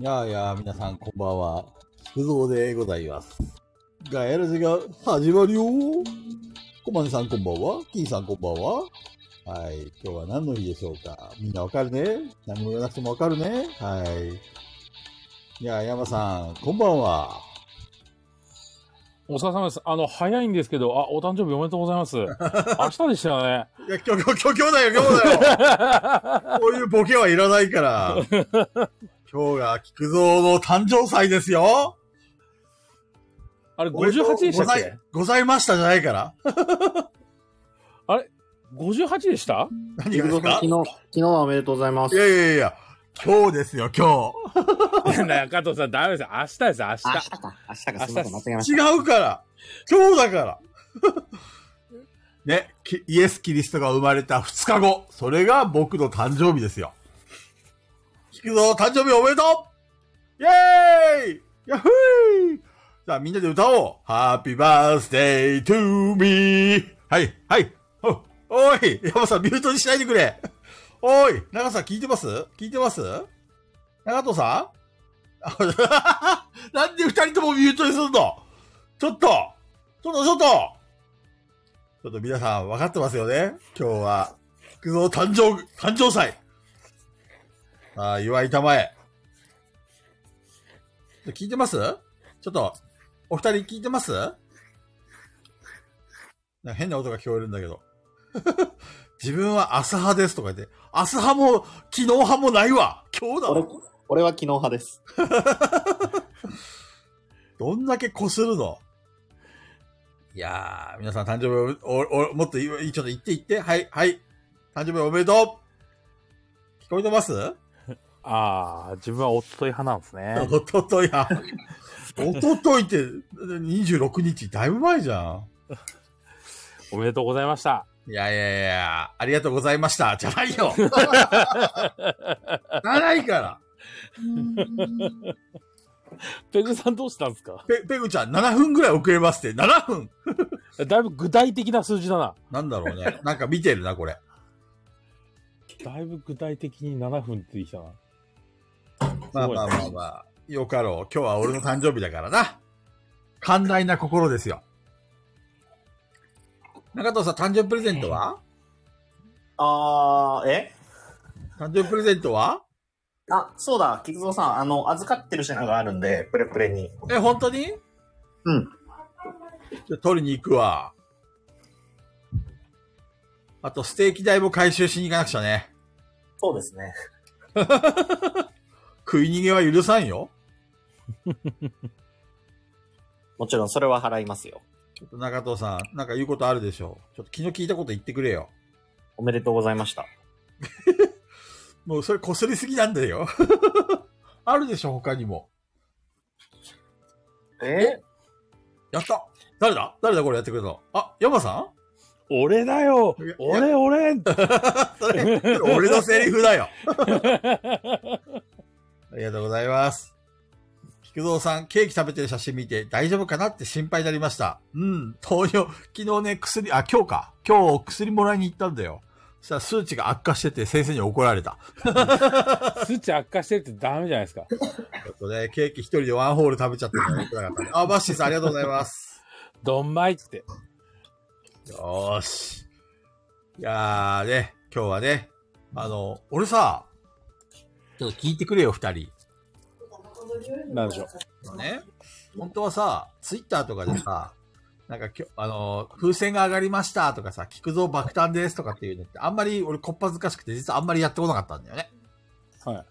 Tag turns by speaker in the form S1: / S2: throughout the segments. S1: やあやあ、皆さんこんばんは。不造でございます。ガヤラジが始まるよ。コマネさんこんばんは。キンさんこんばんは。はい。今日は何の日でしょうかみんなわかるね何も言わなくてもわかるねはい。いやあ、山さん、こんばんは。
S2: お疲れ様です。あの、早いんですけど、あ、お誕生日おめでとうござ います。明日でしたよね。
S1: いや、今日、今日、今日だよ、今日だよ。 こういうボケはいらないから。今日が菊蔵の誕生祭ですよ。
S2: あれ、58でしたっ
S1: ござ
S2: け
S1: いございましたじゃないから。
S2: ?58 で した
S1: 何が
S3: ゆ
S1: で
S3: うぞ
S1: す
S3: うさ
S1: か
S3: ん昨日、昨日はおめでとうございま
S1: い
S3: す。
S1: やいやいや、今日ですよ、今
S2: なんだよ、加藤さん、ダメです。明日です、明
S3: 明
S2: 日
S3: 日。か。明日か。すみません、間違えまし
S1: 日。違うから。今日だから。 ね、きイエス・キリストが生まれた2日後。それが僕の誕生日ですよ。菊蔵、誕生日おめでとうイェーイヤッフーじゃあみんなで歌おう。Happy birthday to me. はい、はい。おおい、山さんミュートにしないでくれ。おい、長さん聞いてます聞いてます長藤さん あなんで二人ともミュートにするのちょっとちょっとちょっとちょっと皆さん分かってますよね今日は、菊蔵誕生、誕生祭。ああ、岩井玉え。聞いてますちょっと、お二人聞いてますなんか変な音が聞こえるんだけど。 自分は朝派ですとか言って、朝派も昨日派もないわ今日
S3: た。
S1: だわ
S3: 俺、俺は昨日派です。
S1: どんだけこするのいやー、皆さん誕生日お、お、おもっとい、ちょっと言って言って。はい、はい。誕生日おめでとう聞こえてます
S2: ああ、自分はおっとい派なんで すね。
S1: おとといや。おとといって、26日、だいぶ前じゃん。
S2: おめでとうございました。
S1: いやいやいや、ありがとうございました。じゃない よ。ならないから。
S2: ペグさんどうしたんですか
S1: ペ、ペグちゃん、7分ぐらい遅れますって。7分
S2: だいぶ具体的な数字だな。
S1: なんだろうね。なんか見てるな、これ。
S2: だいぶ具体的に7分って言ってきたな。
S1: まあまあまあまあ、よかろう。今日は俺の誕生日だからな。寛大な心ですよ。中藤さん、誕生日プレゼントは
S3: あー、え
S1: 誕生日プレゼントは
S3: あ、そうだ、菊蔵さん、あの、預かってる品があるんで、プレプレに。
S1: え、本当に
S3: うん。
S1: じゃあ取りに行くわ。あと、ステーキ代も回収しに行かなくちゃね。
S3: そうですね。
S1: 食い逃げは許さんよ。
S3: もちろん、それは払いますよ。
S1: ちょっと中藤さん、なんか言うことあるでしょう。ちょっと気の利いたこと言ってくれよ。
S3: おめでとうございました。
S1: もうそれ擦りすぎなんだよ。 あるでしょ、他にも。
S3: え
S1: やった誰だ誰だこれやってくれたのあ、山さ
S2: 俺だよ
S1: いや
S2: 俺 俺
S1: んそれ、俺のセリフだよ。 ありがとうございます。菊蔵さん、ケーキ食べてる写真見て大丈夫かなって心配になりました。うん、糖尿、昨日ね、薬、あ、今日か。今日薬もらいに行ったんだよ。そしたら数値が悪化してて先生に怒られた。
S2: 数値悪化してるってダメじゃないですか。
S1: ちょっとね、ケーキ一人でワンホール食べちゃったから良くなかったね。あ、バッシーさんありがとうございます。
S2: どんまいって。
S1: よーし。いやーね、今日はね、あの、俺さ、ちょっと聞いてくれよ、二人。
S2: なんでしょう。
S1: ね。本当はさ、ツイッターとかでさ、なんかきょ、あのー風船が上がりましたとかさ、菊蔵爆誕ですとかっていうのって、あんまり俺こっぱずかしくて、実はあんまりやってこなかったんだよね。
S2: はい。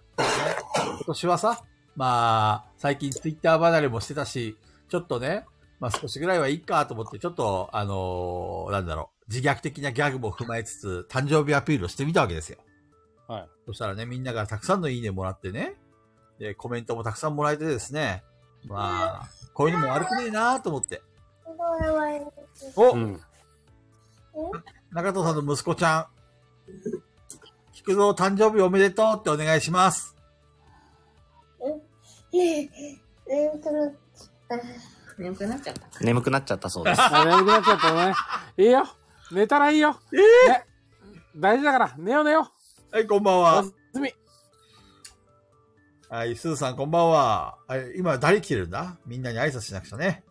S1: 今年はさ、まあ、最近ツイッター離れもしてたし、ちょっとね、まあ少しぐらいはいいかと思って、ちょっと、あのーなんだろう、自虐的なギャグも踏まえつつ、誕生日アピールをしてみたわけですよ。
S2: はい。
S1: そしたらね、みんながたくさんのいいねもらってね、で、コメントもたくさんもらえてですね、まあ、こういうのも悪くねえなと思って。お、
S2: うん。
S1: 中藤さんの息子ちゃん、菊蔵誕生日おめでとうってお願いします。
S4: 眠くなっちゃった。
S3: 眠くなっちゃったそ うです。
S2: あ眠くなっちゃったね。いいよ。寝たらいいよ。えね、大事だから、寝よう寝よ
S1: はい、こんばん
S2: う。お
S1: は
S2: や。すみ。
S1: はい、すずさんこんばんは。はい今誰来てるんだみんなに挨拶しなくちゃね。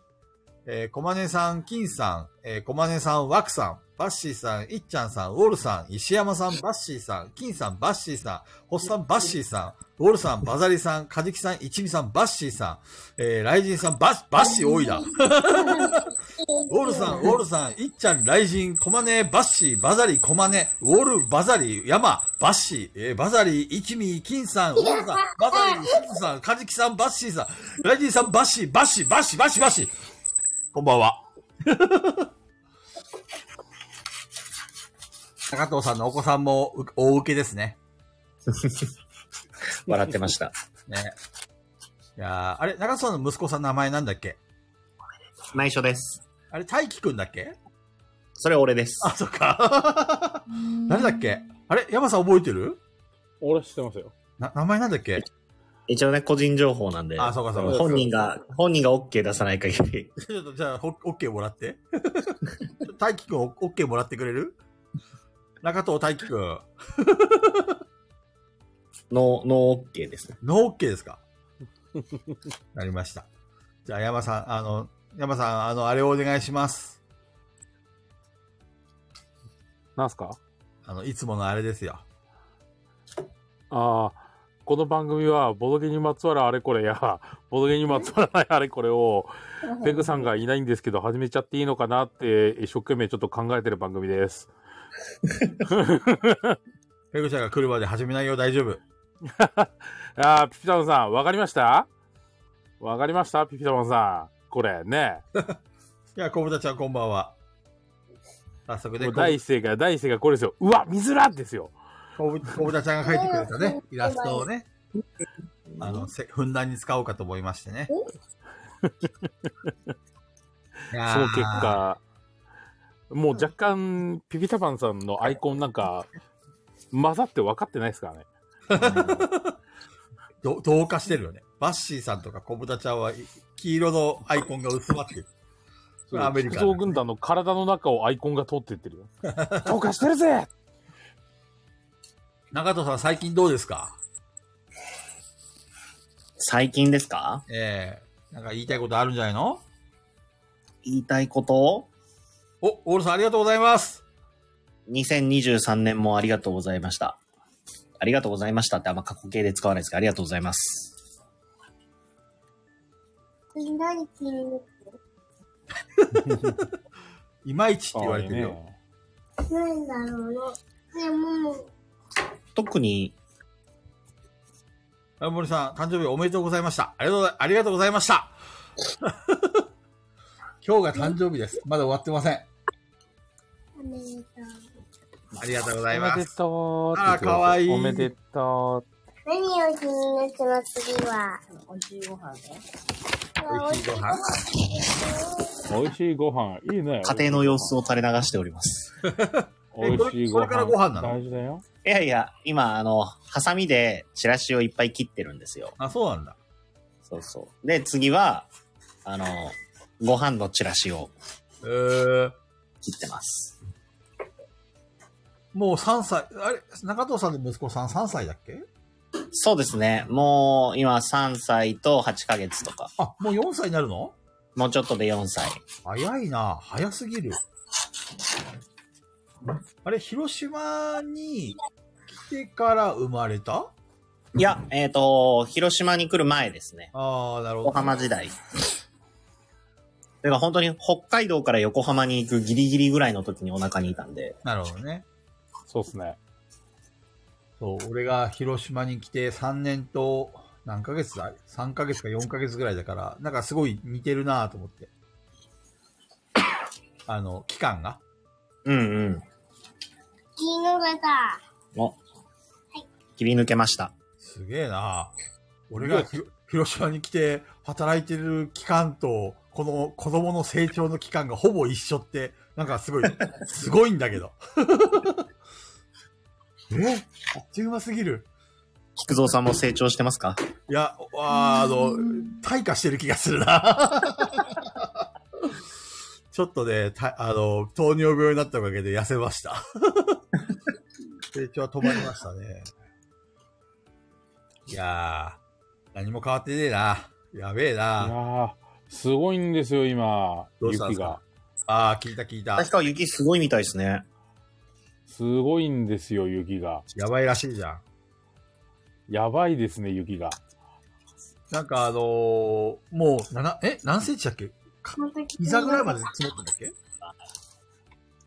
S1: えー、こまねさん、金さん、えー、こまねさん、わくさん、バッシーさん、いっちゃんさん、ウォルさん、石山さん、バッシーさん、金さん、バッシーさん、ホッさん、バッシーさん、ウォルさん、バザリさん、カジキさん、いちみさん、バッシーさん、えー、ライジンさん、バッ、バッシー多いな。ウォルさん、ウォルさん、いっちゃん、雷神、コマネ、バッシー、バザリ、コマネ、ウォル、バザリ、ヤマ、バッシー、えーバザリ、イチミ、キンさん、ウォルさん、バザリ、スズさん、カジキさん、バッシーさん、ライジンさん、バッシー、バッシー、バッシー、バッシー、バッシー。こんばんは。 高藤さんのお子さんもう大受けですね。
S3: 笑ってました。
S1: ね。いやーあれ、中藤さんの息子さんの名前なんだっけ
S3: 内緒です。
S1: あれ、大輝くんだっけ
S3: それ俺です。
S1: あ、そっか。 誰だっけあれ、山さん覚えてる
S2: 俺知ってますよ。
S1: な、名前なんだっけ
S3: 一応ね、個人情報なんで。
S1: あ、そうかそうか。
S3: 本人が、本人が OK 出さない限り。
S1: ちょっと じゃあ、ほオッケーもらって。 大輝くん、オッケーもらってくれる中藤大輝くん、
S3: ノー、ノー OK ですね。
S1: ノーオッケーですかなりました。じゃあ、山さん、あの、山さん、あの、あれをお願いします。
S2: なんすか
S1: あの、いつものあれですよ。
S2: ああ、この番組は、ボドゲにまつわるあれこれや、ボドゲにまつわらないあれこれを、ペグさんがいないんですけど、始めちゃっていいのかなって、一生懸命ちょっと考えてる番組です。
S1: ペグちゃんが来るまで始めないよ、大丈夫。
S2: ああ、ピピタマンさん、わかりましたわかりましたピピタマンさん。これね。
S1: いや、小豚ちゃん、こんばんは。早速ね、
S2: も
S1: 小
S2: う第一声が、第一声がこれですよ。うわ、水らですよ。
S1: 小ぶ小豚ちゃんが描いてくれたね、イラストをね、あの、せふんだんに使おうかと思いましてね。いやー
S2: その結果、もう若干、ピピタパンさんのアイコンなんか、混ざって分かってないですからね。
S1: ど同化してるよね。バッシーさんとか小豚ちゃんはい黄色のアイコンが薄まってる。それはアメリカだね
S2: 菊蔵軍団の体の中をアイコンが通っていってる よ。どうかしてるぜ
S1: 中戸さん、最近どうですか
S3: 最近ですか
S1: ええなんか言いたいことあるんじゃないの
S3: 言いたいこと
S1: お、オールさんありがとうございます。
S3: 2023年もありがとうございました。ありがとうございましたってあんま過去形で使わないですけど、ありがとうございます。
S4: いないっていう
S1: いまいちって言われてるよ。
S4: なんだろうね。でも、
S3: 特に、
S1: あ森さん、誕生日おめでとうございました。ありがとうございありがとうございました。 今日が誕生日です。まだ終わってません。
S4: おめでとう。
S1: ありがとうござい
S2: お
S1: ま。
S2: めですとう
S1: あらかわいい
S2: おめでと
S4: 何を気になってます次は。
S1: 美
S4: おい
S1: 味
S4: し
S1: し
S4: い
S1: い
S4: ご
S1: ご
S4: 飯
S1: 飯。
S2: う。美味しいご飯。いいね。
S3: 家庭の様子を垂れ流しております。
S2: 美味しいご飯。
S1: えこれこれからご飯なの
S2: 大事だよ。
S3: いやいや、今、あの、ハサミでチラシをいっぱい切ってるんですよ。
S1: あ、そうなんだ。
S3: そうそう。で、次は、あの、ご飯のチラシを
S1: えー、
S3: 切ってます。
S1: もう3歳、あれ、中藤さんの息子さん3歳だっけ
S3: そうですね。もう、今3歳と8ヶ月とか。
S1: あ、もう4歳になるの
S3: もうちょっとで4歳。
S1: 早いな早すぎる。あれ、広島に来てから生まれた
S3: いや、えっ、と、広島に来る前ですね。
S1: ああ、なるほど。
S3: 横浜時代。だから本当に北海道から横浜に行くギリギリぐらいの時にお腹にいたんで。
S1: なるほどね。
S2: そうっすね。
S1: そう、俺が広島に来て3年と何ヶ月だ ?3 ヶ月か4ヶ月ぐらいだから、なんかすごい似てるなぁと思って。あの、期間が。
S3: うんうん。
S4: 昨日がさ、
S3: お。切り抜けました。
S1: すげえなぁ俺がひろ広島に来て働いてる期間と、この子供の成長の期間がほぼ一緒って、なんかすごい、すごいんだけど。えあっちゅうますぎる。
S3: 菊蔵さんも成長してますか
S1: いや、わああの、退化してる気がするな。 ちょっとね、たあの、糖尿病になったおかげで痩せました。成長は止まりましたね。いや何も変わってねえな。やべえ
S2: いや
S1: な。
S2: ーすごいんですよ、今、
S1: どうしたんで
S2: 雪
S1: すか
S2: が。
S1: ああ、聞いた聞いた。
S3: 確か雪すごいみたいですね。
S2: すごいんですよ、雪が。
S1: やばいらしいじゃん。
S2: やばいですね、雪が。
S1: なんかあのー、もう、なな、え、何センチだっけ
S4: また来て
S1: 膝ぐらいまで積もったんだっけ
S2: い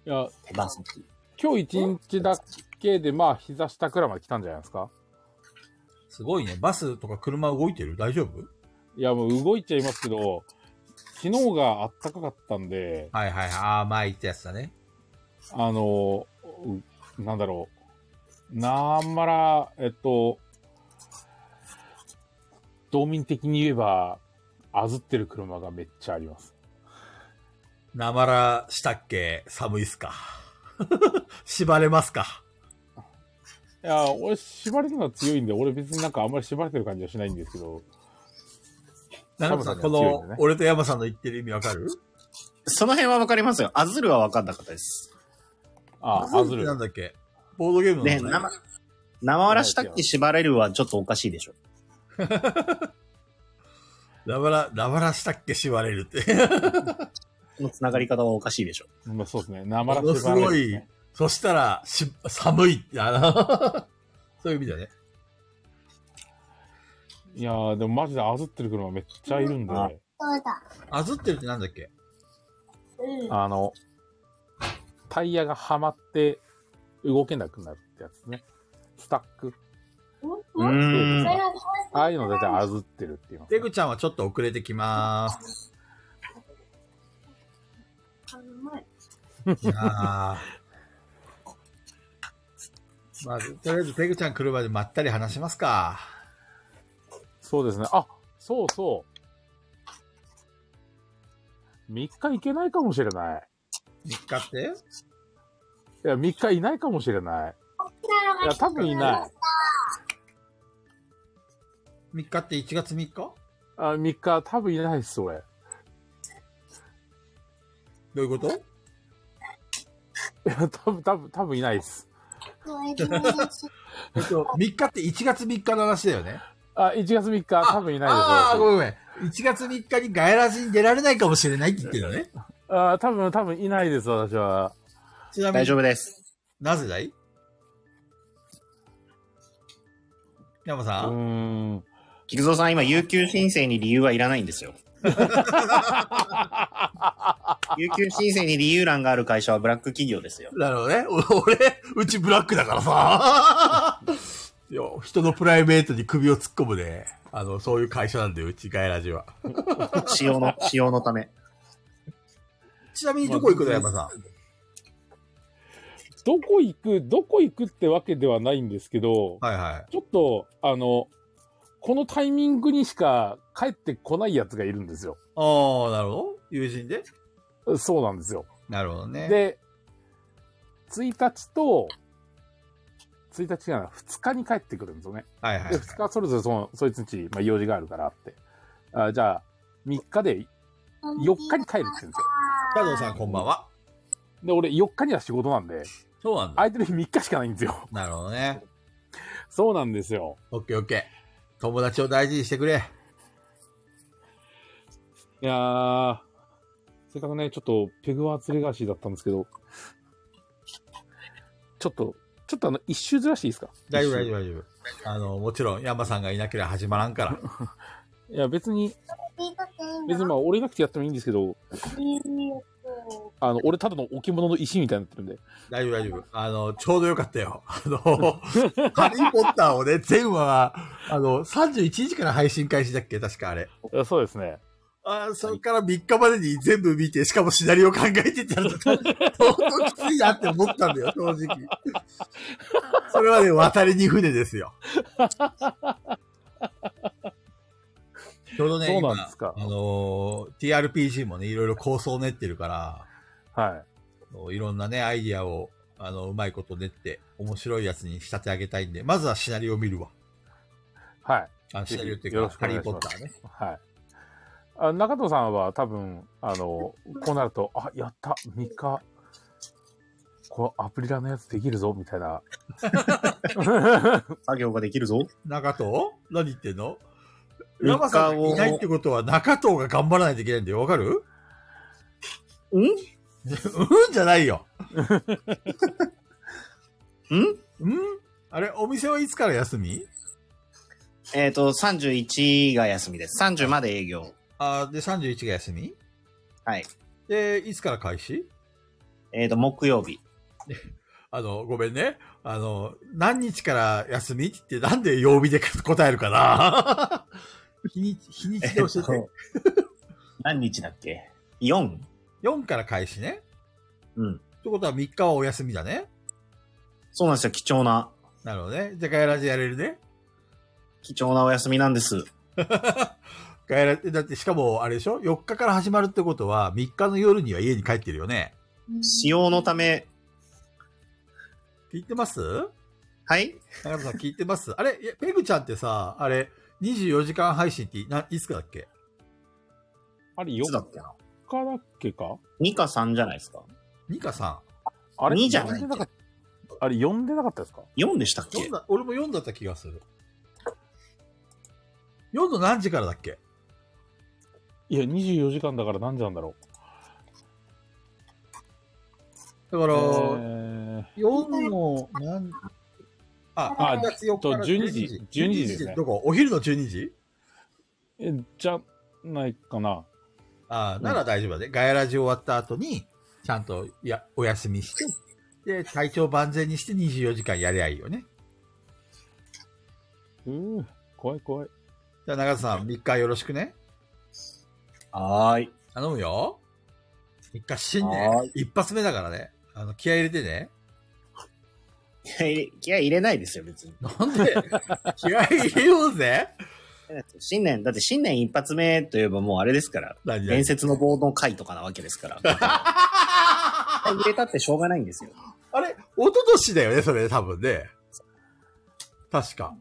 S2: や、
S3: 手羽先。
S2: 今日一日だけで、まあ、膝下くらいまで来たんじゃないですか。
S1: すごいね。バスとか車動いてる大丈夫
S2: いや、もう動いちゃいますけど、昨日があったかかったんで、
S1: はいはいはい。ああ、前行ったやつだね。
S2: あの、うなんだろう。なんまら、えっと、道民的に言えば、あずってる車がめっちゃあります。
S1: なまらしたっけ寒いっすか 縛れますか
S2: いや、俺、縛れるのは強いんで、俺別になんかあんまり縛れてる感じはしないんですけど、
S1: 中野さん、この、俺と山さんの言ってる意味わかる
S3: その辺はわかりますよ。アズルはわかんなかったです。
S2: あ、
S1: バ
S2: あ
S1: スって
S2: ずる
S1: なん。だっけボードゲームの
S3: ね、
S1: 名前
S3: 生、生わらしたっけ縛れるはちょっとおかしいでしょ。
S1: ラバラ、ラバラしたっけ縛れるって。
S3: この繋がり方はおかしいでしょ。
S2: まあ、そうですね。生
S1: も
S2: ら
S1: の
S2: し
S1: す
S2: 縛られ
S1: ご
S2: る
S1: い
S2: ね。、
S1: そしたら、し、寒いって、あの そういう意味だね。
S2: いやー、でもマジであずってる車めっちゃいるんで、
S3: あ
S4: そうだ。
S1: あずってるってなんだっけ
S4: うん。
S2: あの、タイヤがはまって動けなくなるってやつね。スタック。
S3: う
S4: うん
S3: ー
S4: それ
S3: ん。
S4: は
S2: ああいうの大体あずってるって言います
S1: ペグちゃんはちょっと遅れてきまーす。いやーまあ、とりあえずペグちゃん来るまでまったり話しますか。
S2: そうですね。あ、そうそう。3日行けないかもしれない。
S1: 3日って
S2: いや、3日いないかもしれない。いや、多分いない。
S1: ?3 日って1月3日ど
S2: あ3日、多分いないっす、俺。
S1: ういうこと
S2: いや、多分、多分、多分いないっす。
S1: えっと、3日って1月3日の話だよね。
S2: あ、1月3日、多分いないです。
S1: ああ、
S2: 私
S1: ごめんごめん。1月3日にガヤラジに出られないかもしれないって言ってるのね。
S2: あー多分、多分いないです、私は。
S1: ちなみ
S3: 大
S1: に
S3: 丈、夫です。
S1: なぜだい山
S2: う
S1: さん、
S2: ーん。
S3: 菊蔵さん、今、有給申請に理由はいらないん ですよ。有給申請に理由欄がある会社はブラック企業ですよ。
S1: なるほどね。お俺、うちブラックだからさ。 いや人のプライベートに首を突っ込むね。あの、そういう会社なんだよ、うちガヤラジは。
S3: 使 用の、使用のため。
S1: ちなみにどこ行くの、山さん。
S2: どこ行く、どこ行くってわけではないんですけど、
S1: はいはい。
S2: ちょっと、あの、このタイミングにしか帰ってこないやつがいるんですよ。
S1: ああ、なるほど。友人で
S2: そうなんですよ。
S1: なるほどね。
S2: で、1日と、1日が2日に帰ってくるんですよね。
S1: はいはい
S2: で、。2日それぞれその、そいつんち、まあ、用事があるからって。あじゃあ、3日で4日に帰るって言うんですよ。
S1: 加藤さん、こんばんは。
S2: で、俺4日には仕事なんで、
S1: そうなんだ。
S2: 空いてる日3日しかないんですよ。
S1: なるほどね。
S2: そうなんですよ。
S1: オッケーオッケー。友達を大事にしてくれ。
S2: いやー、せっかくね、ちょっとペグワーツレガシーだったんですけど、ちょっと、ちょっとあの、一周ずらしていいですか
S1: 大丈夫大丈
S2: 夫。
S1: 夫大丈夫。あの、もちろん、山さんがいなければ始まらん から。
S2: いや、別に、別に
S4: 別
S2: まあ、俺いなくてやってもいいんですけど、
S4: に。
S2: あの、俺ただの置物の石みたいになってるんで。
S1: 大丈夫大丈夫。あの、ちょうどよかったよ。あの、ハリーポッターをね、全話、あの、31日から配信開始だっけ確かあれ。
S2: いやそうですね。
S1: あーそれから3日までに全部見て、しかもシナリオ考えてってやると、相当きついなって思ったんだよ、正直。それはね、渡りに船ですよ。 ちょうどね、
S2: そう
S1: 今
S2: な
S1: あ
S2: んですか
S1: のー TRPG もね、いろいろ構想を練ってるから、
S2: はい。
S1: いろんなね、アイディアを、あの、うまいこと練って、面白いやつに仕立て上げたいんで、まずはシナリオを見るわ。
S2: はい。
S1: あのシナリオってい
S2: よ
S1: う
S2: ろ
S1: か、
S2: しく
S1: ハ
S2: お
S1: リ
S2: 願
S1: ー・ポ
S2: いします
S1: ッターね。
S2: はい。あ中藤さんは多分、あの、こうなると、あ、やった、3日、こう、アプリラのやつできるぞ、みた いな。
S3: 作業ができるぞ。
S1: 中藤何言ってんのラマさんがいないってことは中藤が頑張らないといけないんだよ。わかる
S3: ん
S1: うんじゃない よ。
S3: ん
S1: うんあれ、お店はいつから休み
S3: えっ、と、31が休みです。30まで営業。
S1: あーで、31が休み
S3: はい。
S1: で、いつから開始
S3: えっ、と、木曜日。
S1: あの、ごめんね。あの、何日から休みって言って、なんで曜日で答えるか な日にち、日にちで教え
S3: え
S1: て
S3: っ。何日だっけ ?4?
S1: 4から開始ね。
S3: うん。
S1: ってことは3日はお休みだね。
S3: そうなんですよ。貴重な、
S1: なるほどね。じゃあガヤラジやれるね。
S3: 貴重なお休みなんです。
S1: ガヤラジ、だってしかもあれでしょ ?4 日から始まるってことは、3日の夜には家に帰ってるよね。
S3: 使用のため、
S1: 聞いてます
S3: はい
S1: 中野さん聞いてますあ れいやペグちゃんってさ、あれ、24時間配信っていないつからだっけ
S2: あれ、
S3: い
S2: 4
S3: つだっけな
S2: 日だっけか
S3: ?2 か3じゃないですか。
S1: ニカさ
S2: あれ、
S3: 2じゃない
S2: 呼んでなかったあれ、呼んでなかったですか
S3: 4でしたっ
S1: ん。4
S3: け
S1: だ、俺も4だった気がする。4の何時からだっけ
S2: いや、24時間だから何時なんだろう。
S1: だから、
S2: えー、
S1: 4の何、あ、
S2: あ
S1: 1月4日から
S2: と12時12時ですね
S1: どこお昼の12時
S2: えじゃないかな。
S1: あなら大丈夫だね。ガヤラジ終わった後に、ちゃんとやお休みして、で、体調万全にして24時間やりゃいいよね。
S2: うー、怖い怖い。
S1: じゃあ、中田さん、3日よろしくね。
S3: はーい。
S1: 頼むよ。一回新
S3: は
S1: 年、一発目だからね。あの、気合い入れてね。
S3: いや、入れないですよ、別に。
S1: なんで気合い入れようぜ。
S3: 新年、だって新年一発目といえばもうあれですから、
S1: 何
S3: 伝
S1: 々
S3: 説の棒の回とかなわけですから。 入れたってしょうがないんですよ。
S1: あれ、一昨年だよね、それ、多分ね。確か。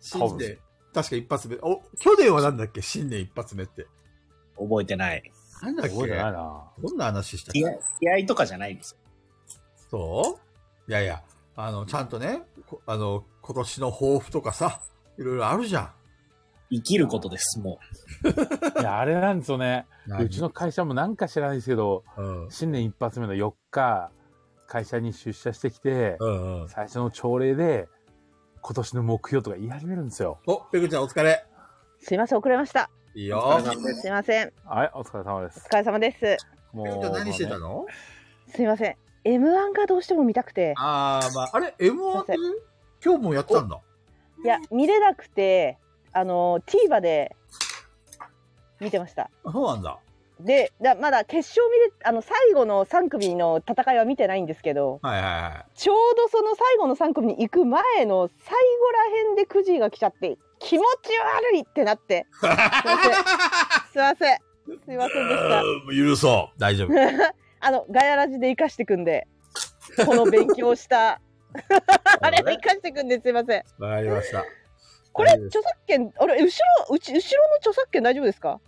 S1: 新
S2: 多分
S1: 年、確か一発目。お、去年はなんだっけ新年一発目って。
S3: 覚えてない。
S1: なんだっけ
S2: 覚えてないな。
S1: どんな話したっ
S3: 気合
S1: け
S3: 気合とかじゃないんですよ。
S1: そういやいや、あの、ちゃんとね、こあの、今年の抱負とかさ、いろいろあるじゃ
S3: 生きることです、も。
S2: いや、あれなんですよね。
S1: ん。
S2: うちの会社もなんか知らないですけど、
S1: うん。
S2: 新年一発目の4日、会社に出社してきて、
S1: うんうん。
S2: 最初の朝礼で、今年の目標とか言い始めるんですよ。
S1: お、ペグちゃんお疲れ。
S5: すいません遅れました
S1: いいうよ。
S5: すいません
S2: はい、お疲れ様です
S5: お。疲れ様です
S2: も
S1: ペグちゃん何してた
S2: もうね
S1: の、
S5: すいません M1 がどうしても見たくて
S1: ああ、まあ、あれ、M1 って今日もやってたんだ。
S5: いや見れなくてあの TVer で見てました
S1: そうなんだ。
S5: でだまだ決勝見れあの最後の3組の戦いは見てないんですけど
S1: はいはいは
S5: ちょうどその最後の3組に行く前の最後らへんでくじが来ちゃって気持ち悪いってなってすいませんすいませんすいませんでした
S1: い。許そう。大丈夫。
S5: あのガヤラジで生かしてくんでこの勉強した あれを生かしてくんですいません
S1: わかりました。
S5: こ
S1: 大
S5: れ
S1: 丈夫です
S5: 著作権あれ後ろうち後ろの著作権大丈夫ですか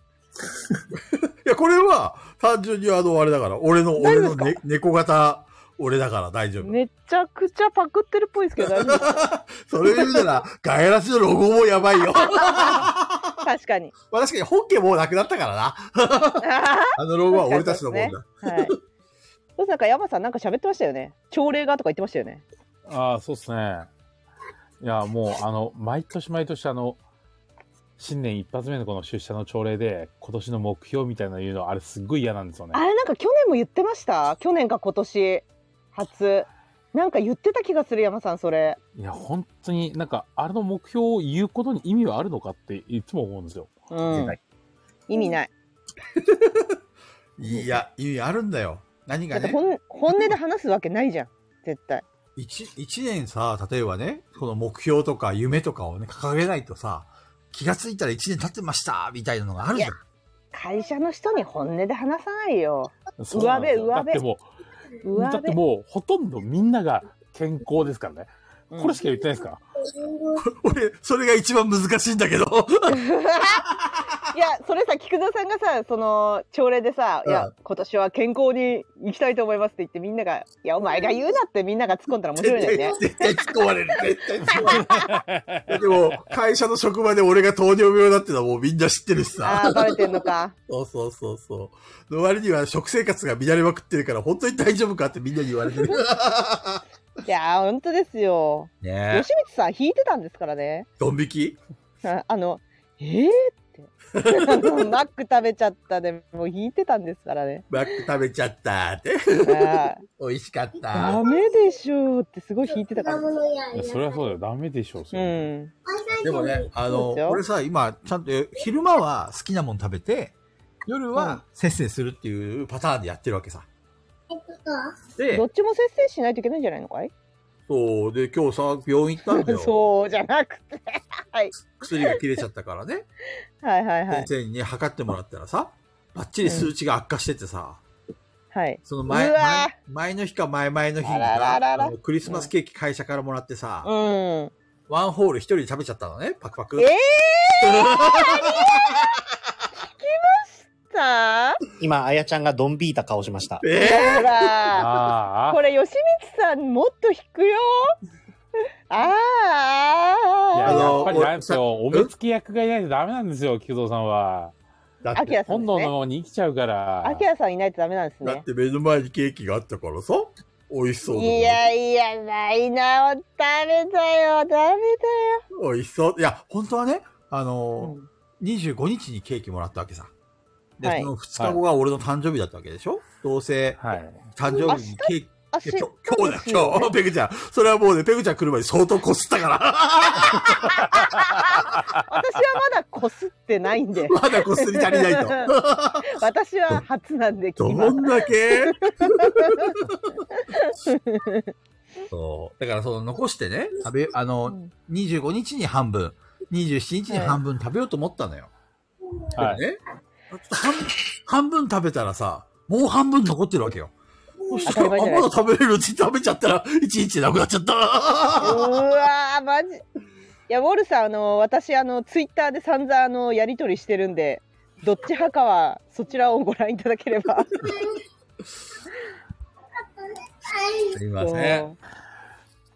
S1: いや、これは、単純にあの、あれだから、俺の、
S5: 大
S1: 俺
S5: 丈夫
S1: の、ね、猫型、俺だから大丈夫。
S5: めちゃくちゃパクってるっぽいですけど大丈 夫ですか
S1: それ言うなら、ガエラスのロゴもやばいよ。
S5: 確かに
S1: まあ確かに本家もうなくなったからな。
S5: あは
S1: あのロゴは俺たちのもんだ。
S5: ははいそうなんか山さんなんか喋ってましたよね朝礼がとか言ってましたよね
S2: ああ、そうっすね。いや、もう、あの、毎年毎年、あの、新年一発目のこの出社の朝礼で、今年の目標みたいなの言うの、あれすっごい嫌なんですよね。
S5: あれなんか去年も言ってました去年か今年初なんか言ってた気がする山さんそれ
S2: いや、本当になんか、あれの目標を言うことに意味はあるのかっていつも思うんですよ。
S5: う
S3: 絶
S5: ん
S3: 対
S5: 意味ない
S1: いや、意味あるんだよ。何
S5: だ
S1: が
S5: って
S1: ね、
S5: 本本音で話すわけないじゃん絶対
S1: 一一年さ、例えばね、この目標とか夢とかをね、掲げないとさ、気がついたら一年経ってました、みたいなのがあるじゃん。
S5: 会社の人に本音で話さないよ
S2: そうなんですよ
S5: 上辺
S2: だってもう、
S5: 上
S2: だって
S5: 辺
S2: もう、ほとんどみんなが健康ですからね。これしか言ってないですから。
S1: 俺、それが一番難しいんだけど。
S5: いやそれさ菊蔵さんがさその朝礼でさ「
S1: うん
S5: いや今年は健康に行きたいと思います」って言ってみんなが「いやお前が言うな」ってみんなが突っ込んだら面白いんだよね
S1: 絶。対絶対突っ込まれる。絶対突っ込まれる。でも、会社の職場で俺が糖尿病だってのはもうみんな知ってるし
S5: あ
S1: さ
S5: あ。バレてんのか。
S1: そうそうそうそう。の割には食生活が乱れまくってるから、本当に大丈夫かってみんなに言われて る。
S5: いやー本当ですよ。
S1: ね
S5: 吉光さん引いてたんですからね。
S1: ドン引き
S5: ああのえー、って あのマック食べちゃったでもう引いてたんですから ね。
S1: マック食べちゃったーって。
S5: あ
S1: 美味しかっ
S5: ー
S1: た
S5: ダメでしょうってすごい引いてたから。う
S4: のや
S2: いやそれはそうだよ。ダメでしょう。それ
S5: ん。
S1: でもね、あの、
S5: そうですよ
S1: 俺さ、今、ちゃんと、昼間は好きなもん食べて、夜はせっせするっていうパターンでやってるわけさ。で
S5: ど、っちも節制しないといけないんじゃないのかい？
S1: そう、で、今日さ、病院行ったんだよ。
S5: そうじゃなくて。はい
S1: 薬が切れちゃったからね。
S5: はいはいは
S1: 先
S5: い
S1: 生にね、測ってもらったらさ、ばっちり数値が悪化しててさ、
S5: はい。
S1: その前、
S5: うわー
S1: 前前の日か前々の日に
S5: あらららら
S1: あのクリスマスケーキ会社からもらってさ、
S5: うん。
S1: ワンホール一人で食べちゃったのね、パクパク。
S5: えさあ、
S3: 今、あやちゃんがドンビーた顔しました。
S1: えー
S5: ほら、
S2: あ
S5: これ吉光さんもっと引くよ。あ
S2: あ。いや、
S1: あの
S5: あ、
S2: やっぱりなんですよ。お目
S1: ん
S2: 付け役がいないとダメなんですよ、菊蔵さんは。
S1: だっ
S5: あき
S1: て、
S5: らさ
S2: 本
S5: んです
S2: 能の
S5: ね。
S2: ように生きちゃうから。
S5: あきらさんいないとダメなんです
S1: だっ
S5: ね。
S1: て目の前にケーキがあったからさ、美味しそうだもん
S5: いやいや、ないな、食べたよ、食べたよ。
S1: 美味しそう。いや、本当はね、あの
S5: う
S1: ー、25日にケーキもらったわけさ。で、
S5: はい
S1: その2日後が俺の誕生日だったわけでしょ、どうせ、
S2: はい。
S1: 誕生日にケーキ、
S5: あ、
S1: い
S5: し
S1: や今日、今日だ
S5: です
S1: よ、
S5: よ
S1: 今日、ペ グちゃん。それはもうね、ペグちゃん来る前に相当こすった から。、
S5: 私はまだこすってないんで
S1: まだこすり足りないと。
S5: 私は初なんで聞きま
S1: ど
S5: す。
S1: んだけ そう。だからその残してね、食べ、あ
S5: う
S1: の、
S5: ん
S1: 25日に半分、27日に半分食べようと思ったのよ。
S2: はい。
S1: ね、半半分食べたらさ、もう半分残ってるわけよ。そしたら、あ、
S5: 当たり前じゃない
S1: まだ食べれるうちに 食べちゃったら、いちいちなくなっちゃった。
S5: うわー、マジ。いや、ウォルさん、あの、私、あの、ツイッターで散々、あの、やりとりしてるんで。どっち派かは、そちらをご覧いただければ。
S1: すいません。
S5: そ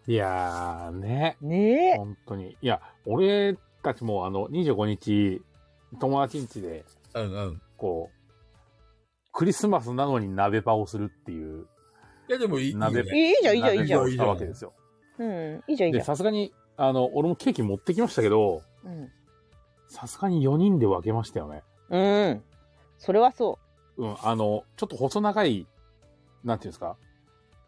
S2: いやーね。
S5: うね
S2: 本当に。いや、俺たちもあの、25日、友達ん家で、
S1: うんうん。
S2: こう、クリスマスなのに鍋パをするっていう、
S1: いや、でもいい。
S2: 鍋
S1: いい
S5: え。
S1: ね
S5: いいじゃん、いいじゃん、いいじゃ
S2: 鍋パを
S5: ん。
S2: したわけですよ。
S5: うん、いいじゃん、いい
S2: で、
S5: じゃん
S2: さすがに、あの、俺もケーキ持ってきましたけど、。
S5: うん
S2: さすがに4人で分けましたよね。
S5: うん。それはそう。
S2: うん、あの、ちょっと細長い、なんていうんですか、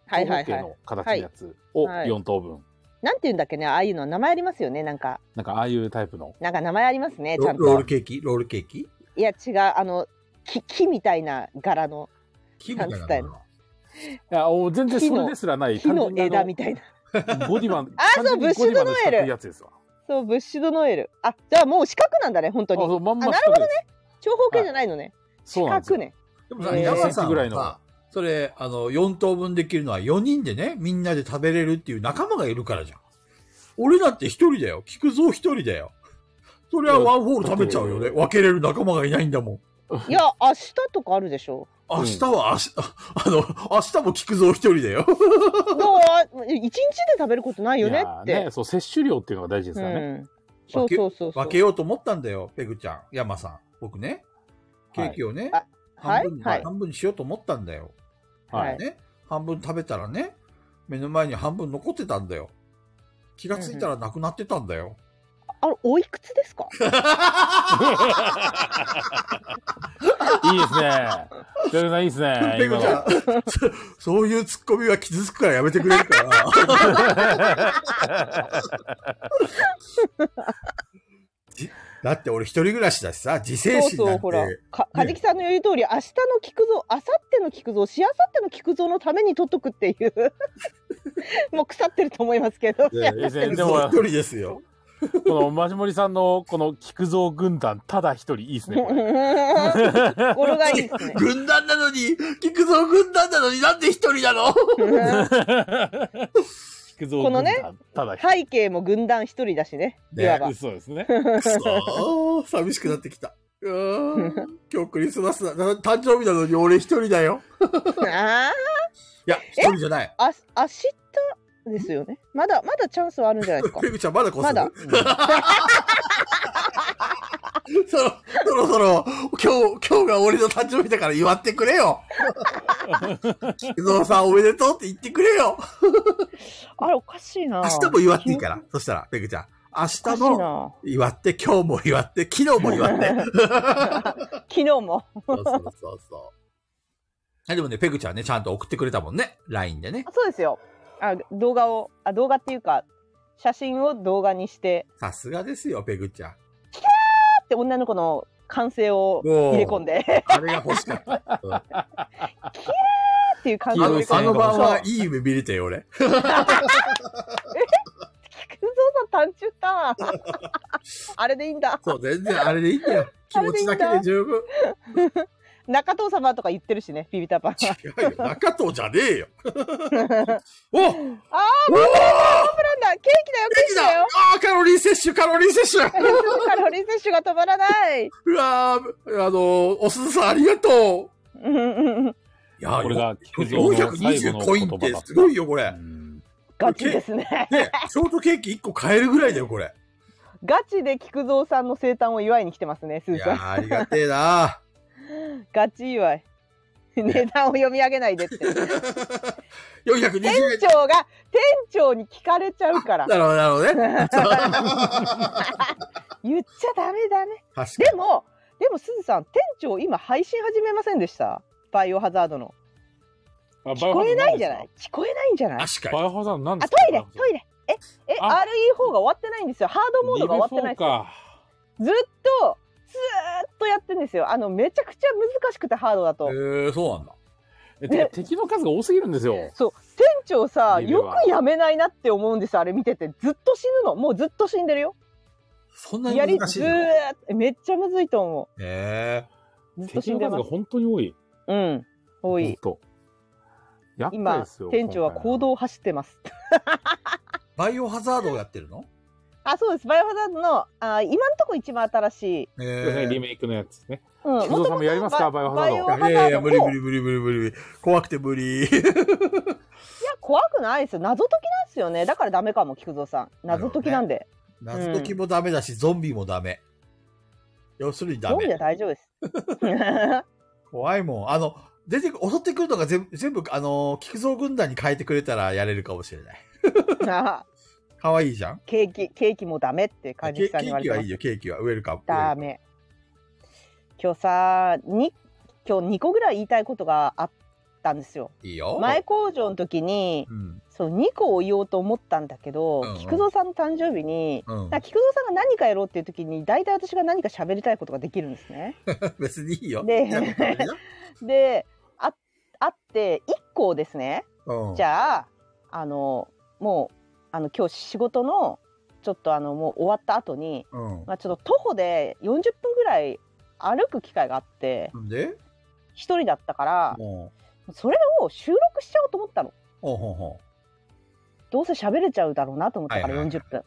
S5: はいはい
S2: 長方形
S5: はい。
S2: の形のやつを
S5: はい
S2: 4等分。
S5: なんて言うんだっけね、ああいうの名前ありますよね、なんか、
S2: なんか、ああいうタイプの。
S5: なんか名前ありますね、ちゃ
S1: ロ
S5: ん
S1: ロール
S5: と。
S1: ケーキロールケーキ
S5: いや、違う、あの、木、木みたいな柄の、
S1: 木みたいな
S5: な
S1: の
S5: んつっ
S1: かな
S5: たよ
S2: いや、お全然それですらない。
S5: 木の枝み
S2: た
S5: たいな。
S2: いな。ゴディバン。
S5: あそう
S2: 完全にゴディバ
S5: ブッシュドノエル
S2: 四角いやつですわ。
S5: そう、ブッシュドノエル。あ、じゃあもう四角なんだね、本当
S2: あ、
S5: に。
S2: そう、まんま
S5: あな
S2: 四角いです。
S5: 長方形じゃないのね。
S2: そう
S5: 四
S2: なんですよ
S5: 角。ね。
S1: でもさ、
S5: えー
S1: 山さん
S2: ぐらい
S1: は
S2: の
S1: さ、それ、あの、4等分できるのは4人でね、みんなで食べれるっていう仲間がいるからじゃん。俺だって1人だよ。菊蔵1人だよ。それはワンホール食べちゃうよね。
S2: うん
S1: 分けれる仲間がいないんだもん。
S5: いや、明日とかあるでしょ。
S1: 明日は明日、 あの、明日も菊蔵1人だよ。
S5: だから、一日で食べることないよねっ
S2: いやー
S5: て。
S2: ね、そう、摂取量っていうのが大事ですからね。
S5: うん。そうそうそうそう。
S1: 分けようと思ったんだよ、ペグちゃん、山さん。僕ね、ケーキをね、
S5: あはい
S1: 半分に、
S5: はい
S1: 半分にしようと思ったんだよ。
S2: はい。
S1: ね、半分食べたらね、目の前に半分残ってたんだよ。気がついたらなくなってたんだよ。
S5: あれ、おいくつですか
S2: いいですね。ジョルさんいいですね。
S1: ペグちゃん、 そそういうツッコミは傷つくからやめてくれるかな。 じだって俺一人暮らしだしさ、自制
S5: そ
S1: 心
S5: うそ
S1: な
S5: う、
S1: ん
S5: ほら
S1: て。
S5: か、かじきさんの言う通り、明日の菊蔵、明後日の菊蔵、しあさっての菊蔵のために取っとくっていう。 もう腐ってると思いますけど。
S1: いや
S2: いいですね。で
S1: そう一
S2: も、
S1: 人ですよ。
S2: このマジモリさんの、この菊蔵軍団、ただ一人、いいですね。 これ
S5: ゴロがいいですね。
S1: 軍団なのに、菊蔵軍団なのになんで一人なの
S2: 菊蔵軍
S5: このね
S2: 団、ただ一
S5: 背景も軍団一人だしね。いわば
S2: 人。。そうですね。
S1: そう、寂しくなってきた。うーん今日クリスマスだ。な誕生日なのに俺一人だよ。
S5: あ
S1: いや、一人じゃない。
S5: あ、あ、明日ですよね。まだ、まだチャンスはあるんじゃないですか
S1: ペ。グちゃんまだこ
S5: まだ。
S1: そろそろそろ、今日、今日が俺の誕生日だから祝ってくれよ。伊沢さんおめでとうって言ってくれよ。
S5: あれ、おかしいな。
S1: 明日も祝っていいから。そしたら、ペグちゃん。明
S5: おか
S1: 日
S5: しい
S1: も
S5: な。
S1: 祝って、今日も祝って、昨日も祝って。
S5: 昨日も。
S1: そうそうそうそう。あでもね、ペグちゃんね、ちゃんと送ってくれたもんね。LINE でね。
S5: そうですよ。あ、動画を、あ、動画っていうか、写真を動画にして、
S1: さすがですよ、ペグちゃん。
S5: だって女の子の歓声を入れ込んで、
S1: あれが欲しかった。うんあ
S5: っていう感じ
S2: 黄
S5: で
S2: 色
S1: の
S2: い
S1: あ
S2: 線
S1: の晩は
S5: そう
S1: いい夢見れたよ、俺。
S5: 菊蔵さん単純 だ。あれでいいんだ。
S1: そう、全然あれでいいんだよ。気持ちだけで十分。
S5: 中藤様とか言ってるしね、ビビタパンは。
S1: 違うよ、中藤じゃねえよ。おおー
S5: あー、ブランだケーキだよ、
S1: ケ
S5: ケー
S1: ーキ
S5: キ
S1: だ
S5: だよ
S1: あーカロリー摂取、カロリー摂 取
S5: カロリー摂取が止まらな
S1: う
S5: い。
S1: わーあのー、おすずさんありがとう
S5: うんうんうん
S1: いやー
S2: これが菊蔵の最後
S1: 420
S2: の
S1: コイン
S2: 言
S1: っ
S2: 葉
S1: て
S2: だった
S1: すごいよ、これ。
S2: うん
S5: ガチですね。
S1: ね、ショートケーキ1個買えるぐらいだよ、これ。
S5: ガチで菊蔵さんの生誕を祝いに来てますね、す
S1: い
S5: ず
S1: や
S5: さん。
S1: ーありがてえな
S5: ガチ祝い。値段を読み上げない でって。店
S1: 420円。
S5: 長が、店長に聞かれちゃうから。
S1: なるほど、なるほどね。
S5: 言っちゃダメだね。
S1: 確か
S5: でも、でもすずさん、店長今配信始めませんでしたバイオハザードの。
S2: あ
S5: 聞こえないんじゃない聞こえないんじゃない
S1: に。確か
S2: バ
S1: に。
S2: イオハザードなんで
S5: あ、
S2: す
S5: トイレ、トイレ。え、え、
S2: あ
S5: RE4 が終わってないんですよ。ハードモードが終わってないんですよ。
S2: か。
S5: ずっと、ずーっとやってんですよ。あの、めちゃくちゃ難しくてハードだと。
S1: えー、そうなんだ。
S2: えてか敵の数が多すぎるんですよ。
S5: そう店長さ
S2: リベは
S5: よくやめないなって思うんですあれ見ててずっと死ぬのもうずっと死んでるよ
S1: そんなに
S5: やり
S1: 難しい
S5: ず
S1: の
S5: ーっとめっちゃむずいと思
S1: え
S5: うずっと
S2: 敵
S5: 死
S2: の
S5: んで
S2: 数
S5: ま
S2: が
S5: す
S2: 本当に多い。
S5: うん多い
S2: ほんと。やっぱ
S5: 今
S2: ですよ。
S5: 店長は行動を走ってます
S1: ー、バイオハザードをやってるの
S5: あそうですバイオハザードのあー今んとこ一番新しい、
S2: 今回の。
S1: え
S2: ねリ
S1: ー、
S2: メイクのやつね。
S5: うん
S2: 菊蔵さんもやりますか
S5: 元々
S2: バイオハ
S1: いやいや、無
S5: バ
S1: 理
S5: イオハ
S1: 無理無
S5: ザードを
S1: 理無理無理。怖くて無理。
S5: いや怖くないですよ謎解きなんですよねだからダメかも菊蔵さん謎解きなんで、
S1: 謎解きもダメだし、ゾンビもダメ。要するにダ
S5: ゾンビ
S1: メ
S5: は。大丈夫です
S1: 怖いもん。あの、出てく、襲ってくるのが全部、全部、あのー、菊蔵軍団に変えてくれたらやれるかもしれない。
S5: あ
S1: 可愛いじゃん
S5: ケーキケーキもダメっ
S1: ケ
S5: て感じ
S1: ケ
S5: さんに言
S1: ー
S5: われ
S1: キ
S5: てま
S1: は
S5: す
S1: いいよ、ケーキは。ウェルカム。
S5: ダメ。今日さ、に、今日2個ぐらい言いたいことがあったんですよ。
S1: いいよ。
S5: 前工場の時に、
S1: うん。
S5: その2個を言おうと思ったんだけど、
S1: うんうん
S5: 菊蔵さんの誕生日に、
S1: うん
S5: だから、菊蔵さんが何かやろうっていう時に、大体私が何か喋りたいことができるんですね。
S1: 別にいいよ。
S5: で
S1: じゃあ別にいいよ
S5: で、あ、あって、1個をですね、
S1: うん
S5: じゃあ、あの、もう、あの、今日仕事の、ちょっとあの、もう終わった後に、
S1: うん
S5: まあ、ちょっと徒歩で40分ぐらい歩く機会があって、
S1: なんで
S5: 一人だったから
S1: も
S5: それを収録しちゃおうと思ったの
S1: うん。ほうほうほ
S5: どうせ喋れちゃうだろうなと思ったか
S1: はい
S5: ら
S1: はいはい
S5: 40分、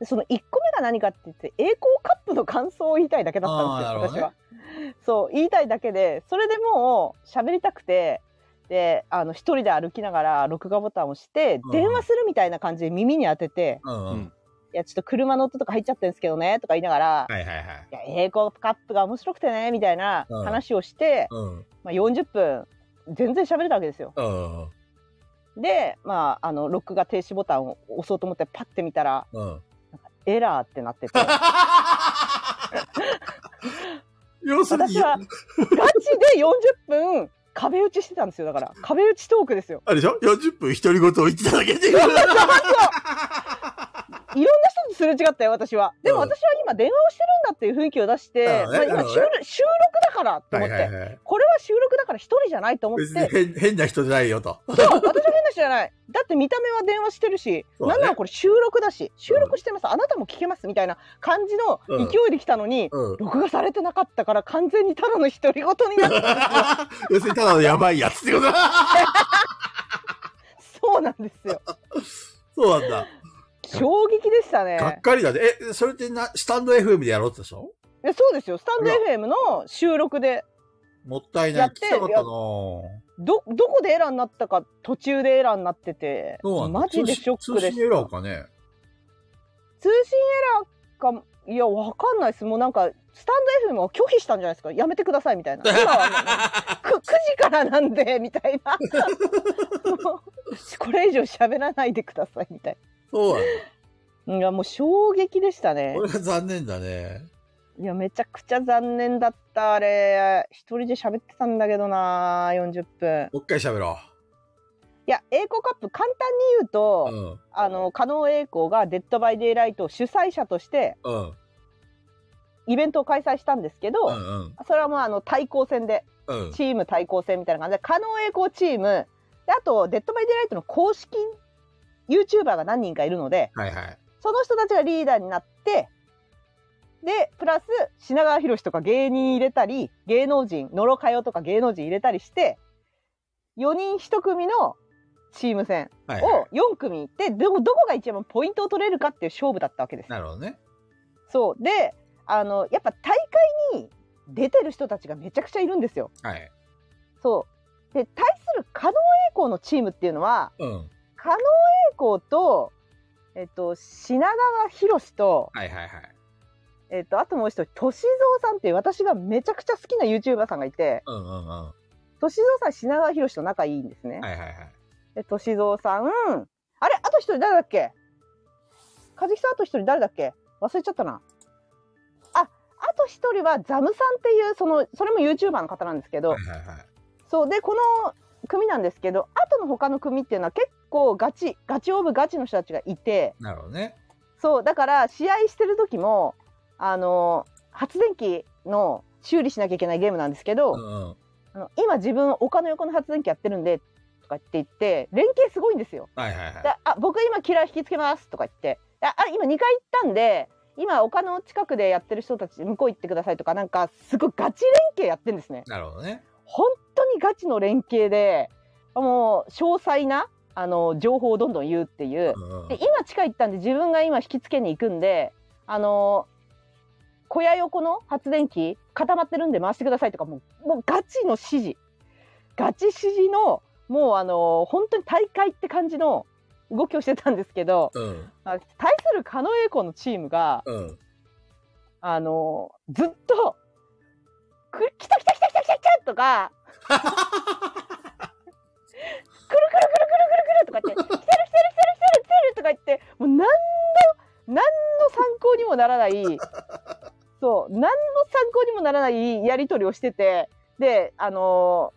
S5: でその1個目が何かって言って栄光カップの感想を言いたいだけだったんですよ、
S1: あーなる
S5: 私はそう言いたいだけでそれでもう喋りたくてであの一人で歩きながら録画ボタンを押して
S1: うん
S5: 電話するみたいな感じで耳に当てて
S1: う。うんう
S2: うんん。
S5: 「いやちょっと車の音とか入っちゃってるんですけどね」とか言いなが
S1: は
S5: ら
S1: いはいはい
S5: 「い。や栄光カップが面白くてね」みたいな
S1: うん
S5: 話をして、
S1: うん。
S5: まあ、40分全然喋れたわけですよ。
S1: うん。
S5: で、まあ、あの、録画停止ボタンを押そうと思ってパッて見たら、
S1: うん。
S5: エラーって なってて、
S1: 要するに
S5: 私、はガチで40分壁打ちしてたんですよ。だから、壁打ちトークですよ。
S1: あれでしょ ?40 分独り言を言ってただけ で。
S5: いろんな人とすれ違ったよ、私は。でも
S1: うん
S5: 私は今電話をしてるんだっていう雰囲気を出して、
S1: うん
S5: まあ、
S1: なる
S5: 今
S1: ほ
S5: 収
S1: どね
S5: 録収録だからと思
S1: は
S5: っ
S1: い
S5: て、
S1: はいはい。
S5: これは収録だから一人じゃないと思っ
S1: 別に
S5: て、
S1: 変変な人じゃないよと。
S5: そう、私は変な人じゃない。だって見た目は電話してるし、
S1: そうだね
S5: なんならこれ収録だし、収録してます、あなたも聞けますみたいな感じの勢いで来たのに、
S1: うん。
S5: 録画されてなかったから完全にただの独り言にな った。
S1: 要するにただのやばいやつってことだ。
S5: そうなんですよ。
S1: そうなんだ。
S5: 衝撃でしたね。
S1: がっかりだね。え、それってな、スタンド FM でやろうってでしょ
S5: やそうですよスタンド FM の収録で
S1: もったいな
S5: や
S1: い。
S5: っ
S1: 聞
S5: て
S1: きたかったなぁ
S5: どどこでエラーになったか途中でエラーになってて
S1: そうなんだ
S5: マジでショックで
S1: 通
S5: す
S1: 信エラーかね。
S5: 通信エラーかいやわかんないですもうなんかスタンド FM を拒否したんじゃないですかやめてくださいみたいな今 はもうく9時からなんでみたい なもうこれ以上喋らないでくださいみたい
S1: そうなんだ。
S5: ないやもう衝撃でしたね
S1: これは残念だね。
S5: いやめちゃくちゃ残念だったあれ一人で喋ってたんだけどな40分
S1: もう一回喋ろ
S5: いや栄光カップ簡単に言う
S1: う。
S5: と、
S1: うん。
S5: あの加納栄光が「デッド・バイ・デイ・ライト」主催者として
S1: うん。
S5: イベントを開催したんですけど、
S1: うん。うん。
S5: それはもうあの対抗戦で
S1: うん。
S5: チーム対抗戦みたいな感じで加納栄光チームであと「デッド・バイ・デイ・ライト」の公式 YouTuber が何人かいるので
S1: はいはい。
S5: その人たちがリーダーになってでプラス品川博とか芸人入れたり芸能人野呂佳代とか芸能人入れたりして4人1組のチーム戦
S1: はいはい。
S5: を4組いってどこどこが一番ポイントを取れるかっていう勝負だったわけです。
S1: なるほどね。
S5: そうであのやっぱ大会に出てる人たちがめちゃくちゃいるんですよ。
S1: はい。
S5: そうで対する加納栄光のチームっていうのは
S1: うん。
S5: 加納栄光と、えっと、品川博と,、
S1: はいはいはい。
S5: えっと、あともう一人歳三さんっていう私がめちゃくちゃ好きな YouTuber さんがいて
S1: うんうんうん。は
S5: 歳三さん品川博と仲いいんですね。
S1: いはいはい。
S5: で歳三さんあれあと一人誰だっけ和樹さんあと一人誰だっけ忘れちゃったなああと一人はザムさんっていうそのそれも YouTuber の方なんですけど、
S1: はいはいはい。
S5: そうでこの組なんですけどあとの他の組っていうのは結構ガチガチオブガチの人たちがいて
S1: なるほどね。
S5: そうだから試合してる時もあの発電機の修理しなきゃいけないゲームなんですけど、
S1: うんうん。
S5: あの今自分丘の横の発電機やってるんでとかって言って連携すごいんですよ。
S1: はいはいはい
S5: で。あ僕今キラー引きつけますとか言ってああ今2回行ったんで今丘の近くでやってる人たち向こう行ってくださいとかなんかすごいガチ連携やってるんですね
S1: なるほどね。
S5: 本当にガチの連携でもう詳細なあの情報をどんどん言うっていう
S1: うんうん。は
S5: で
S1: い
S5: 今近いったんで自分が今引きつけに行くんであの小屋横の発電機固まってるんで回してくださいとかもうもうガチの指示ガチ指示のもうあの本当に大会って感じの動きをしてたんですけど
S1: うん。
S5: あ対する狩野英孝のチームが
S1: うん。
S5: あのずっと「く来た来た来た来た来た来た!」とかくるくるくるくるくるくるとか言って、来てる来てる来てる来てる来てるとか言って、もう何の、何の参考にもならない、そう、何の参考にもならないやり取りをしてて、で、あの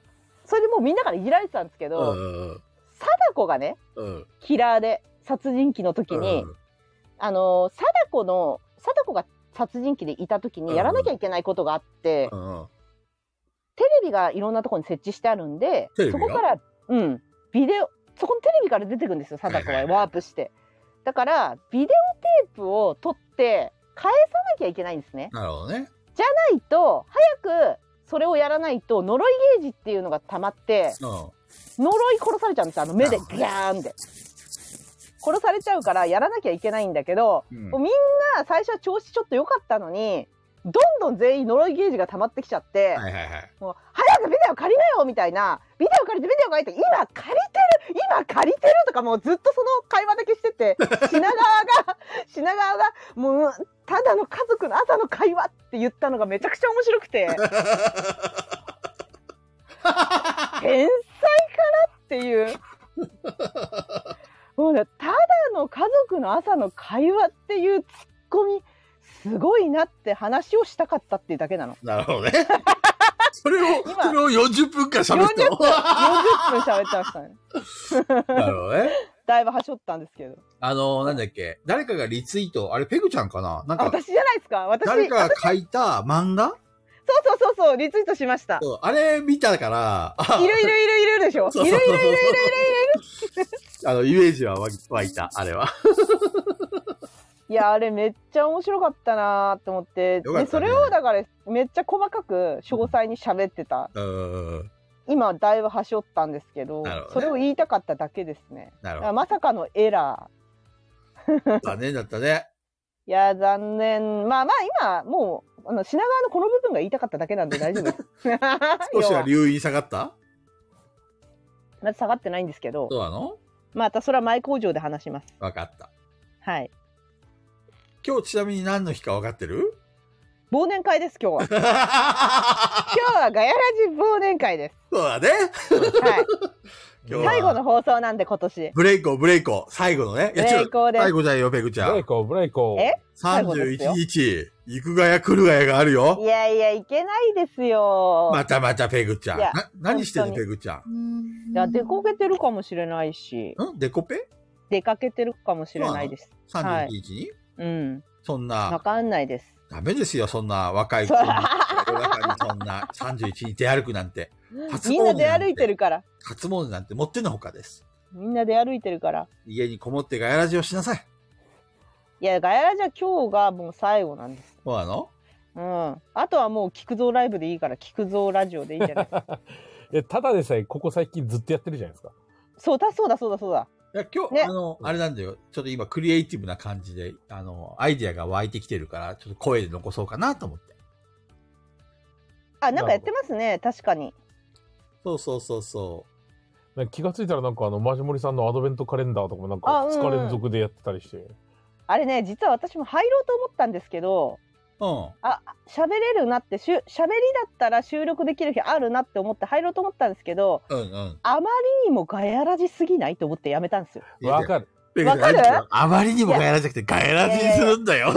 S5: ーそれでもうみんなからいじられてたんですけ
S1: うんう
S5: ど、
S1: ん
S5: 貞子がね、
S1: うん。うん。
S5: キラーで、殺人鬼の時に、あのー貞子の、貞子が殺人鬼でいた時
S1: うん
S5: にやらなきゃいけないことがあって、
S1: うんうん。
S5: テレビがいろんなところに設置してあるんで
S1: テレビ
S5: そ
S1: が
S5: こからうんビデオそこのテレビから出てくるんですよ貞子
S1: は
S5: はい
S1: はいはい
S5: ワープしてだからビデオテープを取って返さなきゃいけないんですね
S1: なるほどね。
S5: ないと早くそれをやらないと呪いゲージっていうのが溜まって
S1: うん。
S5: 呪い殺されちゃうんですよあの目でギャーンで殺されちゃうからやらなきゃいけないんだけど
S1: うん
S5: もうみんな最初は調子ちょっと良かったのにどんどん全員呪いゲージが溜まってきちゃって、
S1: はいはいはい。
S5: もう早くビデオ借りなよみたいなビデオ借りてビデオ借りて今借りてる今借りてるとかもうずっとその会話だけしてて品川が品川がもうただの家族の朝の会話って言ったのがめちゃくちゃ面白くて天才かなっていう。もうね、ただの家族の朝の会話っていうツッコミすごいなって話をしたかったっていうだけなの。
S1: なるほどね。それを、
S5: 今
S1: それを40分間喋って
S5: 40分、40分喋ってましたね。
S1: たの。なるほどね。
S5: だいぶはしょったんですけど。
S1: あのー、なんだっけ。誰かがリツイート、あれ、ペグちゃんかななんか、
S5: あ私じゃないですか私、そう
S1: 誰かが書いた漫画
S5: そうそうそう、リツイートし ました。
S1: そうあれ見たから、 あ
S5: いるいるいるいるでしょ
S1: そう
S5: い
S1: そう
S5: る
S1: そう
S5: いるいるいるいるい
S1: あの、イメージは湧いた、あれは。
S5: るいや、あれめっちゃ面白かったなーと思って。
S1: よかったね
S5: で、それをだからめっちゃ細かく詳細に喋ってた。
S1: うん。
S5: 今、だいぶはしょったんですけど
S1: なるほどね
S5: それを言いたかっただけですね。
S1: なる
S5: だ
S1: ほ
S5: からまさかのエラー。
S1: ど。残念だったね。
S5: いや、残念。まあまあ、今、もうあの品川のこの部分が言いたかっただけなんで大丈夫です。
S1: 少し
S5: 要
S1: は
S5: は
S1: 留飲下がった
S5: まだ下がってないんですけど、
S1: どうなの
S5: またそれは前工場で話します。
S1: わかった。
S5: はい。
S1: 今日ちなみに何の日かわかってる
S5: 忘年会です、今日は。
S1: そうだ
S5: 今日はガヤラジ忘年会です。
S1: ね。
S5: はい。
S1: 今日は
S5: 最後の放送なんで今年。
S1: ブレイクをブレイクを最後のね。いや、違
S5: ブレイクを
S1: う。
S5: です
S1: 最後じゃんよ、ペグちゃ
S2: ブレイ
S1: ん。
S2: コ、ブレイコ。
S5: え最後ですよ
S1: 31日、行くがや来るがやがあるよ
S5: い。やいや、いけないですよ。
S1: またまたペグちゃん。
S5: いや
S1: な何してんの
S5: 本当
S1: ペグちゃん。
S5: いや、出かけてるかもしれないし、
S1: んデコペ
S5: 出かけてるかもしれないです。は
S1: ?31
S5: い
S1: 日に、
S5: うん。
S1: そん
S5: わ
S1: な、
S5: かんないです。
S1: ダメですよ、そんな若い子に。
S5: そう
S1: 世の中にそんな31に出歩くなんて。初詣
S5: みんな出歩いてるから。
S1: 初詣なんて持ってのほかです。
S5: みんな出歩いてるから。
S1: 家にこもってガヤラジをしなさい。
S5: いや、ガヤラジは今日がもう最後なんです。
S1: そうなの
S5: うん。あとはもう、菊蔵ライブでいいから、菊蔵ラジオでいいんじ ゃないですか。
S2: え、ただでさえ、ここ最近ずっとやってるじゃないですか。
S5: そうだ、そうだ、そうだ、そうだ。
S1: いや、今日、
S5: ね
S1: あの、あれなんだよ。ちょっと今、クリエイティブな感じで、あの、アイディアが湧いてきてるから、ちょっと声で残そうかなと思って。
S5: あ、なんかやってますね。確かに。
S1: そうそうそうそ
S2: なんか気がついたらなんかあの、マジモリさんのアドベントカレンダーとかもなん
S5: あ
S2: か
S5: うんうん
S2: 2日連続でやってたりして。
S5: あれね、実は私も入ろうと思ったんですけど、
S1: う。うん。
S5: 喋れるなってしゅ喋りだったら収録できる日あるなって思って入ろうと思ったんですけど
S1: うんうん。
S5: あまりにもガヤラジすぎないと思ってやめたんです よ。
S2: わかる。
S1: る
S5: わかる
S1: あまりにもガヤラじゃなくて、ガヤラジにするんだよ。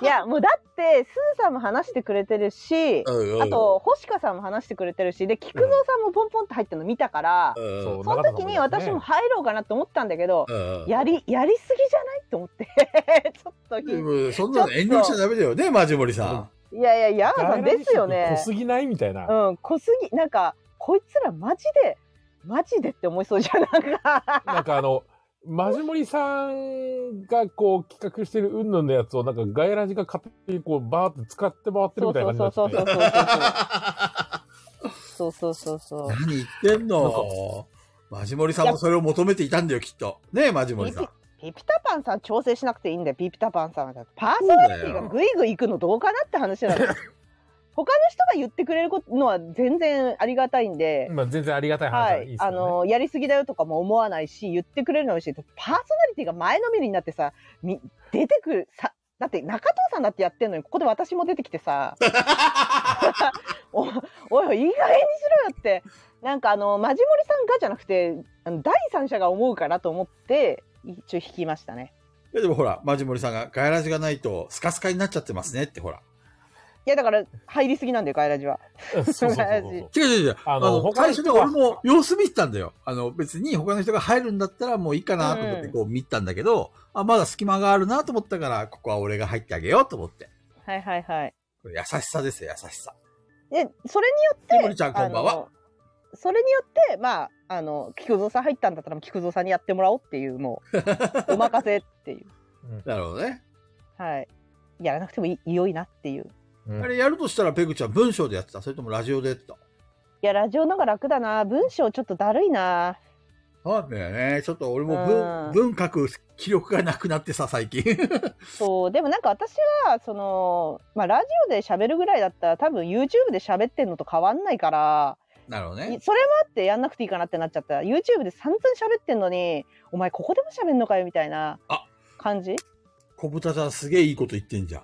S5: いやもうだってスーさんも話してくれてるし
S1: うんうん
S5: あ、と星香さんも話してくれてるしで菊蔵さんもポンポンって入ってるの見たから
S1: うんうん
S2: そう
S5: その時に私も入ろうかなと思ったんだけど
S1: うんうん
S5: やりやりすぎじゃないと思って ちょっと
S1: で
S5: ひ
S1: もそんなの遠慮しちゃダメだよね、マジモリさ
S5: いやいやヤーさんですよね
S2: 濃。すぎないみたいな。
S5: うん濃すぎなんかこいつらマジでマジでって思いそうじゃんなんか。
S2: なんかあの、マジモリさんがこう企画してる云々のやつをなんかガイラジが勝手にこうバーって使って回ってるみたいな感じ
S5: そう
S2: になっ
S5: そうそう
S2: て
S5: そうそうそうそうそ
S1: ん。何言ってんのマジモリさんもそれを求めていたんだよ、きっと。ねえ、マジ
S5: う
S1: モリ
S5: ピ
S1: さん
S5: ピ。ピピタパンさん調整しなくていいんだよピピタパンさんがパーソナリティがぐいぐい行くのどうかなって話な の他の人が言ってくれるのは全然ありがたいんで、
S2: まあ全然ありがたい話
S5: は
S2: はいい
S5: い
S2: です
S5: あ
S2: けどね
S5: のやりすぎだよとかも思わないし言ってくれるのもしいパーソナリティが前のめりになってさみ出てくるさだって中藤さんだってやってんのにここで私も出てきてさおおいおいいい加減にしろよってなんかあのマジモリさんがじゃなくてあの第三者が思うかなと思って一応引きましたね
S1: いやでもほら、マジモリさんがガヤラジがないとスカスカになっちゃってますねってほら。
S5: いやだから入りすぎなんだよガイラジは
S2: うん そうそうそうそう。
S1: 違う違う違う。あ
S2: あ
S1: の、
S2: の他
S1: 最
S2: の
S1: 初
S2: 人
S1: で俺も様子見てたんだよ。あの、別に他の人が入るんだったらもういいかなと思って
S5: うん
S1: こう見たんだけど、あ、まだ隙間があるなと思ったから、ここは俺が入ってあげようと思って。
S5: はいはいはい
S1: これ優しさですよ、優しさ。
S5: でそれに
S1: ジモ
S5: よっ
S1: リ
S5: て
S1: ちゃんこんばんは
S5: あのそれによってまああの菊蔵さん入ったんだったら菊蔵さんにやってもらおうっていうも うお任せっていう
S1: なるほどね。
S5: はいやらなくてもいい良いなっていう
S2: うん
S1: あれやるとしたらペグちゃん文章でやってたそれともラジオでやってた
S5: いやラジオの方が楽だな文章ちょっとだるいな
S1: そうだよね。ちょっと俺も
S5: う
S1: 文
S5: ん
S1: 文書く気力がなくなってさ、最近。
S5: そうでもなんか私はその、まあ、ラジオで喋るぐらいだったら多分 YouTube で喋ってんのと変わんないから
S1: なるほど
S5: い
S1: ね。
S5: それもあってやんなくていいかなってなっちゃった YouTube で散々喋ってんのにお前ここでも喋んのかよみたいな
S1: あ
S5: 感じ
S1: 小豚ちゃんすげえいいこと言ってんじゃん。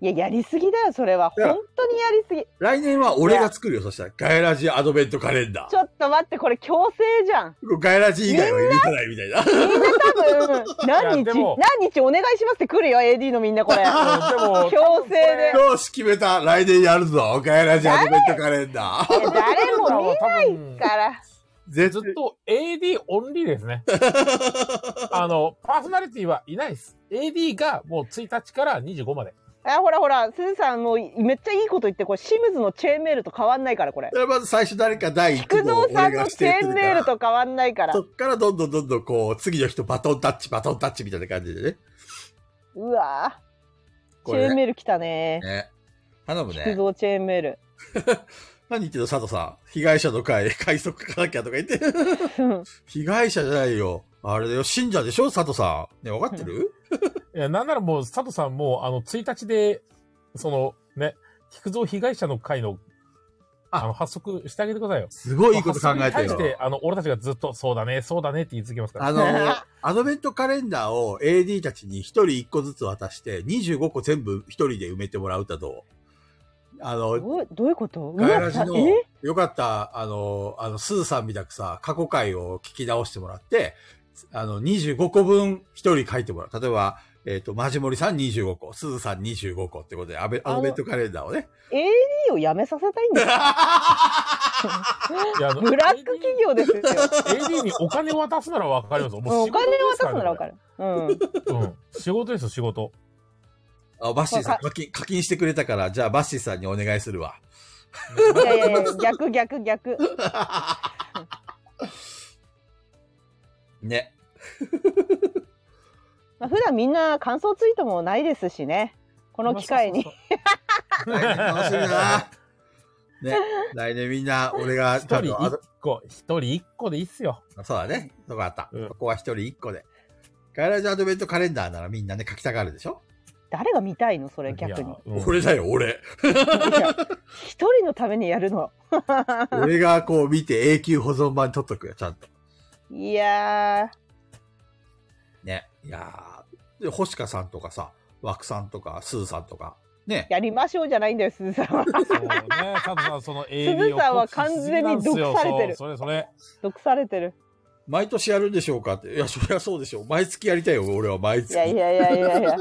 S5: いややりすぎだよそれは
S1: や
S5: 本当にやりすぎ
S1: 来年は俺が作るよ、そしたら。ガヤラジアドベントカレンダー
S5: ち。ょっと待ってこれ強制じゃ ん
S1: ガヤラジ以外は許さないみたいな。
S5: みんな多分何
S2: いやで
S5: 日
S2: も
S5: 何日お願いしますって来るよ AD のみんなこ れ
S2: でも
S5: 強制で
S1: よし、決めた。来年やるぞ。ガヤラジアドベントカレンダー。
S5: いや誰も見
S2: ない
S5: から
S1: 絶
S2: ずっと AD オンリーです ね。あの、パーソナリティはいないです。AD がもう1日から25まで。
S5: あほらほらすずさんもうめっちゃいいこと言ってこれシムズのチェーンメールと変わんないからこれ
S1: それまず最初誰か第一
S5: 菊
S1: 号を
S5: 蔵さ
S1: 俺
S5: んの
S1: がし
S5: チ
S1: てやっ
S5: ェ
S1: て
S5: ーン
S1: るか
S5: メール
S1: ら。
S5: と変わんないから
S1: そっからどんどんどんどんこう、次の人バトンタッチ、バトンタッチみたいな感じでね。
S5: うわー
S1: こ
S5: チ
S1: れね
S5: ェーンメール来たね
S1: ね。頼む
S5: 菊
S1: ね。
S5: 蔵チェーンメール
S1: 何言ってんの佐藤さん。被害者の会、 快速書かなきゃとか言って。被害者じゃないよ。あれだよ、信者でしょ佐藤さん。ね、分かってる
S2: いや、なんならもう、佐藤さんも、あの、1日で、その、ね、菊蔵被害者の会の、
S1: あ
S2: あの、発足してあげてくださいよ。
S1: すごいいいこと考えて
S2: 対
S1: る
S2: し。て、あの、俺たちがずっと、そうだね、そうだねって言い続けますから。
S1: あの、 アドベントカレンダーを AD たちに一人一個ずつ渡して、25個全部一人で埋めてもらうだと。あの、
S5: どうどういうことう
S1: ガヤ
S5: わ
S1: ラジ
S5: さ
S1: の
S5: え、
S1: よかった、あの、あの、スーさんみたくさ、過去回を聞き直してもらって、あの、25個分一人書いてもらう。例えば、えっ、と、マジモリさん25個、スーさん25個ってことで、アベアドベントカレンダーをね。
S5: AD を辞めさせたいんです よ
S2: いやあの
S5: ブラック企業ですよ
S2: AD にお金渡すならわかります。もう
S5: お
S2: 仕事
S5: 金
S2: です
S5: 渡すなら分か
S2: る。
S5: る、 うん、
S2: うん。仕事ですよ、仕事。
S1: あ、バッシーさん
S5: わ
S1: 課金、課金してくれたから、じゃあバッシーさんにお願いするわ。
S5: いやいやいや逆逆逆
S1: ね。
S5: まあ普段みんな感想ツイートもないですしねこの機会に
S2: そうそ
S1: 来
S2: うそう。
S1: 年楽しみだな。 ね。来年みんな、俺が、
S2: 一人
S1: ちゃんと
S2: 一個、一人一個でいいっすよ。
S1: あそうだね。そうだった。
S2: うん
S1: ここは一人一個で。ガイラジアドベントカレンダーならみんなね、書きたがるでしょ、
S5: 誰が見たいのそれ逆
S2: い
S5: に
S2: や。うん
S1: 俺だよ、 俺。
S5: いや一人のためにやるの
S1: 俺がこう見て永久保存版取っとくよ、ちゃんと。
S5: いや
S1: ね。いやー。で、星香さんとかさ、枠さんとか、スーさんとか。ね
S5: ー。やりましょうじゃないんだよ鈴さんは
S2: そうね。たださん、その AD を
S5: 鈴さんは完全に毒されてる
S2: そうそれそれ。
S5: 毒されてる
S1: 毎年やるんでしょうかって。いや、そりゃそうでしょう。毎月やりたいよ、俺は毎
S5: い
S1: 月。
S5: やいやいやいやいや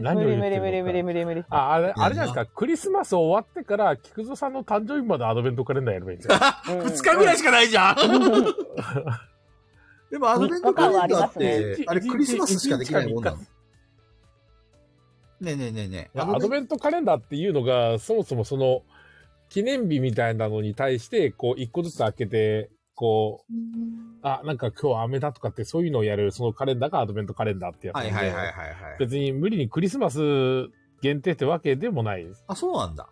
S2: 何を
S5: 無
S2: 言
S5: 理
S2: ってるのか
S5: 無理無理無理無理無理
S2: あ、あれ、あれじゃないですか。クリスマス終わってから、菊蔵さんの誕生日までアドベントカレンダーやれば いいんですよ。
S5: うん
S1: 2日ぐらいしかないじゃん、 でもアドベントカレンダーっ
S2: 日間はあ
S5: 三
S2: りま
S1: て
S2: す、ね
S1: あれクリスマスしかできないもんなのねえねえねえねえ。
S2: アドベントカレンダーっていうのが、そもそもその、記念日みたいなのに対して、こう、一個ずつ開けて、こう、あ、なんか今日は雨だとかって、そういうのをやる、そのカレンダーがアドベントカレンダーってやつなん
S1: はいは
S2: で。
S1: いはいはいはい。
S2: 別に無理にクリスマス限定ってわけでもないです。
S1: あ、そうなんだ。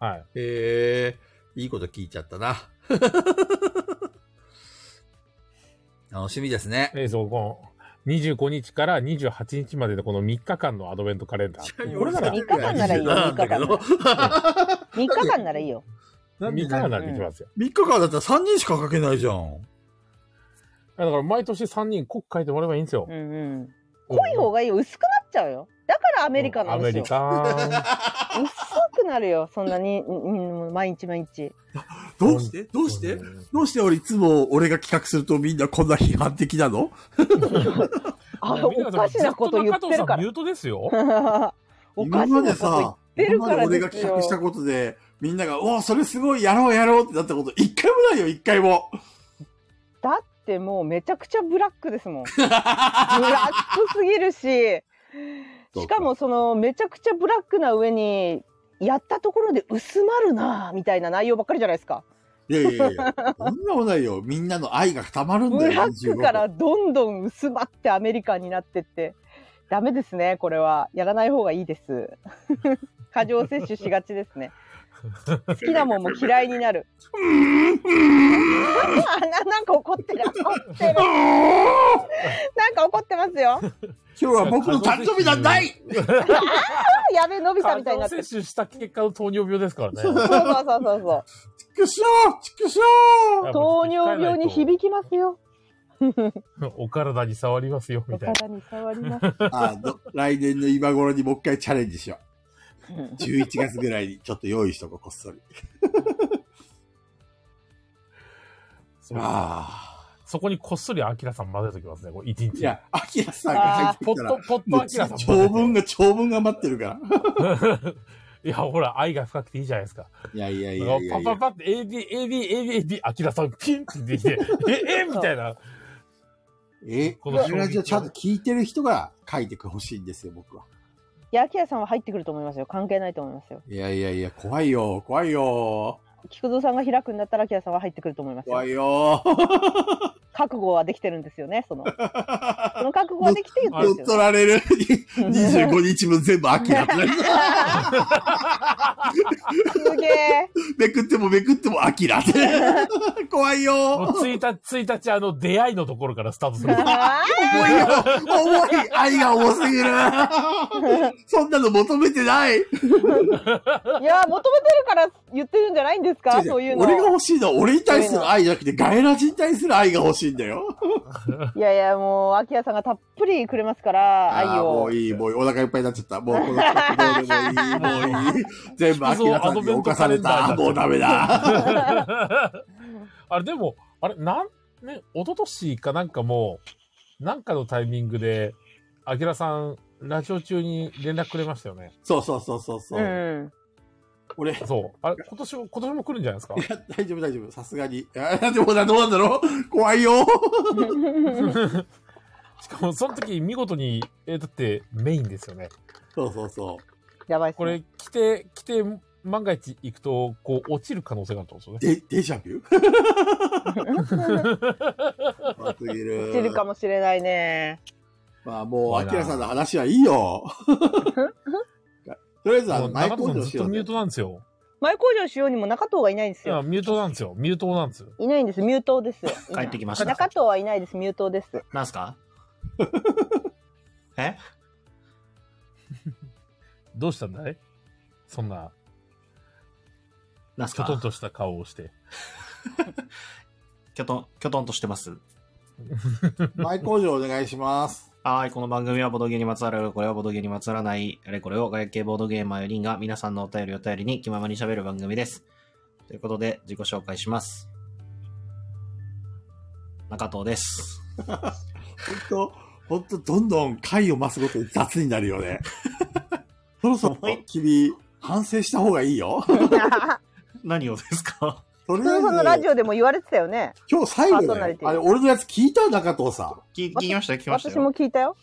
S2: はい。
S1: へえ、いいこと聞いちゃったな。 楽しみですね。
S2: えーそう、この、25日から28日までのこの3日間のアドベントカレンダー。
S5: や
S2: これなら
S5: 俺、三日間ならいいよ
S1: なんだけど
S5: 3日間ならいいよ
S2: 3日間ならできますよ。
S1: 3日間だったら3人しか書けないじゃん。
S2: だから毎年3人濃く書いてもらえばいいんですよ
S5: う。んうん濃い方がいいよ薄くなっちゃうよだからアメリカな
S2: ア
S5: んで
S2: メ
S5: す
S2: リ
S5: よ
S2: カ
S5: 薄くなるよそんなにうんうん毎日毎日
S2: ン。
S1: どうして どうして
S2: ん
S1: どうして俺いつも俺が企画するとみんなこんな批判的なの
S5: あおかしなこと言ってる
S2: ずと中藤さん
S5: か
S2: ミュートです よ。
S5: ら おか
S1: 今
S5: し
S1: まで
S5: なこと言
S1: さ
S5: っ、てる
S1: 今
S5: か
S1: まで
S5: ら
S1: 俺
S5: で
S1: が
S5: す
S1: 企
S5: よ
S1: 画したことで、みんなが、おお、それすごい、やろうやろうってなったこと、一回もないよ、一回も。
S5: だってもうめちゃくちゃブラックですも んブラックすぎるししかもそのめちゃくちゃブラックな上にやったところで薄まるなぁみたいな内容ばっかりじゃないですか
S1: いやいやいや、そんなことないよ。みんなの愛がたまるん
S5: ブ
S1: だよ、
S5: ラッ
S1: 25
S5: ク
S1: 個
S5: からどんどん薄まってアメリカになってってダメですねこれはやらない方がいいです 過剰摂取しがちですね好きなもんも嫌いになる あななんか怒ってる 怒ってるなんか怒ってますよ
S1: 今日は僕の誕生日なんだい
S5: あやべえのび太みたいにな
S2: 過
S5: っ
S2: 剰
S5: てる
S2: 摂取した結果の糖尿病ですからね。
S5: そうそうそうそうそ
S1: ちくしょうちくしょう
S5: う糖尿病に響きますよ
S2: お体に触りますよ、
S5: お
S2: みたいな。
S5: 体に触ります
S1: あの来年の今頃にもう一回チャレンジしよう。11月ぐらいにちょっと用意しとこう、こっそり。
S2: そう
S1: あ
S2: そこにこっそりアキラさん混ぜときますね、これ、一
S1: あ。い
S2: 日。
S1: や、アキラさんが入って
S2: ポ
S1: き
S2: ッ
S1: た
S2: ト
S1: ら、、
S2: ポッ
S1: も
S2: ト
S1: う
S2: アキラさん
S1: 長文
S2: が。
S1: が、長文が待ってるから。
S2: いや、ほら、愛が深くていいじゃないですか。
S1: いやいやい
S2: だ
S1: や
S2: か
S1: いや
S2: ら
S1: い
S2: パ
S1: や
S2: パ。パって AD、AD、AD、AD、アキラさんピンって出てきて、 え、えみたいな。
S1: え、こ
S2: こ
S1: の
S2: の
S1: ラジオちゃんと聞いてる人が書いてほしいんですよ、僕は。
S5: いやアキラさんは入ってくると思いますよ関係ないと思いますよ
S1: いやいやいや、怖いよ、怖いよ、
S5: 菊蔵さんが開くんだったらアキラさんは入ってくると思いますよ
S1: 怖いよ。
S5: 覚悟はできてるんですよね、その。その覚悟はできて言ってる
S1: 乗
S5: ん
S1: っ
S5: です
S1: 取
S5: よ、ね。
S1: られる25日分全部ア キラってなる。
S5: すげえ。
S1: めくってもめくってもアキラって。怖い
S2: もう
S1: よ。
S2: 1日、1日、あの、出会いのところからスタート する。
S5: あ
S1: 重いよ。重い。愛が重すぎる。そんなの求めてない。
S5: ーいや、求めてるから言ってるんじゃないんで すかそういうの。
S1: 俺が欲しいのは俺に対する愛じゃなくて、ガエラジに対する愛が欲しいんだよ。
S5: いやいや、もう、秋谷さんがたっぷりくれますから、愛
S1: あーも
S5: を
S1: う。いい、もうお腹いっぱいになっちゃった。もうこのどうでもいい、もういい。全部アキラさんに侵された。もうダメだ。
S2: あれ、でも、あれ、なん、ね、一昨年かなんかもう、なんかのタイミングで、アキラさん、ラジオ中に連絡くれましたよね。
S1: そうそうそうそうそうう、
S5: ん。
S1: 俺、
S2: そう。あれ、今年も、今年も来るんじゃないですか
S1: 大丈夫大丈夫。さすがに。あでもな、どうなんだろう怖いよ。
S2: しかも、その時、見事に、え、だって、メインですよね。
S1: そうそうそ
S5: やばいっすね。
S2: これ、来て、来て、万が一行くと、こう、落ちる可能性があるってこと
S1: う。
S2: ですよね。
S1: で、デジャブ怖すぎる。
S5: 落ちるかもしれないね。
S1: まあもう、アキラさんの話はいいよ。とりあえず、あ
S2: も
S1: の、
S2: う
S1: 前
S2: 中藤
S1: 工
S2: さん
S1: 場
S2: ず
S1: し
S2: っ
S1: よ
S2: と
S1: う
S2: ミュー
S1: ね。
S2: トなんですよ。
S5: 前工場しようにも中藤がいないんです
S2: いや、
S5: よ。
S2: ミュートなんですよ。ミュートなんですよ。
S5: いないんです。ミュートです。
S3: 帰ってきました
S5: 中藤はいないです。ミュー トです。
S3: なんすかえ
S2: どうしたんだいそんな、
S3: なんす
S2: きょとん
S3: か
S2: とした顔をして。
S3: きょとん、きょとんとしてます。
S1: 前工場お願いします。
S3: はい、この番組はボードゲーにまつわるあれこれはボードゲーにまつわらないあれこれをガヤ系ボードゲーマー4人が皆さんのお便りを頼りに気ままに喋る番組です。ということで自己紹介します。中藤です。
S1: 本当本当どんどん回を増すごとに雑になるよ ね。そろそろ君、反省した方がいいよ。
S5: それ
S3: 何をですか
S1: とりあ
S5: こ そ
S1: え
S5: ラ
S1: ず
S5: ジ、オでも言われてたよね。
S1: 今日最後
S5: パーソナ
S1: だよ
S5: リ。ティ
S1: あれ、俺のやつ聞いた中藤さん。
S3: 聞聞きましたよ聞きました
S5: 私
S3: よ。
S5: も聞いたよ。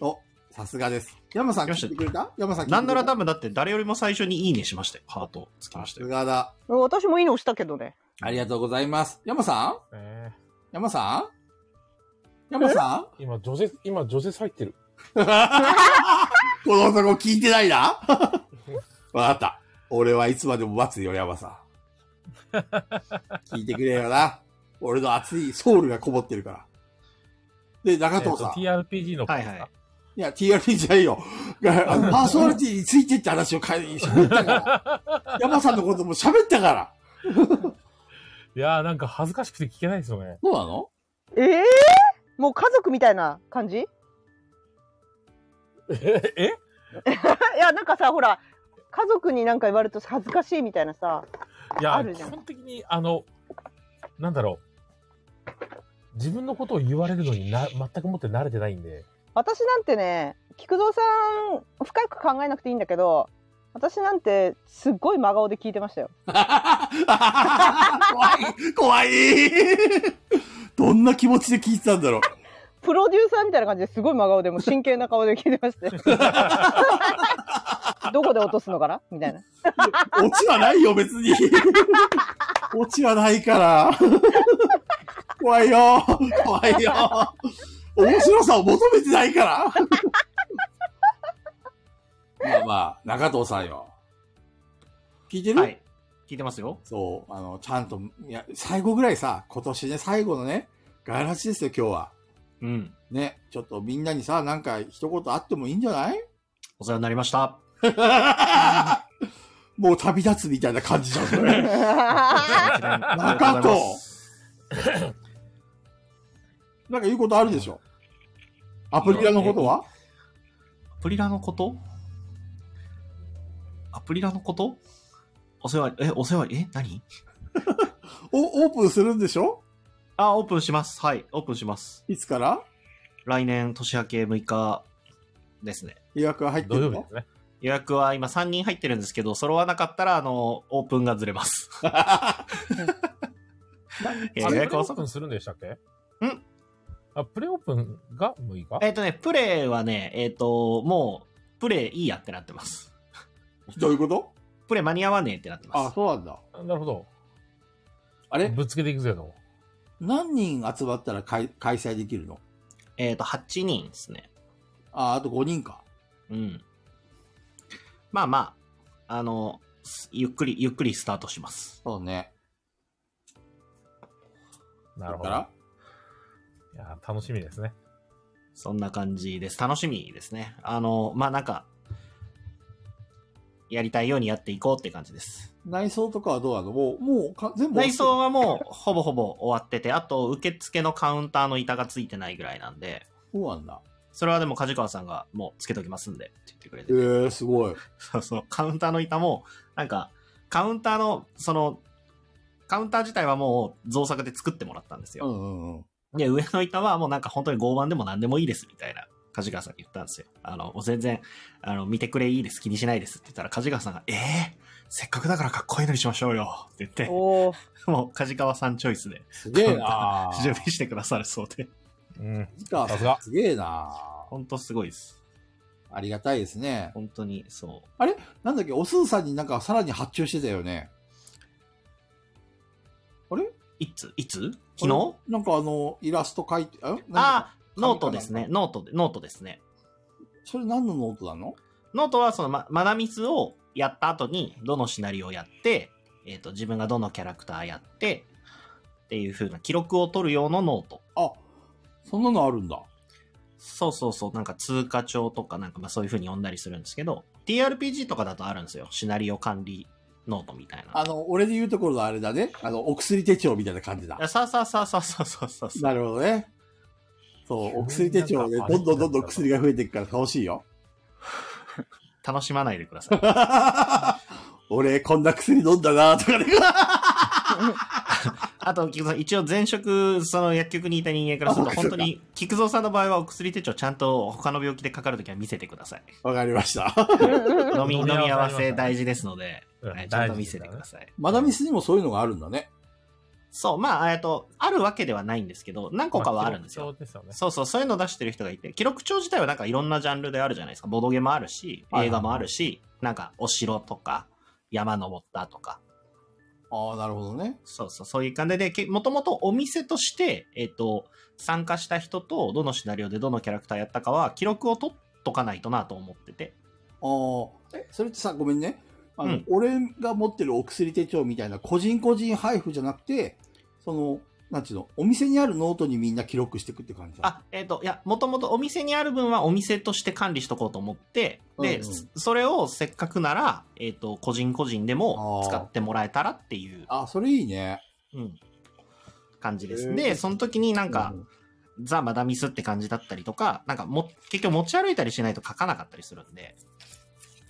S1: お、さすがです。山さん
S3: よし
S1: 聞いてくれた山さん聞いてくれた
S3: なんなら多分だって誰よりも最初にいいねしましたよ。ハートつきま
S1: さ
S3: した
S1: す
S3: よ。
S1: がだ。
S5: うん私もいいの押したけどね。
S1: ありがとうございます。山さん
S2: え
S1: 山さん山さ
S2: ー今、除雪、今、除雪入ってる。
S1: ん この男聞いてないな わかった。俺はいつまでも待つよ、山さん。聞いてくれよな。俺の熱いソウルがこもってるから。で、中藤さん。い
S2: えーと TRPG の方
S3: は
S2: で
S3: い
S2: すか
S3: はい。
S1: や、TRP じゃないよ。あのパーソナリティについてって話をかい喋った から。山さんのことも喋ったから。
S2: いやー、なんか恥ずかしくて聞けないですよね。
S1: そうなの
S5: ええもう家族みたいな感じい
S2: え
S5: や、なんかさ、ほら、家族になんか言われると恥ずかしいみたいなさ。
S2: いや
S5: ある
S2: ー、
S5: じ
S2: 基
S5: ゃん
S2: 本的に、あの、なんだろう。自分のことを言われるのにな、全くもって慣れてないんで。
S5: 私なんてね、菊蔵さん、深く考えなくていいんだけど、私なんてすっごい真顔で聞いてましたよ。
S1: 怖い怖いどんな気持ちで聞いてたんだろう
S5: プロデューサーみたいな感じですごい真顔でもう真剣な顔で聞いてましたよ。どこで落とすのかなみたいな。
S1: オチはないよ、別に。オチはないから。怖いよ。怖いよ。面白さを求めてないから。まあまあ、中藤さんよ。聞いてる、
S3: はい。聞いてますよ。
S1: そう、あの、ちゃんと、いや、最後ぐらいさ、今年ね、最後のね、ガヤラチですよ、今日は。
S3: うん。
S1: ね、ちょっとみんなにさ、なんか一言あってもいいんじゃない
S3: お世話になりました。
S1: もう旅立つみたいな感じじゃん、それ。中藤 なんか言うことあるでしょアプリラのことは
S3: アプリラのことアプリラのことお世話、え、お世話、え、何
S1: おオープンするんでしょ
S3: あ、オープンします。はい、オープンします。
S1: いつから
S3: 来年年明け6日ですね。
S1: 予約が入って
S2: 土
S1: る
S2: 曜日で
S1: の
S2: すね。
S3: 予約は今3人入ってるんですけど、揃わなかったら、あの、オープンがず れます。いや
S2: あれ、
S3: 予
S2: プ
S3: 約
S2: レオ
S3: は
S2: ープンするんでしたっけん
S3: ん
S2: あ、プレオープンが6日
S3: えっ、とね、プレイはね、えっ、と、もう、プレイいいやってなってます。
S1: どういうこと
S3: プレイ間に合わねえってなってます。
S1: あ、そうなんだ。
S2: なるほど。
S1: あれ
S2: ぶつけていくぜの。
S1: 何人集まったら開開催できるの
S3: えっ、と、8人ですね。
S1: あ、あと5人か。
S3: うん。まあまあ、あの、すゆっくり、ゆっくりスタートします。
S1: そうね。
S2: な
S1: だ
S2: るほ
S1: か
S2: ど。い
S1: ら、
S2: や楽しみですね。
S3: そんな感じです。楽しみですね。あの、まあなんか、やりたいようにやっていこうって感じです。
S1: 内装とかはどうなのもう、もうか全部
S3: 内装はもうほぼほぼ終わってて、あと受付のカウンターの板がついてないぐらいなんで、
S1: そうなんだ。
S3: それはでも梶川さんがもうつけときますんでって言ってくれて
S1: え
S3: て、
S1: ー、すごい。
S3: そうそう、カウンターの板も、なんか、カウンターの、その、カウンター自体はもう造作で作ってもらったんです
S1: う
S3: よ。
S1: んうんうん。
S3: で、上の板はもうなんか本当に合板でも何でもいいですみたいな、梶川さんに言ったんですよ。あの、もう全然、あの、見てくれいいです、気にしないですって言ったら、梶川さんが、えー、せっかくだからかっこいいのにしましょうよって言って、
S5: おー
S3: もう梶川さんチョイスです
S1: げえな
S3: 準備してくださるそうで、
S2: うん。
S1: 藤川
S2: さすが
S1: すげえな
S3: 本当すごいです。
S1: ありがたいですね。
S3: 本当に、そう。
S1: なんだっけ、おすずさんになんかさらに発注してたよね。
S3: いついつ昨日
S1: なんかあの、イラスト書いて、あ
S3: ああ、
S1: なんか
S3: ノートですね。
S1: 紙
S3: ノートで、ノートですね。
S1: それ何のノートなの
S3: ノートはそのま、マダミスをやった後に、どのシナリオをやって、えっ、と、自分がどのキャラクターやって、っていう風な記録を取る用のノート。
S1: あ、そんなのあるんだ。
S3: そうそうそう、なんか通過帳とかなんかまあそういう風に呼んだりするんですけど、TRPG とかだとあるんですよ。シナリオ管理ノートみたいな。
S1: あの、俺で言うところのあれだね。あの、お薬手帳みたいな感じだ
S3: いや。さあさあさあさあさあさあさあさあ
S1: なるほどね。そう、お薬手帳で、
S2: なんかあ
S1: ど
S2: れ
S1: んどんどんどん薬が増えていくから楽しいよ。
S3: 楽しまないでくだ さい。
S1: 俺、こんな薬飲んだなとかね。
S3: あと、菊蔵さん、一応前職、その薬局にいた人間からすると、
S1: あ
S3: 本当に、菊蔵さんの場合はお薬手帳ちゃんと他の病気でかかるときは見せてください。
S1: わかりました。
S3: 飲み、飲
S2: 飲
S3: み
S2: み
S3: 合
S2: 合
S3: わ
S2: わ
S3: せ
S2: せ
S3: 大事ですので、
S2: うん
S3: はいちゃんと見せてください。
S1: マダミスにもそういうのがあるんだね。
S3: そう、まあ、えっと、あるわけではないんですけど、何個かはあるんです
S2: ま
S3: よ。
S2: 記録帳ですよね。
S3: そうそう、そういうの出してる人がいて、記録帳自体はなんかいろんなジャンルであるじゃないですか。ボドゲもあるし、
S1: はい
S3: 映画もあるし、なんかお城とか、山登ったとか、
S1: ああ、なるほどね。
S3: そうそう、そういう感じで、けもともとお店として、えっ、と、参加した人と、どのシナリオでどのキャラクターやったかは、記録を取っとかないとなと思ってて。
S1: ああ、え、それってさ、ごめんね。あの、
S3: うん
S1: 俺が持ってるお薬手帳みたいな、個人個人配布じゃなくて、その、なんちゅうの、お店にあるノートにみんな記録していくって感じだ
S3: あ、えっ、と、いや、もともとお店にある分はお店として管理しとこうと思って、で、
S1: うんうん
S3: そそれをせっかくなら、えっ、と、個人個人でも使ってもらえたらっていう、
S1: あ、それいいね。
S3: うん、感じです。
S1: へー
S3: で、その時になんか
S1: う、ん
S3: ザ・マダミスって感じだったりとか、なんかも、結局持ち歩いたりしないと書かなかったりするんで、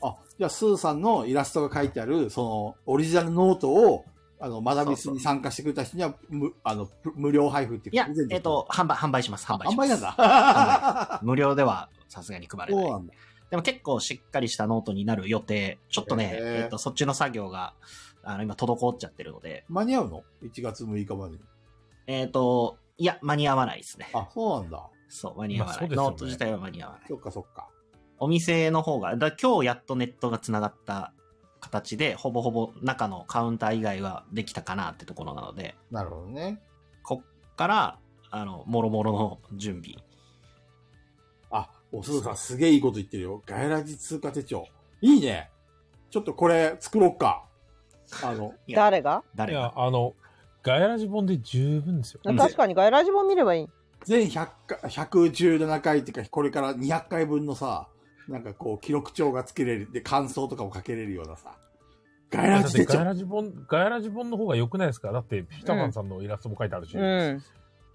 S1: あ、じゃあ、スーさんのイラストが書いてある、その、オリジナルノートを、あの、マダミスに参加してくれた人には、むあの、プ無料配布っていう
S3: い
S1: か
S3: や
S1: プレゼン、ト
S3: えっ、と、販売、販売します、販売
S1: 販
S3: しま
S1: 売
S3: す。
S1: なん だ。
S3: 無料ではさすがに配れ
S1: そ
S3: な
S1: う
S3: い
S1: な。んだ。
S3: でも結構しっかりしたノートになる予定。ちょっとね、
S1: へー
S3: えっ、と、そっちの作業が、あの、今、滞っちゃってるので、
S1: 間に合うの ?1 月6日までに。
S3: えっ、と、いや、間に合わないですね。
S1: あ、そうなんだ。
S3: そう、間に合わない。
S2: まあそうですよね
S3: ノート自体は間に合わない。
S1: そっかそっか。
S3: お店の方が、だ今日やっとネットが繋がった形で、ほぼほぼ中のカウンター以外はできたかなってところなので、
S1: なるほどね。
S3: こっから、あの、もろもろの準備。
S1: あ、おすずさんすげえいいこと言ってるよ。ガイラジ通貨手帳。いいね。ちょっとこれ作ろっか。あ の、
S3: いや
S5: 誰が
S2: い
S3: 誰
S2: や
S3: が、
S2: あの、ガヤラジ本で十分ですよ。
S3: うん
S5: 確かに外来ジも見ればいい。
S1: 全100回、117回っていうか、これから200回分のさ、なんかこう記録帳が作れる。で、感想とかも書けれるようなさ。ガイ
S2: だ
S1: ラ
S2: っ
S1: ジ
S2: て
S1: 手
S2: ガヤ
S1: 帳。
S2: ラジ本、ガヤラジ本の方が良くないですかだって、ピタマンさんのイラストも書いてあるし。
S5: うん。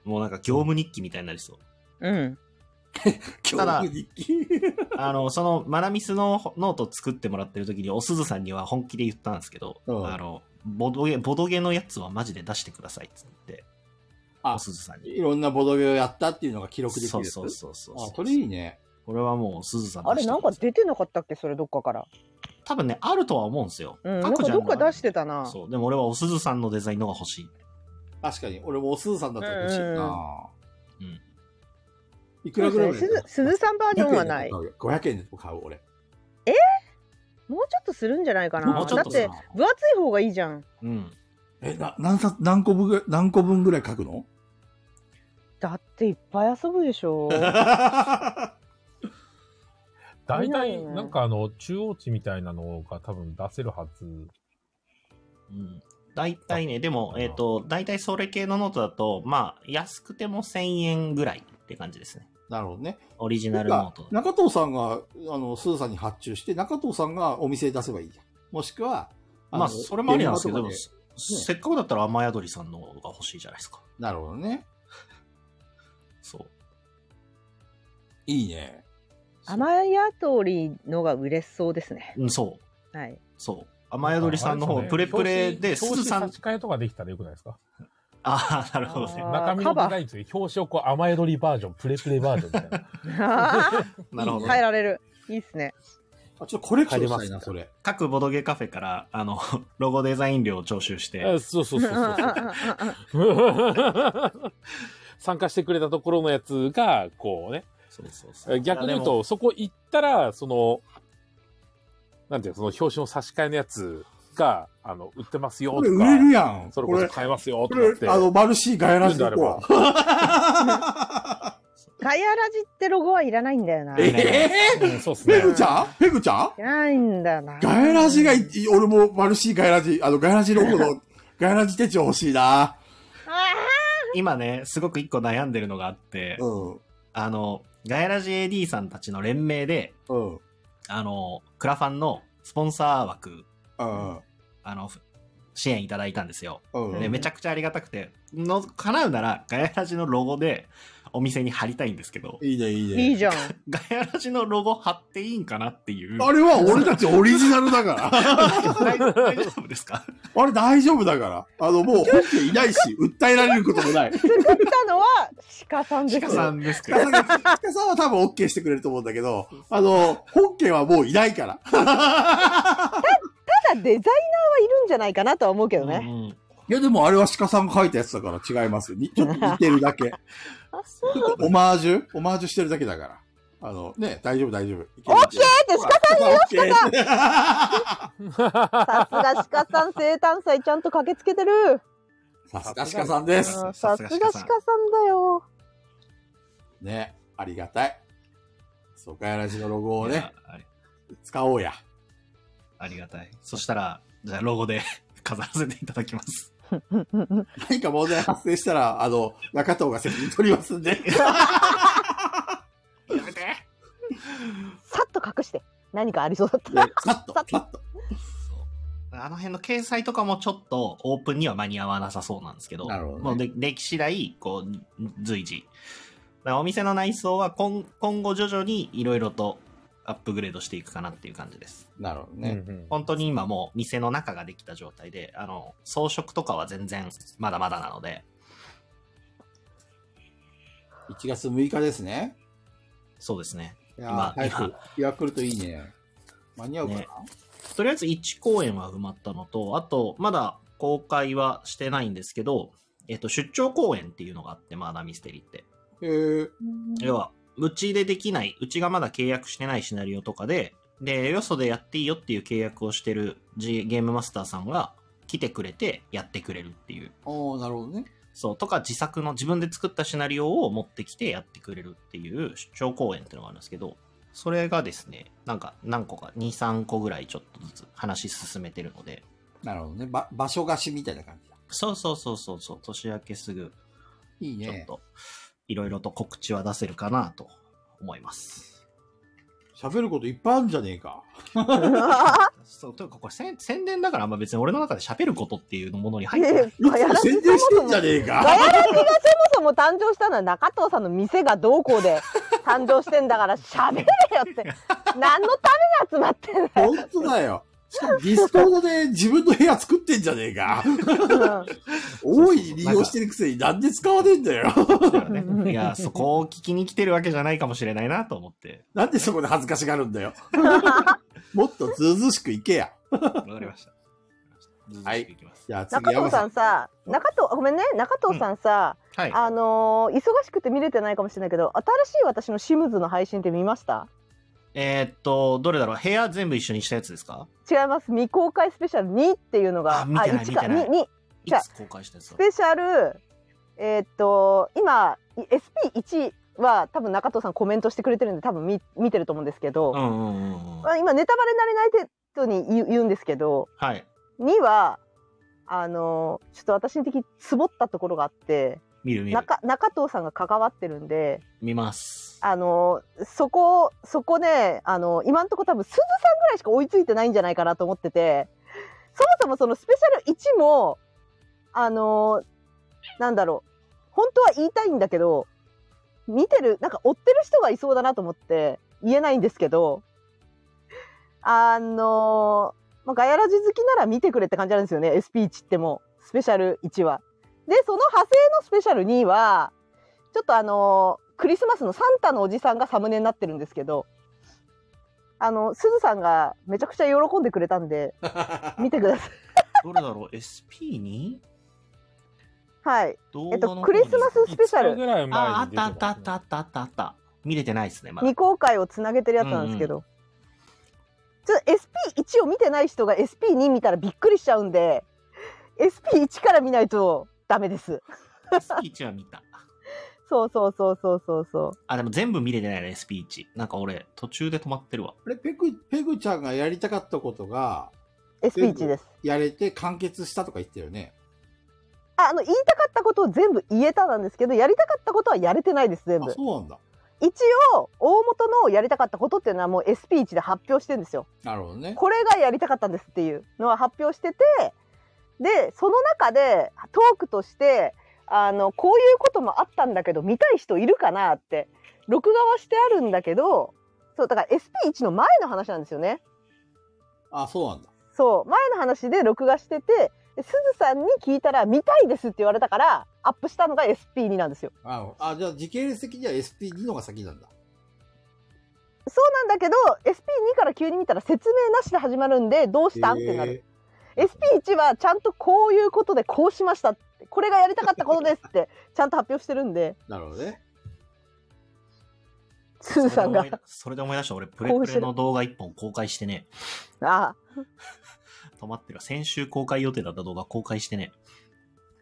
S3: もうなんか業務日記みたいになり そう。
S5: うん。
S1: 今日の日記。
S3: あの、その、マナミスのノート作ってもらってる時に、おすずさんには本気で言ったんですけど、
S1: うん
S3: あの、ボドゲ、ボドゲのやつはマジで出してくださいって言って、
S1: あ
S3: おすずさんに。
S1: いろんなボドゲをやったっていうのが記録できる
S3: そ
S1: や
S3: う
S1: つ。
S3: そうそうそう。
S1: あ、それいいね。
S3: これはもう、すずさん
S5: あれなんか
S3: 出してください
S5: 出てなかったっけそれどっかから。
S3: 多分ね、あるとは思うんですよ。
S5: うん。なん
S3: 各
S5: か
S3: ジャン
S5: ど
S3: ル
S5: っ
S3: は
S5: か出してたな。
S3: そう。でも俺はおすずさんのデザインのが欲しい。
S1: 確かに。俺もおすずさんだったら欲しいな
S3: うんうんうん
S1: いくらぐらい
S5: そうですねすずすずさんバージョンはない。も
S1: 500円で買うよ500円で買う、俺。
S5: うちょっとするんじゃないか
S1: も
S5: な。
S1: うちょ
S5: だ
S1: っ
S5: っ
S1: と
S5: て
S3: な
S5: 分厚い方がいいじゃん。
S3: うん。
S1: え、な、何冊、何個分ぐらい、何個分ぐらい書くの
S5: だっていっぱい遊ぶでしょ
S2: 大
S5: 早い
S2: 体、
S5: ね
S2: なんかあの、中央値みたいなのが多分出せるはず。
S3: うん大体ね、でも、えっ、と、大体それ系のノートだと、まあ、安くても1000円ぐらいって感じですね。
S1: なるほどね。
S3: オリジナ
S1: な
S3: ルノートだと。
S1: 中藤さんが、あの、スーさんに発注して、中藤さんがお店に出せばいいじゃん。もしくは、
S3: まあ、
S1: の
S3: それもありなんですけど、
S1: 電
S3: でも
S1: 話とか
S3: せっかくだったら雨宿りさんの方が欲しいじゃないですか。
S1: でなるほどね。
S3: そう。
S1: いいね。
S5: 雨宿りのが売れそうですね。
S3: うん、そう。
S5: はい。
S3: そう。雨宿りさんの
S2: あ
S3: 方、
S2: れ
S3: プレプレで、
S2: す
S3: す
S2: ね表紙
S3: ずさ
S2: 表紙
S3: ん
S2: 差、し替えとかできたらよくないですか
S3: ああ、なるほどね。
S5: あー
S2: 中身の
S5: カバー
S2: デザインついて、表紙をこう、雨宿りバージョン、プレプレバージョンみたいな。
S5: あ
S3: なるほ
S5: ー
S3: ど。
S5: 変えられる。いいっすね。
S1: あ、ちょっとコレクションした
S2: 入
S1: い
S2: りま
S1: な、
S2: す
S1: それ。
S3: 各ボドゲカフェから、あの、 ロゴデザイン料を徴収して、
S2: あ そうそうそうそうそう。 参加してくれたところのやつが、こうね、
S3: そうそうそう
S2: 逆に言う
S3: いやでも
S2: と、そこ行ったら、その、なんていうの、その表紙の差し替えのやつが、あの、売ってますよ
S1: ことれ売れる
S2: か、
S1: やん。
S2: それ
S1: こ
S2: こそ
S1: れ、
S2: 買えますよ
S1: こと
S2: かって
S1: れ、あ。の、マルシーガヤラジで
S2: 言うん
S1: こ
S2: で
S1: う。
S5: ガヤラジってロゴはいらないんだよな。い
S1: えぇ
S2: うんそうっす
S1: ペ
S2: ね。
S1: グちゃんペグちゃん
S5: らないんだよな。
S1: ガヤラジがい、俺もマルシーガヤラジ、あの、ガヤラジロゴの、ガヤラジ手帳欲しいな。
S5: あ
S3: 今ね、すごく一個悩んでるのがあって、
S1: うん。
S3: あの、ガヤラジ AD さんたちの連名で、
S1: うん。うん。
S3: あの、クラファンのスポンサー枠、あの、ふ支援いただいたんですよ。
S1: うん。
S3: で、めちゃくちゃありがたくて、の、叶うなら、ガヤラジのロゴでお店に貼りたいんですけど、
S1: いいね、いい
S5: ー
S1: ね。
S5: いいじゃん。
S3: ガヤラジのロゴ貼っていいんかなっていう。
S1: あれは俺たちオリジナルだから。
S3: 大大丈夫ですか
S1: あれ大丈夫だから。あの、もう本家い ないし、訴えられることもない。
S5: 作ったのは鹿さんです。
S3: 鹿さんですけど
S1: 鹿。さんが鹿さんは多分 OK してくれると思うんだけど、あの、本家はもういないから。
S5: ただデザイナーはいるんじゃないかなとは思うけど
S3: う
S5: ね。
S3: んうん
S1: いや、でもあれは鹿さんが書いたやつだから違いますよ。にちょっと似てるだけ。オマージュオマージュしてるだけだから。あの、ね、大丈夫、大丈夫。オッケー
S5: だっ
S1: 鹿
S5: て
S1: さんよ、鹿さん
S5: さすが鹿さん生誕祭ちゃんと駆けつけてる。
S1: さすが鹿さんです。
S5: うん
S3: さす
S5: さす
S3: が
S5: が
S3: 鹿さん
S5: 鹿さんだよ。
S1: ね、ありがたい。そうかやらしのロゴを
S3: い
S1: ね
S3: や、あり
S1: 使おうや。
S3: ありがたい。そしたら、じゃあロゴで 飾らせていただきます。
S1: 何か問題発生したら、あの、中藤が責任取ります んで。
S3: やめて
S5: さっと隠して。何かありそうだった
S1: ね
S5: ら。
S1: さっと、さっと。
S3: あの辺の掲載とかもちょっとオープンには間に合わなさそうなんですけど、
S1: なるほどね
S3: もうででき次第、こう、随時。だからお店の内装は今今後徐々にいろいろとアップグレードしていくかなっていう感じです。
S1: なるほど
S2: うんう
S1: ね。
S2: ん
S3: 本当に今もう店の中ができた状態で、あの、装飾とかは全然まだまだなので、
S1: 1月6日ですね。
S3: そうですね。
S1: いやー
S3: まあ
S1: 早く、ヤクルトいいね。間に合うかな、
S3: ねとりあえず1公演は埋まったのと、あと、まだ公開はしてないんですけど、えっと、出張公演っていうのがあって、まだミステリーって。
S1: へー
S3: 要は、うちでできない、うちがまだ契約してないシナリオとかで、で、よそでやっていいよっていう契約をしてる G- ゲームマスターさんが来てくれてやってくれるっていう。
S1: おー、なるほどね。
S3: そう、とか自作の自分で作ったシナリオを持ってきてやってくれるっていう出張公演っていうのがあるんですけど、それがですね、なんか何個か、2、3個ぐらいちょっとずつ話進めてるので、
S1: なるほどね。ば場所貸しみたいな感じだ。
S3: そうそうそうそうそう、年明けすぐ、
S1: いい
S3: ちょっ
S1: ね。
S3: と、いろいろと告知は出せるかなと思います。
S1: 喋ることいっぱいあるんじゃねえか。
S3: そう、というかこれ宣宣伝だからあんま別に俺の中で喋ることっていうものに入ってない。
S5: ねガヤラジ
S1: 宣伝してんじゃねえ
S5: ガ
S1: か。
S5: ヤラジがそもそも誕生したのは中藤さんの店がどうこう で誕生してんだから喋れよって何のために集まってんだよ
S1: 本当だよ。しかもディスコードで自分の部屋作ってんじゃねえか。 大いに利用してるくせになんで使わねえんだよ。
S3: いや、そこを聞きに来てるわけじゃないかもしれないなと思って。
S1: なんでそこで恥ずかしがるんだよ。もっとずうずうしくいけや。
S3: わかりました。ずうずうしくいきます。
S1: じゃあ次、
S5: 中
S1: 山
S5: 藤さ
S1: さん。
S5: んさ中藤ごめんね中藤さんさ、
S3: はい。
S5: あのー忙しくて見れてないかもしれないけど新しい私のシムズの配信って見ました
S3: えーっと、どれだろう部屋全部一緒にしたやつですか
S5: 違います未公開スペシャル2っていうのが
S3: あ見てない
S5: 1
S3: 見て
S5: か
S3: ない
S5: 2 2
S3: い
S5: じゃあ
S3: つ公開したやつ
S5: ス
S3: だ
S5: ペシャルえーっと今 SP1 は多分中藤さんコメントしてくれてるんで多分見見てると思うんですけど、
S3: うんうんうんうん
S5: ま。あ、今ネタバレになれない程度に言う言うんですけど
S3: はい。
S5: 2はあのちょっと私的につぼったところがあって
S3: 見る見る。
S5: 中中藤さんが関わってるんで
S3: 見ます。
S5: あのそこそこねあの今んとこ多分すずさんぐらいしか追いついてないんじゃないかなと思っててそもそもそのスペシャル1もあのなんだろう本当は言いたいんだけど見てるなんか追ってる人がいそうだなと思って言えないんですけどあの、まあ、ガヤラジ好きなら見てくれって感じなんですよね SP1 ってもうスペシャル1は。でその派生のスペシャル2はちょっとあのクリスマスのサンタのおじさんがサムネになってるんですけどあのすずさんがめちゃくちゃ喜んでくれたんで見てください。
S3: どれだろう ?SP に
S5: はい、
S3: 動画
S5: えっ
S3: の方に、
S5: と、クリスマススペシャ
S2: 5日
S5: ル
S2: ぐらい前に出てます
S3: あ、あったあったあったあったあったあった。見れてないですね、まだ
S5: 未。公開をつなげてるやつなんですけど、ちょっと SP1 を見てない人が SP2 見たらびっくりしちゃうんで SP1 から見ないとダメです。
S3: SP1 は見た。
S5: そうそうそうそうそうそう。
S3: あ、でも全部見れてないね、SP1。なんか俺、途中で止まってるわ。
S6: あれ、ペグ、ペグちゃんがやりたかったことが、
S5: SP1 です。
S6: やれて完結したとか言ってたよね。
S5: ああの言いたかったことを全部言えたなんですけどやりたかったことはやれてないです全部
S6: あ、。そうなんだ。
S5: 一応大元のやりたかったことっていうのはもう SP1 で発表してるんですよ。
S6: なるほどね。
S5: これがやりたかったんですっていうのは発表しててでその中でトークとしてあのこういうこともあったんだけど見たい人いるかなって録画はしてあるんだけどそうだから SP1 の前の話なんですよね。
S6: あ、そうなんだ。
S5: そう前の話で録画しててですずさんに聞いたら「見たいです」って言われたからアップしたのが SP2 なんですよ。
S6: あ、あじゃあ時系列的には SP2 のが先なんだ。
S5: そうなんだけど SP2 から急に見たら説明なしで始まるんでどうしたんってなる。
S6: え
S5: SP1 はちゃんとこういうことでこうしましたってこれがやりたかったことですってちゃんと発表してるんで
S6: ーなるほどね。
S5: すずさんが
S3: それで思い出それで思い出した俺、プレプレの動画1本公開してね。
S5: 「ああ
S3: 止まってるわ。先週公開予定だった動画公開してね。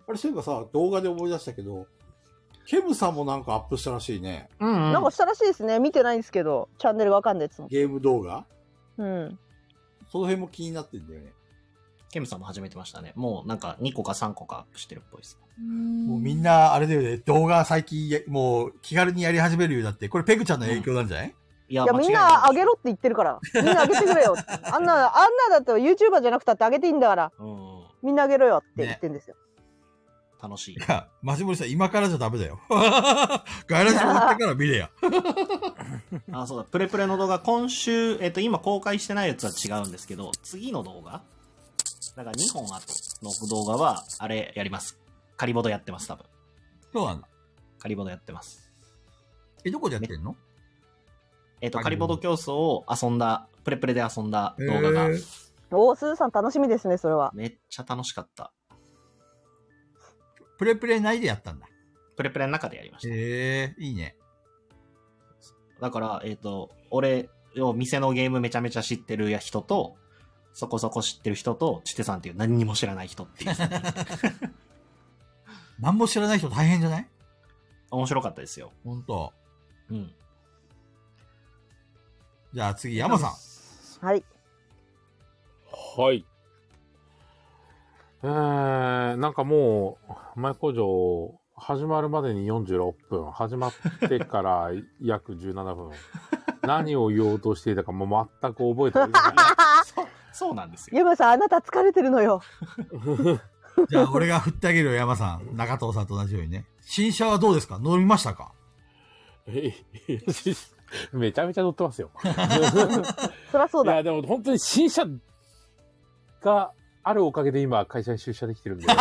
S6: あれ、そういえばさ、動画で思い出したけど、ケムさんもなんかアップしたらしいね。
S3: うん、
S5: なんかしたらしいですね見てないんですけどチャンネルわかんないですもん」
S6: ゲーム動画
S5: うん、
S6: その辺も気になってんだよね。
S3: ケムさんも始めてましたね。もうなんか2個か3個かアップしてるっぽいです。
S1: もうみんな、あれだよね、動画最近や、もう気軽にやり始めるようになって、これペグちゃんの影響なんじ ゃない、
S3: いや
S5: いや
S3: 間違
S5: み
S3: い
S5: ん
S3: い
S5: なあげろって言ってるからみんなあげてくれ よあんなあんなだと YouTuber じゃなくたってあげていいんだから
S3: うん。
S5: みんなあげろよって言ってんですよ、
S3: 楽しい。
S1: いや、マジモリさん、今からじゃダ メだよ。ガイラジ終わってから見れや。
S3: あ、そうだ。プレプレの動画、今週、えっと、今公開してないやつは違うんですけど、次の動画なんか2本後の動画は、あれやります。カリボドやってます、多分。
S1: そうなんだ。
S3: カリボドやってます。
S1: え、どこでやってんの
S3: えっと、カ
S1: カ
S3: リ
S1: リ
S3: ボ
S1: ボド
S3: ド競争を遊んだ、プレプレで遊んだ動画が
S1: へ、ー
S5: おおすずさん楽しみですねそれは
S3: めっちゃ楽しかった。
S1: プレプレ内でやったんだ。
S3: プレプレの中でやりました。
S1: へえ、いいね。
S3: だから、えっ、と、俺、要は店のゲームめちゃめちゃ知ってる人と、そこそこ知ってる人と、ちてさんっていう何にも知らない人っていう。
S1: 何も知らない人大変じゃない
S3: 面白かったですよ。
S1: ほんと。
S3: うん。
S1: じゃあ次、山さん。
S5: はい
S2: はい。えー、なんかもう、前工場、始まるまでに46分、始まってから約17分、 何を言おうとしていたかもう全く覚えてない。
S3: そう、そうなんですよ。
S5: ゆまさんあなた疲れてるのよ
S1: じゃあ俺が振ってあげるよ、山さん。中藤さんと同じようにね。新車はどうですか乗りましたか
S2: ええめちゃめちゃ乗ってますよ。
S5: そりゃそう
S2: い
S5: だ
S2: や、でも本当に新車があるおかげで今、会社に出社できてる んで。
S5: あ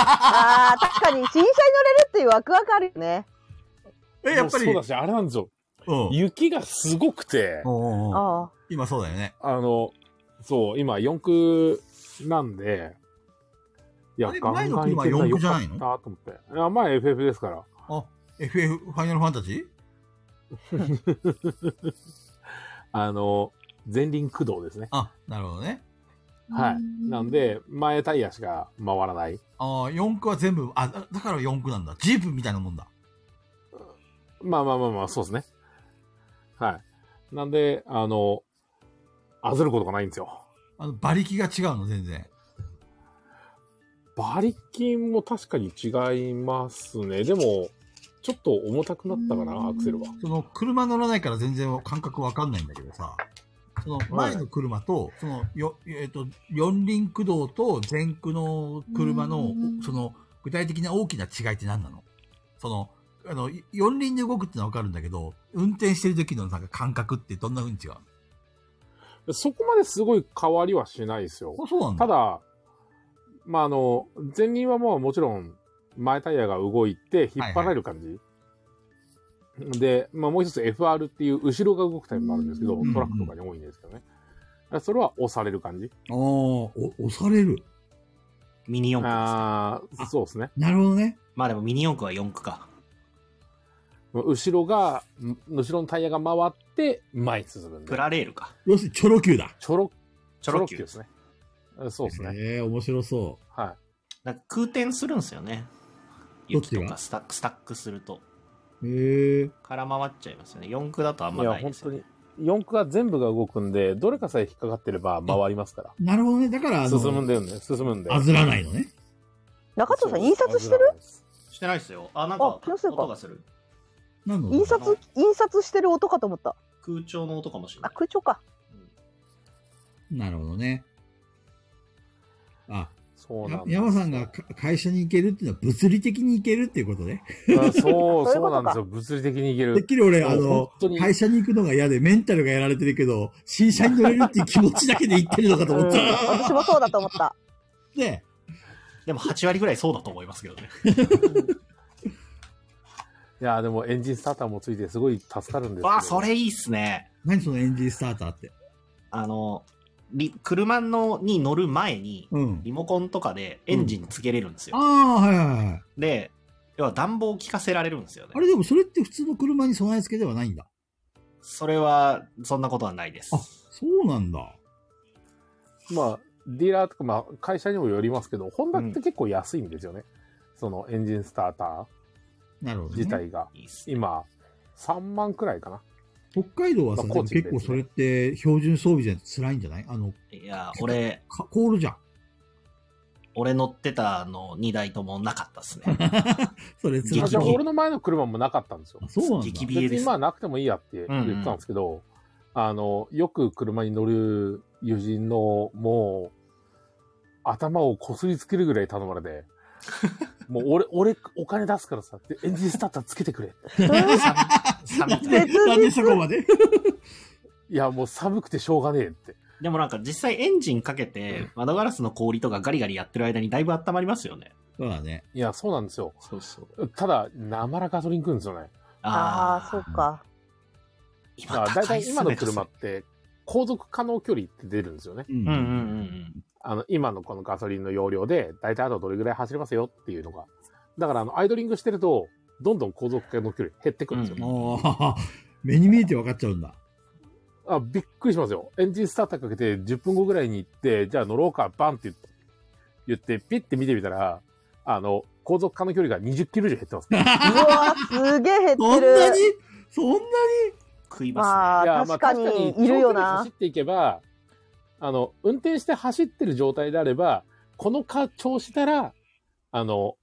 S5: ー確かに新車に乗れるっていうワクワクあるよね
S1: え、やっぱり。
S2: そうだし、あれなんですよ。
S1: うん
S2: 雪がすごくて、
S1: うんうんうん
S5: あ
S1: 今そうだよね。
S2: あの、そう、今4区なんで、いや
S1: あれ
S2: ガンガ
S1: 前
S2: ン
S1: の車
S2: 行けたら
S1: 四駆じゃないの
S2: よかったと思って。いや、前 FF ですから。
S1: FF、ファイナルファンタジー
S2: あの、前輪駆動ですね。
S1: あ、なるほどね。
S2: はい。なんで、前タイヤしか回らない。
S1: ああ、四駆は全部、あ、だだから四駆なんだ。ジープみたいなもんだ。
S2: まあまあまあまあ、そうですね。はい。なんで、あの、焦ることがないんですよ。
S1: あの、馬力が違うの、全然。
S2: 馬力も確かに違いますね。でも、ちょっと重たくなったかな、アクセルは。
S1: その、車乗らないから全然感覚わかんないんだけどさ、その前の車と、その、よ、えっ、と、四輪駆動と前駆の車の、その、具体的な大きな違いって何なのその、あの、い四輪で動くってのはわかるんだけど、運転してる時のなんか感覚ってどんな風に違う
S2: そこまですごい変わりはしないですよ。
S1: あ、そうなんだ。
S2: ただ、まあ、あの、前輪はもうもちろん、前タイヤが動いて引っ張られる感じ。で、まあ、もう一つ FR っていう後ろが動くタイプもあるんですけど、
S1: んうん
S2: トラックとかに多いんですけどね。だからそれは押される感じ。
S1: ああ、お押される。
S3: ミニ四駆ですね。
S2: ああ、そうですね。
S1: なるほどね。
S3: まあでもミニ四駆は四駆か。
S2: 後ろが、ん後ろのタイヤが回って、前に進むんで。
S3: プラレールか。
S1: 要するにチョロ Q だ。
S2: ちょろ、
S3: チョロ
S2: ち
S3: Q
S2: ょですね。あそうですね。
S1: ええ面白そ
S2: は
S3: なんか空転するんですよね。
S1: どっちが
S3: 雪とかスタック、スタックすると。
S1: う。へえ
S3: 空回っちゃいますよね。四駆だとあん
S2: い。
S3: ま
S2: いや、
S3: ない
S2: 本
S3: です
S2: 当
S3: よ、
S2: に
S3: ね。。
S2: 四駆が全部が動くんで、どれかさえ引っかかってれば回りますから。
S1: なるほどね。だから、あの、
S2: 進むんでるんで、進むんで。
S1: あずらないのね。
S5: 中藤さん、印刷してる
S3: してないですよ。あ、なんか
S5: あ気のせいか
S3: 音がする。
S1: 何の
S5: 印
S1: 音
S5: 刷、印刷してる音かと思った。
S3: 空調の音かもしれな
S5: あ、
S3: い。
S5: 空調か。
S1: なるほどね。あ、
S2: そうなん
S1: や
S2: です
S1: 山さんがか会社に行けるっていうのは物理的に行けるっていうことね。
S2: うんそう、
S5: そういう
S2: そ
S5: こ
S2: うな
S5: と
S2: ん
S5: か
S2: ですよ。物理的にいけ
S1: てっ
S2: る。
S1: きり俺、あ
S2: もう
S1: の
S2: 本、当に
S1: 会社に行くのが嫌でメンタルがやられてるけど、新車に乗れるっていう気持ちだけで行ってるのかと思っ
S5: うん私
S1: た。
S5: もそうだと思った。
S1: ね
S3: でも8割ぐらいそうだと思いますけどね。
S2: いや、でもエンジンスターターもついてすごい助かるんですよ
S3: わあ、それいいっすね。
S1: 何そのエンジンスターターって。
S3: あの、リ車のに乗る前に、
S1: うん。
S3: リモコンとかでエンジンつけれるんです
S1: あ
S3: よ。
S1: あ、はいはいはい。
S3: で、要は暖房を効かせられるんですよね
S1: あ。れでもそれって普通の車に備え付けではないんだ。
S3: それは、そんなことはないです
S1: あ。そうなんだ。
S2: まあ、ディーラーとか、まあ、会社にもよりますけど、ホンダって結構安いんですよね。そのエンジンスタータ
S1: なるほ
S2: ー
S1: ど、
S2: 自
S1: ね。
S2: 体が。
S3: いいっすね
S2: 今、3万くらいかな。
S1: 北海道はさ、
S2: まあ
S1: でも
S2: 高知み
S1: 結
S2: たい
S1: 構
S2: です
S1: そ
S2: ね
S1: れって標準装備じゃ辛いんじゃないあの、
S3: いや、俺、
S1: か凍るじゃん。
S3: 俺乗ってたの2台ともなかったっすね。
S1: それ辛
S2: あ
S1: い
S3: 激
S2: じゃあ
S3: 冷
S2: 俺の前の車もなかったんですよ
S1: あ。そうなんだ。
S3: 激冷
S2: 別
S3: で
S2: に
S3: す
S2: ま。あなくてもいいやって言ってたんですけど、あの、よく車に乗る友人の、もう、頭をこすりつけるぐらい頼まれて、もう俺、俺、お金出すからさ、でエンジンスターターつけてくれ。
S3: 寒い
S5: 切
S1: なんで
S5: 実。
S1: そこまで
S2: いや、もう寒くてしょうがねえって。
S3: でもなんか実際エンジンかけて、窓ガラスの氷とかガリガリやってる間にだいぶ温まりますよね。
S1: そうだね。
S2: いや、そうなんですよ。
S3: そうそう。
S2: ただ、生らガソリン食うんですよね。
S5: ああ、そう
S3: か。
S2: だ
S5: か。
S3: 今
S2: から大
S3: 高いっ
S2: 体
S3: すね
S2: 今の車って、後続可能距離って出るんですよね。
S1: う
S3: うん
S1: ん
S3: うんうんうん。
S2: あの、今のこのガソリンの容量で、大体あとどれぐらい走れますよっていうのが。だから、あの、アイドリングしてると、どんどん後続系の距離減ってくるんですよ。
S1: ああ、目に見えて分かっちゃうんだ。
S2: あ、びっくりしますよ。エンジンスターターかけて、10分後ぐらいに行って、じゃあ乗ろうか、バンって言って、言ってピッて見てみたら、あの、後続化の距離が20キロ以上減ってます。いう
S5: わ、すげえ減っ
S1: そ
S5: て
S1: んなに
S5: る。
S1: そんなに
S3: 食いま
S5: まあ、確かにいるよ
S2: 長距離
S5: な
S2: 走。っていけば、あの、運転して走ってる状態であれば、このか調子なら、あの、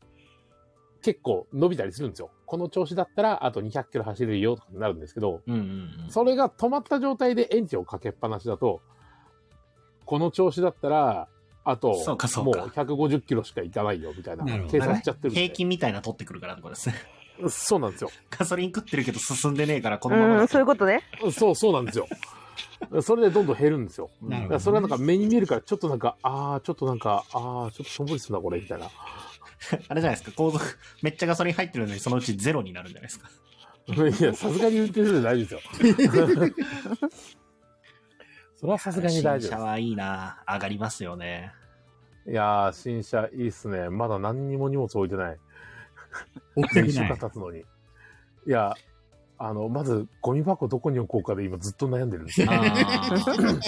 S2: 結構伸びたりするんですよ。この調子だったら、あと200キロ走れるよとかになるんですけど、
S3: すね。うんうんうん。
S2: それが止まった状態でエンジンをかけっぱなしだと、この調子だったら、あと、もう
S3: そうかそうか
S2: 150キロしか行かないよ、みたいな
S1: なるほど。
S2: 計算しちゃってるんで。
S3: 平均みたいな取ってくるからってことですね。
S2: そうなんですよ。
S3: ガソリン食ってるけど進んでねえから、このまま
S5: う
S3: だ
S5: ん、
S3: と
S5: そういうことね。
S2: そう、そうなんですよ。それでどんどん減るんですよ。
S1: なるほ
S2: だか
S1: ど
S2: らそれはなんか目に見えるから、ちょっとなんか、ああ、ちょっとなんか、ああ、ちょっとしょんぼりするな、これ、みたいな。
S3: あれじゃないですか、後続、めっちゃガソリン入ってるのに、そのうちゼロになるんじゃないですか。
S2: いや、さすがに運転するの大丈夫ですよ。それはさすがに大丈
S3: 新車
S2: 夫
S3: はいいな上がりますよね。
S2: です。いやー、新車いいっすね。まだ何にも荷物置いてない。
S1: 置きたく
S2: 1週
S1: な
S2: 間
S1: い。
S2: 経つのに。いや、 あの、まず、ゴミ箱どこに置こうかで今ずっと悩んでるんですよ。
S3: あー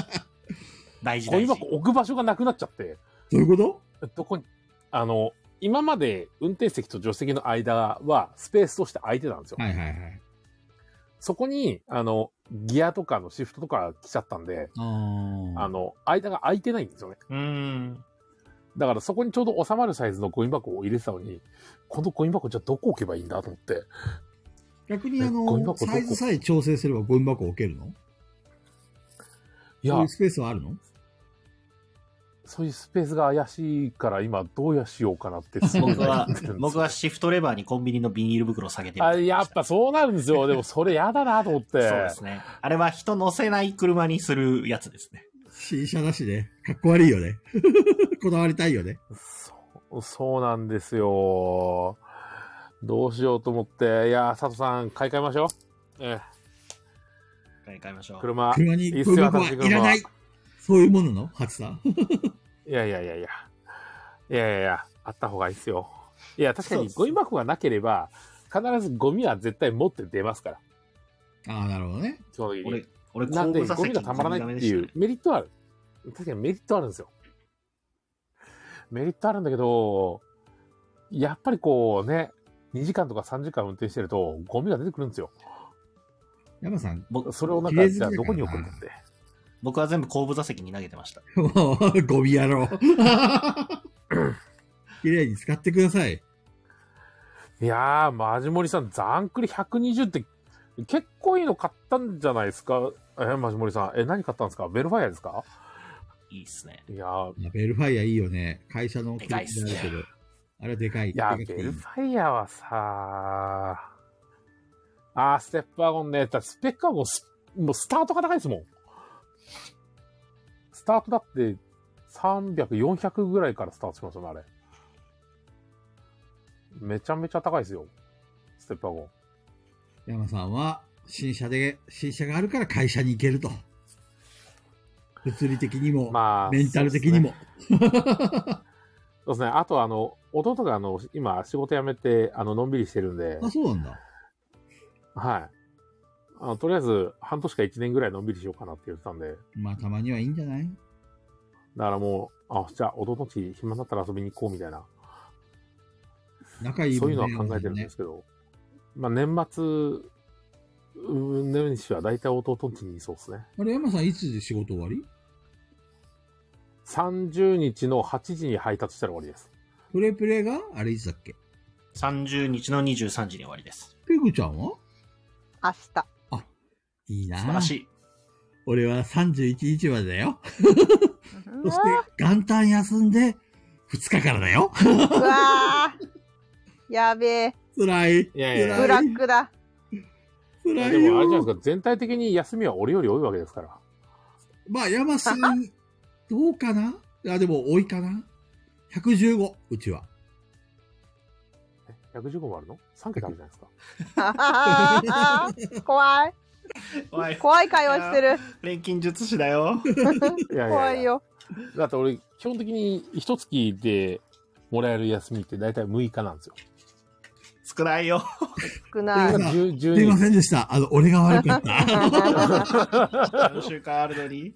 S3: 大事
S2: こう
S3: 大
S2: 今
S3: 事。
S2: 置く場所がなくなっちゃって、
S6: どういうこと
S2: どこに、あの、今まで運転席と助手席の間はスペースとして空いてたんですよ。
S1: はいはいはい。
S2: そこに、あの、ギアとかのシフトとか来ちゃったんで、あの、間が空いてないんですよね。
S3: うん。
S2: だからそこにちょうど収まるサイズのゴミ箱を入れてたのに、このゴミ箱じゃあどこ置けばいいんだと思って。
S1: 逆にあ
S2: ゴ
S1: の、
S2: ミ箱どこ
S1: サイズさえ調整すればゴミ箱置けるの
S2: い
S1: そう
S2: や
S1: いう、スペースはあるの
S2: そういうスペースが怪しいから今どうやしようかな ってすご く
S3: 僕は
S2: 悩んでるんですよ
S3: 僕はシフトレバーにコンビニのビニール袋を下げてみた
S2: あ、やっぱそうなるんですよ。でもそれやだなと思って。
S3: そうですね。あれは人乗せない車にするやつですね。
S1: 新車だしね。かっこ悪いよね。 こだわりたいよね。
S2: そう、そうなんですよ。どうしようと思って、いやー、佐藤さん、買い替えましょう。え
S3: 買い替えましょ
S2: え、
S3: う。
S2: 車。
S1: 車に
S2: いいっす
S1: ゴ
S2: よ
S1: ミ箱はいらないそういうものなの初さん。
S2: いやいやいやいや。いやいやいや、あった方がいいですよ。いや、確か
S3: そう
S2: に
S3: です
S2: ゴミ箱がなければ、必ずゴミは絶対持って出ますから。
S1: ああ、なるほどね。
S2: 基本的に。
S3: 俺、俺、
S2: なん
S3: 後
S2: で
S3: 部座
S2: ゴミ
S3: 席
S2: がたまらないっていうメリットはある。確かにメリットあるんですよ。メリットあるんだけど、やっぱりこうね、2時間とか3時間運転してると、ゴミが出てくるんですよ。
S1: 山さん、
S3: 僕
S2: それをなん
S1: 切れ
S2: か、
S1: ず
S2: じゃあどこに
S1: だから
S2: 置く
S1: なん
S2: だって。
S3: 僕は全部後部座席に投げてました。
S1: もう、ゴミ野 郎。綺麗に使ってください。
S2: いやー、マジモリさん、ざんくり120って、結構いいの買ったんじゃないですかえ、マジモリさん。え、何買ったんですかベルファイアですか
S3: いいっすね。
S2: いやー、
S1: いやベルファイアいいよね。会社の記録になるけど。あれでかい。
S2: いや、
S1: で
S2: ベ
S1: かくていい
S2: ルファイアはさあー、ステップワゴンね。だスペックワゴンス、もうスタートが高いですもん。スタートだって300、400ぐらいからスタートしますよね、あれ。めちゃめちゃ高いですよ。ステップワゴン。
S1: 山さんは、新車で、新車があるから会社に行けると。物理的にも、
S2: まあ、
S1: メンタル的にも。
S2: そうですね。あと、あの、弟が、あの、今、仕事辞めて、あの、のんびりしてるんで
S1: あ、、そうなんだ。
S2: はい。あの、とりあえず、半年か1年ぐらいのんびりしようかなって言ってたんで、
S1: まあ、たまにはいいんじゃない
S2: だからもう、あ、じゃあ、弟のち暇になったら遊びに行こうみたいな、
S1: 仲いい
S2: そ
S1: も
S2: うんい
S1: ね
S2: うのは考えてるんですけど、まあ、年末、うん、年始は大体弟のちにいそうですね。
S1: あれ、山さん、いつで仕事終わり
S2: 30日の8時に配達したら終わりです。
S1: プレプレがあれ、いつだっけ
S3: 30日の23時に終わりです。
S1: ペグちゃんは
S5: 明日。
S1: いいなぁ
S3: 素晴らしい。
S1: 俺は31日までだよ。そして、元旦休んで、2日からだよ。
S5: うわーやべえ。
S1: 辛い。
S2: いやいやいや
S5: ブラックだ。
S2: でも、あ
S1: 辛
S2: れ
S1: い
S2: じゃないで
S1: よ
S2: す。か、全体的に休みは俺より多いわけですから。
S1: まあ、山さん、どうかないや、でも多いかな ?115、うちは。
S2: え115もあるの ?3 桁あるじゃないですか。
S5: 怖い。
S3: おい、
S5: 怖い会話してる。
S3: 錬金術師だよ。
S2: いやいや
S5: 怖いよ。
S2: だって俺、基本的に一月でもらえる休みって大体6日なんですよ。
S3: 少ないよ。
S5: 少ない。
S1: あ
S2: 10
S1: すいま
S2: 12
S1: せんでした。あの、俺が悪か った。
S3: 4週間あるのに。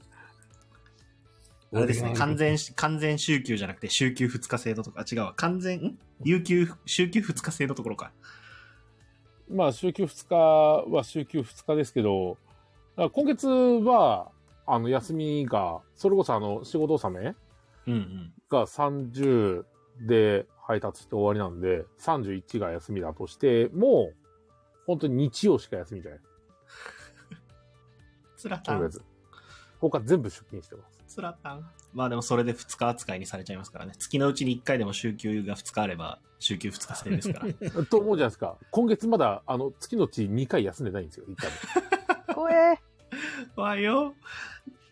S3: あれですね、完全、完全週休じゃなくて、週休2日制のとか、違うわ、完全、ん有給、週休2日制のところか。
S2: まあ、週休2日は週休2日ですけど、だから今月は、あの、休みが、それこそあの、仕事納め
S3: うんうん。
S2: が30で配達して終わりなんで、31が休みだとして、もう、本当に日曜しか休みじゃない。
S3: つらた
S2: 今
S3: ん、
S2: 月。他全部出勤してます。
S3: つらたん。まあでもそれで2日扱いにされちゃいますからね。月のうちに1回でも週休が2日あれば、週休2日制ですか ら。
S2: と思うじゃないですか。今月まだ、あの、月のうち2回休んでないんですよ、一回も。
S5: 怖え。
S3: わよ。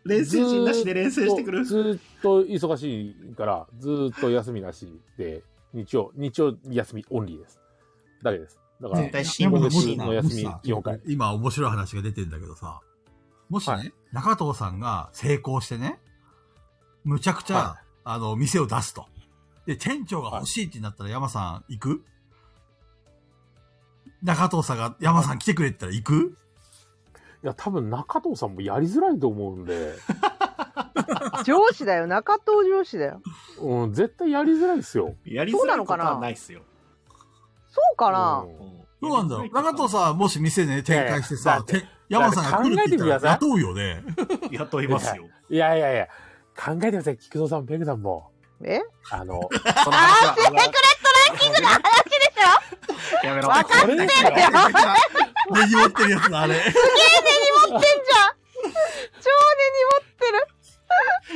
S3: 冷静心なしで冷静してくる。
S2: ずーっとずーっと忙しいから、ずーっと休みなしで、日曜、日曜休みオンリーです。だけです。だから、
S3: 絶対新聞
S1: も
S3: 紙
S1: し
S2: の休み
S1: もしさ
S2: 4回
S1: 今面白い話が出てんだけどさ、もしね、
S2: は
S1: 中藤さんが成功してね、むちゃくちゃ、
S2: は
S1: あの、店を出すと。で、店長が欲しいってなったら山さん行く、中藤さんが山さん来てくれって言ったら行く
S2: いや、多分中藤さんもやりづらいと思うんで、
S5: 上司だよ中藤上司だよ
S2: うん、絶対やりづらいですよ。
S3: やりづらいことはないっすよ。
S5: そうかな
S2: うん
S1: どうなんだろう。長藤さん、もし店ね、展開して
S2: いや
S1: さ
S2: い、や
S1: て山さんが来るって言ったら
S2: だって
S1: 雇うよね。
S3: ん。雇いますよ。
S2: いやいやいや、考えてください、菊蔵さん、ペグさんも。
S5: え
S2: あ の、
S3: その話は
S2: あの
S3: やめろ。
S5: わか
S2: ってるよ
S1: ねぎ持ってるやつのあれ。
S5: 持ってんじゃん超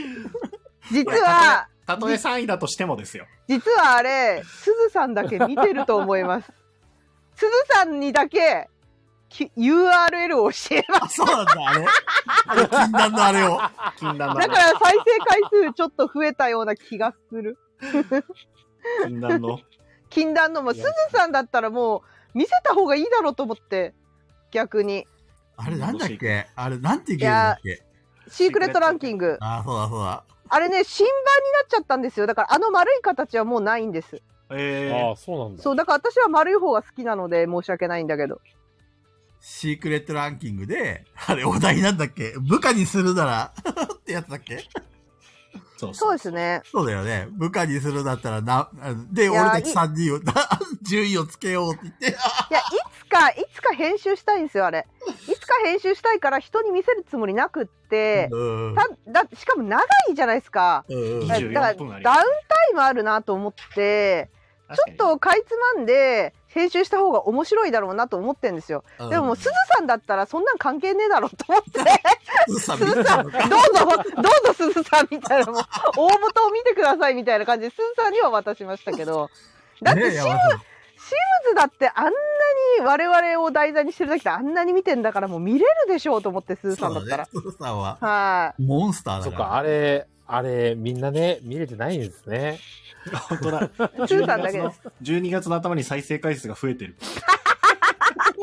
S5: 根に持ってる実は
S3: たとえ3位だとしてもですよ。
S5: 実はあれすずさんだけ見てると思いますすずさんにだけき URL を教えます
S1: あ そうなんだ、あれ。あの禁断のあれを。
S3: 禁断の
S5: だから再生回数ちょっと増えたような気がする
S3: 禁断の。
S5: 禁断のもう
S2: い
S5: す
S2: や
S5: ずさんだったらもう見せた方がいいだろうと思って逆に
S1: あれなんだっけあれなんていうゲームだっけ
S5: シークレットランキング
S1: ああ、そうだそうだ。
S5: あれね新版になっちゃったんですよだからあの丸い形はもうないんです
S3: え
S2: あ
S3: ー
S2: あ、そうなんだ。
S5: そうだから私は丸い方が好きなので申し訳ないんだけど
S1: シークレットランキングで、あれお題なんだっけ部下にするなら、 ってやつだっけ
S3: そう
S5: そう
S3: そう。
S5: ですね
S1: そうだよね。部下にするだったらな、あので、
S5: いやー
S1: 俺たち3人を、な 順位をつけようって言って、あ
S5: いやいつかいつか編集したいんですよ あれいつか編集したいから人に見せるつもりなくって
S1: うん。
S5: ただしかも長いじゃないですか
S1: うん
S5: だから
S3: 24
S5: ダウ
S3: 分あ
S5: ン
S3: り
S5: タ
S3: ます
S5: イムあるなと思って
S3: 確
S5: ち
S3: か
S5: ょっ
S3: に
S5: とかいつまんで編集した方が面白いだろうなと思ってんですよ
S1: うん
S5: でももうすずさんだったらそんなん関係ねえだろうと思って
S1: すずさん
S5: す
S1: 見
S5: ず
S1: て
S5: さ
S1: た
S5: ん
S1: の
S5: ど
S1: か
S5: うぞどうぞすずさんみたいなもう大元を見てくださいみたいな感じですずさんには渡しましたけどだって
S1: ね
S5: シ
S1: え
S5: ム
S1: 山さん
S5: ズだってあんなに我々を題材にしてる時ってあんなに見てんだからもう見れるでしょうと思ってすずさんだったら、
S1: そうだねすずさんは、
S5: はい
S1: モンスター
S2: そ
S1: だ
S2: っ
S1: か
S2: か、
S1: ら。
S2: あれ、あれ、みんなね、見れてないんですね。
S3: 本当だ。
S5: スーさんだけで
S3: 12
S5: す
S3: 月の12月の頭に再生回数が増えてる。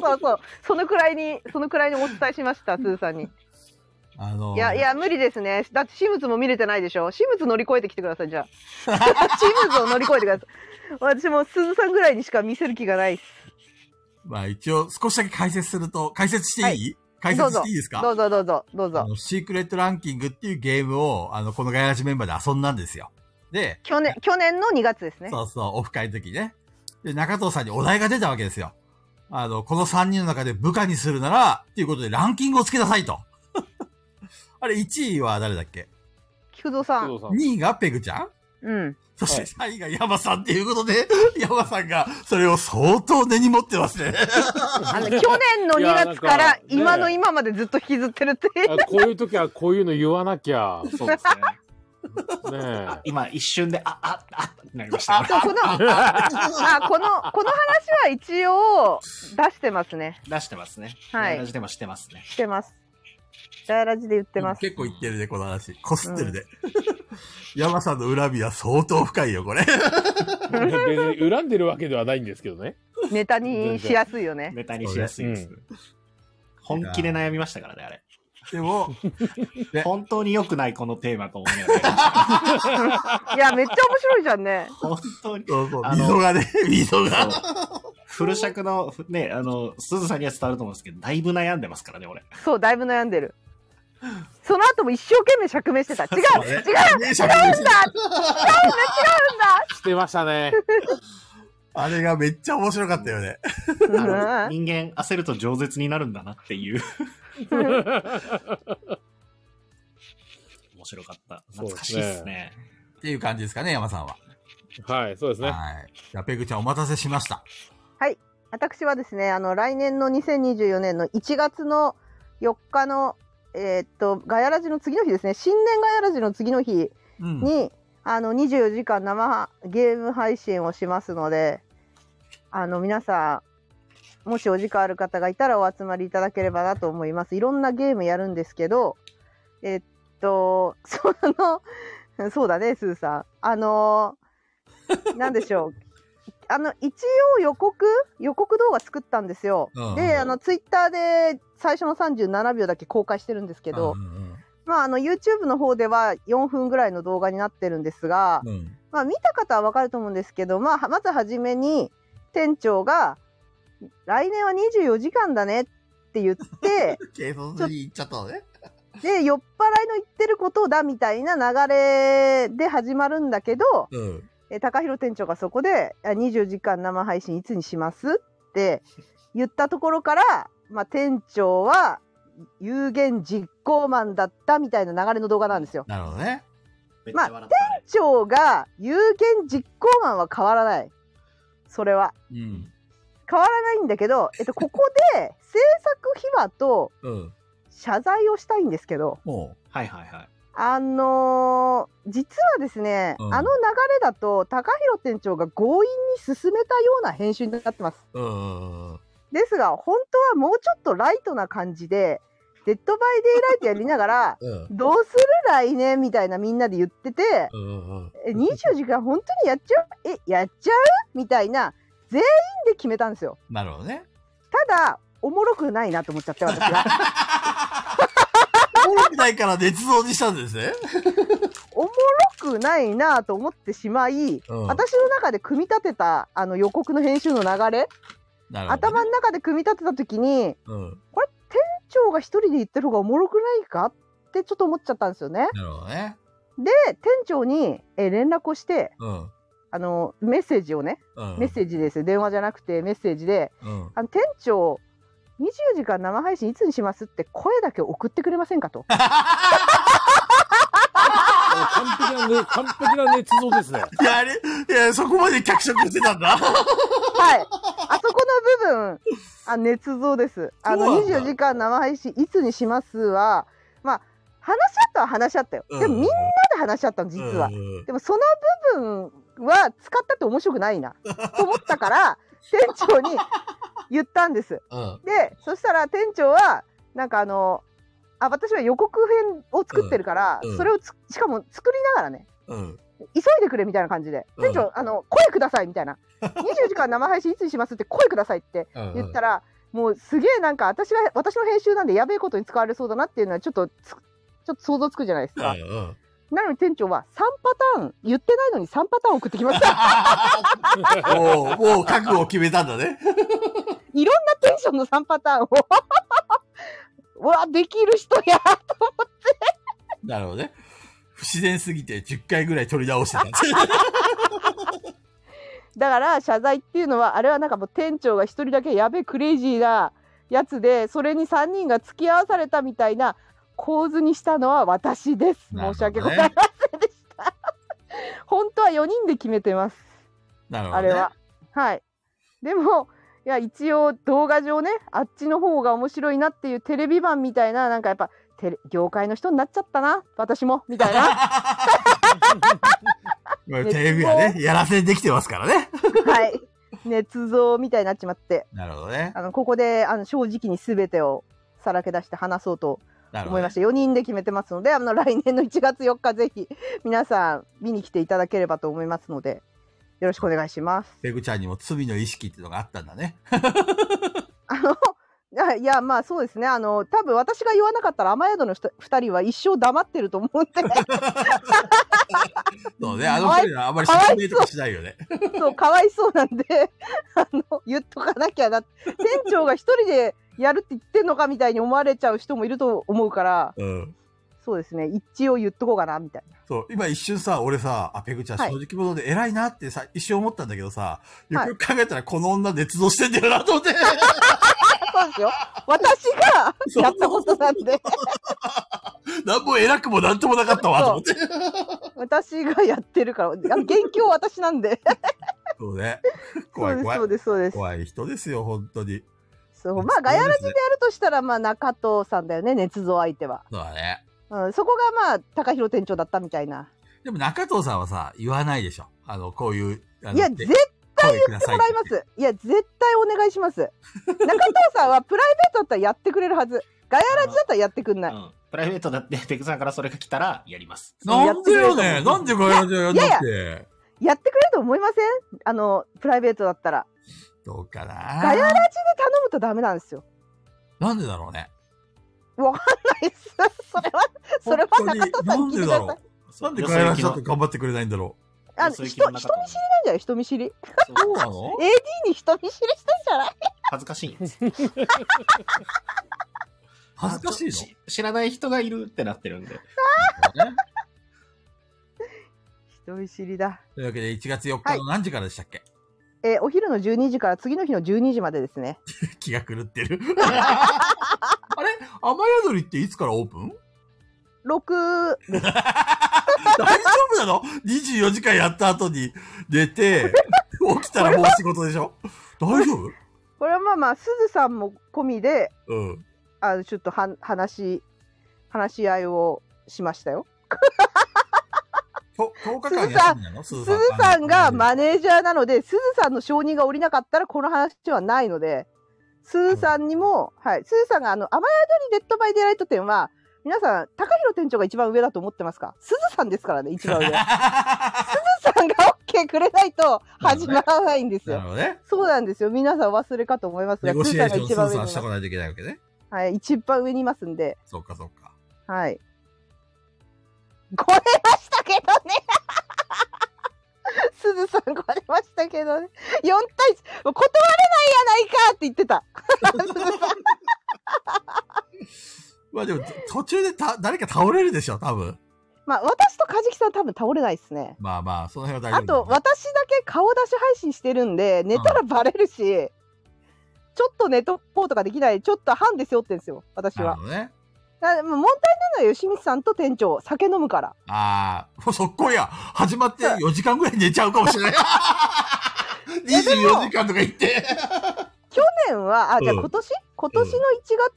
S5: そうそうそのくらいにそのくらいにお伝えしましたすずさんに
S1: あのー、
S5: いやいや無理ですねだってシムズも見れてないでしょシムズ乗り越えてきてくださいじ ゃあシムズを乗り越えてください私もすずさんぐらいにしか見せる気がないです
S1: まあ一応少しだけ解説すると、解説していい、解
S5: どう
S1: 説
S5: ぞ
S1: していいですか
S5: どうぞどうぞどう
S1: あ
S5: ぞ
S1: のシークレットランキングっていうゲームを、あの、このガヤラジメンバーで遊んだんですよ。で、
S5: 去年去年の2月ですね
S1: そうそう、オフ会の時ね。で、中藤さんにお題が出たわけですよ。あの、この3人の中で部下にするなら、っていうことでランキングをつけなさいと。 あれ、1位は誰だっけ
S5: 菊蔵さ
S2: 工
S5: ん
S2: 藤さん
S1: ?2 位がペグちゃん
S5: うん
S1: そして3位がヤマさんっていうことで、ヤマさんがそれを相当根に持ってますね。
S5: あの去年の2月か
S2: いやなん
S5: ら
S2: かね
S5: 今の今までずっと引きずってるっていう
S2: あこういう時はこういうの言わなきゃ。ね
S3: そうですね。あ
S2: え。
S3: 今一瞬で、あ、あ、あってなりまし
S5: あ
S3: た。
S5: そうこの あこのこの話は一応出してますね
S3: 出してますね。
S5: はい
S3: 出してもしてますね。
S5: してますダヤラジで言ってます
S1: 結構言ってるね、この話。こすってるね。ヤマさんの恨みは相当深いよ、これ。
S2: 別に恨んでるわけではないんですけどね。
S5: ネタにしやすいよね
S3: ネタにしやすいです
S2: う。
S3: 本気で悩みましたからね、あれ。
S1: でも、ね
S3: 本当に良くないこのテーマと思いな がら。
S5: いやめっちゃ面白いじゃんね
S3: 本当に。
S1: そうそう、
S3: あの
S1: 溝がね、溝が。
S3: そうフル尺の、ね、あの、すずさんには伝わると思うんですけど、だいぶ悩んでますからね、俺。
S5: そうだいぶ悩んでるその後も一生懸命釈明してた違う違う違うんだ違うんだ
S1: ね釈明して
S2: してましたね。
S1: あれがめっちゃ面白かったよね。
S3: あの
S5: うん
S3: 人間焦ると饒舌になるんだなっていう。面白かった。懐かしいっ
S2: そ
S3: す
S2: うで
S3: ね。
S1: っていう感じですかね、山さんは。
S2: はい、そうですね。
S1: はい。じゃあ、ペグちゃんお待たせしました。
S5: 私はですねあの来年の2024年の1月の4日のえーっとガヤラジの次の日ですね新年ガヤラジの次の日
S1: うん。
S5: に、あの24時間生ゲーム配信をしますのであの皆さんもしお時間ある方がいたらお集まりいただければなと思いますいろんなゲームやるんですけどえっと そのそうだねスーさんあのなんでしょう あの一応予告予告動画作ったんですよ、
S1: うん
S5: であのツイッターで最初の37秒だけ公開してるんですけど、
S1: うんうん
S5: まあ、あの YouTube の方では4分ぐらいの動画になってるんですが、
S1: うんうん
S5: まあ、見た方はわかると思うんですけど、まあ、はまず初めに店長が「来年は24時間だね」って言って
S1: 軽率に言っちゃったのね。
S5: で酔っ払いの言ってることだみたいな流れで始まるんだけど、
S1: うん。
S5: えー高弘店長がそこであ「24時間生配信いつにします?」って言ったところから、まあ、店長は有言実行マンだったみたいな流れの動画なんですよ。
S1: なるほどね。
S3: めっち
S5: まあ
S3: ゃ笑った、ね。
S5: 店長が有言実行マンは変わらないそれは
S1: うん。
S5: 変わらないんだけど、 えっと、ここで制作秘話と
S1: うん。
S5: 謝罪をしたいんですけど。
S1: も
S3: はいはいはい。
S5: あのー実はですね、
S1: うん
S5: あの流れだと高弘店長が強引に進めたような編集になってます
S1: う。うん。うん。
S5: ですが本当はもうちょっとライトな感じで「デッド・バイ・デイ・ライト」やりながら
S1: うん
S5: 「どうする来年」みたいなみんなで言ってて
S1: うん。
S5: 「え24時間本当にやっちゃうえやっちゃう?」みたいな全員で決めたんですよ。
S1: なるほどね。
S5: ただおもろくないなと思っちゃって私が
S1: おもろくないから捏造にしたんですね。
S5: おもろくないなと思ってしまい
S1: うん
S5: 私の中で組み立てたあの予告の編集の流れ、
S1: なるほどね
S5: 頭の中で組み立てた時に
S1: うん。
S5: 長が一人で言ってる方がおもろくないかってちょっと思っちゃったんですよね。
S1: なるほどね。
S5: で店長にえー連絡をして
S1: うん。
S5: あのメッセージをね
S1: うん。
S5: メッセージですよ電話じゃなくてメッセージで
S1: うん
S5: 「あの店長24時間生配信いつにします?」って声だけ送ってくれませ んかと。
S2: 完璧なね、完璧な捏造ですね。
S1: いや、あれ、いや、そこまで脚色してたんだ。
S5: はい、あそこの部分あ捏造です。あの
S1: そうなんだ
S5: 24時間生配信いつにしますはまあ話し合ったは話し合ったよ。でもみんなで話し合ったの実は。
S1: うんうん
S5: でもその部分は使ったって面白くないなと思った から店長に言ったんです。
S1: うん。
S5: でそしたら店長はなんかあのあ私は予告編を作ってるから、
S1: うんうん
S5: それをつしかも作りながらね
S1: うん。
S5: 急いでくれみたいな感じで
S1: うん
S5: 店長、あの声くださいみたいな24時間生配信いつにしますって声くださいって
S1: うん。
S5: 言ったら、もうすげえなんか私が私の編集なんでやべえことに使われそうだなっていうのはちょっとつちょっと想像つくじゃないですか。
S1: うんうん。
S5: なのに店長は3パターン言ってないのに3パターン送ってきました
S1: もう、もう覚悟を決めたんだね。
S5: いろんなテンションの3パターンを うわできる人や
S1: なるほどね。不自然すぎて10回ぐらい取り直してた。
S5: だから謝罪っていうのはあれはなんかもう店長が1人だけやべえクレイジーなやつでそれに3人が付き合わされたみたいな構図にしたのは私です、
S1: なる
S5: 申
S1: ほどね
S5: し訳ございませんでした本当は4人で決めてます
S1: なるほど、ね。
S5: あれは。。はい。でも、いや、一応動画上ね、あっちの方が面白いなっていうテレビ版みたいな、なんかやっぱ、テレ業界の人になっちゃったな、私も、みた いな。
S1: テレビはね、やらせできてますからね。
S5: はい。捏造みたいになっちまって、
S1: なるほどね。
S5: あの、ここで、あの、正直に全てをさらけ出して話そうと
S1: なるほ
S5: 思
S1: ど
S5: いま
S1: ね
S5: し。た。4人で決めてますので、あの、来年の1月4日、ぜひ、皆さん、見に来ていただければと思いますので、よろしくお願いします。
S1: ペグちゃんにも罪の意識っていうのがあったんだ ね。
S5: あのあいやまあそうですねあの多分私が言わなかったら雨宿りの2人は一生黙ってると思うん で
S1: そうね。あの二人はあんまり説明とかしないよね。
S5: そうかわいそうなんであの言っとかなきゃな店長が一人でやるって言ってんのかみたいに思われちゃう人もいると思うから
S1: うん。
S5: そうですね一応言っとこうかなみたいな
S1: そう、今一瞬さ、俺さ、あ、ペグちゃん
S5: はい
S1: 正直者で偉いなってさ、一瞬思ったんだけどさ、よくよく考えたらこの女捏造してんだよなと 思って。
S5: あそうですよ私が
S1: そう
S5: やったことなんで
S1: なんも偉くもなんともなかったわ、と思って。
S5: 私がやってるからあの元凶は私なんで
S1: そう ね。
S5: そ
S1: 怖
S5: う
S1: い
S5: です
S1: 怖い
S5: そ。うですそうです
S1: 怖い人ですよ、本当に。
S5: そうまあガヤラジ
S1: ジで。
S5: やるとしたらまあ中藤さんだよね捏造相手は。
S1: そうだね。
S5: うん、そこがまあ高弘店長だったみたいな。
S1: でも中藤さんはさ、言わないでしょ。あの、こういう、あの
S5: いや
S1: で
S5: 絶対
S1: 声くださ
S5: もらいま
S1: って
S5: す。いや絶対お願いします。中藤さんはプライベートだったらやってくれるはず。ガヤラジだったらやってくんな
S3: う
S5: い。
S3: ん。プライベートだって、ペグさんからそれが来たら、やります。
S1: なんでよね。なんでこれやるん
S5: いやい
S1: だ
S5: や
S1: って。
S5: やってくれると思いません？あのプライベートだったら。
S1: どうか
S5: ガヤ
S1: な。
S5: ラジで頼むとダメなんですよ。
S1: なんでだろうね。
S5: わかんないです。 それはそれは
S1: 本当に
S5: 中藤さんに聞いてくださ
S1: なんでだ
S5: い。
S1: ろ
S5: な
S1: うんなんで
S3: よ
S1: ガ
S3: そ
S1: ヤラ
S3: 行
S1: ジ
S3: き
S1: だ
S3: の
S1: と頑張ってくれないんだろ
S5: あ
S3: よそ行きの中と思う
S5: じゃない人見知り。
S1: う。
S3: そう
S1: なの
S5: AD に人見知りしたんじゃない？
S3: 恥ずかしいんです。
S1: 恥ずかしいの
S3: あちょっと知らない人がいるってなってるんで。
S1: ね
S5: 人見知りだ。
S1: というわけで、1月4日の何時からでしたっけ、
S5: えーお昼の12時から次の日の12時までですね。
S1: 気が狂って る。あれ雨宿りっていつからオープン
S5: 6、
S1: 大丈夫なの ?24 時間やった後に寝て、起きたらもう仕事でしょ大丈夫
S5: これはまあまあ、すずさんも込みで、
S1: うん。
S5: あのちょっとはん話、話し合いをしましたよ。
S1: と10日間休みなのす
S5: すずさんがマネージャーなので、すずさんの承認が下りなかったら、この話はないので、すずさんにも、はい、すずさんが、あの、雨宿りデッドバイデイライト店は、皆さん、高弘店長が一番上だと思ってますかすずさんですからね、一 番上。すずさんが OK くれないと始まらないんです
S1: なる
S5: よ。
S1: ほどね。
S5: そうなんですよ。皆さんお忘れかと思います
S1: ネ
S5: が、す
S1: ゴ
S5: ず
S1: シエ
S5: さ
S1: ー
S5: んが
S1: ション
S5: 一
S1: ス
S5: 番
S1: ー
S5: 上
S1: さ
S5: に
S1: ん
S5: い
S1: した
S5: ま
S1: ことないといけないわけね。
S5: す。はい、一番上にいますんで、
S1: そうかそうか。
S5: はい。超えましたけどね。すずさん超えましたけどね。4対1、もう断れないやないかって言ってた。
S1: まあでも、途中でた誰か倒れるでしょ、多分。
S5: まあ、私とカジキさん多分倒れないですね。
S1: まあまあ、その辺は大
S5: あ
S1: 丈
S5: と、
S1: 夫、
S5: 私だけ顔出し配信してるんで、寝たらバレるし、ちょっと寝とこうとかできない、ちょっと半で背負ってんですよ、私
S1: なる
S5: は。
S1: ほどね。
S5: だからもう問題なのよ、吉光さんと店長、酒飲むから。
S1: ああ、もう速攻や。始まって4時間ぐらい寝ちゃうかもし れない。24時間とか言って。
S5: 去年は、あ、じゃあ
S1: うん
S5: 今年、今年の1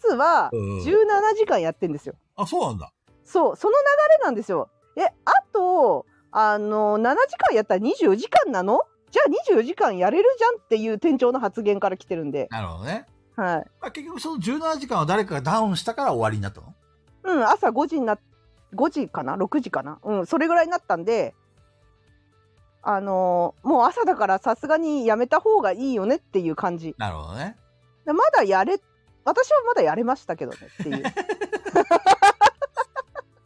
S5: 月は、
S1: うん
S5: 17時間やってんですよ。
S1: あ、そうなんだ。
S5: そう、その流れなんですよ。え、あと、あの、7時間やったら24時間なのじゃあ24時間やれるじゃんっていう店長の発言から来てるんで。
S1: なるほどね。
S5: はい。
S1: まあ、結局その17時間は誰かがダウンしたから終わりになったの
S5: うん、朝5時にな、5時かな ?6 時かなうん、それぐらいになったんで、あのもう朝だからさすがにやめた方がいいよねっていう感じ。
S1: なるほどね。
S5: まだやれ、私はまだやれましたけどねっていう。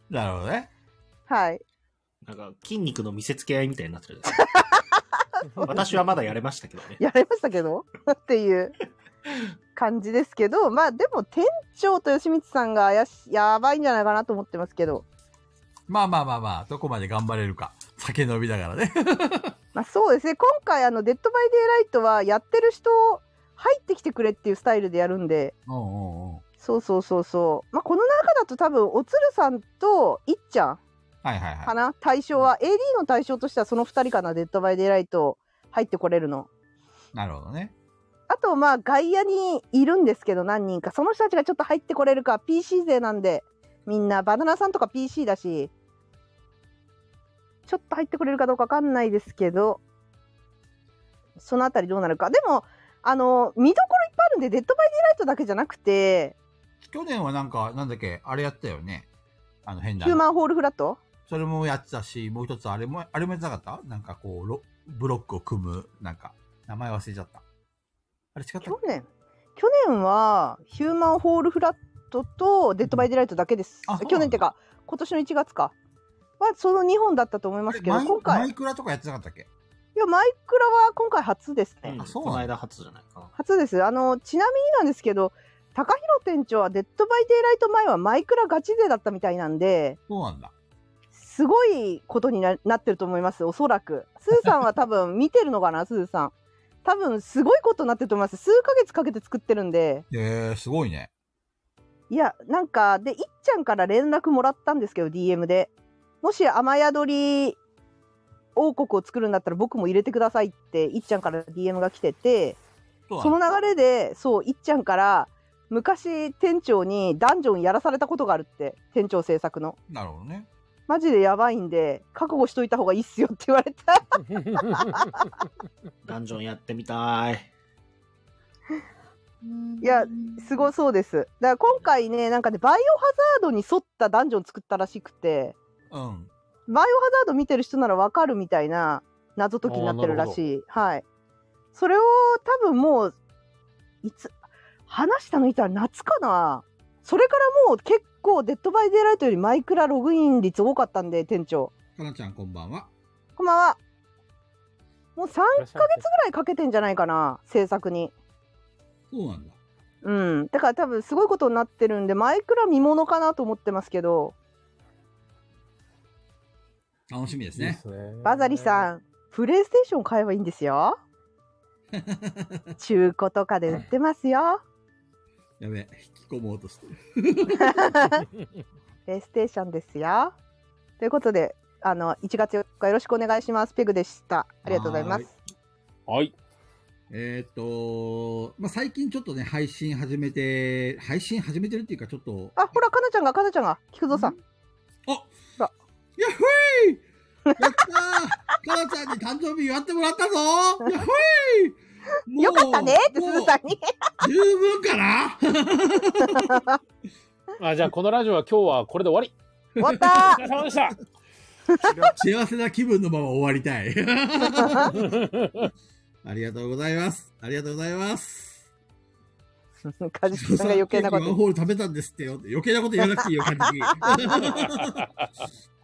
S1: なるほどね。
S5: はい。
S3: なんか、筋肉の見せつけ合いみたいになってるんですよ私はまだやれましたけどね。
S5: やれましたけどっていう感じですけどまあでも店長と吉光さんが怪しやばいんじゃないかなと思ってますけど
S1: まあまあまあまあ、どこまで頑張れるか。酒飲みながら ね。
S5: まあそうですね今回あの「デッド・バイ・デイ・ライト」はやってる人入ってきてくれっていうスタイルでやるんで
S1: うんうんうん。
S5: そうそうそうそうまあこの中だと多分おつるさんといっちゃん
S1: はいはいは
S5: か
S1: い。
S5: な対象は AD の対象としてはその2人かな「デッド・バイ・デイ・ライト」入ってこれるの。
S1: なるほどね。
S5: あとまあ外野にいるんですけど何人かその人たちがちょっと入ってこれるか PC 勢なんでみんなバナナさんとか PC だしちょっと入ってこれるかどうか分かんないですけどそのあたりどうなるかでもあの見どころいっぱいあるんでデッドバイデイライトだけじゃなくて
S1: 去年はなんか、なんだっけ、あれやったよね。あの変な
S5: ヒュー。マンホールフラット
S1: それもやってたし、もう一つあれも、あれもやってなかったなんかこうロ、ブロックを組む、なんか、名前忘れちゃった。あれ違ったっけ
S5: 去年去年はヒューマンホールフラットとデッドバイデイライトだけです
S1: あそうなんだ
S5: 去年っていうか今年の1月かはその2本だったと思いますけ
S1: あ
S5: ど
S1: れマイ
S5: 今回
S1: マイクラとかやってなかったっけ
S5: いや、マイクラは今回初ですね。
S3: ん
S1: あそうな
S3: こ
S1: んだ
S3: の間初じゃないかな。
S5: 初です。あの、ちなみになんですけど、高弘店長はデッドバイデイライト前はマイクラガチ勢だったみたいなんで、
S1: そうなんだ。
S5: すごいことにななってると思います、おそらく。スーさんは多分見てるのかな、スーさん。多分すごいことになってると思います。数ヶ月かけて作ってるんで。
S1: えー、すごいね。
S5: いや、なんか、で、いっちゃんから連絡もらったんですけど、DM で。もし雨宿り王国を作るんだったら僕も入れてくださいって、いっちゃんから DM が来てて、
S1: そう
S5: その
S1: なんだ。
S5: 流れでそういっちゃんから昔店長にダンジョンやらされたことがあるって店長制作の
S1: なるほどね。
S5: マジでやばいんで覚悟しといた方がいいっすよって言われた
S3: ダンジョンやってみたい。
S4: い
S5: いやすごそうですだから今回ねなんかねバイオハザードに沿ったダンジョン作ったらしくて
S1: うん。
S5: バイオハザード見てる人ならわかるみたいな謎解きになってるらしいはいそれを多分もういつ話したのいたら夏かなそれからもう結構「デッド・バイ・デイ・ライト」よりマイクラログイン率多かったんで店長
S1: かなちゃんこんばんは。
S5: こんばんはもう3ヶ月ぐらいかけてんじゃないかな制作に
S1: そうなんだ。
S5: うん、だから多分すごいことになってるんでマイクラ見ものかなと思ってますけど
S1: 楽しみですね。
S5: バザリさんプレイステーション買えばいいんですよ中古とかで売ってますよ
S1: やべえ、引き込もうとしてる。
S5: プレイステーションですよということであの1月4日よろしくお願いしますペグでしたありがとうございます
S2: はい。
S1: えーっ、と、まあ、最近ちょっとね、配信始めて、配信始めてるっていうか、ちょっと、
S5: あほらかなちゃんがかなちゃんが菊蔵さん
S1: やっほいやったーかなちゃんに誕生日祝ってもらったぞやっほいもう
S5: よかったねってすずさんに
S1: もう十分かな
S2: あ、じゃあこのラジオは今日はこれで終わ
S5: 終わった
S2: り。お疲れ様でした。
S1: 幸せな気分のまま終わりたい。 ありがとうございます。ありがとうございます。
S5: か じきさんが余計なこ
S1: ケーキワン
S5: と
S1: ホール食べたんですってよ。余計なこと言わなくてい いよ、感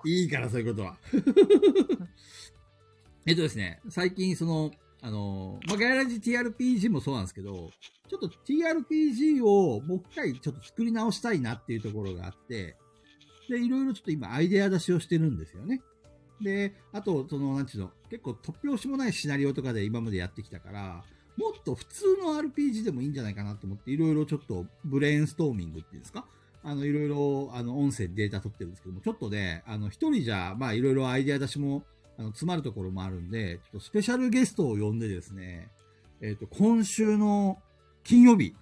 S1: じ。 いいから、そういうことは。 えっとですね、最近、その、あの、まあ、ガヤラジ TRPG もそうなんですけど、ちょっと TRPG をもう一回ちょっと作り直したいなっていうところがあって、で、いろいろちょっと今アイデア出しをしてるんですよね。で、あと、その、なんちゅうの、結構突拍子もないシナリオとかで今までやってきたから、もっと普通の RPG でもいいんじゃないかなと思って、いろいろちょっとブレインストーミングっていうんですかあの、いろいろ、あの、音声データ取ってるんですけども、ちょっとね、あの、一人じゃ、まあ、いろいろアイデア出しも、あの、詰まるところもあるんで、ちょっとスペシャルゲストを呼んでですね、えっ、と、今週の金曜日、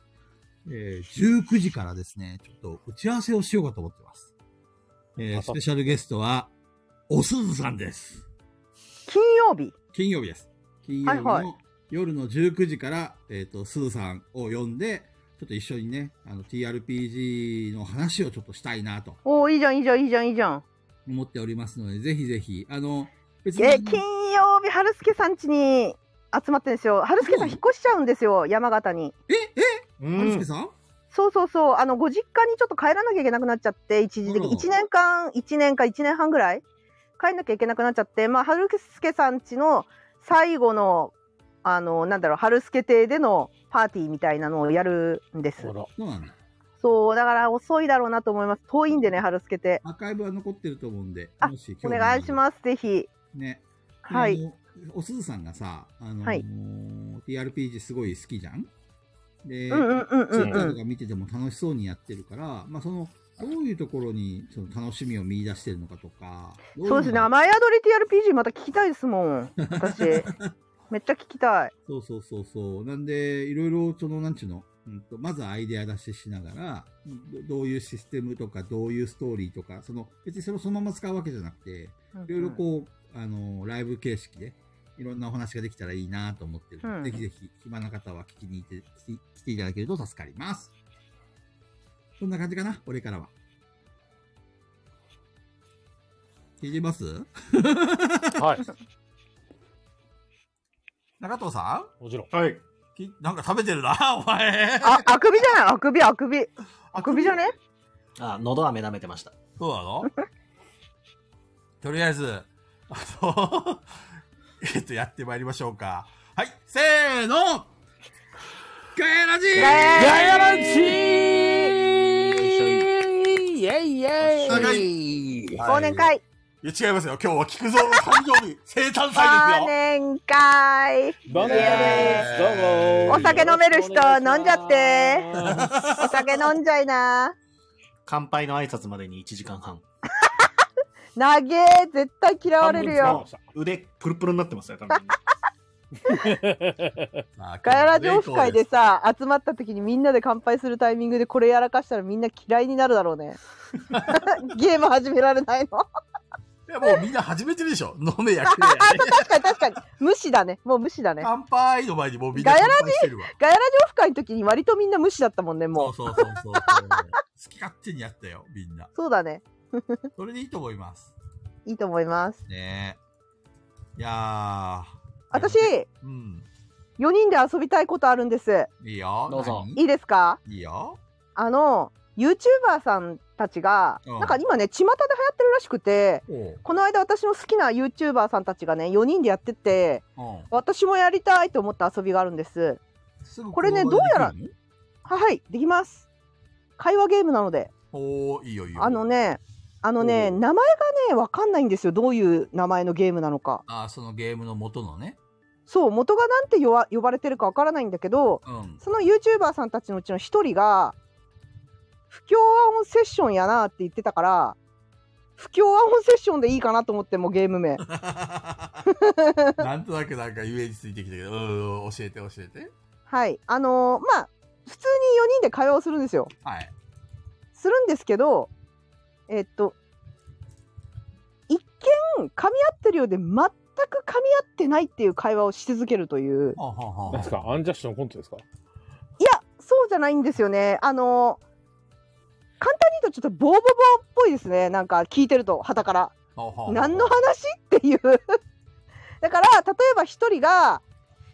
S1: えー19時からですね、ちょっと打ち合わせをしようかと思ってます。えー
S2: あそ
S1: ス
S2: う
S1: ペシャルゲストは、おすずさんです。
S5: 金曜日
S1: 金曜日です。金曜日
S5: はいは
S1: の夜の19時から、えっ、と、すずさんを呼んで、ちょっと一緒にね、あの、TRPG の話をちょっとしたいなと
S5: おおいいじゃんいいじゃんいいじゃんいいじゃん
S1: 思っておりますので、ぜひぜひ、あの、別
S5: えー金曜日春助さん家に集まってるんですよ春助さん引っ越しちゃうんですよ山形に
S1: え、え、
S2: う
S1: マルスケさん
S5: そうそうそうあのご実家にちょっと帰らなきゃいけなくなっちゃって一時的
S1: あら
S5: 1年間1年か1年半ぐらい帰んなきゃいけなくなっちゃってまあ春助さん家の最後のあのなんだろう春助邸でのパーティーみたいなのをやるんです
S2: あら
S1: そうなんだ。
S5: そうだから遅いだろうなと思います遠いんでね春助邸
S1: アーカイブは残ってると思うんで、
S5: あ
S1: もし
S5: お願いし
S1: す。
S5: ますぜひ
S1: ね。
S5: は
S1: あ
S5: い
S1: の。おすずさんがさ、あのー
S5: はい
S1: TRPG すごい好きじゃんで、
S5: うんうんうんう
S1: ツイッ
S5: ん
S1: タ
S5: う
S1: ー
S5: ん
S1: とか見てても楽しそうにやってるから、まあその、どういうところにその楽しみを見出してるのかとか。どいの
S5: そう
S1: が
S5: ですね、雨宿り TRPG また聞きたいですもん、私。めっちゃ聞きたい。
S1: そうそうそうそう。なんで、いろいろ、その、なんちゅうの、うんと、まずアイデア出ししながら、どどういうシステムとか、どういうストーリーとか、その、別にそれをそのまま使うわけじゃなくて、
S5: うんうん
S1: いろいろこう、あの、ライブ形式で、いろんなお話ができたらいいなと思ってる、
S5: うん
S1: ぜひぜひ、暇な方は聞きに行って、来て来ていただけると助かります。そんな感じかな俺からは。聞いてます
S2: はい。
S1: 中藤さ
S2: もち ろん。
S7: はい。
S1: んきなんか食べてるな、 お前。
S5: あ、あくびじゃない、あくび、あくび。あくびじゃね
S3: あ、喉飴舐めてました。
S1: そうな のとりあえず、あの、 えっと、やってまいりましょうか。はい、せーのガヤラジ
S5: ガ
S2: ガヤランチ
S3: イ
S2: イェイイ
S8: 長
S2: ェイ
S8: い
S5: 忘年会。
S8: いや違いますよ。今日は菊蔵の誕生 日、生誕
S5: 忘
S8: 祭で
S5: 年会。
S2: バンコです。どうも。
S5: お酒飲める人飲んじゃってお酒飲んじゃいな。
S3: 乾杯の挨拶までに1時間半。
S5: なげえ、絶対嫌われるよ。
S3: 腕、プルプルになってますよ、多分。
S5: ガヤラジオ
S1: オ
S5: フ会で。さ、集まった時にみんなで乾杯するタイミングでこれやらかしたらみんな嫌いになるだろうね。 ゲーム始められないの。
S8: すよ。いや、もうみんな始めてるでしょ。飲 めやくれや、ね。
S5: 確かに確かに。無視だね。もう無視だね。
S8: 乾杯の前にもうみんな
S5: ガヤラジ
S8: 乾杯してるわ。
S5: ガヤラジオフ会の時に割とみんな無視だったもんね、もう
S8: そう。そうそうそう。好き勝手にやったよ、みんな。
S5: そうだね。
S8: それでいいと思います。
S5: いいと思います。
S8: ねえ。いや
S5: 私、
S8: ー、うん。
S5: 4人で遊びたいことあるんです。
S8: いいよ。
S3: どうぞ
S8: 何
S5: いいですか
S8: いいよ。
S5: あの、YouTuber さんたちが、
S8: うん
S5: なんか今ね、巷で流行ってるらしくて、
S8: おう
S5: この間私の好きな YouTuber さんたちがね、4人でやってて、
S8: うん
S5: 私もやりたいと思った遊びがあるんです。
S8: すぐ
S5: これね
S8: 行動ができるの
S5: どはい、できます。会話ゲームなので。
S1: おー、いいよいいよ。
S5: あの。ね、あのね、名前がね、わかんないんですよ。どういう名前のゲームなのか。
S1: あーそのゲームの元のね。
S5: そう、元がなんて呼ば呼ばれてるかわからないんだけど、
S1: うん。
S5: その YouTuber さんたちのうちの一人が、不協和音セッションやなって言ってたから、不協和音セッションでいいかなと思って、もうゲーム名。
S1: なんとなくなんかイメージついてきたけど、うんうん、教えて教えて。
S5: はい。あのーまあ、普通に4人で会話をするんですよ。
S1: はい。
S5: するんですけど、えっと、一見噛み合ってるようで全く噛み合ってないっていう会話をし続けるという。
S1: はあ、はあは
S2: なんですかアンジャッシュのコントですか
S5: いや、そうじゃないんですよね。あの簡単に言うとちょっとボーボボっぽいですね。なんか聞いてると、旗から。
S1: あはあはあ
S5: 何の話っていう。 だから、例えば一人が、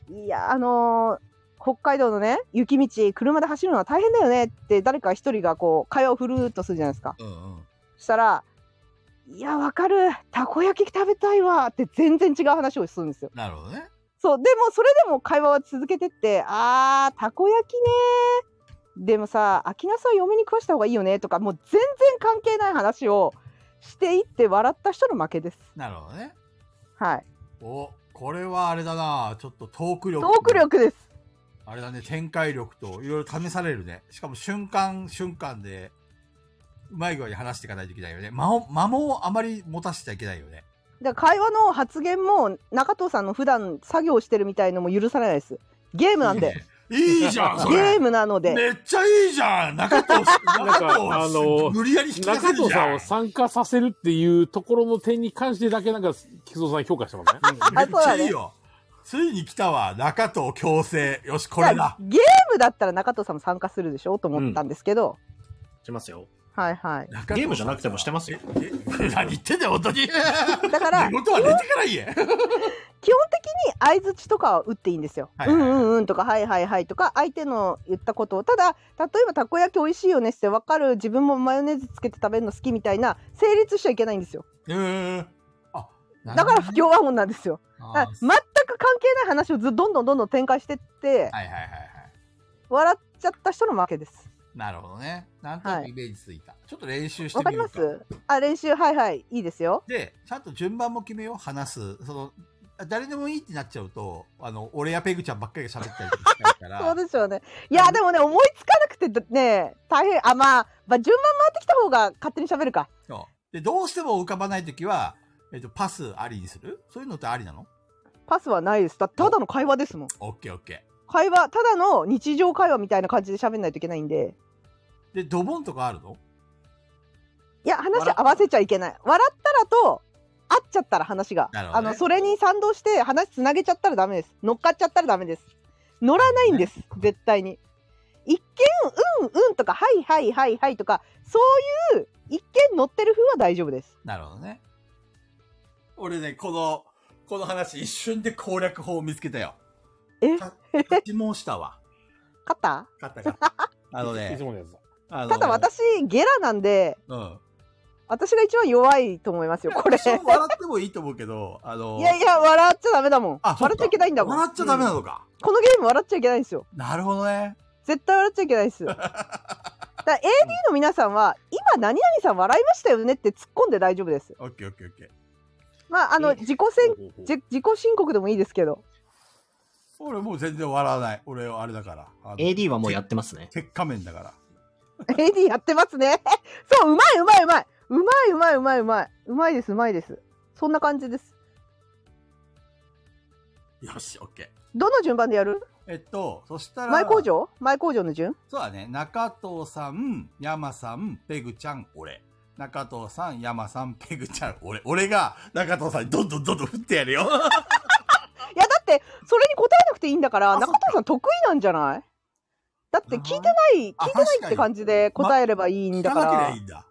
S5: いや、あのー北海道のね、雪道、車で走るのは大変だよねって誰か一人がこう、会話をふるーっとするじゃないですか。
S1: うんうん。
S5: そしたら「いやわかるたこ焼き食べたいわ」って全然違う話をするんですよ。
S1: なるほどね。
S5: そうでもそれでも会話は続けてって「あーたこ焼きねでもさ秋菜さん嫁に食わした方がいいよね」とかもう全然関係ない話をしていって笑った人の負けです。
S1: なるほどね。
S5: はい、
S1: お、これはあれだな。ちょっとトーク
S5: ト
S1: 力。
S5: ーク。力です
S1: あれだね、展開力といろいろ試されるね。しかも瞬間瞬間で、うまい具合に話していかないといけないよね。間を、間もあまり持たせちゃいけないよね。
S5: だから会話の発言も中藤さんの普段作業してるみたいのも許されないです。ゲームなんで。
S1: いいじゃん、そ
S5: ゲ
S1: れ
S5: ームなので。
S1: めっちゃいいじゃん 中藤さん
S2: ん
S1: 中
S2: か
S1: 藤
S2: あの
S1: 無理やり引き出せ
S2: 中
S1: る
S2: 藤
S1: じ
S2: さ
S1: ゃ
S2: ん
S1: ん
S2: を参加させるっていうところの点に関してだけなんか、菊蔵さん評価してますね。
S1: めっ
S5: あそう
S1: ちゃ
S5: だね
S1: いいよ。ついに来たわ、中藤強制。よし、こ
S5: じゃあ
S1: れだ。
S5: ゲームだったら中藤さんも参加するでしょと思ったんですけど、
S3: しますよ。
S5: はいは
S1: 中
S5: い
S1: 藤さん
S3: ゲームじゃなくてもしてますよ。
S1: ええ何言ってんだよ、本当に。寝
S5: だ から
S1: 言は寝てから言え。
S5: 基本的に相づちとかは打っていいんですよ、
S1: はいはいはい
S5: うんうんうんとかはいはいはいとか相手の言ったことをただ例えばたこ焼き美味しいよねって分かる自分もマヨネーズつけて食べるの好きみたいな成立しちゃいけないんですよ
S1: えー、あ、だ
S5: だから不協和音なんですよ
S1: は
S5: だ
S1: い
S5: から全く関係ない話をずどんどんどんどん展開してって
S1: はいはいはい。
S5: 笑っちゃった人の負けです
S1: なるほどね。なんとなくイメージついた。ちょっと練習して
S5: わか
S1: み
S5: り
S1: よ
S5: ま
S1: うか。
S5: すあ練習はいはいいいですよ
S1: で、ちゃんと順番も決めよう、話す。その、誰でもいいってなっちゃうと、あの、俺やペグちゃんばっかりが喋ったりしちゃうから。
S5: そうでしょうね。いや、でもね、思いつかなくてね、大変、あ、まあ、まあ、順番回ってきた方が勝手に喋るか。
S1: そうで、どうしても浮かばないときは、えっと、パスありにするそういうのってありなの
S5: パスはないです。だただの会話ですもん。
S1: オッケーオッケ
S5: 会話、ただの日常会話みたいな感じで喋んないといけないんで。
S1: ー。で、ドボンとかあるの
S5: いや、話合わせちゃいけない。笑ったらと、合っちゃったら話が。
S1: なるほ
S5: あ
S1: どね
S5: の、それに賛同して話つなげちゃったらダメです。乗っかっちゃったらダメです。乗らないんです。絶対に。一見、うん、うんとか、はい、はい、はい、はいとか、そういう、一見乗ってる風は大丈夫です。
S1: なるほどね。俺ね、この、この話一瞬で攻略法を見つけたよ。
S5: え
S1: か勝ちもしたわ。
S5: 勝った
S1: 勝った勝った。あの
S2: い
S1: ね
S2: つ、ものや つだ。
S1: あの
S5: ただ私ゲラなんで
S1: うん。
S5: 私が一番弱いと思いますよこれい
S1: 多少笑ってもいいと思うけど、あの、
S5: やいや笑っちゃダメだもん
S1: あそっか
S5: 笑っちゃいけないんだもん
S1: 笑っちゃダメなのか。
S5: このゲーム笑っちゃいけないんですよ
S1: なるほどね。
S5: 絶対笑っちゃいけないで すだから AD の皆さんは今何々さん笑いましたよねって突っ込んで大丈夫です
S1: オッケーオッケーオッケー。
S5: まああの自己宣
S2: ほうほうほう
S5: じ自己申告でもいいですけど
S1: 俺もう全然笑わない。俺はあれだから。あの
S3: AD はもうやってますね。
S1: 鉄仮面だから。
S5: AD やってますね そううまいうまいうまいうまいうまいうまいうまいうまいですうまいですそんな感じです
S1: よし、オッケー。
S5: どの順番でやる
S1: えっと、そしたら、
S5: 前工場前工場の順
S1: そうだね。中藤さん、山さん、ペグちゃん、俺。中藤さん、山さん、ペグちゃん、俺。俺が中藤さんにどんどんどんどん振ってやるよ。
S5: いやだってそれに答えなくていいんだから
S1: あ
S5: 中藤さん得意なんじゃないだって聞いてない聞い
S1: あー
S5: てな
S1: あ
S5: いっ
S1: 確かに
S5: て感じで答えればいいん
S1: 聞
S5: だ
S1: か
S5: か
S1: な
S5: ら
S1: ければいいんだ。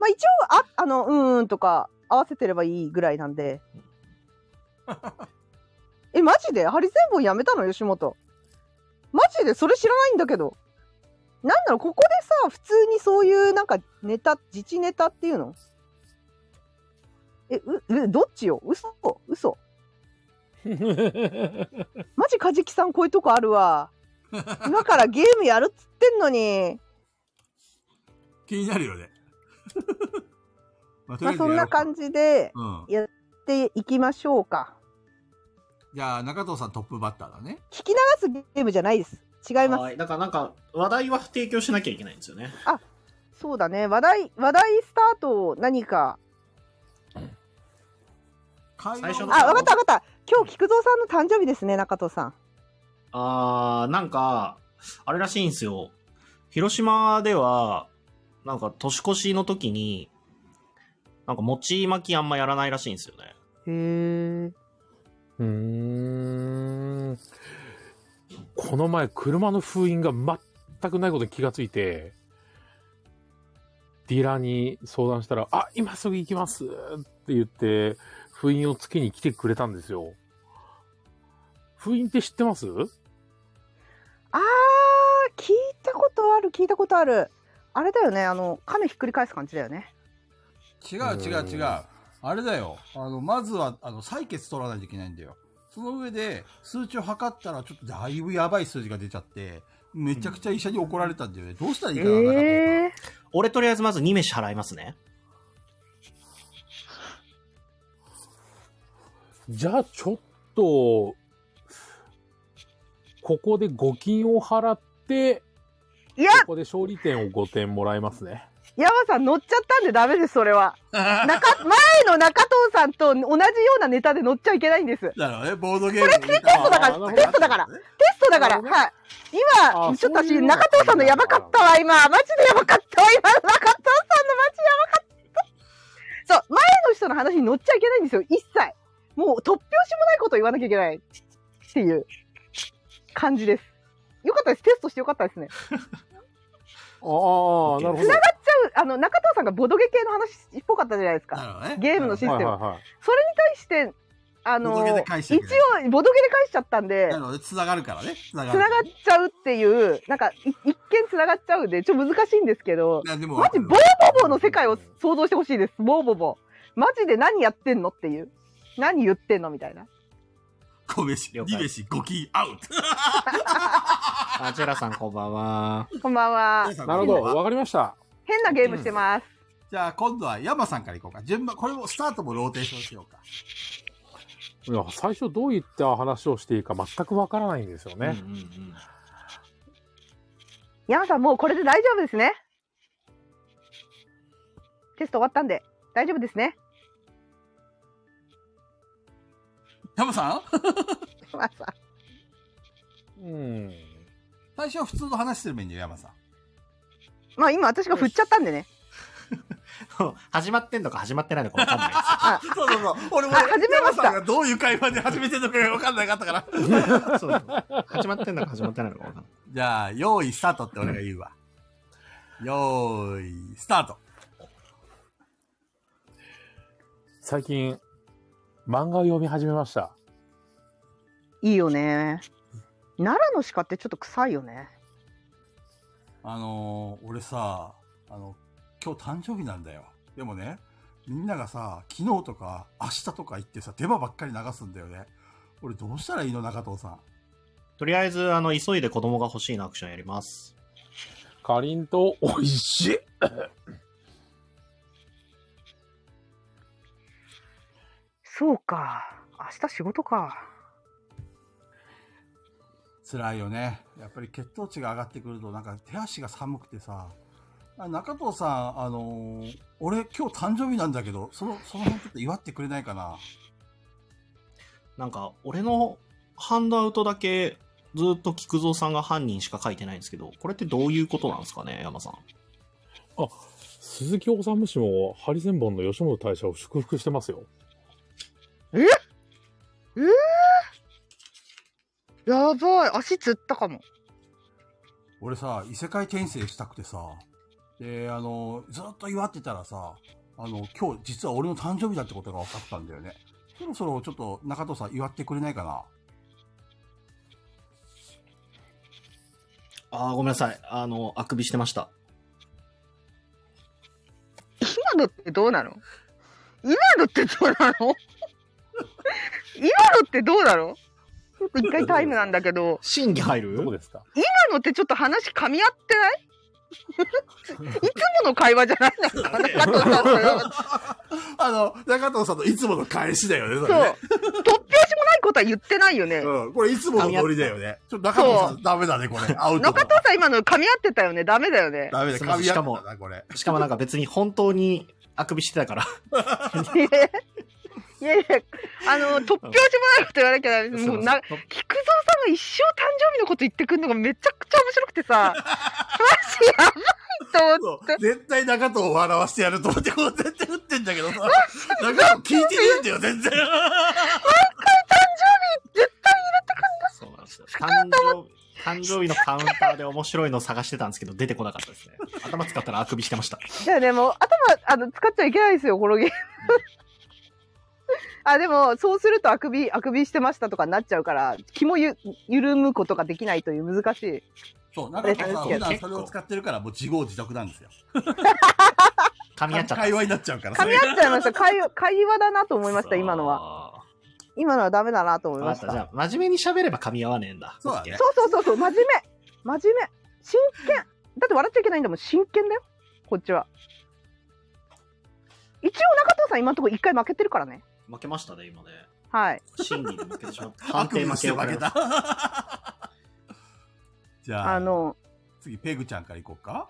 S5: まあ一応ああのうーんとか合わせてればいいぐらいなんでえマジでハリセンボンやめたの吉本マジでそれ知らないんだけどなんだろうここでさ普通にそういうなんかネタ自治ネタっていうのえううどっちよ嘘嘘マジカジキさんこういうとこあるわ。今からゲームやるっつってんのに、
S1: 気になるよね。まあ、とり
S5: まあ
S1: えず
S5: そんな感じで
S1: うん。
S5: やっていきましょうか。
S1: じゃあ、中藤さんトップバッターだね。
S5: 聞き流すゲームじゃないです。違います。
S3: はい。だからなんか、話題は提供しなきゃいけないんですよね。
S5: そうだね。話題、話題スタートを何か。
S1: 会
S3: 最初
S5: あ、
S3: の
S5: わかったわかった。今日、菊蔵さんの誕生日ですね、中藤さん。
S3: あー、なんか、あれらしいんですよ。広島では、なんか年越しの時に、なんか餅巻きあんまやらないらしいんですよね。
S5: へえ。
S2: うーん。この前、車の封印が全くないことに気がついて、ディーラーに相談したら、あ、今すぐ行きますって言って、封印をつけに来てくれたんですよ。封印って知ってます
S5: あー、聞いたことある、聞いたことある。あれだよね、あの、亀ひっくり返す感じだよね。
S1: 違う違う違う。あれだよ。あの、まずは、あの、採血取らないといけないんだよ。その上で、数値を測ったら、ちょっとだいぶやばい数字が出ちゃって、めちゃくちゃ医者に怒られたんだよね。どうしたらいい
S5: え
S1: かな、中藤さん
S5: え
S3: 俺とりあえずまず2飯払いますね。
S2: じゃあちょっと、ここで5金を払って、
S5: いや、
S2: ここで勝利点を5点もらえますね。
S5: 山さん乗っちゃったんでダメです、それは。中、前の中藤さんと同じようなネタで乗っちゃいけないんです。テ
S1: だからね、ボードゲームに。
S2: テス
S5: トだか
S2: あーな
S5: ら、
S2: るほど
S5: テストだから。ストだから、
S2: なるほどね
S5: はい。
S2: あ
S5: 今、
S2: ー
S5: ちょっと
S2: そうい
S5: 私、
S2: うのが
S5: 中藤さんのやばかったわ、今。マジでやばかったわ、今。中 藤さんのマジやばかった。そう、前の人の話に乗っちゃいけないんですよ、一切。もう、突拍子もないことを言わなきゃいけない。っていう感じです。よかったです。テストしてよかったですね。
S2: ああ、なるほど。
S5: じゃあ、あの、中藤さんがボドゲ系の話っぽかったじゃないですか。
S1: だからね。
S5: ゲームのシステム。
S2: はいはいはい。
S5: それに対して、あの
S1: ボドゲで返し
S5: 一
S1: て
S5: 応
S1: くれる、
S5: ボドゲで返しちゃったんで
S1: な、ので、繋がるからね。繋が
S5: つ
S1: る。
S5: ながっちゃうっていう、なんか、い一見つながっちゃうんで、ちょっと難しいんですけど、
S1: いや、でも、
S5: マジ、ボーボボの世界を想像してほしいです。ボーボボ。マジで何やってんのっていう。何言ってんのみたいな。
S1: 小飯、
S3: 了
S1: 二
S3: 解
S1: 飯、五金、アウト。
S3: あ、ジェラさんこんばんは。
S5: こんばんは。
S2: なるほど、わかりました。
S5: 変なゲームしてます。
S1: じゃあ、今度は山さんからいこうか。順番、これも、スタートもローテーションしようか。
S2: いや最初どういった話をしていいか全くわからないんですよね。
S3: うんうんうん
S5: 山さん、もうこれで大丈夫ですね。テスト終わったんで、大丈夫ですね。
S1: 山さん
S5: 山さん
S2: うん。
S1: 最初は普通の話すればいいんだよ、山さん。
S5: まあ今私が振っちゃったんでね。
S3: 始まってんのか始まってないのかわかんないです。
S5: あ、
S1: そう そうそう。俺も、
S5: あ始めまし
S1: 山
S5: た
S1: さんがどういう会話で始めてるのか分かんなかったから。
S3: そう始まってんのか始まってないのかわかんない。
S1: じゃあ、用意スタートって俺が言うわ。用意スタート。
S2: 最近、漫画を読み始めました。
S5: いいよね。奈良の鹿ってちょっと臭いよね。
S1: あのー、俺さ、あの、今日誕生日なんだよ。でもね、みんながさ、昨日とか明日とか言ってさ、デマばっかり流すんだよね。俺どうしたらいいの、中藤さん。
S3: とりあえず、あの、急いで子供が欲しいのアクションやります。
S2: かりんとう、美味しい。
S5: そうか。明日仕事か。
S1: 辛いよね。やっぱり血糖値が上がってくると、なんか手足が寒くてさ。あ中藤さん、あのー俺今日誕生日なんだけど、その、その辺ちょっと祝ってくれないかな。
S3: なんか、俺のハンドアウトだけ、ずっと菊蔵さんが犯人しか書いてないんですけど、これってどういうことなんですかね、山さん。
S2: 鈴木治虫氏もハリセンボンの吉本大社を祝福してますよ。
S5: やばい。足つったかも。
S1: 俺さ、異世界転生したくてさ、で、あの、ずっと祝ってたらさ、あの、今日実は俺の誕生日だってことが分かったんだよね。そろそろちょっと中藤さん祝ってくれないかな
S3: ああ、ごめんなさい。あの、あくびしてました。
S5: 今のってどうなの今のってどうなの今のってどうなの
S9: ょっと一回タイムなんだけど、
S3: 審議入る
S2: どこですか
S9: 今のってちょっと話噛み合ってないいつもの会話じゃないの かな中藤さんそれは
S1: あの、中藤さんのいつもの返しだよね、
S9: そ
S1: そ
S9: う。突
S1: れ
S9: 拍
S1: ね。
S9: 子もないことは言ってないよね。
S1: うん、これいつものノリだよね。ちょっと中藤さんダメだね、これ。アウト
S9: 中
S1: だ
S9: 藤
S1: わ。
S9: さん今の噛み合ってたよね。ダメだよね。
S1: ダメだ、
S3: すいません
S1: 噛み合ったな、これ。
S3: しかもなんか別に本当にあくびしてたから。
S9: いやいや、あの、突拍子もないこと言わなきゃダメです。もうな、
S3: すいま
S9: 菊蔵さんが一生誕生日のこと言ってくるのがめちゃくちゃ面白くてさ、マジやばいと
S1: そ
S9: 思
S1: う
S9: って。
S1: 絶対中藤を笑わせてやると思って、こう絶対打ってんだ けどさ。中藤聞いてねえんだよ、全然。
S3: せ んそうなんですよ。誕生日、誕生日のカウンターで面白いの探してたんですけど、出てこなかったですね。頭使ったらあくびしてました。
S5: いやでも頭あの使っちゃいけないですよこのゲームあでもそうするとあくびあくびしてましたとかになっちゃうから気もゆ緩むことができないという難しい
S1: そう、中藤さんは普
S3: 結
S1: 段
S3: 構
S1: それを使ってるから、もう自業自得なんですよ。
S3: 噛み合っちゃった。
S1: 会話になっちゃうから。
S5: 噛み合っちゃいました会話会話だなと思いました今のは
S3: は。
S5: 今のはダメだなと思い
S3: わ
S5: ま
S3: かっ。
S5: したた
S3: じゃあ、真面目に喋れば噛み合わねえんだ。
S1: そうだね
S3: OK
S5: そうそうそうそう真面目真面目真剣だって笑っちゃいけないんだもん真剣だよこっちは一応中藤さん今のところ一回負けてるからね
S3: 負けましたね、今ね。
S5: はい
S3: 審議で負けてしまった。
S1: あ
S3: 判
S1: くび
S3: 定負
S1: し
S3: け
S1: て
S3: を
S1: 負
S3: 食ら
S1: け。
S3: いました
S1: じゃあ、
S5: あの
S1: 次、ペグちゃんからいこうか。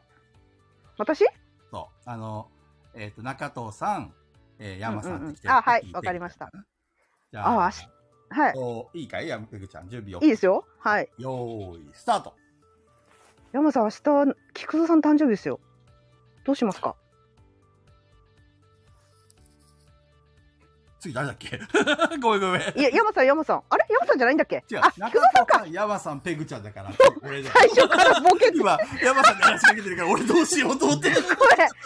S5: 私
S1: そう。あの、えっ、と、中藤さん、えー、山さんって来て
S5: うんうんうんあはいわかりました。
S1: じ
S5: あ
S1: ゃあ
S5: あ、しはい
S1: おいいかい山ペグちゃん、準備を。
S5: いいですよはい
S1: よーい、スタート。
S5: 山さん明日菊蔵さん誕生日ですよどうしますか
S1: 次、誰だっけ ごめんごめん。
S5: いや山さん山さんあれ山さんじゃないんだっけ
S1: 違う
S5: あ、
S1: 中藤さん、山さん、ペグちゃんだから、俺だよ
S5: 最初からボケ て
S1: 今、山さんに話しかけてるから、俺どうしようと思って。
S5: これ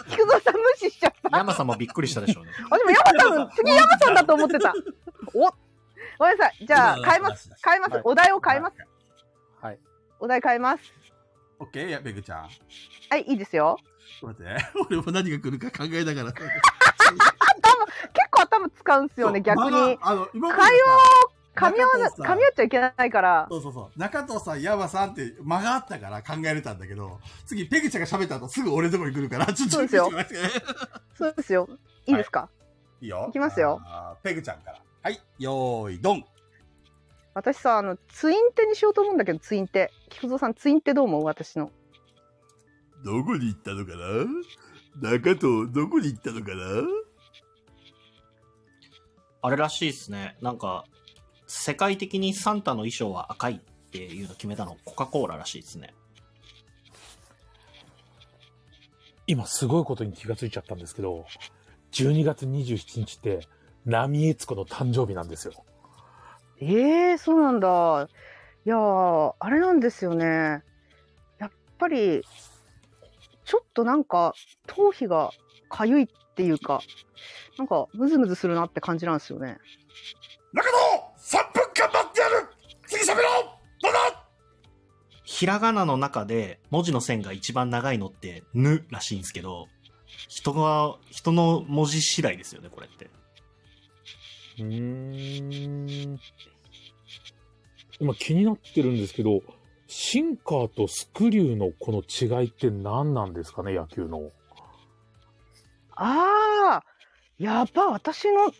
S5: 菊蔵さん無視しちゃった
S3: 山さんもびっくりしたでしょうね。
S5: あでも山さん次山さんだと思ってたおごめんなさいじゃあ変えます変えますお題を変えます
S2: はい。
S5: お題変えます
S1: オッケー、いやペグちゃん。
S5: はいいいですよ
S1: ちょっと待ってね。 俺も何が来るか考えながら。
S5: 結構頭使うんすよね逆に
S1: 間
S5: 噛
S1: があの、今まで
S5: 会
S1: さ
S5: み合わ
S1: 中
S5: な
S1: 藤さん
S5: 噛み合っちゃいけないから
S1: そうそうそう。中藤さん、山さんって間があったから考えれたんだけど、次、ペグちゃんが喋った後、すぐ俺のとこに来るから、ちょっと
S5: そうです
S1: ち
S5: よ
S1: ょっと待ってね
S5: そうですよいいですか、
S1: いいよ。
S5: いきますよ
S1: あー。ペグちゃんから。はい。よーい、ドン。
S5: 私さあのツインテにしようと思うんだけどツインテ菊蔵さんツインテどう思う私の
S1: どこに行ったのかな中藤、どこに行ったのかな
S3: あれらしいですね。なんか、世界的にサンタの衣装は赤いっていうの決めたのコカ・コーラらしいですね。
S2: 今すごいことに気がついちゃったんですけど、12月27日って、波江津子の誕生日なんですよ。
S5: ええそうなんだ。いやー、あれなんですよね。やっぱり、ちょっとなんか、頭皮がかゆいっていうか、なんか、ムズムズするなって感じなんですよね。
S1: 中藤 !3 分間待ってやる次喋ろうどうだ
S3: ひらがなの中で文字の線が一番長いのって、ぬらしいんですけど、人が、人の文字次第ですよね、これって。
S2: うーん。今気になってるんですけど、シンカーとスクリューのこの違いって何なんですかね、野球の。
S5: あー、やば、私の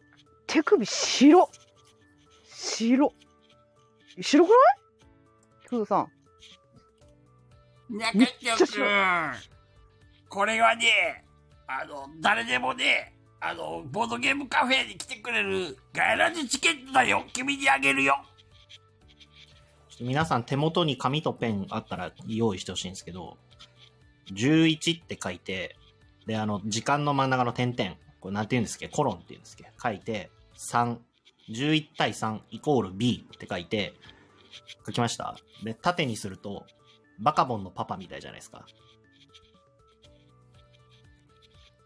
S5: 手首白。白。白くない工藤さん。
S1: 中
S5: めっちゃ
S1: 藤くんこれはね、あの、誰でもね、あの、ボードゲームカフェに来てくれるガイラジチケットだよ君にあげるよ
S3: ちょっと皆さん手元に紙とペンあったら用意してほしいんですけど、11って書いて、で、あの、時間の真ん中の点々、これなんて言うんですっけコロンって言うんですっけ書いて、3、11対3イコール B って書いて、書きました。で、縦にすると、バカボンのパパみたいじゃないですか。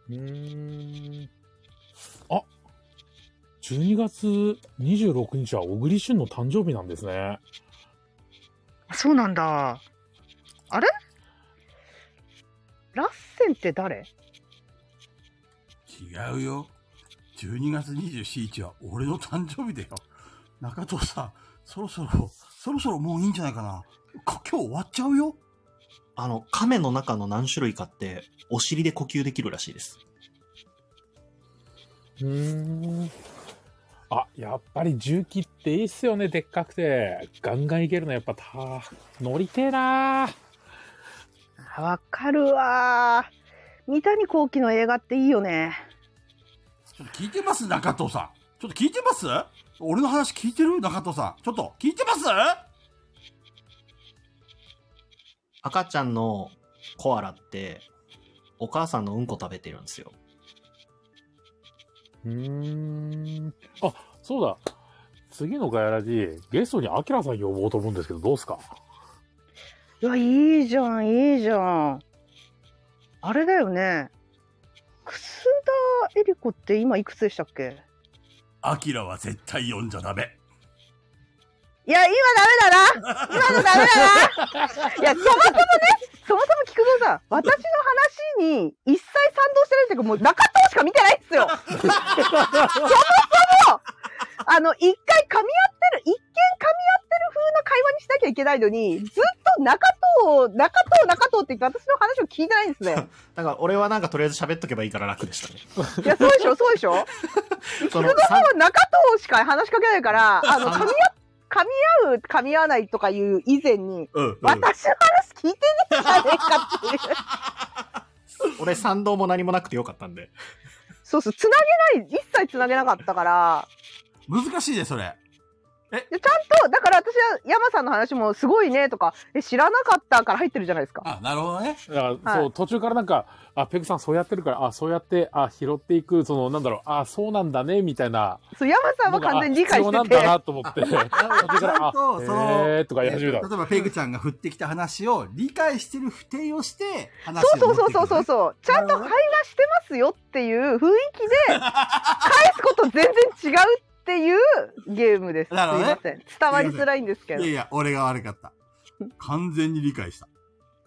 S2: うーん。あ12月26日は小栗旬の誕生日なんですね。
S9: そうなんだ。
S5: ラッセンって誰
S1: 違うよ。12月27日は俺の誕生日だよ。中藤さん、そろそろ、そろそろもういいんじゃないかな。こ今日終わっちゃうよ。
S3: あの、亀の中の何種類かって、お尻で呼吸できるらしいです。
S2: うん。あ、やっぱり重機っていいっすよね、でっかくて。ガンガンいけるの、やっぱた、乗りてえなー
S5: あわかるわー三谷幸喜の映画っていいよね
S1: ちょっと聞いてます中藤さん。ちょっと聞いてます俺の話聞いてる中藤さん。ちょっと聞いてます
S3: 赤ちゃんのコアラって、お母さんのうんこ食べてるんですよ。
S2: うーん。あ、そうだ。次のガヤラジ、ゲストにアキラさん呼ぼうと思うんですけど、どうっすか
S5: いやいいじゃんいいじゃんあれだよね楠田絵理子って今いくつでしたっけ
S1: アキラは絶対読んじゃダメ。
S5: いや、今ダメだな今のダ メだないや、そもそもね、そもそも菊蔵さん、私の話に一切賛同してないんですけど、もう中藤しか見てないんですよ そもそもあの、一回噛み合ってる、一見噛み合ってる風な会話にしなきゃいけないのに、ずっと中藤を、中藤、中藤って言って私の話を聞いてないんですね。
S3: だから俺はなんかとりあえず喋っとけばいいから楽で したね。
S5: いや、そうでしょ、そうでしょ
S3: その
S5: 菊蔵さん
S3: さ
S5: は中藤しか話しかけないから、あの、噛み合、噛み合う、噛み合わないとかいう以前に、
S1: うん、うん。
S5: 私の話聞いてねえじゃねえかっていう。
S3: 俺賛同も何もなくてよかったんで。
S5: そうそう、つなげない、一切つなげなかったから。
S1: 難しいね、それ。
S5: でちゃんと、だから私は山さんの話もすごいねとか、え、知らなかったから入ってるじゃないですか。
S1: あ、なるほどね。
S2: あ
S5: はい
S2: そう途中からなんか、あ、ペグさんそうやってるから、あ、そうやって、あ、拾っていく、その、なんだろう、あ、そうなんだね、みたいな。
S5: そう、山さんは完全に理解
S2: あ必要な
S5: し
S2: ん
S5: て
S2: だ
S5: て。
S2: なと思って。途中から、あ、
S1: とその
S2: えーとか言い始めた
S1: 例え。ば、ペグちゃんが振ってきた話を理解してる不定をして、話を
S5: そうそうそ
S1: 持
S5: うそう
S1: ってく
S5: そ
S1: る
S5: う そう。ちゃんと会話してますよっていう雰囲気で、返すこと全然違うっていうゲームです。すい
S1: なるほどね
S5: ません。伝わりづらいんですけど
S1: いや。いや、俺が悪かった。完全に理解した。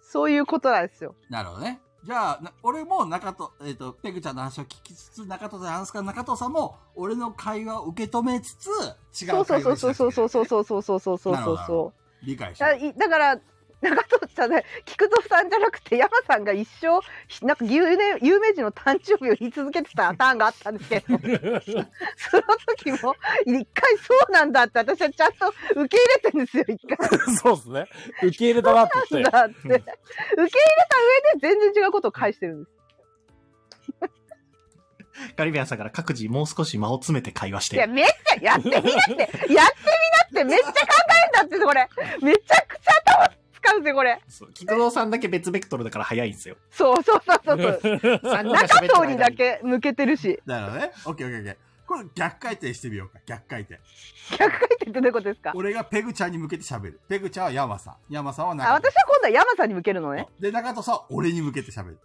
S5: そういうことなんですよ。
S1: なるほどね。じゃあ、な俺も中戸、えっ、と、ペグちゃんの話を聞きつつ、中戸さんの話から中戸さんも、俺の会話を受け止めつつ、違
S5: そう
S1: う
S5: そう
S1: 会話
S5: そう
S1: をしなきゃいけない
S5: そうそうそうそうそうそうそうそう
S1: なるほどなる
S5: そうそう
S1: ほ。理解した
S5: だ。いだから中藤さんね菊蔵さんじゃなくて山さんが一生ひなんか有名有名人の誕生日を言い続けてたターンがあったん ですけどその時も一回そうなんだって私はちゃんと受け入れてるんですよ一回
S2: そうですね。受け入れたなって言って。
S5: だって受け入れた上で全然違うことを返してるんです
S3: ガリビアンさんから各自もう少し間を詰めて会話し
S5: いや
S3: て。
S5: めっちゃやってみなってやってみなってめっちゃ考えんだってこれめちゃくちゃ頭使うんですよこれ
S3: そう菊蔵さんだけ別ベクトルだから早いんですよ。
S5: そうそうそうそう そう
S3: 中
S5: 中藤にだ。け抜けてるし
S1: なるほどね。オッケーオッケーオッケー。これ逆回転してみようか。逆回転。
S5: 逆回転ってどういうことですか
S1: 俺がペグちゃんに向けて喋る。ペグちゃんは山さん。山さんは
S5: あ、
S1: 中戸
S5: 私は今度は山さんに向けるのね。
S1: で、中戸さんは俺に向けて喋る。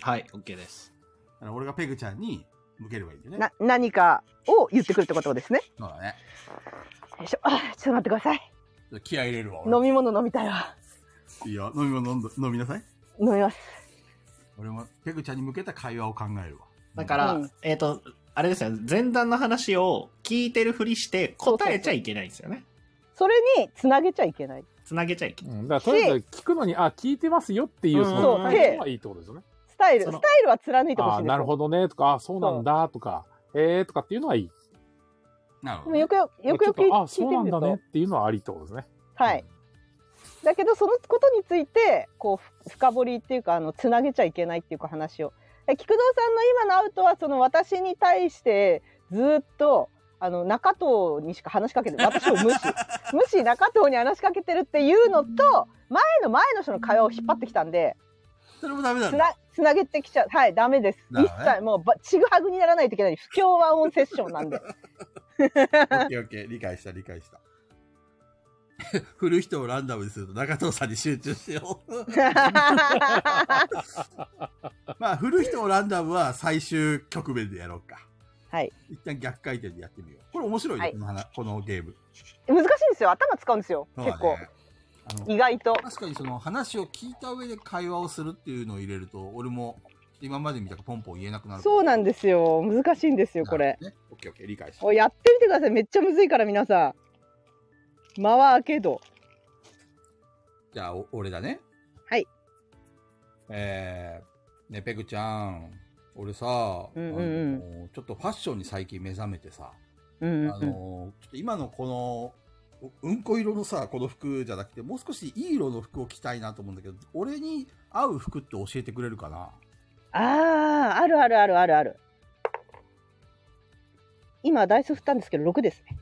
S3: はい、OK です。
S1: だから俺がペグちゃんに向ければいいんだよね。
S5: な、何かを言ってくるってことですね。
S1: そうだね。
S5: よいしょ。あ、ちょっと待ってください。
S1: ちょっと気合い入れるわ。俺
S5: 飲み物飲みたいわ。
S1: いいよ。飲み物飲んど飲みなさい。
S5: 飲みます。
S1: 俺もペグちゃんに向けた会話を考えるわ。
S3: だから、
S5: うん
S3: えっ、と、あれですよ、前段の話を聞いてるふりして答えちゃいけないんですよね。
S5: それにつなげちゃいけない。
S3: つなげちゃいけ
S2: う
S3: ない。
S2: ん、だからとりあえず聞くのに、あ、聞いてますよっていう、
S3: うん
S2: その
S3: そう
S2: 態度はいいってことですよね。
S5: スタイル、
S3: そ
S5: ス
S3: の
S5: タイルは貫いてほしい
S2: あ
S5: んですよ。
S2: なるほどね、とか、あ、そうなんだ、とか、えー、とかっていうのはいい。
S1: なる
S5: で
S1: ほ
S5: も
S1: ど。
S5: よくよよくよく
S2: ちょっ
S5: 聞い
S2: とあ、
S5: 聞
S2: そ
S5: いうて
S2: な
S5: み
S2: ん
S5: る
S2: だ
S5: と、
S2: ねっていうのはありってことですね。
S5: はい。だけどそのことについてこうふ深掘りっていうかあのつなげちゃいけないっていうか話を。え菊蔵さんの今のアウトはその私に対してずっとあの中藤にしか話しかけて私を無 視無視中藤に話しかけてるっていうのと前の前の人の会話を引っ張ってきたんで
S1: それもダメなん
S5: つ
S1: だ。
S5: なつなげてきちゃうはいダメです、
S1: なる
S5: 一
S1: ほどね
S5: 切もうばちぐはぐにならないといけない不協和音セッション なんで
S1: オッケーオッケー。理解した、理解した。振る人をランダムにすると中藤さんに集中しよう。
S5: は
S1: まあ、振る人をランダムは最終局面でやろうか。
S5: い
S1: 一旦逆回転でやってみよう。これ面白いね、
S5: はい
S1: この話このゲーム。
S5: 難しいんですよ頭使うんですよ
S1: そう
S5: 結
S1: だ
S5: 構
S1: ねあの
S5: 意外と
S1: 確かにその話を聞いた上で会話をするっていうのを入れると、俺も今までみたくポンポン言えなくなる
S5: そうなん
S1: で
S5: ですよ難しいんですよこれ。
S1: ね。オッケーオッケー、理解した。
S5: おやってみてくださいめっちゃむずいから皆さ間は開けど。
S1: じゃあ、お俺だね。
S5: はい。
S1: えー、ね、ペグちゃん、俺さ、
S5: うんうん
S1: あのちょっとファッションに最近目覚めてさ、
S5: うんうん
S1: あ
S5: う
S1: のち
S5: ん。
S1: ょっと今のこの、ううんこ色のさ、この服じゃなくて、もう少しいい色の服を着たいなと思うんだけど、俺に合う服って教えてくれるかな
S5: ああ、あるあるあるあるある。今、ダイス振ったんですけど、6ですね。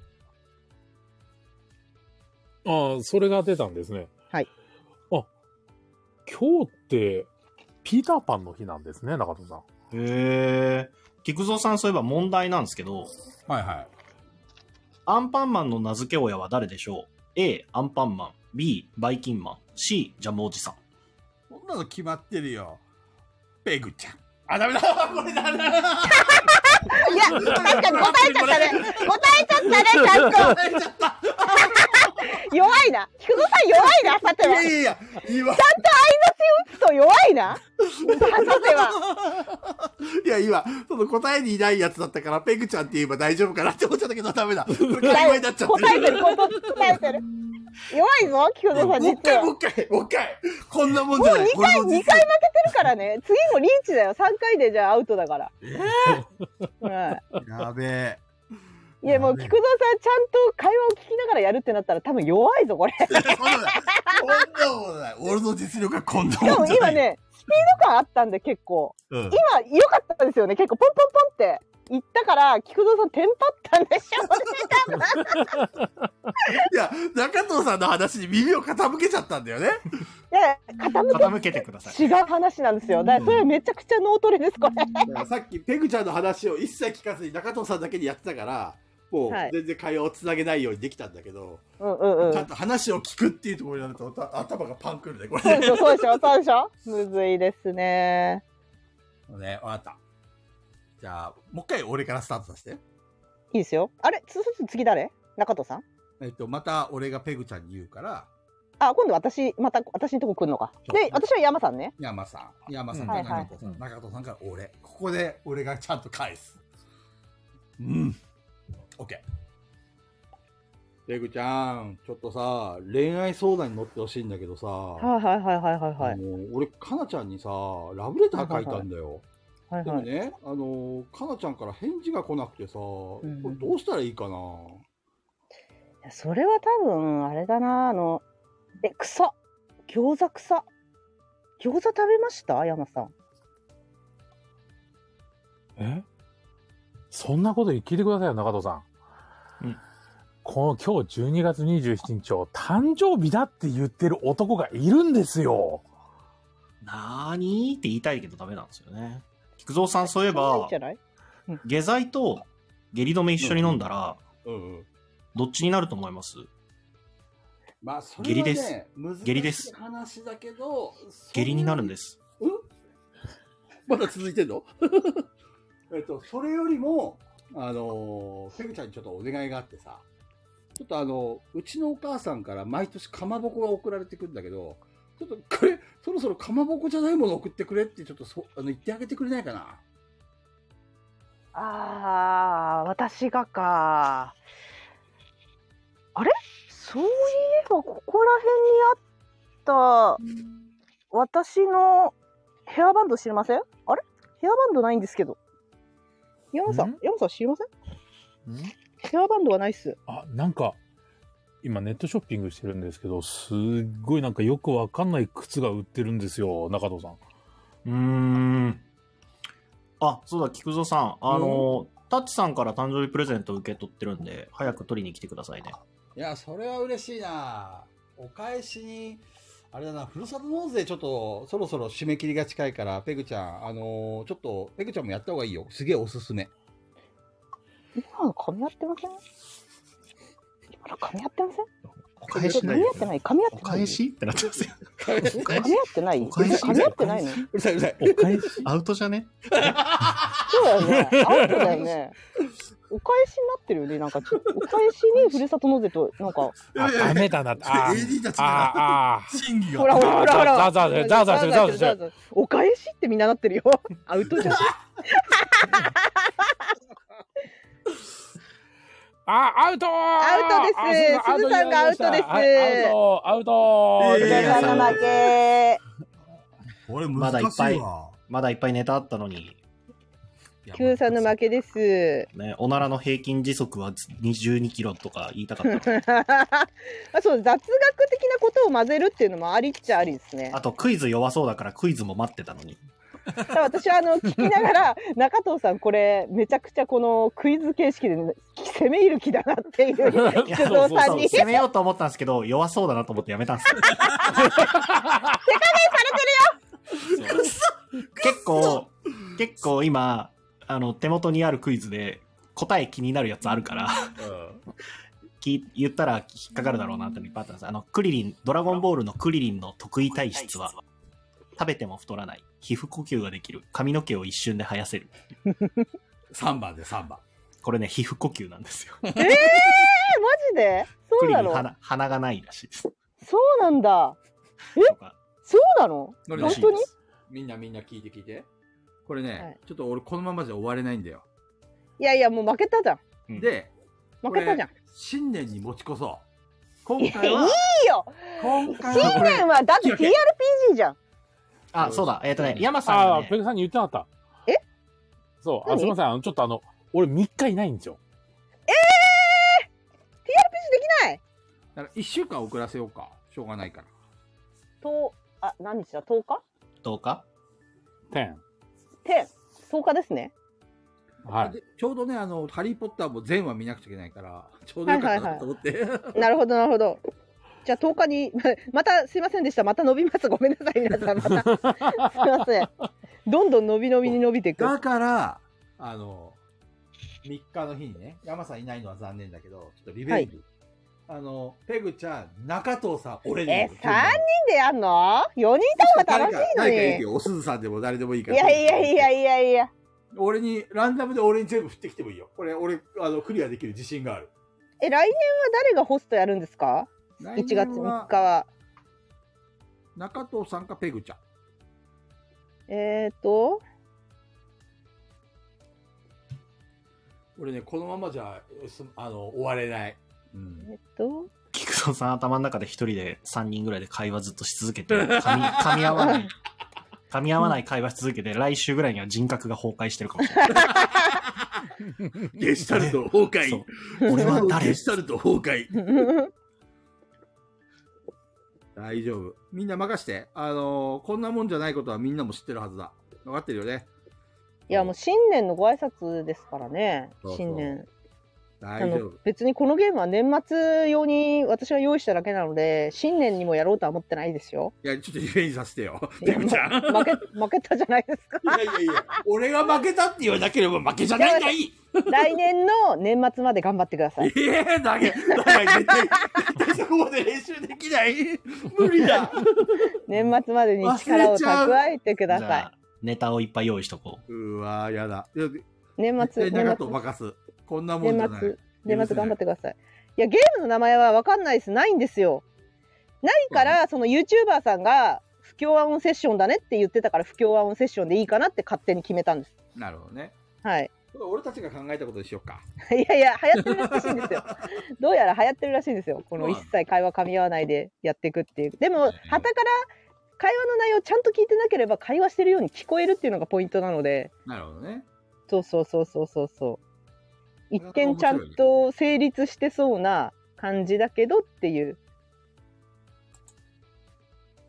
S2: ああ、それが出たんですね。
S5: はい。
S2: あ、今日って、ピーターパンの日なんですね、中田さん。
S3: へえ。菊蔵さんそういえば問題なんですけど、
S1: はいはい。
S3: アンパンマンの名付け親は誰でしょう ?A、アンパンマン。B、バイキンマン。C、ジャムおじさん。
S1: こんなの決まってるよ。ペグちゃん。あ、ダメだ これダメだ
S10: いや、確かに答えちゃったね。答えちゃったね、ちゃんと。
S5: 弱いな菊蔵さん弱いなさて
S1: い
S5: は
S1: やいやいや、今、
S5: そう弱いなさ てはい
S1: や今、その答えにいないやつだったから、ペグちゃんって言えば大丈夫かなって思っちゃったけど、ダメだ。これ会話になっちゃってる。
S5: 答えてる答 えてる弱いぞ菊蔵さん
S1: もう一
S5: 実は
S1: 回、も
S5: も
S1: う一回、もう一回。こんなもんじゃ
S5: う
S1: ない。
S5: 2回
S1: これも実
S5: 二
S1: は
S5: 回負けてるから ね次もリーチだよ3回でじゃあアウトだからは
S1: やべえ。
S5: いいやもう菊蔵さんちゃんと会話を聞きながらやるってなったら多分弱いぞ これし
S1: そんなことない。俺の実力はこんな
S5: か
S1: もん
S5: も
S1: じゃな
S5: 今
S1: い。
S5: ねスピード感あったんで結構
S1: うん
S5: 今良かったですよね結構ポンポンポンって言ったから菊蔵さんテンパったん でしょうね
S1: いや、中藤さんの話に耳を傾けちゃったんだよね。
S5: いや傾け
S3: 傾けてください。
S5: 違う話なんですよ。だからそれはめちゃくちゃ脳トレです、これ。
S1: だからさっきペグちゃんの話を一切聞かずに中藤さんだけにやってたから、もう
S5: はい
S1: 全然会話をつなげないようにできたんだけど、
S5: うんうんうん。
S1: ち
S5: そ
S1: ゃんと話を聞くっていうところになるとた頭がパンクるね、これ
S5: うでしょ、そうでしょ、そうでしょ。むずいですね。
S1: ね、わかった。じゃあ、もう一回俺からスタートさせて。
S5: いいですよ。あれ、つつ次誰中藤さん
S1: えっと、また俺がペグちゃんに言うから、
S5: あ、今度私、また私のとこ来るのか。で、私は山さんね。
S1: 山さん、山さんから中藤さん、
S11: うん
S1: 中藤さんから俺。ここで俺がちゃんと返す。うん。OK。ペグちゃん、ちょっとさ、恋愛相談に乗ってほしいんだけどさ、
S5: はいはいはいはいはいは
S1: あ
S5: い。
S1: の俺、かなちゃんにさ、ラブレター書いたんだよ。
S5: はい
S1: で
S5: は
S1: も
S5: い。
S1: ね、あの、かなちゃんから返事が来なくてさ、こ
S5: ん
S1: れどうしたらいいかな、
S5: それは多分、あれだな、あの、え、草。餃子草。餃子食べました山さん。
S2: えそんなこと聞いてくださいよ、中藤さん。
S3: うん
S2: この今日12月27日を誕生日だって言ってる男がいるんですよ。
S3: なーにーって言いたいけどダメなんですよね。菊蔵さんそういえ
S5: そんないいん
S3: ば
S5: じ、ゃない
S3: 下剤と下痢止め一緒に飲んだら、
S1: うんうん。
S3: どっちになると思います
S1: まあ、そ
S3: 下痢
S1: れは
S3: で
S1: ね
S3: す、
S1: 難
S3: 下痢です
S1: しい話だけど、
S3: 下痢になるん
S1: す
S3: です。
S1: まだ続いてんの えっと、それよりも、あのー、ペグちゃんにちょっとお願いがあってさ、ちょっとあの、うちのお母さんから毎年かまぼこが送られてくるんだけど、ちょっとこれ、そろそろかまぼこじゃないもの送ってくれってちょっとそあの言ってあげてくれないかな。
S5: ああ、私がか。あれそういえば、ここら辺にあった、私のヘアバンド知りませんあれヘアバンドないんですけど。山さん
S2: ん、
S5: 山さん知りませんヘアバンドがないっす。
S2: あ、なんか、今ネットショッピングしてるんですけど、すっごいなんかよくわかんない靴が売ってるんですよ、中藤さん。
S3: うーん。あ、そうだ、菊蔵さん。あの、タッチさんから誕生日プレゼント受け取ってるんで、早く取りに来てくださいね。
S1: いや、それは嬉しいなお返しに、あれだな、ふるさと納税ちょっと、そろそろ締め切りが近いから、ペグちゃん、あのーちょっと、ペグちゃんもやった方がいいよ。すげえおすすめ。
S5: 今の髪合ってません今の髪合ってません
S3: お
S5: 髪合ってない髪合っ
S3: お
S5: てない
S3: 返しってなってますよ。お
S5: 髪合
S3: 返し
S5: ってない
S3: お返し
S5: 髪合ってないの
S1: うるさい、うるさい。
S2: お返し
S3: アウトじゃね
S5: そうだよね。アウトだよね。お返しになってるよね。なんかちょ、お返しにふるさと納税と、なんか、
S2: あ、 ダメだなって。あー
S1: AD たち
S2: あー、あー。
S1: 審議
S5: ほらほらほらほら。
S2: ザーザーザーザーするザーザーする
S5: ーするお返しってみんななってるよ。アウトじゃん。
S12: あ、アウトア
S5: アウトですすずさんがアウトです
S12: アウト、アウト
S1: えー
S5: すずさんの負け
S13: これ
S3: まだい
S13: 難
S3: っ
S13: しい
S3: ぱい
S13: わ。
S3: まだいっぱいネタあったのに、
S5: Q さんの負けです
S3: ね、おならの平均時速は22キロとか言いたか ったの。
S5: あそう雑学的なことを混ぜるっていうのもありっちゃありですね
S3: あとクイズ弱そうだからクイズも待ってたのに。
S5: ただ私はあの 聞きながら中藤さんこれめちゃくちゃこのクイズ形式で攻め入る気だなっていう
S3: いや
S5: 中藤さんに
S3: 攻めようと思ったんですけど、弱そうだなと思ってやめたんですよ。手加減されてるよ結構、結構今、あの、手元にあるクイズで答え気になるやつあるから、聞い言ったら引っかかるだろうなってのいっぱいあったんです。あの、クリリン、ドラゴンボールのクリリンの得意体質は、食べても太らない、皮膚呼吸ができる、髪の毛を一瞬で生やせる。
S1: 3番で3番。
S3: これね、皮膚呼吸なんですよ。
S5: ええー、マジでそ
S3: ク
S5: う
S3: リ
S5: な
S3: リン
S5: の
S3: 鼻、鼻がないらしいです。
S5: そうなんだ
S3: とか
S5: そうなの
S1: どれ
S3: ら
S1: だ
S3: しいです
S5: 本当に
S1: みんなみんな聞いて聞いて。これね、
S5: はい
S1: ちょっと俺このままじゃ終われないんだよ。
S5: いやいやもう負けたじゃん
S3: うん
S1: で、
S5: 負けたじゃん
S1: これ新年に持ち越そう。今回は、
S5: いいよ
S1: 今回は
S5: 新年はだって TRPG じゃん
S3: あ、そうだ。えっ、とね、山さん
S2: ああ、
S3: が
S2: ペ
S3: ね、
S2: グさんに言ってなかった。
S5: え
S2: そう、あ
S5: 何
S2: すいませんあの、ちょっとあの、俺3日いないんですよ。
S1: だから1週間遅らせようか。しょうがないから。
S5: とあ何日だ10日
S3: どうか
S2: 10。
S5: ?10 10日ですね
S2: はい。
S1: でちょうどね、あの、ハリー・ポッターも全話見なくちゃいけないから、 ちょうどよかったなと思って。
S5: なるほどなるほどじゃあ10日に またすいませんでしたまた伸びますごめんなさい皆さんま たすいませんどんどん伸び伸びに伸びてい く
S1: だから、あの、3日の日にね、山さんいないのは残念だけど、ちょっとリベンジ。あの、ペグちゃん、中藤さん、俺で
S5: え三人でやんの ?4 人いた方が楽しいのに。い
S1: いよ。おすずさんでも誰でもいいから。
S5: やいやいやいやいや。
S1: 俺に、ランダムで俺に全部振ってきてもいいよ。これ、俺、あの、クリアできる自信がある。
S5: え、来年は誰がホストやるんですか ?1
S1: 1
S5: 月3日。は。
S1: 中藤さんかペグちゃん。
S5: えっ、ー、と、
S1: 俺ね、このままじゃ、すあの、終われない。うん
S5: えっ、と、
S3: 菊蔵さん頭の中で一人で3人ぐらいで会話ずっとし続け て、噛み噛み合わない、噛み合わない会話し続けて、来週ぐらいには人格が崩壊してるかもしれない。
S1: ゲシュタルト崩
S3: そう
S1: 壊。
S3: 俺は誰
S1: ゲシュタルト崩壊。
S5: は
S1: 大丈夫。みんな任して。あのーこんなもんじゃないことはみんなも知ってるはずだ。分かってるよね。
S5: いや、もう新年のご挨拶ですからね
S1: そうそ。う
S5: 新年。
S1: 大
S5: あ
S1: 丈
S5: の
S1: 夫。、
S5: 別にこのゲームは年末用に私が用意しただけなので、新年にもやろうとは思ってないですよ。
S1: いや、ちょっとリベンジさせてよ。
S5: い
S1: ペ
S5: や
S1: グちゃん。い
S5: 負け、 負けたじゃないですか。
S1: やいやいや、俺が負けたって言わなければ負けじゃないんだい
S5: 来年の年末まで頑張ってください。
S1: ええだけ、だから絶対、絶対そこまで練習できない。無理だ。
S5: 年末までに力
S1: 忘
S5: を
S1: れちゃう
S5: 蓄えてくだ
S3: じ
S5: さ
S3: ゃ
S5: い
S3: あ。ネタをいっぱい用意しとこう。
S1: うわー、やだ。いや絶
S5: 年末、
S1: 対
S5: 年
S1: 中と
S5: 末。
S1: 任す。こんなもんじゃ
S5: 年
S1: ない。
S5: 末年
S1: 許せ
S5: 末
S1: ない
S5: 頑張ってくださいいやゲームの名前は分かんないですないんですよないからその YouTuber さんが不協和音セッションだねって言ってたから不協和音セッションでいいかなって勝手に決めたんです
S1: なるほどね。
S5: はい
S1: これ俺たちが考えたことにしようか。
S5: いやいや流行ってるらしい んですよどうやら流行ってるらしいんですよこの
S1: そう
S5: 一
S1: なんだ
S5: 切会話噛み合わないでやっていくっていうでも
S1: う
S5: は
S1: ん
S5: たから会話の内容をちゃんと聞いてなければ会話してるように聞こえるっていうのがポイントなので
S1: なるほどね。
S5: そうそうそうそうそうそう。一
S1: なかなか
S5: 見ちゃんと成立してそうな感じだけどっていう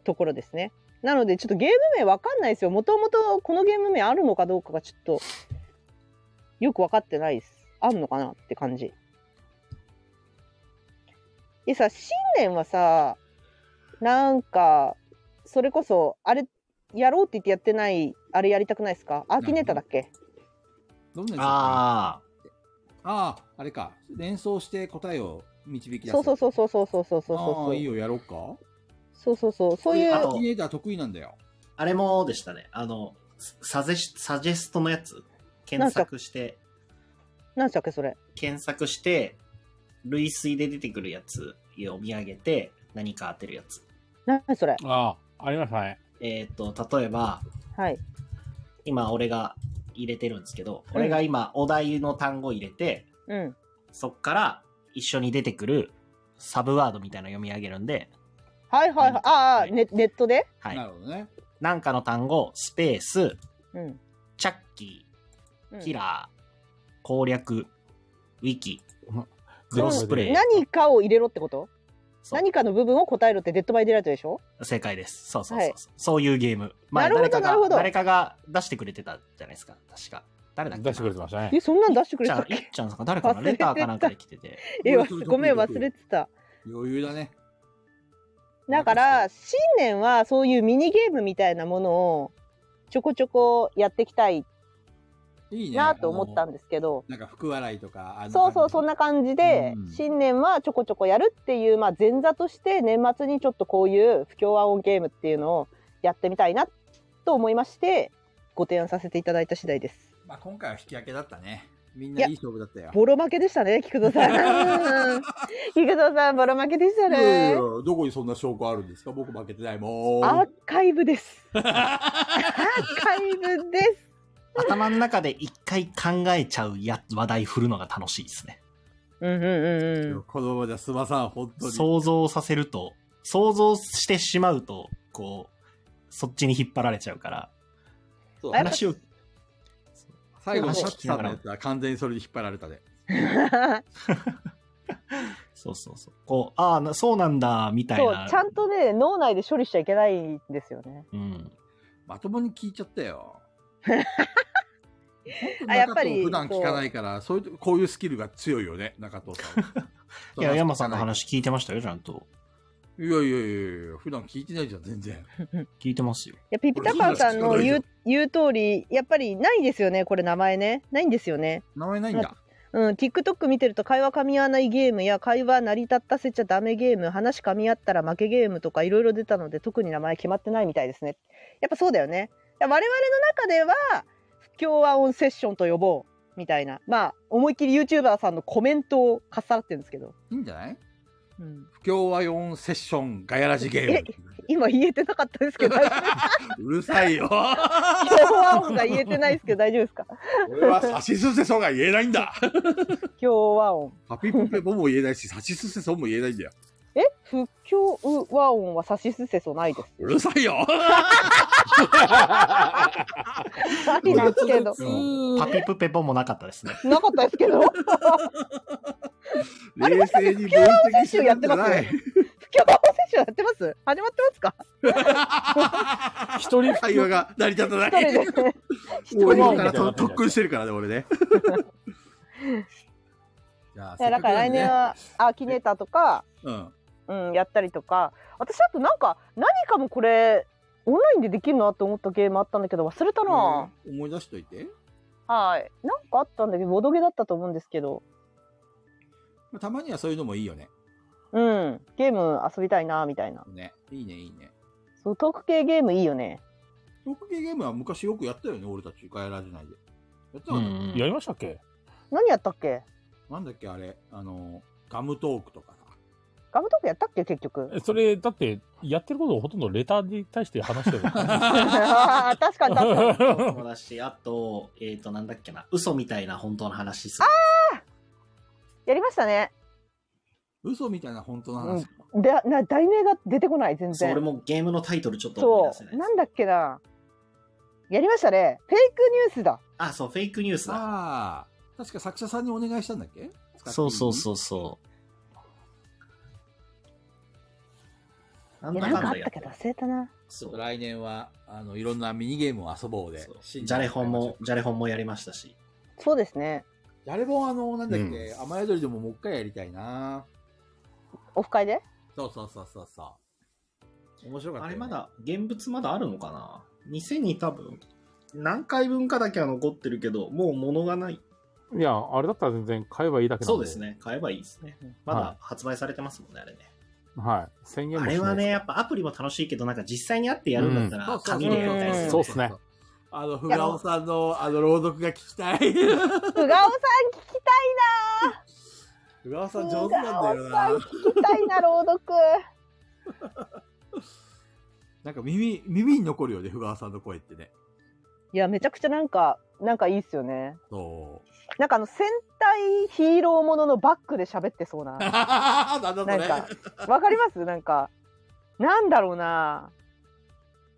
S5: ところですね。なのでちょっとゲーム名わかんないですよ。もともとこのゲーム名あるのかどうかがちょっとよく分かってないです。あんのかなって感じ。でさ、新年はさ、なんか、それこそ、あれ、やろうって言ってやってない、あれやりたくないですかアーキネーターだっけ
S1: どんなやつだっけ
S3: あ
S1: ああ、あれか。連想して答えを導き出す。
S5: そうそううそうそうそうそうそうそう
S1: あ
S5: そ
S1: あ、
S5: う
S1: いいよ、やろうか。
S5: そうそうそうそうい
S3: あ
S1: ア
S5: う
S3: と
S1: キネーター得意なんだよ。
S3: あ、あれもでしたね。あの、サジェスサジェストのやつ。検索して、
S5: 何でしたっけそれ
S3: 検索して、類推で出てくるやつを見上げて、何か当てるやつ。
S5: 何それ
S2: ああ、ありましたね。
S3: えっ、と、例えば、
S5: はい
S3: 今俺が入れてるんですけど、俺が今お題の単語入れて、
S5: うん
S3: そっから一緒に出てくるサブワードみたいなの読み上げるんで、
S5: はいはいはい。ああ、ネネットで
S3: はい。
S1: なるほどね。
S3: なんかの単語、スペース、
S5: うん。
S3: チャッキ
S5: うん
S3: ー、キラー、攻略、ウィキ、クロスプレイ。
S5: 何かを入れろってこと
S3: そう
S5: 何かの部分を答えろってデッドバイデイライトでしょ
S3: 正解です。そうそうそうそう、
S5: はい
S3: そういうゲーム。前
S5: なるほど
S3: 誰か
S5: なるほ
S3: が、
S5: ど
S3: 誰かが出してくれてたじゃないですか。確か。誰だっけ
S2: 出してくれてましたね
S5: え、。そんなん出してくれ
S3: じ
S5: て
S3: ゃ
S5: た
S3: あ
S5: っ、
S3: いっ
S5: け
S3: ちゃんさんか誰か
S5: 忘
S3: の
S5: れ
S3: レ
S5: てた
S3: ターかなんかで来てて。
S5: え、わ
S1: 俺それ得意
S5: ごめん、
S1: 得意
S5: 忘れてた。
S1: 余裕だね。
S5: だから、新年はそういうミニゲームみたいなものをちょこちょこやっていきたい
S1: いいね。
S5: なと思った
S1: あの
S5: んですけど、
S1: なんか福笑いとか。あの
S5: そうそう、そん。な感じで
S1: うん、
S5: 新年はちょこちょこやるっていう、まあ、前座として年末にちょっとこういう不協和音ゲームっていうのをやってみたいなと思いまして、ご提案させていただいた次第です。
S1: まあ今回は引き分けだったね。みんないい勝負だったよ。
S5: ボロ負けでし たね、菊蔵さん。菊蔵さん、ボロ負けでした
S1: いやいやいや
S5: ね。
S1: どこにそんな証拠あるんですか僕負けてないもん。
S5: アーカイ ブです。アーカイブです。
S3: 頭の中で一回考えちゃうや話題振るのが楽しいですね。
S5: うんうんうんうん。
S1: このままじゃすまさん、本当に。
S3: 想像させると、想像してしまうと、こう、そっちに引っ張られちゃうから、
S1: そう
S5: あやっぱ
S3: 話を、
S1: 最後のシャッチさんのやつは完全にそれに引っ張られたで。
S3: そうそうそう。こう、ああ、なそうなんだ、みたい
S5: そう
S3: な。、
S5: ちゃんとね、脳内で処理しちゃいけないんですよね。
S3: うん。
S1: まともに聞いちゃったよ。
S5: あやっぱり
S1: 中藤普段聞かないから、そういう、こういうスキルが強いよね、中藤さん。
S3: いや、山さんの。話聞いてましたよ、ちゃんと。
S1: いやいやいやいや、普段聞いてないじゃん、全然。
S3: 聞いてますよ。
S5: いやピピタパンさんの言う言う通りやっぱりないですよねこれ名前ねないんですよね
S1: 名前ないんだ。
S5: うん TikTok 見てると会話噛み合わないゲームや会話成り立たせちゃダメゲーム話噛み合ったら負けゲームとかいろいろ出たので特に名前決まってないみたいですねやっぱそうだよねいや我々の中では不協和音セッションと呼ぼうみたいなまあ思いっきり YouTuber さんのコメントをかっさらってるんですけど、
S1: いいんじゃない
S5: うん、
S1: 不協和音セッションガヤラジゲー
S5: 今言えてなかったですけど 不
S1: ム。うるさいよ。
S5: 協和音が言えてないですけど大丈夫ですか
S1: 俺はサシスセソが言えないんだ。
S5: 不協和音
S1: パピプペボも言えないし、サシスセソも言えないんだよ。
S5: え不協和音は指しすせそないです。
S1: うるさいよ。
S5: ないですけど。
S3: パピプペポもなかったですね。
S5: なかったですけど。不
S1: 冷静に分析してるんじゃない。
S5: 協和音セッションやってます始まってます か
S1: 一 人 会話が成り立たな
S5: 一人
S1: い。
S5: で。
S1: もう今から
S2: 一人で
S1: 特訓してるからね、俺 ね。じゃあ
S5: いやだから来年、は、アーキネーターとか、
S1: せっかくなんでね
S5: うん、やったりとか。私あとなんか、何かもこれ、オンラインでできるなと思ったゲームあったんだけど、忘れたな、
S1: うん、思い出しといて。
S5: はい。なんかあったんだけど、ボドゲだったと思うんですけど。
S1: まあたまにはそういうのもいいよね。
S5: うん。ゲーム遊びたいなみたいな。
S1: ねいいね、いいね。
S5: そう、トーク系ゲームいいよね。
S1: トーク系ゲームは昔よくやったよね、俺たち。ガヤラジ内で。やった
S3: う
S1: の、
S3: ん。
S2: やりましたっけ
S5: 何やったっけ
S1: なんだっけ、あれ。あの、ガムトークとかさ。
S5: ガムトークやったっけ結局。
S2: えそれ、だって、やってることをほとんどレターに対して話してるから
S5: あー確かに確かに。
S3: そうだし、あと、えっ、と、なんだっけな、嘘みたいな本当の話する。
S5: やりましたね。
S1: 嘘みたいな本当の話。
S5: でな題名が出てこない全
S3: そう
S5: 然
S3: 俺。もゲームのタイトルちょっと思い
S5: そ
S3: 出せないうです
S5: なんだっけな。やりましたね。フェイクニュースだ。
S3: あ、そう、フェイクニュースだ。
S1: ああ、確か作者さんにお願いしたんだっけ
S3: そうそう
S1: う。
S3: そうそう。なん
S5: いや
S3: だ
S5: な
S3: か
S5: んか
S3: ん
S5: あっ
S3: だや
S5: たけど忘れたな。
S3: そう。
S1: 来年は、あの、いろんなミニゲームを遊ぼうで。
S3: そう
S1: 新年
S3: じゃれ本も、じゃれ本もやりましたし。
S5: そうですね。
S1: やれぼんあの、なんだっけ、雨宿りでももう一回やりたいな
S5: オフ会で。
S1: そうそうそうそうそう。面白かった、
S3: あれま。だ、現物まだあるのかな店に多分、何回分かだけは残ってるけど、もう物がない。
S2: いや、あれだったら全然買えばいいだけなんで。
S3: そうです。ね。買えばいいですね。ま
S2: は
S3: だ発売されてますもんね、あれね。
S2: はい。宣言
S3: あ
S2: もしない
S3: れはね、、やっぱアプリも楽しいけど、なんか実際に会ってやるんだった
S1: そう
S3: ら、
S1: そう
S3: 紙でやりたいですね。
S2: そうっすね。
S1: あの、ふがおさんの、あの、朗読が聞きた い。
S5: ふがおさん聞き
S1: ふがおさ
S5: たい
S1: ん上
S5: な。ふ
S1: 手なんだ
S5: が
S1: よ
S5: おさん
S1: な
S5: 聞きたいな朗読。
S1: なんか耳、耳に残るよね、ふがおさんの声ってね。
S5: いやめちゃくちゃなんかなんかいいっすよね。
S1: そ
S5: なんかあの戦隊ヒーローもののバックで喋ってそうな。
S1: なんだそ
S5: な
S1: れ
S5: んか、わかりますなんか、なんだろうな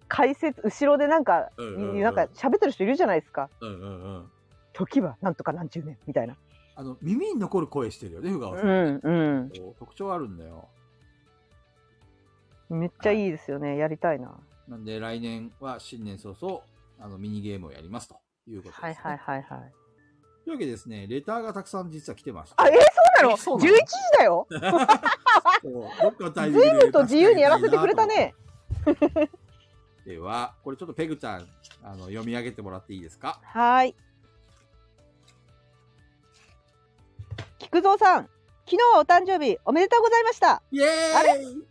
S5: 解説、後ろでなんか、
S1: うんうんうん
S5: なんか喋ってる人いるじゃないですか。
S1: う。うんうんうん。
S5: 時はなんとか何十年みたいな。
S1: あの、耳に残る声してるよね、ふが
S5: う
S1: わさん。
S5: んうん。
S1: こう特徴あるんだよ。
S5: めっちゃいいですよね。やりたいな。
S1: なんで、来年は新年早々、あの、ミニゲームをやりますということです、ね。
S5: はいはいはいはい。
S1: というわけでですね、レターがたくさん実は来てました。
S5: あ、えー、そうなの
S1: えそう
S5: ?11
S1: な
S5: 時
S1: の
S5: だよ
S1: そうどっかのタイミング
S5: 随
S1: で
S5: 分と自由にやらせてくれたね。
S1: では、これちょっとペグちゃん、あの、読み上げてもらっていいですか
S5: はーい。菊蔵さん、昨日はお誕生日おめでとうございました。
S1: イエ
S5: あれ
S1: ーイ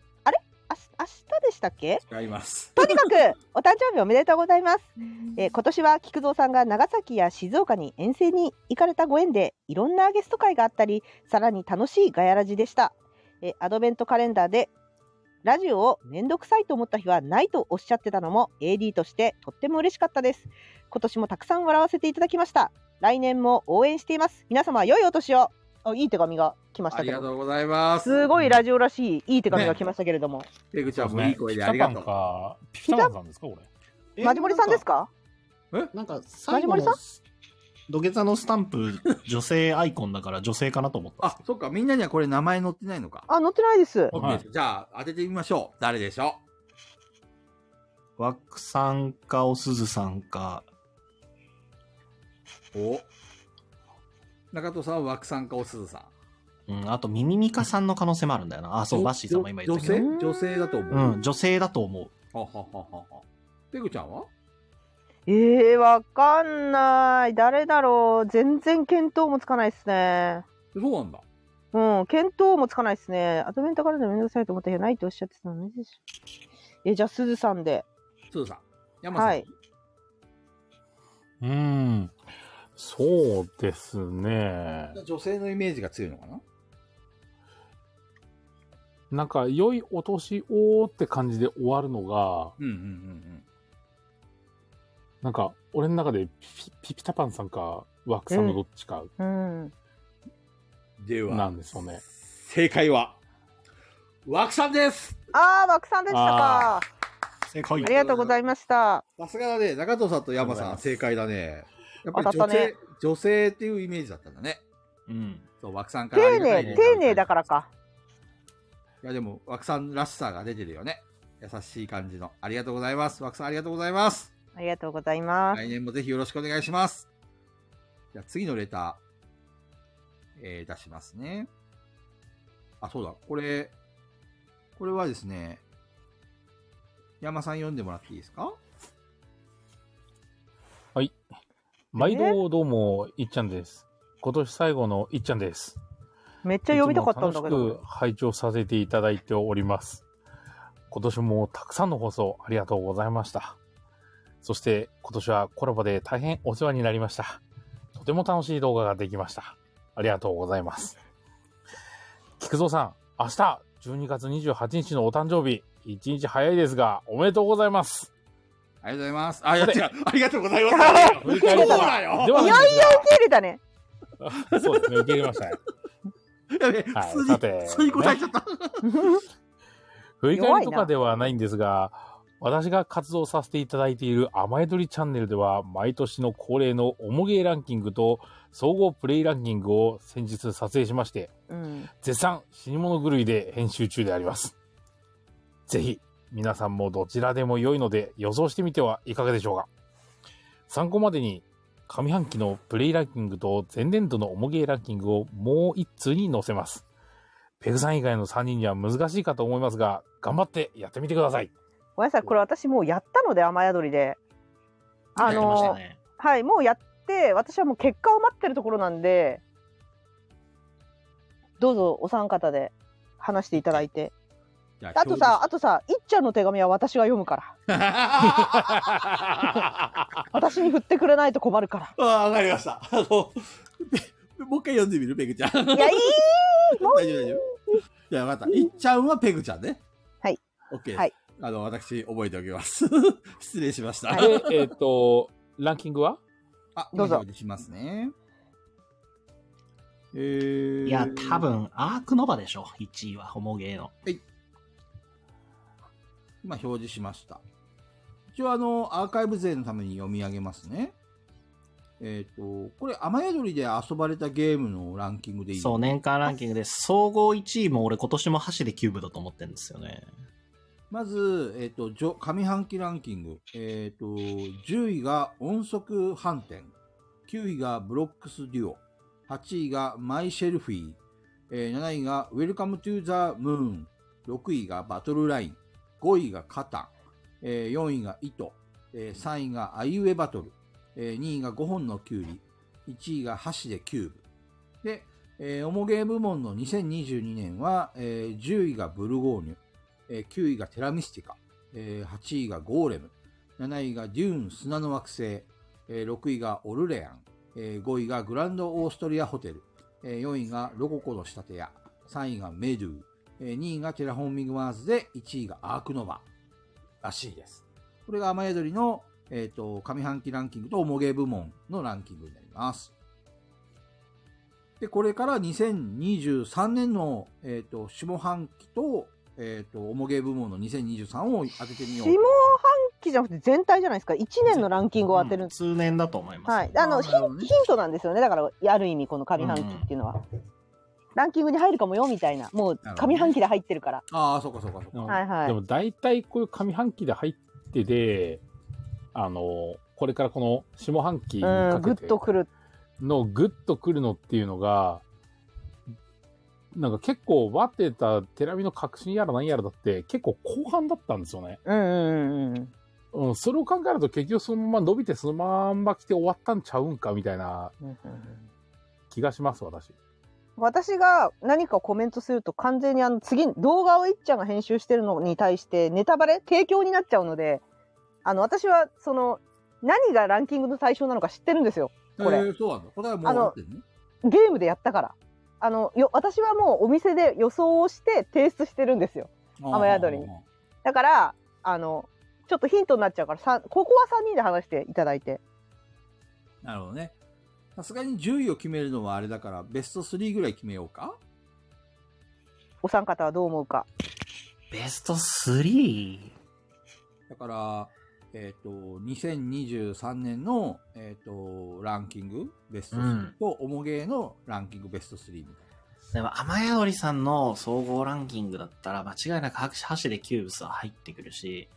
S5: あし明日でしたっけ
S1: 違います。
S5: とにかくお誕生日おめでとうございます。えー今年は菊蔵さんが長崎や静岡に遠征に行かれたご縁でいろんなゲスト会があったりさらに楽しいガヤラジでした、えーアドベントカレンダーでラジオをめんどくさいと思った日はないとおっしゃってたのも AD としてとっても嬉しかったです今年もたくさん笑わせていただきました来年も応援しています皆様良いお年をあいい手紙が来まし
S1: あ
S5: た
S1: り
S5: け
S1: が
S5: ど
S1: とうございます。
S5: すごいラジオらしいいい手紙が来ましたけれども、
S1: ペグちゃん
S14: そう
S1: も
S14: ですね
S1: いい声でありがとう。
S14: ピピタパンか。ピピタパンさんですか、これ。
S5: マジモリさんです
S3: か
S5: か
S3: なんか、最後
S5: マジモ
S3: の、土下座のスタンプ、女性アイコンだから女性かなと思った。
S1: あ、そっか、みんなにはこれ名前載ってないのか。
S5: あ載ってないです
S1: オッケーですじゃあ、当ててみましょう。誰でしょ
S3: ワクさんか、おすずさんか、
S1: うお中戸さんは枠さんかおすずさん。
S3: うん、あと、ミミミカさんの可能性もあるんだよな。あ、そう、バッシーさんも今言ったけど。
S1: 女性女性だと思う。
S3: うん、女性だと思う。
S1: ははははは。ペグちゃんは
S5: ええわかんない。誰だろう。全然見当もつかないっすね。
S1: そうなんだ。
S5: うん、見当もつかないっすね。アドベントカレンダーめんどくさいと思った日はないとおっしゃってたのね。え、じゃあ、すずさんで。
S1: すずさん。山さん。
S5: はい
S2: うーん。そうですね。
S1: 女性のイメージが強いのかな
S2: なんか、良いお年をって感じで終わるのが、
S1: うんうんうん
S2: なんか、俺の中でピピピタパンさんか、ワークさんのどっちか
S5: うん。
S1: うん。では、
S2: なんですよね。
S1: 正解は、枠さんです
S5: あー、枠さんでしたか。あ
S3: 正解。
S5: りがとうございました。
S1: さすがだね、中藤さんと山さん、
S2: ありがとうございます
S1: 正解だね。やっぱり
S5: 当た
S1: 女
S5: っ
S1: 性、
S5: たね
S1: 女性っていうイメージだったんだね。
S3: うん。
S1: そう、枠さんからあ
S5: 丁
S1: りがたい
S5: 寧、
S1: ね
S5: 丁寧だから。か。
S1: いや、でも、枠さんらしさが出てるよね。優しい感じの。ありがとうございます。枠さん、ありがとうございます。
S5: ありがとうございます。
S1: 来年もぜひよろしくお願いします。じゃあ次のレター、えー出しますね。あ、そうだ。これ、これはですね、山さん読んでもらっていいですか
S2: 毎度どうも、いっちゃんです。今年最後のいっちゃんです。
S5: めっちゃ読みたかったんだけ
S2: いつも楽
S5: ど
S2: し。く拝聴させていただいております。今年もたくさんの放送ありがとうございました。そして今年はコラボで大変お世話になりました。とても楽しい動画ができました。ありがとうございます。菊蔵さん、明日12月28日のお誕生日、1日早いですが、おめでとうございます。
S1: ありがとうございます。あ、いや
S2: さ
S1: 違
S2: て
S1: う。ありがとうございます。
S2: 振り返り
S1: そう
S2: たい
S1: だよ
S2: ではいなん
S5: や
S2: で
S5: いや、受け入れたね。
S2: すがそうですね、受け入れましたね。
S1: やべえ
S2: はい
S1: 普通に、
S2: さて
S1: 普通に答えちゃった。
S2: 振り返りとかではないんですが、私が活動させていただいている甘えどりチャンネルでは、毎年の恒例のおもげランキングと総合プレイランキングを先日撮影しまして、
S5: うん。
S2: 絶賛死に物狂いで編集中であります。ぜひ、皆さんもどちらでも良いので予想してみてはいかがでしょうか。参考までに、上半期のプレイランキングと前年度のおもげランキングをもう一通に載せます。ペグさん以外の3人には難しいかと思いますが、頑張ってやってみてください。
S5: ごめんなさい、これ私もうやったので、雨宿りで。あ
S3: やりました
S5: の、
S3: ね。
S5: はい、もうやって、私はもう結果を待ってるところなんで、どうぞお三方で話していただいて。
S1: じゃ
S5: あと さ、あとさ、いっちゃんの手紙は私が読むから。私に振ってくれないと困るか
S6: ああ、わかりました。あの、もう一回読んでみる、ペグちゃん。大丈
S5: ら。いや、いい
S6: 夫、大丈夫。じゃあ、また。いっちゃんはペグちゃんね。
S5: はい。
S6: OK です。
S5: はい
S6: あ の、私、覚えておきます。失礼しました。
S5: はい
S2: で、えっ、と、ランキングは
S1: あ、
S5: どうぞ
S1: お願いしますね。えー、
S3: いや、多分、アークノバでしょ。1位は、ホモゲーの。
S1: 今表示しました。一応あの、アーカイブ勢のために読み上げますね。えっ、と、これ、雨宿りで遊ばれたゲームのランキングでいい
S3: そう、年間ランキングで、総合1位も俺今年も箸でキューブだと思ってるんですよね。
S1: まず、えっ、とじょ、上半期ランキング。えっ、と、10位が音速反転。9位がブロックスデュオ。8位がマイシェルフィー。えー7位がウェルカムトゥザムーン。6位がバトルライン。5位がカタン。えー4位が糸。えー3位がアイウェバトル。えー2位が5本のキュウリ。1位が箸でキューブ。で、えー、オモゲー部門の2022年は、えー10位がブルゴーニュ。えー9位がテラミスティカ、えー8位がゴーレム、7位がデューン砂の惑星、えー6位がオルレアン、えー5位がグランドオーストリアホテル、えー4位がロココの仕立て屋、3位がメドゥ、えー2位がテラフォーミングマーズで、1位がアークノバらしいです。これが雨宿りの、えー、と上半期ランキングと重げ部門のランキングになります。で、これから2023年の、えー、と下半期と、えー、と重げ部門の2023を当ててみよ
S5: 下
S1: う
S5: 半期じゃなくて全体じゃないですか1年のランキングを当てるんです、
S3: 通年だと思います。
S5: はいあの
S1: あ
S5: ヒ
S1: なるほど
S5: ン
S1: ね
S5: ヒントなんですよねだからある意味この上半期っていうのは、ランキングに入るかもよみたいなもう
S1: なるほどね
S5: 上半期で入ってるから
S1: ああ、そうかそうかそうか。
S5: はいはい
S14: でも大体こういう上半期で入ってで、あの、これからこの下半期に
S5: う
S14: か
S5: んグ
S14: け
S5: ッ
S14: て
S5: とくる
S14: のグッとくるのっていうのが、なんか結構ワテた手紙の確信やら何やらだって結構後半だったんですよね。
S5: うんうんうんうん
S14: うん、それを考えると結局そのまま伸びてそのまんま来て終わったんちゃうんかみたいな
S5: うんうん
S14: 気がします、私。
S5: 私が何かコメントすると完全にあの次動画をいっちゃんが編集してるのに対してネタバレ提供になっちゃうのであの私はその何がランキングの対象なのか知ってるんですよこれ
S1: えーそうなんだ。これはもう終わってるね。
S5: ゲームでやったからあのよ私はもうお店で予想をして提出してるんですよの雨宿りに
S1: あー。
S5: だからあのちょっとヒントになっちゃうからさんここは3人で話していただいて
S1: なるほどね。さすがに10位を決めるのはあれだから、ベスト3ぐらい決めようか
S5: お三方はどう思うか
S3: ベスト 3?
S1: だから、えっ、と、2023年の、えっ、と、ランキング、ベスト
S3: うん
S1: 3と、おもげのランキングベスト3みたい
S3: でも、雨宿りさんの総合ランキングだったら、間違いなく箸箸でキューブスは入ってくるし、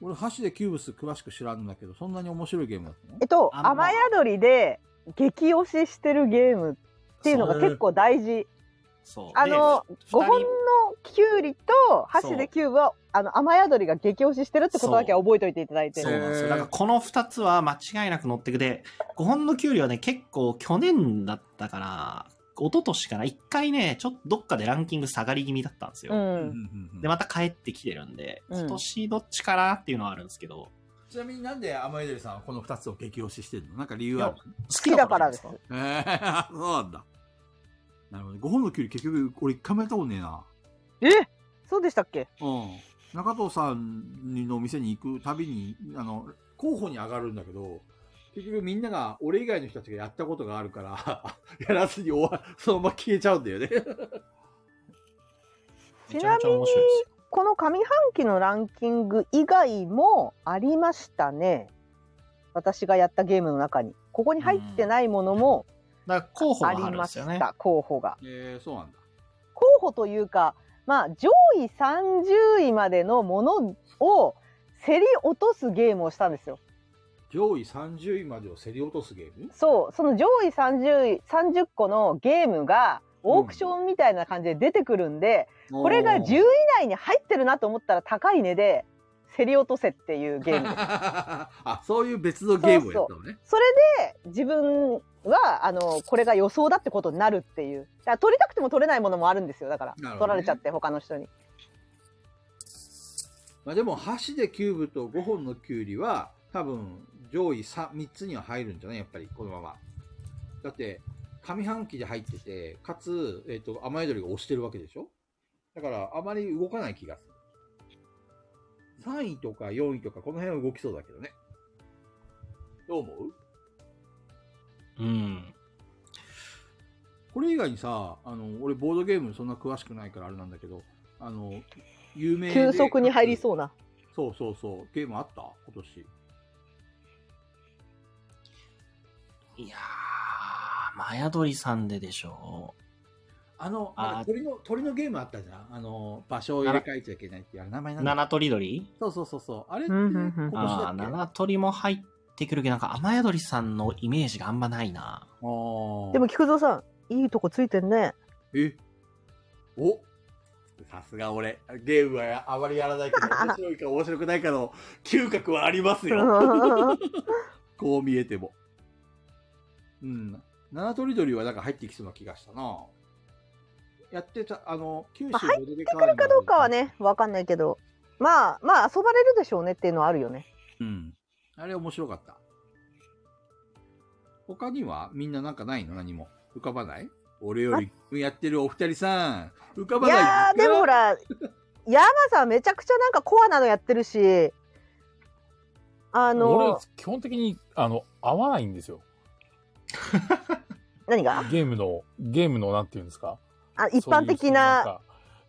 S1: な。俺、箸でキューブス詳しく知らんんだけど、そんなに面白いゲームだったの
S5: えっと
S3: あんま
S5: 雨宿りで激推ししてるゲームっていうのが結構大事
S3: そう。
S5: あの
S3: で
S5: 5本の
S3: 二人
S5: キュウリと箸でキューブはあの雨宿りが激推ししてるってことだけは覚えておいていただいて
S3: そうなんで
S1: へ
S3: す
S1: ー
S3: よ。だからこの2つは間違いなく乗ってくで、5本の給料はね、結構去年だったから、一昨年かな、1回ね、ちょっとどっかでランキング下がり気味だったんですよ。
S5: う
S1: うん
S5: ん
S1: うんうん
S3: で、また帰ってきてるんで、
S5: うん
S3: 今年どっちかなっていうのはあるんですけど、
S1: ちなみになんで雨宿りさんはこの2つを激推ししてるのなんか理由
S3: いや
S1: ある
S3: 好
S5: きだからです
S3: か
S1: えー、 そうなんだ。なるほどね。5本のキュウリ結局、俺1回もやったことねえな。
S5: えそうでしたっけ
S1: うん。中藤さんの店に行くたびに、あの、候補に上がるんだけど、結局みんなが、俺以外の人たちがやったことがあるから、 やらずに終わ、そのまま消えちゃうんだよね。
S3: めちゃめちゃ面白いですよ。
S5: この上半期のランキング以外もありましたね私がやったゲームの中にここに入ってないものも
S3: だから候補
S5: あ
S3: が
S5: り
S3: あるん
S5: ま
S3: で
S5: し
S3: す
S5: た、
S3: よね。
S5: 候補が
S1: えー、そうなんだ。
S5: 候補というかまあ上位30位までのものを競り落とすゲームをしたんですよ
S1: 上位30位までを競り落とすゲーム
S5: そう、その上位30位、30個のゲームが、オークションみたいな感じで出てくるんで、これが10位以 内に入ってるなと思ったら高い値で、競り落とせっていうゲー ムです。
S1: あ、そういう別のゲームをやったのね。
S5: それで、自分は、あの、これが予想だってことになるっていう。だから取りたくても取れないものもあるんですよ、だから。
S1: なるほどね
S5: 取られちゃって、他の人に。
S1: まあでも、箸でキューブと5本のキュウリは、多分、上位 3, 3つには入るんじゃないやっぱり、このまま。だって、上半期で入ってて、かつ、えっ、と、雨宿りが押してるわけでしょだから、あまり動かない気がする。3位とか4位とか、この辺は動きそうだけどね。どう思う
S3: うん。
S1: これ以外にさ、あの、俺ボードゲームそんな詳しくないからあれなんだけど、あの、有名
S5: 急速に入り
S1: う。
S5: そうな。
S1: そうそうそう。ゲームあった今年。
S3: いやー、マヤドリさんででしょ
S1: あの、
S3: あー
S1: なんか鳥の、鳥のゲームあったじゃん。あの、場所を入れ替えちゃいけないっていう、あれ名前
S3: う。
S1: なんだ。
S3: 七鳥鳥
S1: そうそうそうそう。あれって、
S5: うん
S1: 今
S5: うんう
S1: 年
S5: ん
S1: だ
S3: ああ、
S1: っけ
S3: 七鳥も入ってくるけど、なんか雨宿りさんのイメージがあんまない
S1: あ
S3: な。
S1: ー
S5: でも、菊蔵さん、いいとこついてんね。
S1: えおさすが俺、ゲームはあまりやらないけ ど、面白いか面白くないかの嗅覚はありますよ。 こう見えても。うん。七とりどりはなんか入ってきそうな気がしたな。やってた、あの、九州
S5: まあ入
S1: ボドゲカー
S5: やってく
S1: ニバル
S5: るかどうかは。ね、わかんないけど、まあ、まあ、遊ばれるでしょうねっていうのはあるよね。
S1: うん。あれ面白かった。他にはみんななんかないの何も。浮かばない俺よりやってるお二人さん、浮かば
S5: い
S1: ない
S5: やー、でもほ。ら、ヤマさんめちゃくちゃなんかコアなのやってるし、あ
S2: 俺
S5: の、、
S2: 基本的に、あの、合わないんですよ。
S5: 何が
S2: ゲームの、ゲームの、なんていうんですか。
S5: あ一般的な、
S2: そういう。そのんか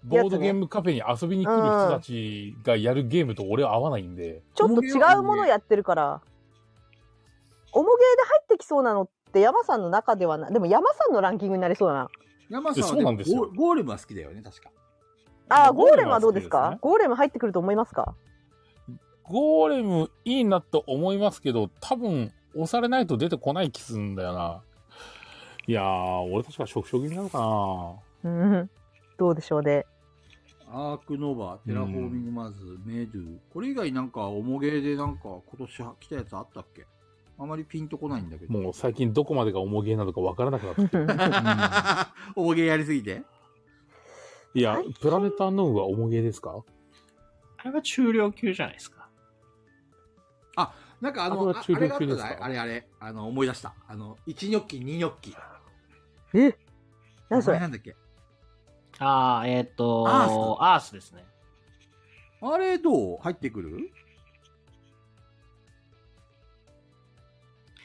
S2: ボードゲームカフェに遊びに来る人たちがやるゲームと俺は合わないんで、
S5: ちょっと違うものやってるから、おもげで入ってきそうなのってヤマさんの中ではな、でもヤマさんのランキングになりそうだな。
S1: 山さんは
S2: そうなんですよ
S1: ゴーゴーレムは好きだよね、確か。
S5: あー、
S2: ゴ
S5: ゴ
S2: ー
S5: ー
S2: レ
S5: レ
S2: ム
S5: ム
S2: は
S5: は
S2: 好
S5: ど
S2: き
S5: う
S2: で
S5: です
S2: ね
S5: すかゴーレム入ってくると思いますか
S2: ゴーレムいいなと思いますけど、多分押されないと出てこない気すんだよな。いやー、俺確か触手気味なのかな
S5: うん。どうでしょう ね。
S1: アークノーバー、テラフォーミングマーズ、メドゥ。これ以外なんか、おもげでなんか、今年は来たやつあったっけあまりピンとこないんだけ ど。
S2: もう最近どこまでが重げなのかわからなくなった。
S1: おもげやりすぎて
S2: いや、プラネタノウは重げですか
S3: あれは中量級じゃないですか。
S1: なんかあ
S2: あれ
S1: の、
S2: は
S1: ああ
S2: 中
S1: れ
S2: 力
S1: があったじゃ
S2: です
S1: ないあ
S2: か
S1: れあれ。あの、思い出した。あの、1ニョッキ、2ニョッキ。
S5: 何そ
S1: 名前
S5: れ
S1: なんだっけ
S3: ああ、えっ、と
S1: アー
S3: アースですね。
S1: あれどう入ってくる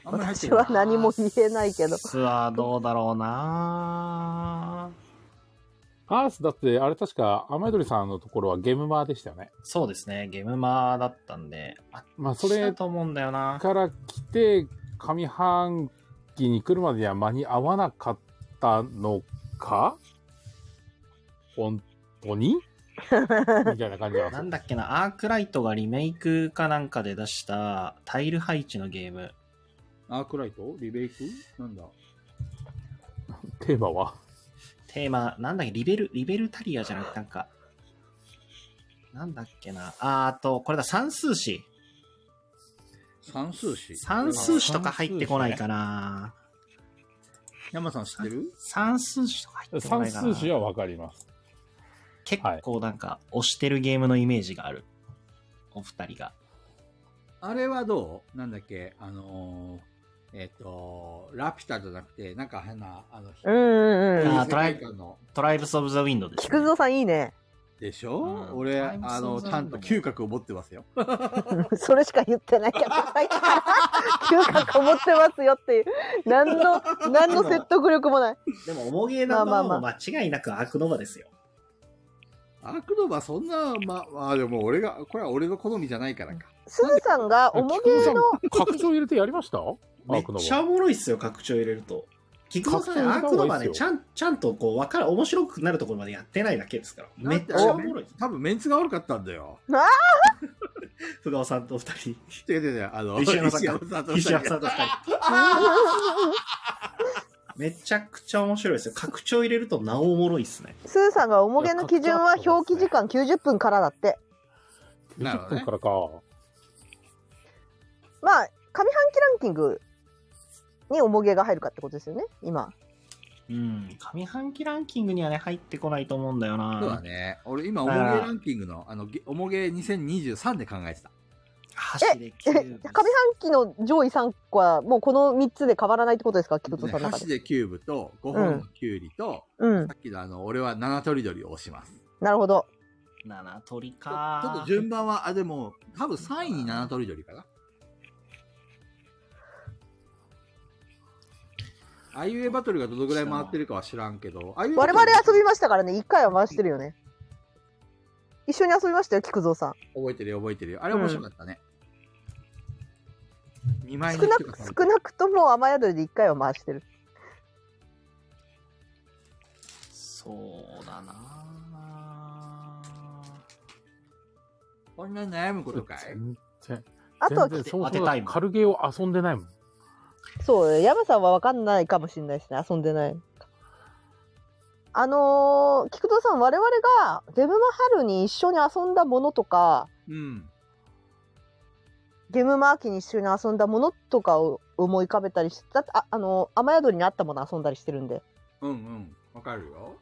S1: あんまり入って
S5: 私
S1: こな
S5: はい何も言えないけど
S3: アー。スはどうだろうな
S2: アースだって、あれ確か、雨宿りさんのところはゲームマーでしたよね。
S3: そうですね、ゲームマーだったんで、あ
S2: まあ、
S3: そ
S2: そ
S3: れだ
S2: れ
S3: と思うんだよな。
S2: から来て、上半期に来るまでには間に合わなかったのか本当 にみたいな感じは。
S3: なんだっけな、アークライトがリメイクかなんかで出したタイル配置のゲーム。
S1: アークライトリベイクなんだ
S2: テーマは。
S3: テーマ、なんだっけ、リベル、リベルタリアじゃなくて、なんか、なんだっけな、あーあと、これだ、算数詞。
S1: 算数詞
S3: 算数詞とか入ってこないかな。
S1: 山さん知ってる
S3: 算数詞とか入ってこな
S2: 算
S3: いかな。
S2: 数詞はわかります。
S3: 結構なんか、押してるゲームのイメージがある。お二人が。
S1: あれはどうなんだっけあのー、えっ、と、ラピュタじゃなくて、なんか変な、あの、
S5: うんうんうん。
S3: あートライ
S1: 世界観の
S3: トライブス・オブ・ザ・ウィンドウです、
S5: 菊蔵さんいいね。
S1: でしょ、
S3: うん
S1: 俺、
S3: タイムス
S1: あ
S3: オ
S1: の、
S3: ブザ
S1: ちゃんと嗅覚を持ってますよ。
S5: それしか言ってないけど、最 近から嗅覚を持ってますよっていう。何の、 何の説得力もない。
S3: でも、重げな
S5: まあ
S3: の
S5: ま
S3: も
S5: あま
S3: 間違いなくアークノバですよ。
S1: アークノバそんな、ま、まあでも俺が、これは俺の好みじゃないからか。
S5: すずさんがおもげ
S2: 菊蔵さん
S5: の、
S2: 拡張入れてやりましたア
S3: め
S2: ー
S3: っ
S2: クノ
S3: ちゃおもろいっすよ、拡張入れると。菊蔵さんね、
S2: 拡張入れた
S3: アー
S2: 方
S3: クノ
S2: が
S3: バ
S2: いい
S3: ね、
S2: っす
S3: ち
S2: よ
S3: ゃん、ちゃんとこう、わかる、面白くなるところまでやってないだけですから。めっちゃおもろい。
S1: 多分メンツが悪かったんだよ。
S3: ふがおさんとお二人。
S1: 違う違う違う、あの、
S3: 石山さんか
S1: 石山と二
S3: 石
S1: 人
S3: 山さんと二人。 めちゃくちゃ面白いですよ。拡張入れるとなおおもろいっすね。
S5: すずさんがおもげの基準は表記時間90分からだって。
S2: バ
S1: なる
S2: 90
S1: ほどね
S2: 分からか。
S5: まあ、上半期ランキングにおもげが入るかってことですよね、今。
S3: うん。上半期ランキングにはね、入ってこないと思うんだよな。
S1: そうだね。俺今、おもげランキングの、あの、げおもげ2023で考えてた。
S3: 走れ
S5: え、
S3: キュ
S5: 上
S3: ー
S5: 半
S3: ブ
S5: 期の上位3個はもうこの3つで変わらないってことですか、菊
S1: ね
S5: 蔵さんの中
S1: 箸
S5: で。
S1: でキューブと、5本のキュウリと、
S5: うん
S1: さ。っきのあの、俺は七とりどりを押します。
S5: なるほど。
S3: 七鳥
S1: ちょちょっ
S3: か
S1: と。順番は、あ、でも、多分3位に七とりどりかな。あいうえバトルがどのぐらい回ってるかは知らんけど、あいうえバ
S5: 我
S1: トル
S5: 々遊びましたからね、一回は回してるよね。一緒に遊びましたよ、菊蔵さん。
S1: 覚えてるよ覚えてるよ。あれ面白かったね。二枚
S5: 少なく、少なくとも雨宿りで一回は回してる。
S3: そうだな
S1: こんなに悩むことかい
S2: 全然。
S5: あとは
S2: 全然そ
S3: 当
S2: も
S3: て
S2: そ
S3: たい
S2: も
S3: もん
S2: 軽ゲーを遊んでないもん。
S5: そうね、山さんは分かんないかもしれないしね、遊んでない。あのー、菊蔵さん、我々がゲムマ春に一緒に遊んだものとか、
S1: うん。
S5: ゲムマ秋に一緒に遊んだものとかを思い浮かべたりして、だってあ、あのー雨宿りにあったもの遊んだりしてるんで。
S1: うんうん。わかるよ。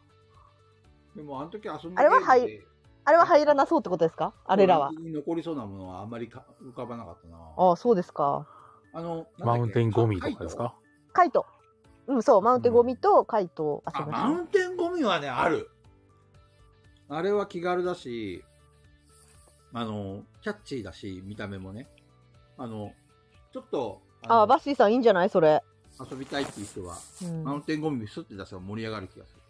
S1: でもあの時遊んだ
S5: あれは
S1: ゲームで
S5: あれは入らなそうってことですかあれらは
S1: 記。憶に残りそうなものはあんまりか浮かばなかったな。
S5: ああ、そうですか。
S1: あの、
S2: マウンテンゴミとかです
S1: か
S2: か
S5: カイト。うん、そう、マウンテンゴミとカイトを遊
S1: あ、
S5: び
S1: マ
S5: まし
S1: ウンテンゴミはね、ある。あれは気軽だし、あの、キャッチーだし、見た目もね。あの、ちょっと、
S5: た。ああ、
S1: の
S5: バッシーさんいいんじゃないそれ。
S1: 遊びたいっていう人は、
S5: うん
S1: マウンテンゴミスって出せば盛り上がる気がする。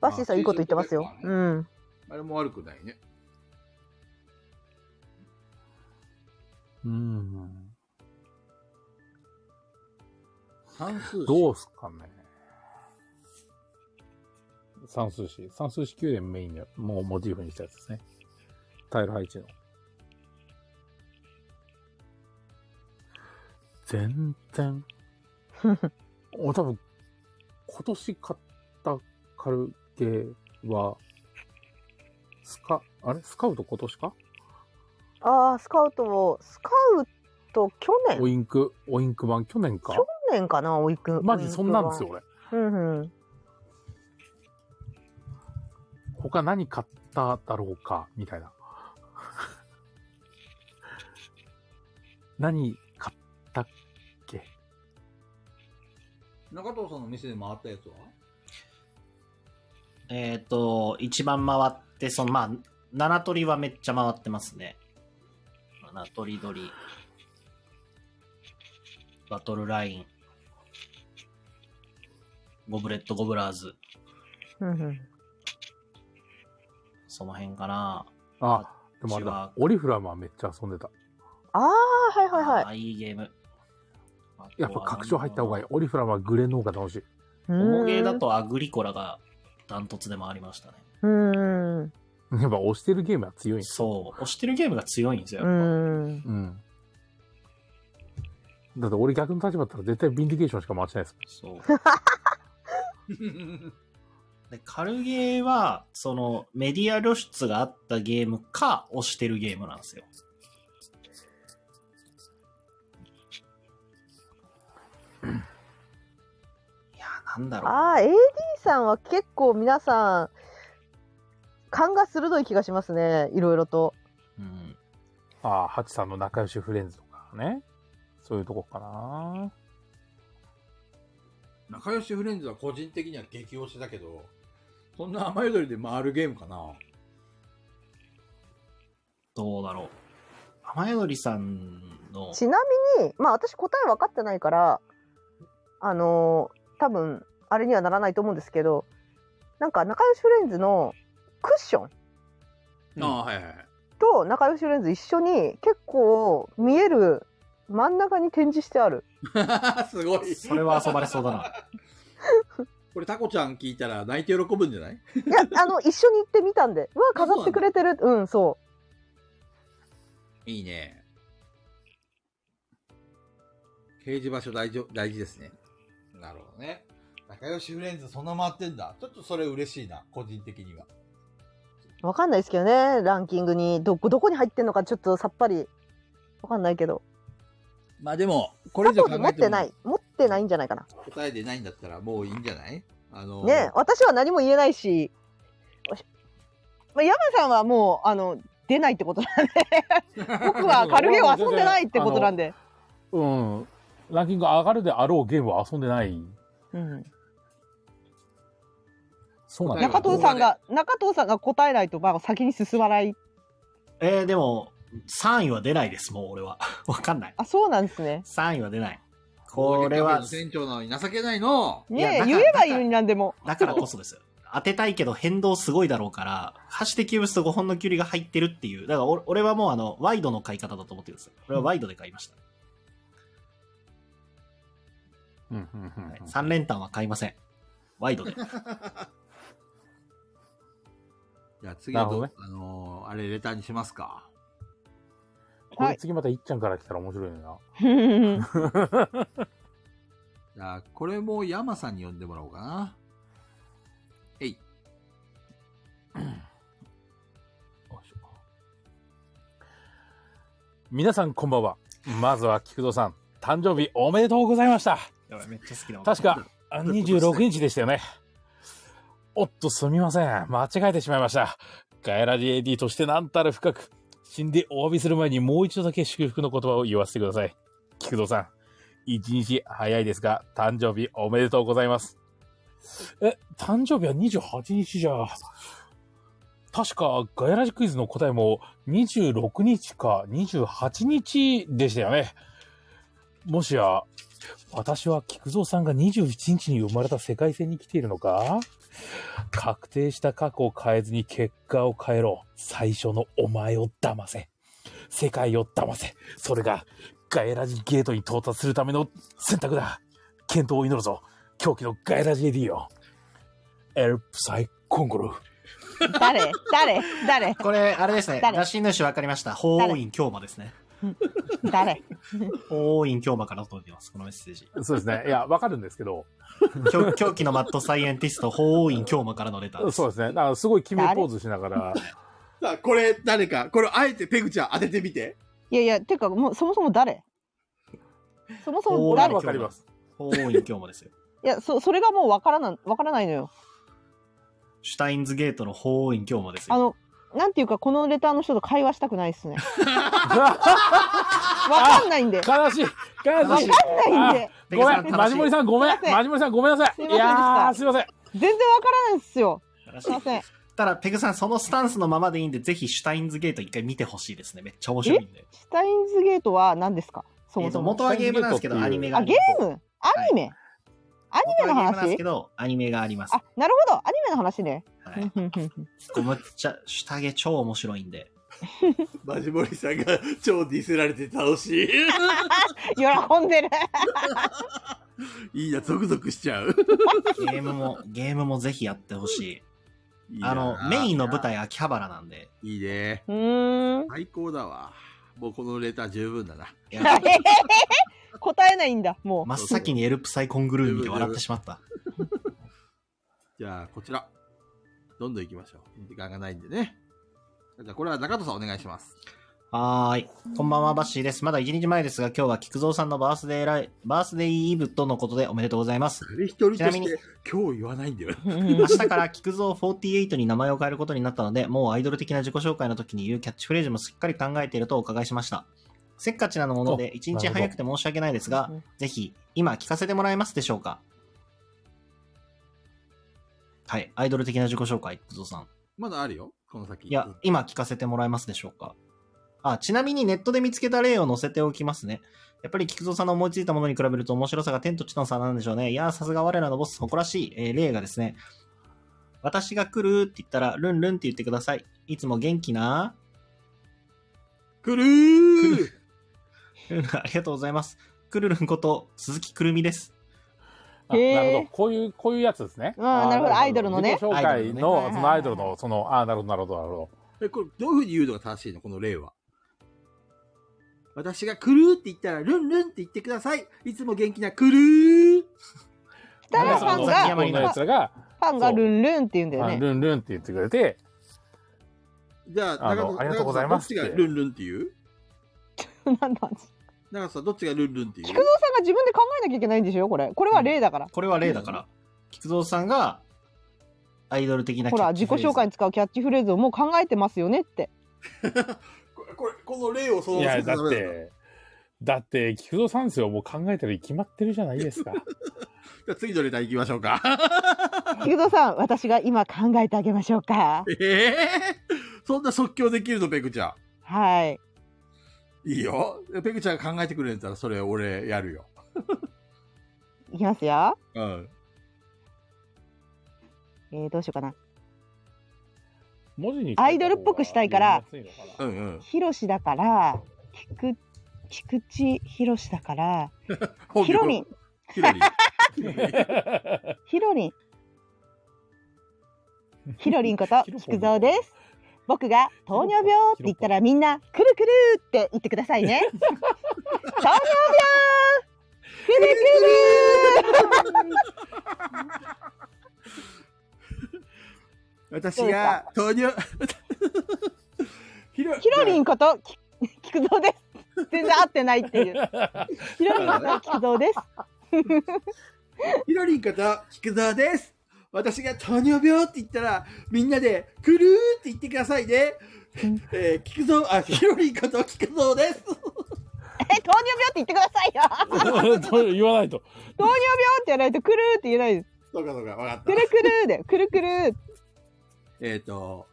S5: バッシーさんいいこと言ってます
S1: ま
S5: よ
S1: あ。
S5: う
S1: 政
S5: ん。
S1: あれも悪くないね。
S2: うん。
S1: 算数
S2: どうすかね。算数詞。算数詞宮殿メインで、もうモチーフにしたやつですね。タイル配置の。全 然。俺多分、今年買ったカルゲーは、スカ、あれスカウト今年か
S5: ああ、スカウトを、スカウト去年
S2: オインク、オインク版去年か
S5: 去。年かな、おいくん。
S2: マジそんなんですよ、俺。
S5: うんうん。
S2: 他何買っただろうか、みたいな。何買ったっけ
S1: 中藤さんの店で回ったやつは
S3: えっ、と、一番回って、その、まあ、七鳥はめっちゃ回ってますね。七鳥鳥。バトルライン。ゴブレット・ゴブラーズ。
S5: うんうん
S3: その辺かな。
S2: あ、でもあれ
S3: 違
S2: だ
S3: う。
S2: オリフラムはめっちゃ遊んでた。
S5: ああ、はいはいはい。
S3: あいいゲーム。
S2: やっぱ拡張入った方がいい
S3: い。。
S2: オリフラムはグレの方が楽しい。
S3: 重ゲーだ
S5: と。
S3: とアグリコラがダントツで回りましたね。
S5: うん。う
S2: やっぱ押してるゲームは強いんですよ。
S3: そう。押してるゲームが強いんですよ。やっ
S5: ん。
S2: うん。だって俺逆の立場だったら絶対ビンディケーションしか回ってないです
S3: ぱそう。で、軽ゲーは、その、メディア露出があったゲームか、押してるゲームなんですよ。いや、なんだろう。
S5: ああ、AD さんは結構皆さん、勘が鋭い気がしますね、いろいろと。
S3: うん。
S2: もん。ああ、ハチさんの仲良しフレンズとかね。そういうとこかな。
S1: 仲良しフレンズは個人的には激推しだけど、そんな雨宿りで回るゲームかな
S3: どうだろう。雨宿りさんの、
S5: ちなみに、まあ私答え分かってないから、あのー多分、あれにはならないと思うんですけど、なんか仲良しフレンズのクッション
S1: ああ、はいはいはい。
S5: と仲良しフレンズ一緒に結構見える真ん中に展示して ある。
S1: すごい。
S3: それは遊ばれそうだな。
S1: これタコちゃん聞いたら泣いて喜ぶんじゃない
S5: いや、あの、一緒に行ってみたんで。うわ、
S1: あそうなんだ
S5: 飾ってくれてる。うん、そ
S1: いいね。掲示場所大事大事ですね。なるほどね。仲良しフレンズそんな回ってんだ。ちょっとそれ嬉しいな、個人的には。
S5: う。わかんないですけどね、ランキングに。ど、どこに入ってんのかちょっとさっぱり。わかんないけど。
S1: まあでも、これ
S5: 佐
S1: 以上
S5: 藤
S1: 考
S5: で持
S1: え
S5: ってて
S1: も
S5: ない。持ってないんじゃないかな。
S1: 答え出ないんだったらもういいんじゃないあの、
S5: ねえ私は何も言えないし。よしまあ、山さんはもう、あの、出ないってことなん で。僕は軽ゲーを遊んでないってことなんで。
S2: うん。ランキング上がるであろうゲームは遊んでない。
S5: うん、
S2: そうなんだよ。
S5: 中藤さんが、中藤さんが答えないと、まあ、先に進まない。
S3: えー、でも、3位は出ないです、もう俺は。わかんない。
S5: あ、そうなんですね。
S3: 3位は出ない。これは、
S15: 店長なのに情けないの。
S5: ねえ、
S3: いや
S5: 言
S3: だから
S5: えばいいのになんでも。
S3: だからこそですよ。当てたいけど変動すごいだろうから、端的キューブスと5本のキュウリが入ってるっていう。だからお俺はもうあの、ワイドの買い方だと思ってるんですよ。これはワイドで買いました。
S2: うんうんうん
S3: はい、3連単は買いません。ワイドで。
S16: じゃあ次はど
S2: なる
S16: あのーあれ、レターにしますか。
S2: これ次またいっちゃんから来たら面白いな。
S16: じゃあ、これも山さんに呼んでもらおうかな。えい。
S2: よいしょ皆さんこんばんは。まずは菊堂さん、誕生日おめでとうございました。
S3: やばいめっちゃ好きな
S2: 確か26日でしたよね。おっと、すみません。間違えてしまいました。ガエラジ AD として何たる深く、死んでお詫びする前にもう一度だけ祝福の言葉を言わせてください。菊堂さん、一日早いですが、誕生日おめでとうございます。え、誕生日は28日じゃ。確か、ガエラジクイズの答えも26日か28日でしたよね。もしや、私は菊蔵さんが27日に生まれた世界線に来ているのか確定した過去を変えずに結果を変えろ。最初のお前を騙せ。世界を騙せ。それがガエラジゲートに到達するための選択だ。健闘を祈るぞ。狂気のガエラジエディよ。エルプサイコンゴル。
S5: 誰誰誰
S3: これ、あれですね。
S5: 誰
S3: 出し主わかりました。法院京馬ですね。
S5: 誰
S3: 法院京馬から届いてます。このメッセージ。
S2: そうですね。いや、わかるんですけど。
S3: 狂狂気のマッドサイエンティスト、法院京馬からのレターです。
S2: そうですね。だからすごい決めポーズしながら。
S1: さあ、これ、誰か、これ、あえてペグちゃん当ててみて。
S5: いやいや、てか、もうそもそも誰そもそも
S3: 俺
S5: 誰
S3: は
S2: わかります。
S3: 法院京馬ですよ。
S5: いや、そ、それがもうわからな、わからないのよ。
S3: シュタインズゲートの法院京馬です
S5: あ
S3: よ。
S5: の、なんていうか、このレターの人と会話したくない っすね。わかんないんで。わか
S2: 悲しい。悲しい。
S5: んないんで。
S2: ごめん、マジモリさんごめん
S5: すいません
S2: マジモリさんごめんなさ
S5: す
S2: い
S5: いません
S2: いやー、すいません。
S5: 全然わからないっすよ。
S3: 悲し
S5: すいません。
S3: ただ、ペグさん、そのスタンスのままでいいんで、ぜひ、シュタインズゲート一回見てほしいですね。めっちゃ面白いんで。
S5: シュタインズゲートは何ですかそ
S3: え
S5: も
S3: っ
S5: そ
S3: と、
S5: も。
S3: 元はゲームなんですけど、
S2: シュタ
S3: ア
S2: イン
S3: ニ
S2: ズゲ
S3: メが
S5: あ、
S3: あり
S5: ゲ
S3: ます。
S5: ームアニメ、アニメ
S3: 元はゲー
S5: の
S3: ムなんです
S5: 話
S3: けど、アニメがあります。
S5: あ、なるほど。アニメの話ね。
S3: はいこれむっちゃ、下着超面白いんで。
S1: マジモリさんが超ディスられて楽しい。
S5: 喜んでる。
S1: いいな、ゾクゾクしちゃう。
S3: ゲームも、ゲームもぜひやってほしい。
S1: いいな
S3: あの、メインの舞台秋葉原なんで。
S1: いいね。
S5: うーん。
S1: 最高だわ。もうこのレター十分だな。
S3: いや
S5: 答えないんだ、も
S3: 真っ先にエルプサイコングルー見て笑ってしまった。
S1: じゃあ、こちら。どんどん行きましょう。時間がないんでね。じゃあ、これは中戸さんお願いします。
S3: はーい。こんばんは、バッシーです。まだ1日前ですが、今日は菊蔵さんのバースデーライ、バースデーイブとのことでおめでとうございます。
S1: 誰一人と
S3: ちなみ
S1: し
S3: に
S1: て、今日言わないんだよ。
S5: う。
S3: 明日から菊蔵48に名前を変えることになったので、もうアイドル的な自己紹介の時に言うキャッチフレーズもしっかり考えているとお伺いしました。せっかちなもので、一日早くて申し訳ないですが、ぜひ、今聞かせてもらえますでしょうかはい。アイドル的な自己紹介、菊蔵さん。
S1: まだあるよ。この先。
S3: いや、今聞かせてもらえますでしょうかあ、ちなみにネットで見つけた例を載せておきますね。やっぱり菊蔵さんの思いついたものに比べると面白さが天と地の差なんでしょうね。いやー、さすが我らのボス、誇らしい、えー例がですね。私が来るって言ったら、ルンルンって言ってください。いつも元気な
S1: くるー
S3: ルンルンありがとうございます。くるるんこと、鈴木くるみです。
S2: あ
S5: へー
S2: なるほど。こういう、こういうやつですね。
S5: うんなるほどアイドルのね
S2: 自己紹介
S5: アイドルのね
S2: の、そのアイドルの、その、あーなるほど、なるほど、なるほ
S1: え、これ、どういうふうに言うのが正しいのこの例は。私がくるーって言ったら、ルンルンって言ってください。いつも元気なくるー
S5: そしたらフ
S3: な
S5: ァ
S3: る
S5: ン
S3: ほ
S2: ど。
S3: ど崎山
S5: が、
S3: に
S2: のやつらが、
S5: ファンがルンルンって言うんだよ
S2: あ
S5: ね。
S2: ルンルンって言ってくれて、
S1: じゃあ、
S2: あ
S1: 中
S2: の
S1: 戸
S2: ありがとうございます
S1: 中戸さんどっちがルンルンって言う
S5: なんだ
S1: 長戸さん、どっちがルンルンって言う
S5: 菊蔵さんが自分で考えなきゃいけないんでしょこれ。これは例だから。
S3: これは例だから。菊蔵さんが、アイドル的な
S5: ほら、
S3: キャ
S5: 自
S3: ッ
S5: 己
S3: チフレーズ
S5: 紹介に使うキャッチフレーズをもう考えてますよ ねって。
S1: これ、これこの例をその
S2: いや、だ
S1: そ
S2: っ
S1: のじ
S2: て、だって、菊蔵さんですよ。もう考えてるに決まってるじゃないですか。
S1: ゃあ次のレター行きましょうか。
S5: 菊蔵さん、私が今考えてあげましょうか。
S1: ええそんな即興できるの、ペグちゃ
S5: はい。
S1: ん。いいよ。ペグちゃんが考えてくれたら、それ俺やるよ。
S5: いきますよ。
S1: うん。
S5: えー、どうしようかな。
S2: 文字に
S5: アイドルっぽくしたいから
S2: 読みやすいのか
S1: うんうん。
S5: ひろしだから、菊、菊池ひろしだから、ひろりん、
S1: ヒロリン。
S5: ひろ りん。ひろりんこと菊蔵です。僕が糖尿病って言ったらみんな、くるくるって言ってください ね。糖尿病くるくる
S1: 私が糖尿、 ヒロ
S5: ひろりんことき菊蔵です。全然合ってないっていう。ひろりんこと菊蔵です。
S1: ヒロリンこと菊蔵です。私が糖尿病って言ったら、みんなで、くるーって言ってくださいね。えー、菊蔵、あ、ヒロリンこと菊蔵です。
S5: え、糖尿病って言ってくださいよ。
S2: 言わないと。
S5: 糖尿病って言わないと、くるーって言えないです。
S1: そうかそうか、わかっ
S5: く
S1: た。
S5: るくるーで、くるくるー。
S1: えっ、ー、と、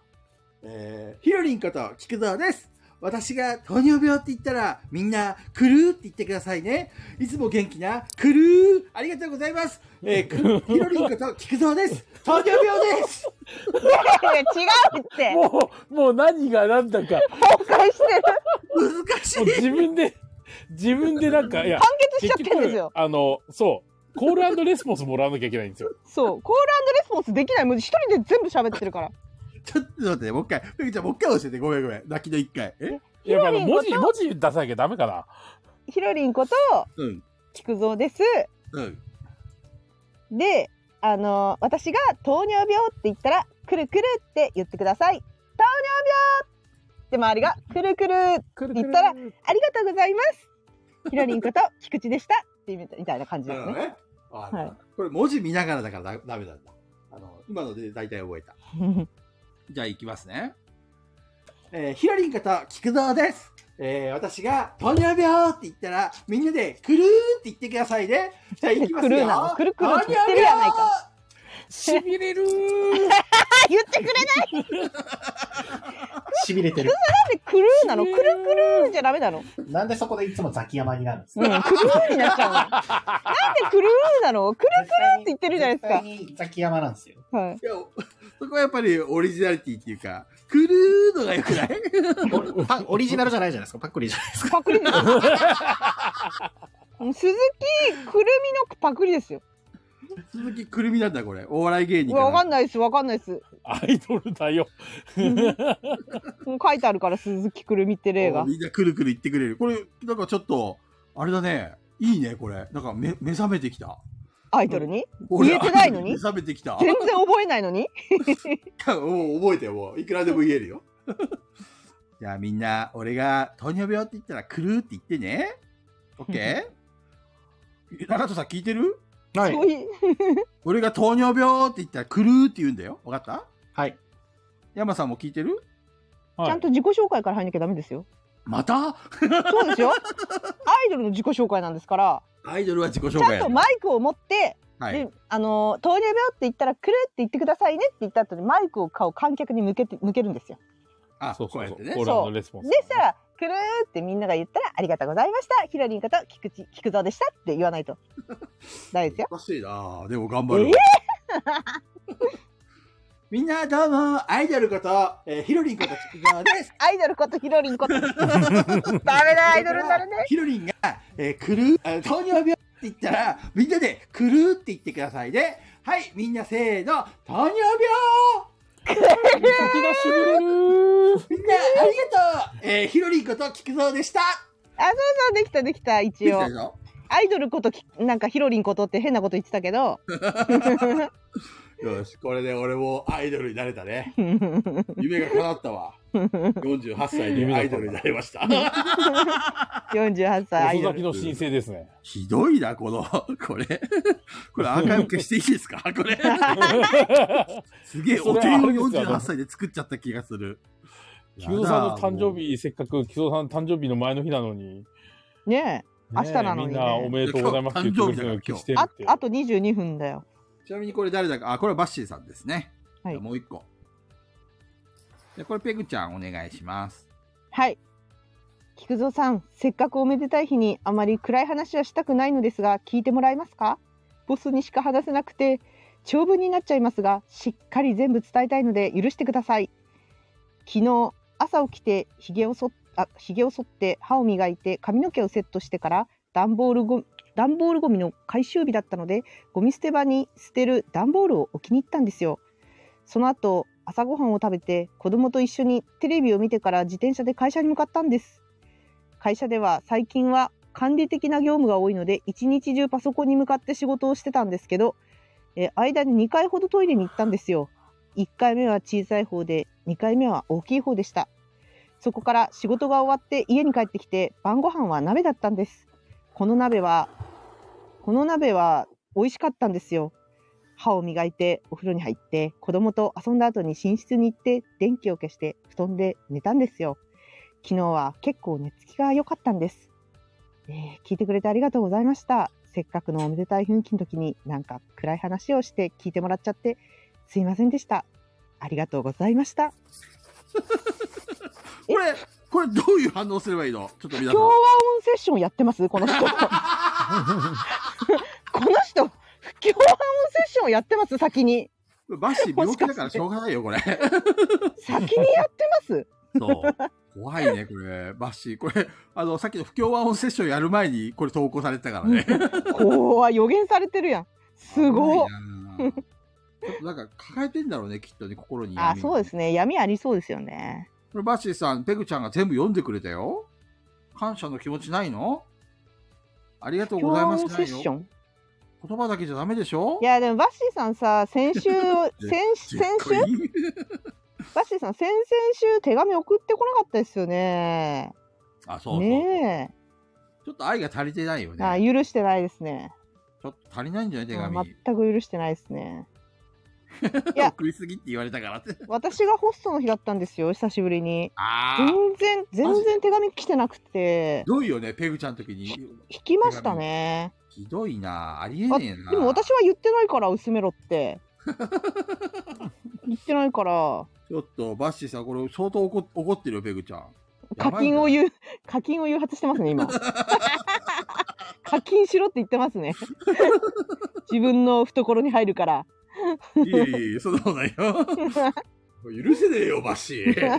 S1: えー、ヒロリンこと菊蔵です。私が糖尿病って言ったら、みんな、くるーって言ってくださいね。いつも元気な、くるーありがとうございます。えー、くヒロリンこと菊蔵 です。糖尿病です。
S5: いや違うって、
S2: もう、もう何が何だか、
S5: 崩壊してる。
S1: 難し
S2: もう
S1: い。
S2: 自分で、自分でなんか、いや、
S5: 完結しちゃってるんですよ。
S2: あの、そう、コールレスポンスもらわなきゃいけないんですよ。
S5: そう、コールレスポンスできない、もう一人で全部喋ってるから。
S1: ちょっと待って、もう一回。ペグちゃん、もう一回教えて。ごめんごめん。泣きの一回。え
S2: やっぱあの、
S5: ヒロ
S2: 文
S5: リ
S2: 字、
S5: ン
S2: 文字出さなきゃダメかな。
S5: ひろりんこと
S1: うん。
S5: 菊蔵です。
S1: うん。
S5: で、あの私が糖尿病って言ったら、くるくるって言ってください。糖尿病って周りが、くるくるって言ったら、ありがとうございます。ひろりんこと菊池でした。っていうみたいな感じ
S1: な
S5: で
S1: るほ
S5: す
S1: ど
S5: ね。
S1: ね。あ
S5: はい
S1: これ文字見ながらだからだダメだった。あの、今ので大体覚えた。じゃあ行きますね。えー、ヒロリンこと菊蔵です。えー、私が糖尿病って言ったら、みんなでくるーんって言ってくださいね。じゃあ行きますよ。
S5: くるーなのくるくるって言ってるやないか
S1: 糖尿病
S2: しびれる
S5: あ、言ってくれない
S3: しびれてる。
S5: でクルーなのくるくるじゃダメなの
S3: なんでそこでいつもザキヤマになるんです
S5: うん、クルーになっちゃうの。なんでクルーなのく
S3: く
S5: る
S3: るって
S5: 言ってるじゃないですか
S3: ザキヤマなんですよ。
S5: く、はい、
S1: いや、そこはやっぱりオリジナリティっていうか、くるーのが良くない
S3: パオリジナルじゃないじゃないですか。パクリじゃないですか。
S5: パクリです。うん鈴木くるみのパクリですよ。
S1: 鈴木くるみなんだ、これ。お笑い芸
S5: う
S1: 人
S5: わわか
S1: か
S5: んないです、わかんないです。
S2: アイドルだよ。
S5: うん 書いてあるから、鈴木くるみって例
S1: ら。
S5: が。
S1: みんなくるくる言ってくれる。これ、なんかちょっと、あれだね。いいね、これ。なんかめ目覚めてきた。
S5: アイドルに
S1: 俺
S5: 言えてないのに
S1: 目覚めてきた。
S5: 全然覚えないのに。
S1: もう覚えてよもういくらでも言えるよ。 じゃあみんな、俺が糖尿病って言ったらくるーって言ってね。オッケー 長戸さん聞いてる
S3: は
S5: そういう
S1: 俺が糖尿病って言ったらくるーって言うんだよ。わかった
S3: はい。
S1: 山さんも聞いてる
S5: ちゃんと自己紹介から入んなきゃダメですよ。
S1: また
S5: そうですよ。アイドルの自己紹介なんですから、
S1: アイドルは自己紹
S5: ちゃ
S1: 介
S5: ん
S1: や
S5: と
S1: ね。
S5: マイクを持って、
S1: はい。
S5: で、あのー糖尿病って言ったら、くるって言ってくださいねって言った後に、マイクを顔観客に向けて、向けるんですよ。
S1: あ、
S2: そう
S1: こ
S2: そう
S1: や
S2: うそ
S1: っ
S2: う。
S1: て
S2: コ
S1: ね。
S2: ールレスポン
S5: で
S2: ス。
S5: したら、くるーってみんなが言ったら、ありがとうございました。ひろりんこと、菊池、菊蔵でしたって言わないと。ダメですよ。
S1: おかしいなあでも頑張る。 みんなどうも、アイドルこと、えー、ヒロリンこと菊沢です。
S5: アイドルこと、ひろりんこと。ダメだ、 アイドルになるね。
S1: ヒロリンが、えー、くるあ糖尿病って言ったら、みんなで、くるって言ってくださいね。はい、みんなせーの、糖尿病
S2: 先がしび れる
S1: みんな、ありがとうえー、ヒロリンこと菊蔵でした
S5: あ、そうそう、できた、できた、一応。
S1: よ
S5: アイドルこと、きなんか、ひろりんことって変なこと言ってたけど。
S1: し、これで俺もアイドルになれたね。夢が叶った わ。48歳でアイドルになれました。
S5: 48歳、アイド
S2: 遅
S5: ル。
S2: 咲きの申請ですね。
S1: ひどいな、この、 これ。これアーカイブ消していいですかこ れ。すげえ、
S2: そ
S1: お
S2: れ
S1: 手
S2: あれ
S1: 紙
S2: ですよ
S1: 48歳で作っちゃった気がする。
S2: 木戸さんの誕生日、せっかく木戸さんの誕生日の前の日なのに。
S5: ねえ。
S2: ねえ
S5: 明日なのに
S2: みん
S5: ね
S2: なおめでとうございますって言ってくれるのを消してる
S5: あ
S2: って。、
S5: あと22分だよ。
S1: ちなみにこれ誰だか、あ、これはバッシーさんですね。
S5: はい
S1: じゃあもう一個。で、これペグちゃんお願いします。
S5: はい。菊蔵さん、せっかくおめでたい日にあまり暗い話はしたくないのですが、聞いてもらえますかボスにしか話せなくて長文になっちゃいますがしっかり全部伝えたいので許してください昨日朝起きてひげをそあひげを剃って歯を磨いて髪の毛をセットしてから段ボールご段ボールゴミの回収日だったのでゴミ捨て場に捨てる段ボールを置きに行ったんですよその後朝ごはんを食べて子供と一緒にテレビを見てから自転車で会社に向かったんです会社では最近は管理的な業務が多いので一日中パソコンに向かって仕事をしてたんですけどえー間に2回ほどトイレに行ったんですよ1回目は小さい方で2回目は大きい方でしたそこから仕事が終わって家に帰ってきて晩ご飯は鍋だったんですこの鍋はこの鍋は美味しかったんですよ歯を磨いてお風呂に入って子供と遊んだ後に寝室に行って電気を消して布団で寝たんですよ昨日は結構寝つきが良かったんです、えー聞いてくれてありがとうございましたせっかくのおめでたい雰囲気の時になんか暗い話をして聞いてもらっちゃってすいませんでしたありがとうございました
S1: これ、これどういう反応すればいいのちょっと皆さ
S5: 今日
S1: ん
S5: はオ。ンセッションやってますこの人この人今日はオンセッションやってます先に
S1: これバッシー病気だからしょうがないよ、これ。
S5: 先にやってます
S1: そう。怖いね、これ。バッシー。これ、あの、さっきの不協和音セッションやる前に、これ投稿されてたからね。
S5: 怖い予言されてるやんすごい
S1: 危ないなちょっとなんか抱えてんだろうね、きっとね、心に。。
S5: あそうですすね闇ありそうですよね
S1: これ、バッシーさん、ペグちゃんが全部読んでくれたよ。感謝の気持ちないのありがとう
S5: 今
S1: ご
S5: 日
S1: ざい
S5: は
S1: ま
S5: オ
S1: す
S5: ン
S1: じゃないよ
S5: セッション
S1: 言葉だけじゃダメでしょ
S5: いやでもバッシーさんさ先 週先先週
S1: 週
S5: バッシーさん先々週手紙送ってこなかったですよね
S1: あ、そうそう。
S5: ね
S1: ちょっと愛が足りてないよ
S5: え、あ
S1: ね。
S5: 許してないですね
S1: ちょっと足りないんじゃない手紙。
S5: 全く許してないですねいや
S1: 送りすぎって言われたから って。
S5: 私がホストの日だったんですよ久しぶりに
S1: ああ。
S5: 全然
S1: マ
S5: 全
S1: ジ
S5: 然手紙来てなくて
S1: ひどいよね、ペグちゃんの時に。
S5: 引きましたね
S1: ひどいなありえねえな
S5: でも私は言ってないから薄めろって 言ってないから
S1: ちょっと、バッシーさん、これ相当怒怒ってるよ、ペグちゃん。や
S5: 課
S1: ばいん
S5: 金
S1: だよ
S5: を言う課金を誘発してますね 今課金しろって言って ますね自分の懐に入るから
S1: いえいえいえ、そんなことないよ。もう許せねえよ、バッシー。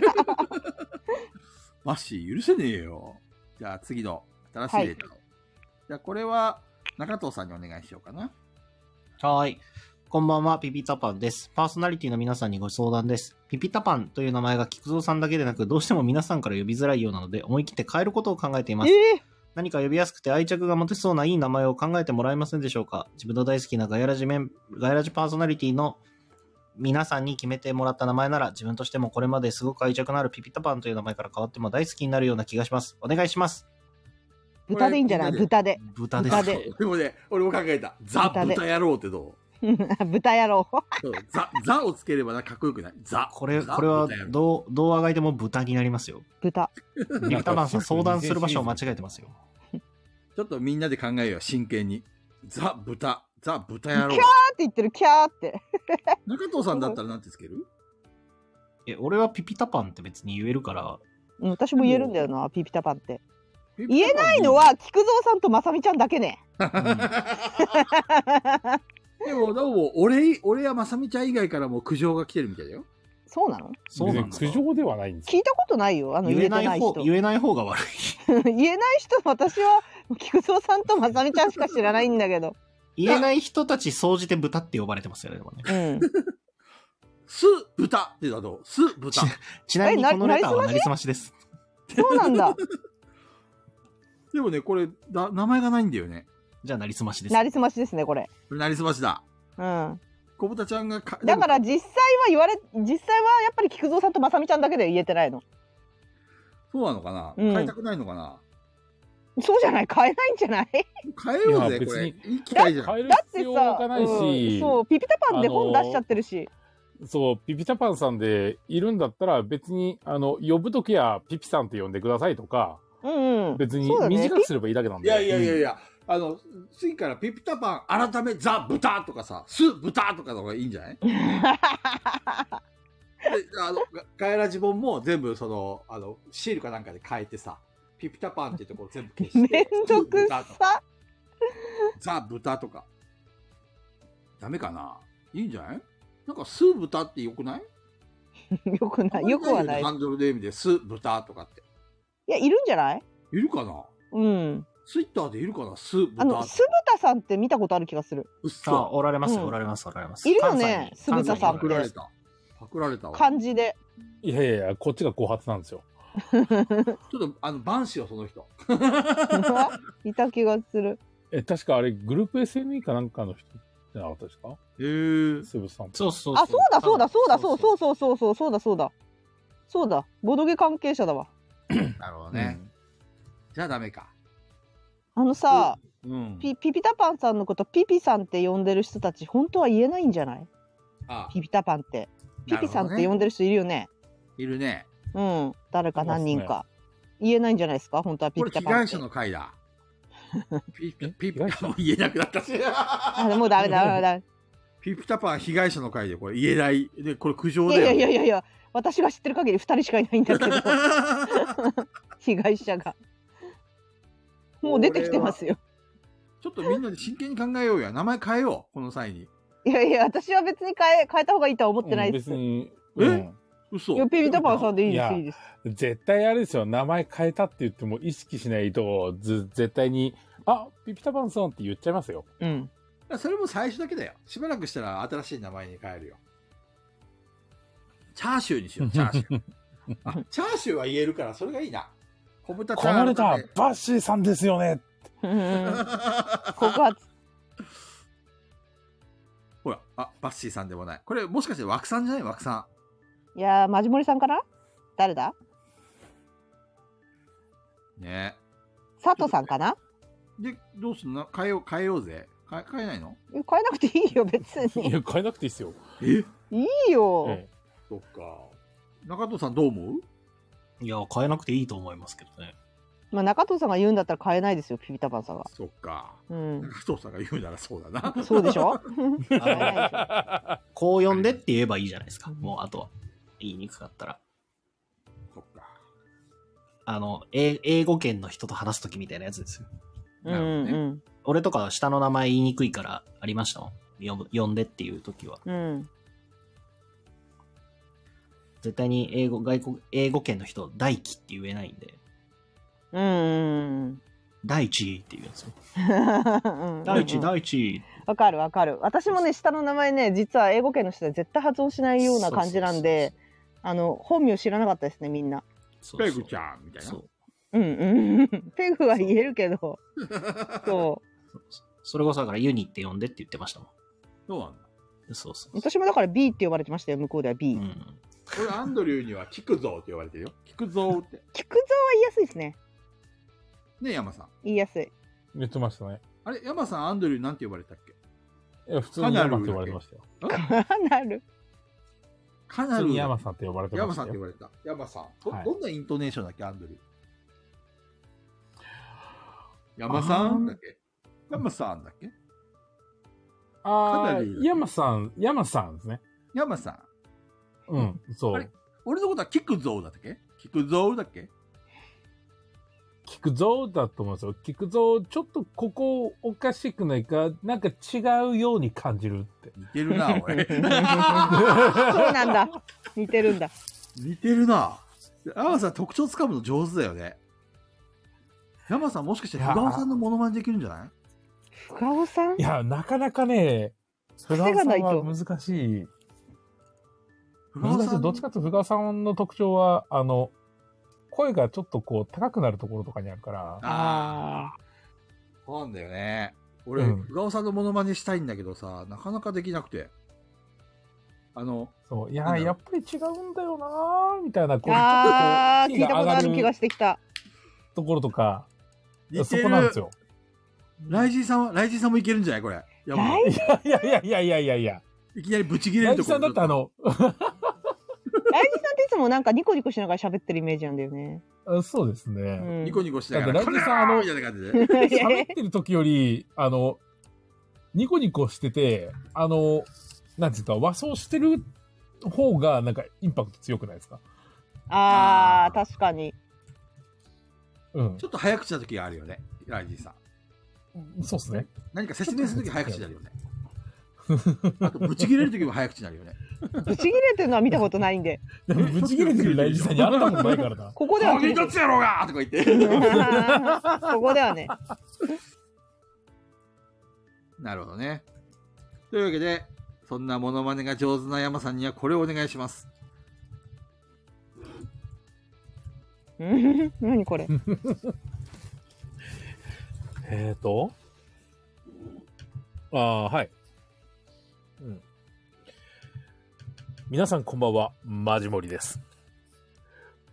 S1: バッシー、許せねえよ。じゃあ次の新しいデータを。じゃあこれは中藤さんにお願いしようかな。
S3: はーい。こんばんは、ピピタパンです。パーソナリティの皆さんにご相談です。ピピタパンという名前が菊蔵さんだけでなく、どうしても皆さんから呼びづらいようなので、思い切って変えることを考えています。
S5: え
S3: 何か呼びやすくて愛着が持てそうないい名前を考えてもらえませんでしょうか自分の大好きなガヤラジメン、ガヤラジパーソナリティの皆さんに決めてもらった名前なら自分としてもこれまですごく愛着のあるピピタパンという名前から変わっても大好きになるような気がします。お願いします。
S5: ー、豚でいいんじゃない
S1: これ
S5: 豚で
S3: 豚です。
S5: 豚で
S1: でもね、俺も考えた。ザ・
S5: 豚で
S1: 豚野郎ってど
S5: 豚野郎
S1: うそうザ、ザをつければなんかかっこよくない。ザ。
S3: これ、
S1: ザ
S3: これは
S1: 豚野郎
S3: どう、どうあがいても豚にな りますよ。
S5: 豚
S3: ピピタパンさん相談する場所を間違えてますよ。
S1: ちょっとみんなで考えよう、真剣に。ザ・豚。ザ・豚野郎
S5: キャー。って言ってるキャーって
S1: 中藤さんだったらなんてつける
S3: え、俺はピピタパンって別に言えるから、
S5: うん私も言えるんだよなピピタパンって言
S1: 言
S5: えないのは菊蔵さんとまさみちゃんだけね
S1: でも、どうも、俺、俺やまさみちゃん以外からも苦情が来てるみたいだよ。
S5: そうなの
S3: そうなんだ
S2: 別に。苦情ではないんです
S5: 聞いたことないよあの
S3: 言
S5: 言
S3: え
S5: えて
S3: な
S5: ないい
S3: 方、
S5: 人
S3: 言えない方が悪い。
S5: 言えない人私は菊蔵さんとまさみちゃんしか知らないんだけど
S3: 言えない人たち総じて豚って呼ばれてますよね、で もね。
S5: うん
S1: す、豚ってだと、す、豚。
S3: ちなみにこの
S5: えな
S3: レターはなりすましです。
S5: そうなんだ
S1: でもね、これ、だ名前がないんだよね。
S3: じゃあなりすましです。
S5: なりすましですねこれ
S1: これ、なりすましだ。
S5: うん
S1: 小豚ちゃんがか、
S5: だから
S1: でも
S5: 実際は言われ実際はやっぱり菊蔵さんとまさみちゃんだけで言えてないの
S1: そうなのかな、
S5: うん
S1: 変えたくないのかな
S5: そうじゃない買えないんじゃない
S1: 変えよう
S2: い
S1: ぜ、
S2: や
S1: こ
S2: 別
S1: れ。
S2: に
S1: いい機会じゃん。
S2: 変える
S5: だって
S2: 必要
S5: さ
S2: がない
S5: うん
S2: し、
S5: そうピピタパンで本出しちゃってるし、
S2: そう、ピピタパンさんでいるんだったら別に、あの、呼ぶときはピピさんって呼んでくださいとか、
S5: うんうん
S2: 別に
S5: そうだね
S2: 短 くすればいいだけなん
S1: い
S2: で。
S1: やいやいやいや、あの、次からピピタパン、改め、ザ・豚とかさ、す、豚とかの方がいいんじゃないであの、ガガイラジボンも全部その、あの、シールかなんかで変えてさ、ピピタパンっていうところ全部消し
S5: め
S1: て、
S5: んどく
S1: ザ・豚とか
S5: さ
S1: ザ・豚とか。ダメかないいんじゃないなんか酢豚ってよくない
S5: よくない、よくはない。い
S1: ハンドルネームで酢豚とかって。
S5: や、いるんじゃない
S1: いるかな
S5: うん。
S1: ツイッターでいるかな酢豚
S5: あの、酢豚さんって見たことある気がする。
S1: うっ
S3: さあ、
S1: そ
S3: おられますよ、
S5: うん
S3: おられます、おられます。
S5: いるよ
S3: 関西
S5: ね
S3: に
S5: 酢豚さん
S1: パ
S3: 関西
S5: っ
S1: ク
S3: に
S1: られた。パクられたわ。
S5: 漢字 で。
S2: いやいやいや、こっちが後発なんですよ。
S1: ちょっと、あの、バンシよ、その人。
S5: いた気がする。
S2: え、確かあれ、グループ SNE かなんかの人じゃなかったですか
S1: へえ。
S2: スブさん。
S3: そうそう。
S5: あ、そうだ、そうだ、そうだ、そう、そううそう、そうそう、そうだ、そうだ。そうだ、ボドゲ関係者だわ。
S1: なるほどね。じゃあダメか。
S5: あのさ、
S1: うん。
S5: ピピピタパンさんのことピピさんって呼んでる人たち、本当は言えないんじゃない
S1: あ、
S5: ピピタパンって。ピピさんっ
S1: なるほど
S5: て
S1: ね
S5: 呼んでる人いるよね。
S1: いるね。
S5: うん。誰か何人か。言えないんじゃないですか本当はピ
S1: こ
S5: ピ
S1: れ、
S5: タ
S1: 被
S5: パンっ
S1: 害
S5: て
S1: 者。の回 だ。ピピピピ
S2: 被害者
S1: もう言えなくなったし。
S5: あ、もうダメだ、ダメだ。ダメ
S1: ピピタパン被害者の回で、これ言えない。で、これ苦情
S5: だ
S1: だ
S5: い
S1: よ。
S5: やいやいやいや、私が知ってる限り二人しかいないんだけど、被害者が。もう出てきてますよ。
S1: ちょっとみんなで真剣に考えようや。名前変えよう。この際に。
S5: いやいや、私は別に変え、変えた方がいいとは思ってないです。
S2: うん
S1: え
S2: 別に。
S5: い
S2: うん
S1: 嘘。
S5: や、ピピタパンさんでいい
S2: い
S5: です、
S2: や
S5: いいです。
S2: 絶対あれですよ、名前変えたって言っても意識しないと、ず絶対に、あピピタパンさんって言っちゃいますよ。
S5: うん。
S1: それも最初だけだよ。しばらくしたら新しい名前に変えるよ。チャーシューにしよ う、チャーシュー。あ、チャーシューは言えるから、それがいいな。小豚チ
S2: こ
S1: ャ
S2: の
S1: ー
S2: レ
S1: シ
S2: ター、バッシーさんですよね。
S5: うん告
S1: ュー。
S5: 発。
S1: ほら、あ、バッシーさんでもない。これ、もしかして枠さんじゃない枠さ
S5: いやー、マジモリさんかな誰だ
S1: ん。ね
S5: 佐藤さんかな
S1: で、どうすんの変えよう、変えようぜ。変え、変えないの
S5: え変えなくていいよ、別
S2: い
S5: に。
S2: や、変えなくていいですよ。
S1: え
S5: いいよ。
S2: ええ
S1: そっか。中藤さんどう思う
S3: いや、変えなくていいと思いますけ どね。
S5: まあ、中藤さんが言うんだったら変えないですよ、ピピタパンさんが。
S1: そっか。
S5: うん。
S1: 中藤さんが言うならそうだな。
S5: そうでしょ変え
S3: あの
S5: ないでしょ
S3: こう呼んでって言えばいいじゃないですか。もう、あとは。言いにくかったら。
S1: そっか。
S3: あの、英英語圏の人と話すときみたいなやつですよ。
S5: う
S1: なるほどね
S5: ん
S3: 俺とか下の名前言いにくいからありましたもん。呼ぶ呼んでっていうときは。
S5: うん。うん。
S3: 絶対に英語、外国、英語圏の人、大輝って言えないんで、
S5: うんうん
S3: 大地って言うんですよ。
S5: うん。
S3: 大地、
S5: うんうん
S3: 大地。
S5: わかるわかる。私もね、下の名前ね、実は英語圏の人は絶対発音しないような感じなんで、あの、本名知らなかったですね、みんな。
S3: そうそ
S1: ペ
S3: う、
S1: グちゃんみたいな
S3: そ。う
S5: うんうん。 ペグは言えるけ ど。そ
S3: そうそう。それこそだからユニって呼んでって言ってましたも
S1: そうなんだ。
S3: ん。そうそう
S5: う。私もだから B って呼ばれてましたよ、向こうでは
S3: う
S5: B。
S3: ん。
S1: 俺、アンドリューには、キクゾーって呼ばれてるよ。キクゾーって。
S5: 菊蔵は言いやすいですね。
S1: ねえ、山さん。
S5: 言いやすい。
S2: 言ってましたね。
S1: あれ、山さん、アンドリューなんて呼ばれたっけ
S2: いや普通に山って呼ばれてましたよ。
S5: かなる。
S1: カ
S2: 普
S1: ナ
S2: 通
S1: ル。
S2: に山さんって呼ばれてま
S1: 山
S2: し
S1: さん
S2: た
S1: って呼
S2: よ。
S1: ばれた。山さん。ど,、
S2: はい
S1: どんなイントネーションだっけ、アンドリュー。山さんだっけ山さんだっけ
S2: あ
S1: かな
S2: あ
S1: り
S2: ー、山さん、山さんですね。
S1: 山さん。
S2: うん、そ
S1: あ
S2: う
S1: れ。俺のことはキクゾーだったっけキクゾーだっけ
S2: 聞くぞだと思うんですよ。聞くぞ、ちょっとここおかしくないか、なんか違うように感じるって。
S1: 似てるな、 俺。
S5: そうなんだ。似てるんだ。
S1: 似てるな。山さん、特徴つかむの上手だよね。山さん、もしかして、
S2: いやー
S1: 不尾さんのモノマネできるんじゃない
S5: 深尾さん
S2: いや、なかなかね、フ
S5: 癖
S2: ラ
S5: が
S2: ンさ
S5: ない
S2: んは
S5: と
S2: 難しい。
S1: 不
S2: 難
S1: 尾
S2: し
S1: さ
S2: い。
S1: ん
S2: どっちかというと、深川さんの特徴は、あの、声がちょっとこう高くなるところとかにあるから、
S1: ああ。そうなんだよね。俺、
S2: うん
S1: ふがおさんのモノマネしたいんだけどさ、なかなかできなくて。あの、
S2: そう、い
S1: なん
S2: や、
S1: だろう
S2: やっぱり違うんだよなーみたいな、こう、ちょ
S5: あ
S2: っとこう
S5: ー、
S2: 気
S5: 聞
S2: が
S5: いたこ
S2: 上
S5: と
S2: が
S5: ある気が
S2: る
S5: してきた。
S2: ところとか、
S1: 似
S2: そ
S1: て
S2: こなんです
S1: る。
S2: よ。
S1: ライジーさんは、ライジーさんもいけるんじゃないこれ。やばい。
S2: いやいやいやいやいやいや。
S1: いきなりブチ切れる
S2: 大
S1: とこ
S2: 地
S1: ろ
S2: さんだってあの、
S5: ライジさんっていつもなんかニコニコしながら喋ってるイメージなんだよね。
S2: あそうですね。
S5: うん
S1: ニコニコしながら、
S2: だってライジーさんあの
S1: こらーみたいな感じで。
S2: 喋ってる時より、あの、ニコニコしてて、あの、なんていうか、和装してる方が、なんか、インパクト強くないですか
S5: あー、確かに。
S2: うん
S1: ち。ょっと早口な時があるよね、ライジーさん。
S2: そうですね。
S1: 何か説明する時早口になるよね。あと、ぶち切れる時も早口になるよね。
S5: ぶち切れてるのは見たことないんで。
S2: でもぶち切れてる大事さんに会ったことないからな。
S5: ここでは
S1: あ、み
S5: 切れて
S1: と
S5: る。
S1: つやろうがとか言って。
S5: ここではね。
S1: なるほどね。というわけで、そんなモノマネが上手な山さんにはこれをお願いします。
S5: うん何これ。
S2: えーと。ああ、はい。うん。皆さんこんばんは、マジモリです。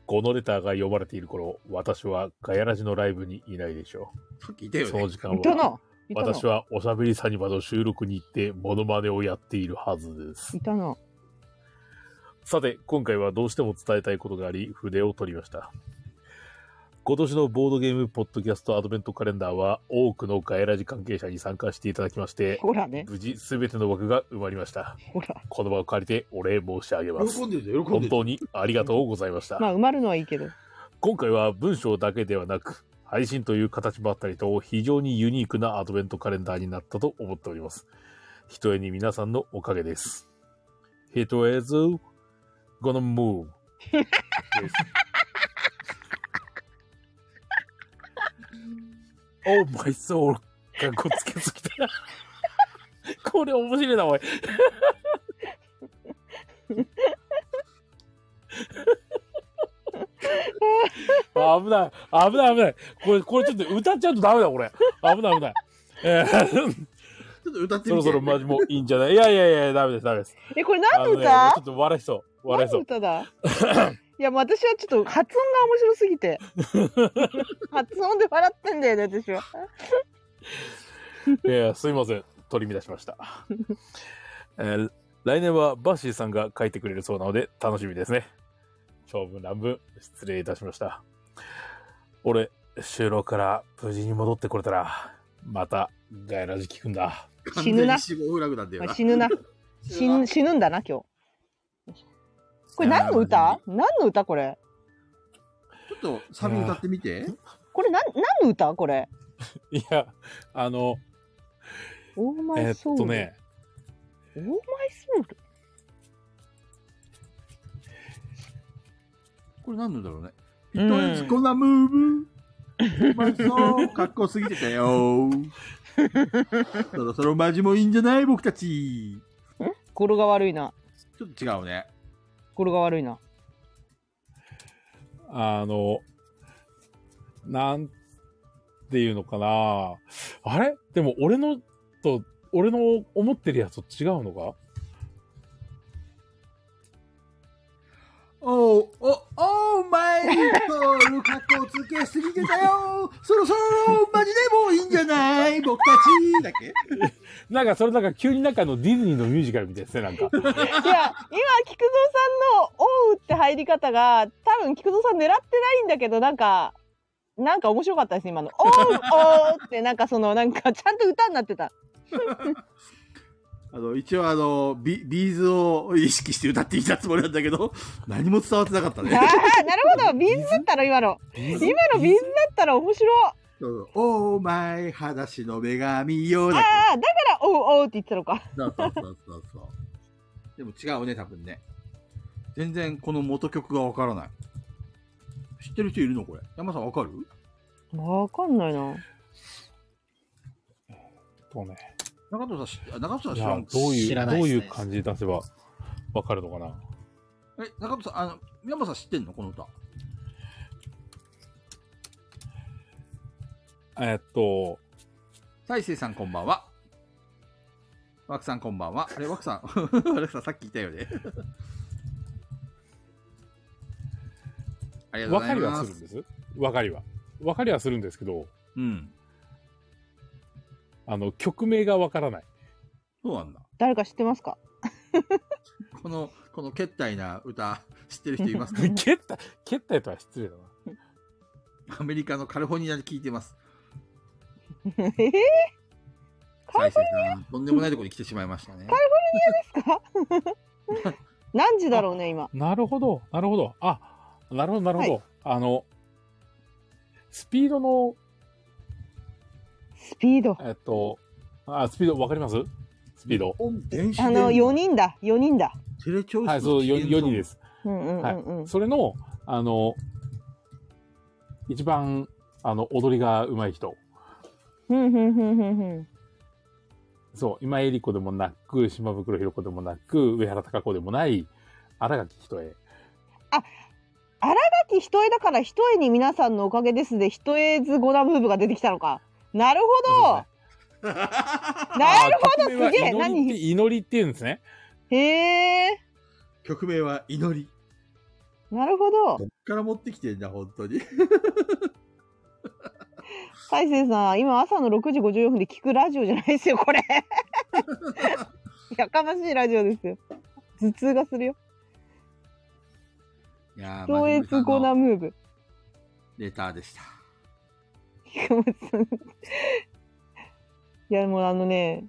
S2: このレターが読まれている頃、私はガヤラジのライブにいないでしょ
S1: さっきいた
S2: う。
S1: よ
S2: そ
S1: ね
S2: の。時間
S5: いた
S2: は、
S5: な。いたな
S2: 私。はおしゃべりサニバの収録に行ってモノマネをやっているはずです
S5: い。たな。
S2: さて、今回はどうしても伝えたいことがあり、筆を取りました。今年のボードゲームポッドキャストアドベントカレンダーは、多くのガヤラジ関係者に参加していただきまして、
S5: ほらね。
S2: 無事全ての枠が埋まりました。
S5: ほら。
S2: この場を借りてお礼申し上げます。
S17: 喜んでるじゃん、喜ん
S2: 本
S17: でる。
S2: 当にありがとうございました。
S5: まあ埋まるのはいいけど。
S2: 今回は文章だけではなく、配信という形もあったりと、非常にユニークなアドベントカレンダーになったと思っております。ひとえに皆さんのおかげです。It is gonna move. です oh my soul. かっこつけすぎた。これ面白いな、おい。危ない、危ない、危ない。これ、これちょっと歌っちゃうとダメだ、これ。危ない、危ない。えー
S1: ちょっと歌って
S2: そ
S1: み
S2: ろ
S1: て
S2: そ。ろマジもいいんじゃないいやいやいや、ダメです、ダメです。
S5: え、これ
S2: あ
S5: 何
S2: のねちょ
S5: 歌
S2: っと笑いそう。笑い
S5: 何
S2: そう。
S5: 歌だいや、もう私はちょっと発音が面白す ぎて。発音で笑ってんだよね、私は。
S2: いやいやすいません取り乱しました、えー来年はバッシーさんが書いてくれるそうなので楽しみですね長文乱文失礼いたしました俺就労から無事に戻ってこれたらまたガイラジ聞くんだ
S5: 死ぬな
S1: 完全に死亡フラグなんだよ
S5: まあ
S1: な。
S5: 死ぬな。死ぬ死ぬんだな、今日。これ何の歌何の歌これ。
S1: ちょっとサビ歌ってみて。
S5: これ何何の歌これ。
S2: いやあの
S5: オーマ
S2: え
S5: イ
S2: ー
S5: ソ
S2: っ
S5: ウル。
S2: とね
S5: オーマイソウル。
S1: これ何なんだろうね。
S5: うん
S1: 人へつこなムーブ。マジ そう、かっこすぎてたよ。そろそろマジもいいんじゃない僕たち。
S5: 語呂が悪いな。
S1: ちょっと違うね。
S5: 語呂が悪いな。
S2: あのなんていうのかなあれでも俺のと俺の思ってるやつと違うのか
S1: おうお、おうまいソールかっこつけすぎてたよそろそろマジでもういいんじゃない僕たちだっけ
S2: なんかそれなんか急になんかあのディズニーのミュージカルみたいですね、なんか。
S5: いや、今、菊蔵さんのオウって入り方が、多分菊蔵さん狙ってないんだけど、なんか、なんか面白かったですね、今の。オウオウって、なんかその、なんかちゃんと歌になってた。
S1: あの、一応あの、ビビーズを意識して歌っていたつもりなんだけど、何も伝わってなかった
S5: あ
S1: ね。
S5: あ、なるほど、ビーズだったら今の。今のビーズだったら面白い。
S1: そうそうお前、裸足の女神よだっ
S5: ああ、だからオウオウって言ってたのか。
S1: けそうそうそうそうそう。でも違うね、多分ね。全然この元曲がわからない。知ってる人いるのこれ。山さんわかる
S5: わかんないな。
S2: そうね。
S1: 中藤さん知って、あ中藤さん知ら
S2: いや
S1: ん、
S2: どうい
S3: 知
S2: う、
S3: らない
S2: ど
S3: っ
S2: う
S3: す
S2: い
S3: ね
S2: う感じで出せばわかるのかな。
S1: え、中藤さん、あの、山さん知ってんのこの歌。
S2: えっと、
S1: 大成さんこんばんは。枠さんこんばんは。あれ、枠さん。 枠さんさっき言ったよね。ありがとうご
S2: わ
S1: ざ
S2: か
S1: い
S2: り
S1: ま
S2: は
S1: す。
S2: するんです。わかりは。わかりはするんですけど、
S1: うん。
S2: あの、曲名がわから ない。
S1: そうなんだ。
S5: 誰か知ってますか
S1: この、このけったいな歌、 知ってる人いますか
S2: 蹴った、蹴ったやつは失礼だな。
S1: アメリカのカリフォルニアで聞いてます。
S5: えー、で
S1: 大成さん、とんでもないところに来てしまいましたね。
S5: すか何時だろうね、今。
S2: なるほど、なるほど。あ、なるほど、なるほど。あの、スピードの、
S5: スピード。
S2: えっと、あ、スピードわかりますススピード。
S1: 電子
S5: あの、
S1: 電
S5: 4人だ、4人だ。
S1: テレ朝
S2: はい、そう、4, 人です。
S5: うんうんう
S2: は
S5: んうん
S2: い。。それの、あの、一番、あの、踊りが上手い人。
S5: ふんふんふんふんふん。
S2: そう、今江里子でもなく、島袋寛子でもなく、上原貴子でもない、新垣人重。
S5: 新垣一重だから一重に皆さんのおかげですで一重図ゴダムーブが出てきたのか。なるほど。なるほど、すげえ。
S2: 何
S5: 何
S2: 祈りって言うんですね。
S5: へえ。
S1: 曲名は祈り。
S5: なるほど
S1: こ。っから持ってきてんだ、本当に。
S5: 大成さん、今朝の6時54分で聞くラジオじゃないですよ、これ。やかましいラジオですよ。頭痛がするよ。
S11: いやー
S5: 超越ゴダムーブ。
S1: レターでした。
S5: いや、もうあのね、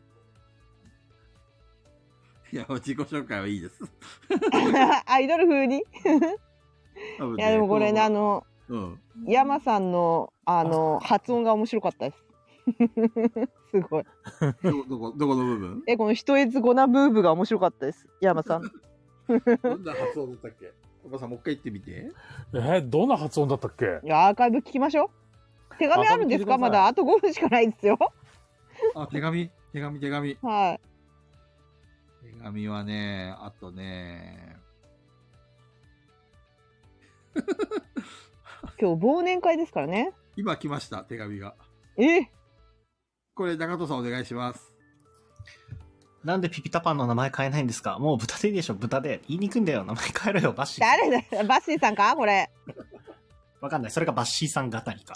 S1: いや、自己紹介はいいです。
S5: アイドル風に。い
S1: 多分ね
S5: や、でもこれね、あ。の、
S1: うん。
S5: 山さんのあの発音が面白かったです。 すごい。
S1: ど、どこ、どこの部分
S5: え、この一つゴナブーブが面白かったです。山さん。
S1: どんな発音だったっけおばさん、もう一回言ってみて。
S2: えーどんな発音だったっけ
S5: いや、アーカイブ聞きましょう。手紙あるんですか
S2: アーカイブ聞いてくださ
S5: ま
S2: い
S5: だあと5分しかないですよ。
S1: あ、手紙、手紙、手紙。
S5: はい。
S1: 手紙はね、あとね、
S5: 今日忘年会ですからね。
S1: 今来ました、手紙が。
S5: え、
S1: これ、中戸さんお願いします。
S3: なんでピピタパンの名前変えないんですかもう豚でいいでしょ、豚で。言いにくいんだよ、名前変えろよ、バッシー。
S5: 誰だバッシーさんかこれ。
S3: わかんない。それがバッシーさん語りか。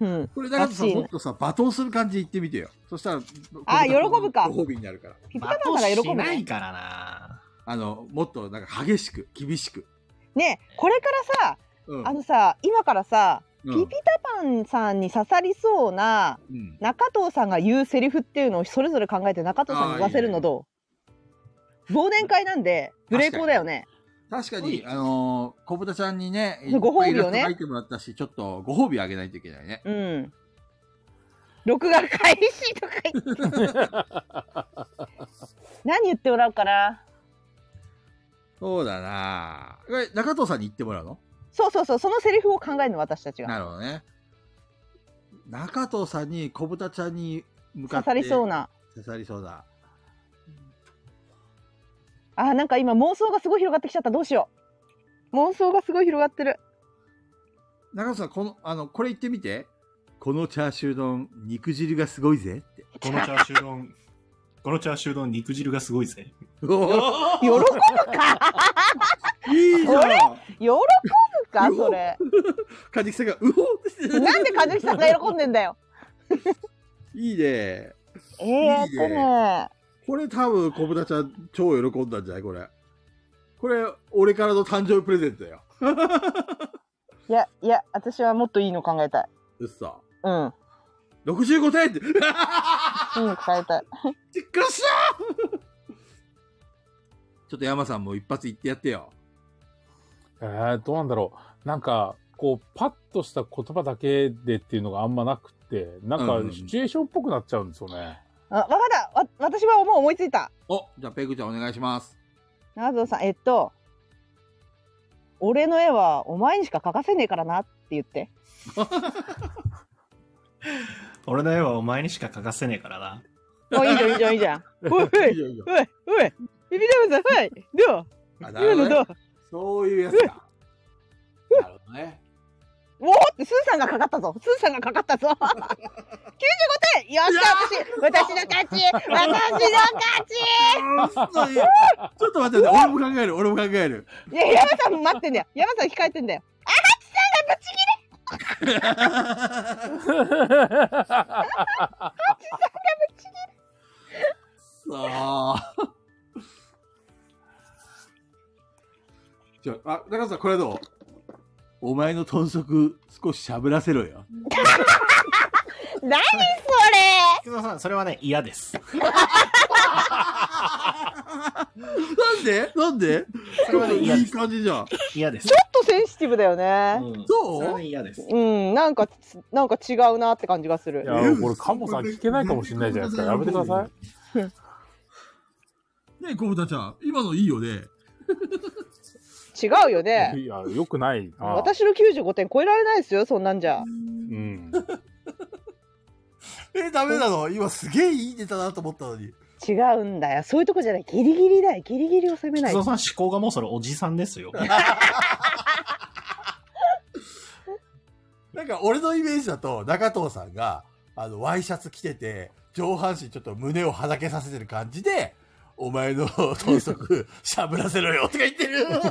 S5: うん。
S1: これ、中戸さん、
S5: バッシー
S1: もっとさ、罵倒する感じで言ってみてよ。そしたら、
S5: あ喜ぶか
S1: ご褒美になるから。
S5: ピピタパン
S3: 罵
S5: なら喜ぶ
S3: 倒しな
S5: ね
S3: い。からな。
S1: あの、もっと、なんか、激しく、厳しく。
S5: ねえこれからさ、
S1: うん。
S5: あのさ、今からさ、
S1: う
S5: ピ
S1: ん
S5: ピタパンさんに刺さりそうな
S1: うん。
S5: 中藤さんが言うセリフっていうのをそれぞれ考えて中藤さんに言わせるのどう忘年会なんで無礼講だよね。
S1: 確か
S3: はい
S1: に、あのー、小豚ちゃんにね、
S5: ご褒美をね
S1: いっぱいイラスト描いてもらったし、ちょっとご褒美あげないといけないね。
S5: うん。録画開始とか言って。何言ってもらおうかな。
S1: そうだなぁこれ、中藤さんに言ってもらうの
S5: そうそうそう、そのセリフを考えるの私たちが。
S1: なるほどね。中藤さんに小豚ちゃんに向かって。
S5: 刺さりそう。な。
S1: 刺さりそうだ。
S5: あー、なんか今妄想がすごい広がってきちゃった。どうしよう。妄想がすごい広がってる。
S1: 中藤さん、この、あの、これ言ってみて。このチャーシュー丼、肉汁がすごいぜって。
S3: このチャーシュー丼、このチャーシュー丼、肉汁がすごいぜ。
S1: お
S5: 喜ぶか
S1: ーいいじゃ
S5: これ
S1: ん
S5: 喜ぶかそ れ。
S1: カジキさんが、うおーって。
S5: なんで和樹さんが喜んでんだよ。
S1: いいね
S5: えー、やっとね。
S1: これ多分、小豚ちゃん、超喜んだんじゃないこれ。これ、俺からの誕生日プレゼントだよ。
S5: いや、いや、私はもっといいの考えたい。
S1: うっそ。
S5: うん。
S1: 65点って。
S5: いいの考えたい。
S1: びっくりしたちょっと山さんも一発言ってやってよ。
S2: えー、どうなんだろう。なんか、こう、パッとした言葉だけでっていうのがあんまなくって、なん
S1: うんうん
S2: か、シチュエーションっぽくなっちゃうんですよね。
S5: あ、わかった。わ、私はもう思いついた。
S1: お、じゃあペグちゃんお願いします。
S5: 長藤さん、えっと、俺の絵はお前にしか描かせねえからなって言って。
S3: 俺の絵はお前にしか描かせねえからな。
S5: お、いいじゃん、いいじゃん、いいじゃん。 おい、お
S1: いい
S5: い、
S1: よいいよ
S5: おい、おい、ビビダムさん、はい、どう
S1: あな
S5: 今
S1: るほ
S5: のど
S1: ど
S5: う
S1: ね。そういうやつか。なるほどね。
S5: おおって、スーさんがかかったぞ。スーさんがかかったぞ。95点よっしゃ、私、私の勝ち私の勝ち
S1: そういうちょっと待って待って、俺も考える、俺も考える。
S5: いや、山さん待ってんだよ。山さん控えてんだよ。
S1: そう。ちょ、あ、中田さん、これはどうお前の豚足、少ししゃぶらせろよ。
S5: 何そ
S3: 菊田さん、それはね、嫌です。
S1: なんでなんで
S3: それはね、嫌
S1: い
S3: で
S1: い
S3: す。
S1: 感じじゃん。
S3: 嫌です。
S5: れちょっとセンシティブだよね。
S3: うん
S1: そう
S3: れはね、嫌です。
S5: うん、なんか、つなんか違うなって感じがする
S2: い。や、これ、カモさん聞けないかもしれないじゃないですか。やめてください。
S1: ねえ、小豚ちゃん、今のいいよね。
S5: 違うよ ね。
S2: いや、よくないな。
S5: 私の95点超えられないですよ、そんなんじゃ。
S2: うん。
S1: え、ダメなの今すげえいいネタだと思ったのに。
S5: 違うんだよ。そういうとこじゃない。ギリギリだよ。ギリギリを攻めない
S3: 津
S5: と。
S3: 田さん思考がもうそれおじさんですよ。
S1: なんか俺のイメージだと、中藤さんが、あの、ワイシャツ着てて、上半身ちょっと胸をはだけさせてる感じで、お前の豚足、しゃぶらせろよとか言ってる。
S5: 菊蔵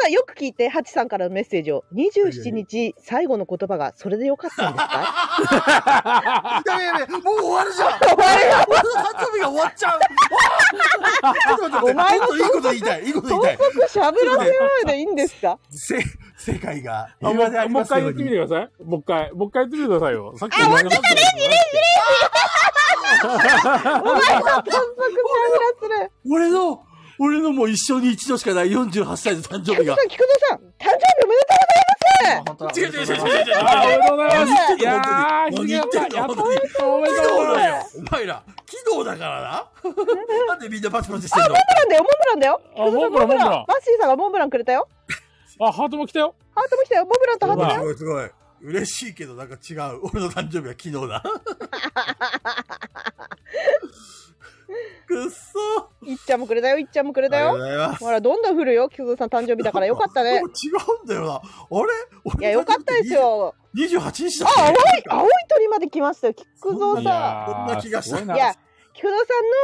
S5: さんよく聞いて、ハチさんからのメッセージを。27日、最後の言葉が、それでよかったんですか
S1: やべやべ、もう終わるじゃん
S5: 終わるよ
S1: 俺の誕生日が終わっちゃうわあちょっと待って
S5: お
S1: 待
S5: 前
S1: って、
S5: の
S1: もっといいこと言いたい、いいこと言いたい。
S5: 僕しゃぶらせろよでいいんですか
S1: せ、世界が
S2: もう
S1: 平和であり
S2: もう
S1: ま
S2: 一
S1: すよ
S2: 回
S1: う
S2: 言って
S1: に。
S2: みてください。もう一回。もう一回言ってみてくださいよ。さっきあ、忘れたね、リレ
S5: しゃぶらせろよ。
S1: 俺の、俺のもう一生に一度しかない48歳の誕生日
S5: 菊
S1: が
S5: 蔵。さん、菊蔵さん、誕生日おめでと
S3: 本当だ
S1: 違う違う違う違う違う。
S2: あ、おめでとうございます。いやー、
S1: 何
S2: すげ
S1: 言
S2: え
S1: っ。てんの
S2: や
S1: 本
S2: っと
S1: 当に
S2: おめで
S1: 機
S2: とうご
S1: 能
S2: ざ
S1: だ
S2: い
S1: よ
S2: ます。
S1: お前ら、機能だからななんでみんなパチパチしてんの
S5: うございます。
S2: あ
S5: モンブランだよ、モンブランだよ。菊蔵さ
S2: モンブランモ
S5: ん
S2: ンブラン
S5: マッシーさんがモンブランくれたよ。
S2: あ、ハートも来たよ。
S5: ハートも来たよ。モンブランとハートだ
S1: す
S5: よ。
S1: ごいすごい。嬉しいけど、なんか違う。俺の誕生日は昨日だ。くっそ
S5: いっちゃんもくれたよ。いっちゃんもくれた
S1: ありがとう
S5: よ。
S1: ございます。
S5: ほら、どんどん降るよ。菊蔵さん誕生日だからよかった
S1: で
S5: ね
S1: も。違うんだよな。あれ
S5: いや、よかったで す。よ。
S1: 俺の誕生日28日だ
S5: あ、
S1: っ
S5: 青い
S1: け、
S5: 青い鳥まで来ましたよ。菊蔵
S1: い
S5: さん。
S2: や
S1: こん
S2: ー
S1: な気がした
S2: すごいない
S5: や、菊堂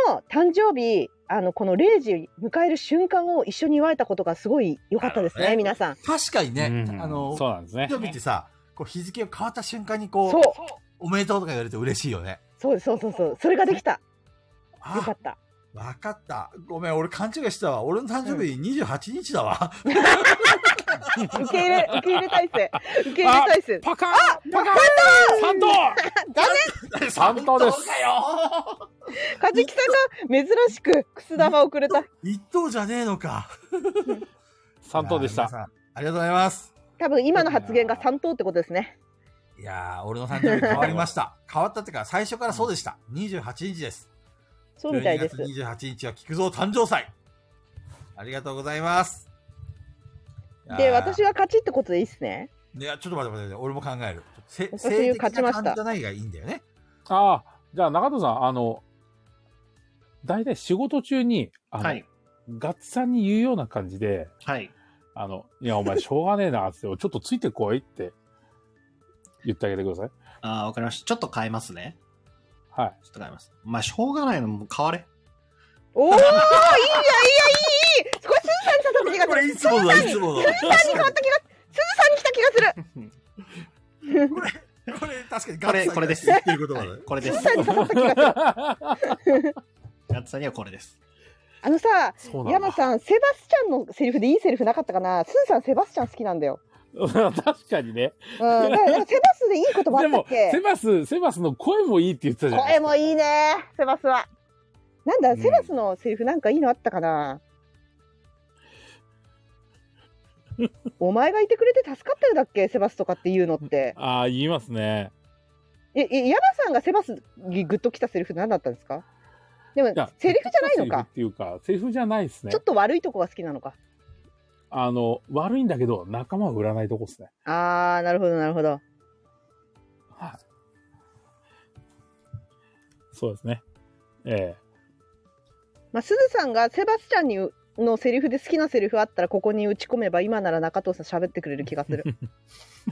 S5: さんの誕生日、あの、この0時迎える瞬間を一緒に祝えたことがすごい良かったです
S1: なるほどね
S5: ね、皆さん。
S1: 確かにね、
S2: うん
S1: あの、
S2: そうなんですね
S1: 誕。生日ってさ、こう日付が変わった瞬間にこう、
S5: そう、
S1: おめでとうとか言われて嬉しいよね。
S5: そうそうそうそう、それができ た。
S1: あ
S5: よかった。
S1: わかった。ごめん、俺勘違いしたわ。俺の誕生日28日だわ。
S5: 受け入れ、受け入れ 体制。受け入れ体制。
S2: パカーンパカーン三等
S1: 三
S2: 本当です
S1: かよ
S5: かじきさんが珍しくくす玉をくれた。
S1: 一等じゃねえのか。
S2: 三等でし
S1: いやー皆
S2: た。
S1: さんありがとうございます。
S5: 多分今の発言が3等ってことですね。
S1: いやー、俺の誕生日変わりました。変わったってか、最初からそうでした。28日です。
S5: そうみたいです。
S1: 12月28日は菊蔵誕生祭。ありがとうございます。いやー
S5: で、私は勝ちってことでいいっすね。
S1: いや、ちょっと待って待って、俺も考える。せ
S5: 私
S1: 性的
S5: 勝ち
S1: な
S5: ました
S1: 感じじゃないがいいんだよね。
S2: ああ、じゃあ中藤さん、あの、大体仕事中に、あの、
S3: はい。
S2: ガッツさんに言うような感じで、
S3: はい。
S2: あの、いや、お前しょうがねえな、つって、ちょっとついてこいって言ってあげてください。
S3: ああ、わかりました。ちょっと変えますね。
S2: はい。
S3: ちょっと変えます。まあ、しょうがないの、もう変われ。
S5: おーいいやいいやいいいこれ、すずさんに刺さった気が
S1: こ
S5: す
S1: れ
S5: る。
S1: いつものだ、いつもの。
S5: すずさんに変わった気が、すずさんに来た気がする。
S1: これ確かに
S3: こ
S1: ガッ
S3: れ、
S1: ツさん
S3: これ
S1: が
S3: です。
S1: 言ってることだ
S3: はい
S1: ね。
S3: これです
S5: すず。さんに刺さった気がする。
S3: やつさんにはこれです。
S5: あのさ、
S2: そうなん
S5: 山
S2: だ。
S5: さん、セバスチャンのセリフでいいセリフなかったかな。すずさん、セバスチャン好きなんだよ。
S2: 確かにね。
S5: うん、だからなんかセバスでいい言葉あ
S2: で
S5: ったっ
S2: も、セ
S5: け。
S2: バス、セバスの声もいいって言ってたじゃん。
S5: 声もいいね、セバスは。なんだ、
S2: ん
S5: セバスのセリフなんかいいのあったかな。お前がいてくれて助かったよだっけ、セバスとかっていうのって。
S2: ああ、言いますね。
S5: え、え、山さんがセバスにグッときたセリフ何だったんですか。でも
S2: いや、
S5: セリフじゃないのか
S2: セ。リフっていうか、セリフじゃないですね
S5: ちょっ。と悪いとこが好きなのか。
S2: あの、悪いんだけど、仲間を売らないとこっすね。
S5: あー、なるほど、なるほど。
S2: はい。そうですね。え
S5: まあ、すずさんがセバスチャンにのセリフで好きなセリフあったらここに打ち込めば今なら中藤さん喋ってくれる気がす る
S14: え。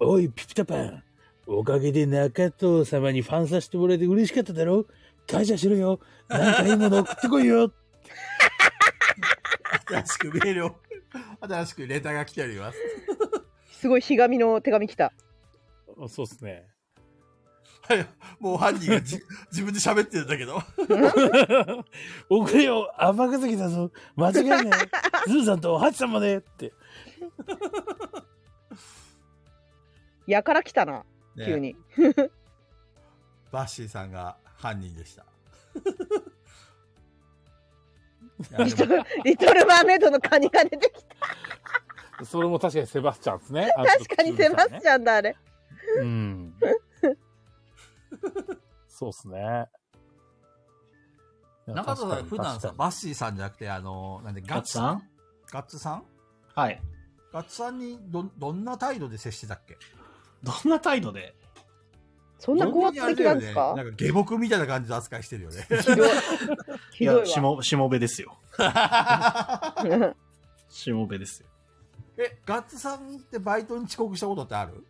S14: おい、ピピタパン。おかげで中藤様にファンさせてもらえて嬉しかっただろ感謝しろよ。なんかいいもの送ってこい よ。
S1: 新しくメールを、新しくレターが来ております。
S5: すごいひがみの手紙来た
S2: えそうですね。
S1: もう犯人が じ自分で喋ってるんだけど。
S14: 遅れよ。天ヶ崎だぞ。間違い ない。ズーさんとハチさんまでって。
S5: やから来たな急
S1: ね
S5: に、
S1: バッシーさんが犯人でした。い
S5: リ
S1: やで
S5: ト
S1: も
S5: ルリトルマーメイドのカニが出てきた
S2: それも確かにセバスチャンで すね。
S5: 確かにセバスチ
S2: ャ
S5: ャンだあれ
S2: ン。うん。そうですね。
S1: 中田さん、普段さ、
S14: バ
S1: バッシーさんじゃなくて、あの、なんで、
S3: ガッツさん
S1: ガッツさん
S3: はい。
S1: ガッツさんにど、どんな態度で接してたっけ
S3: どんな態度で
S5: そんな高圧的なんですか
S1: なんか下僕みたいな感じの扱いしてるよ ね。
S5: ひどい。
S3: い
S5: ひどい
S3: や、
S5: わ。
S3: しも、しもべですよ。しもべですよ。
S1: え、ガッツさんってバイトに遅刻したことってある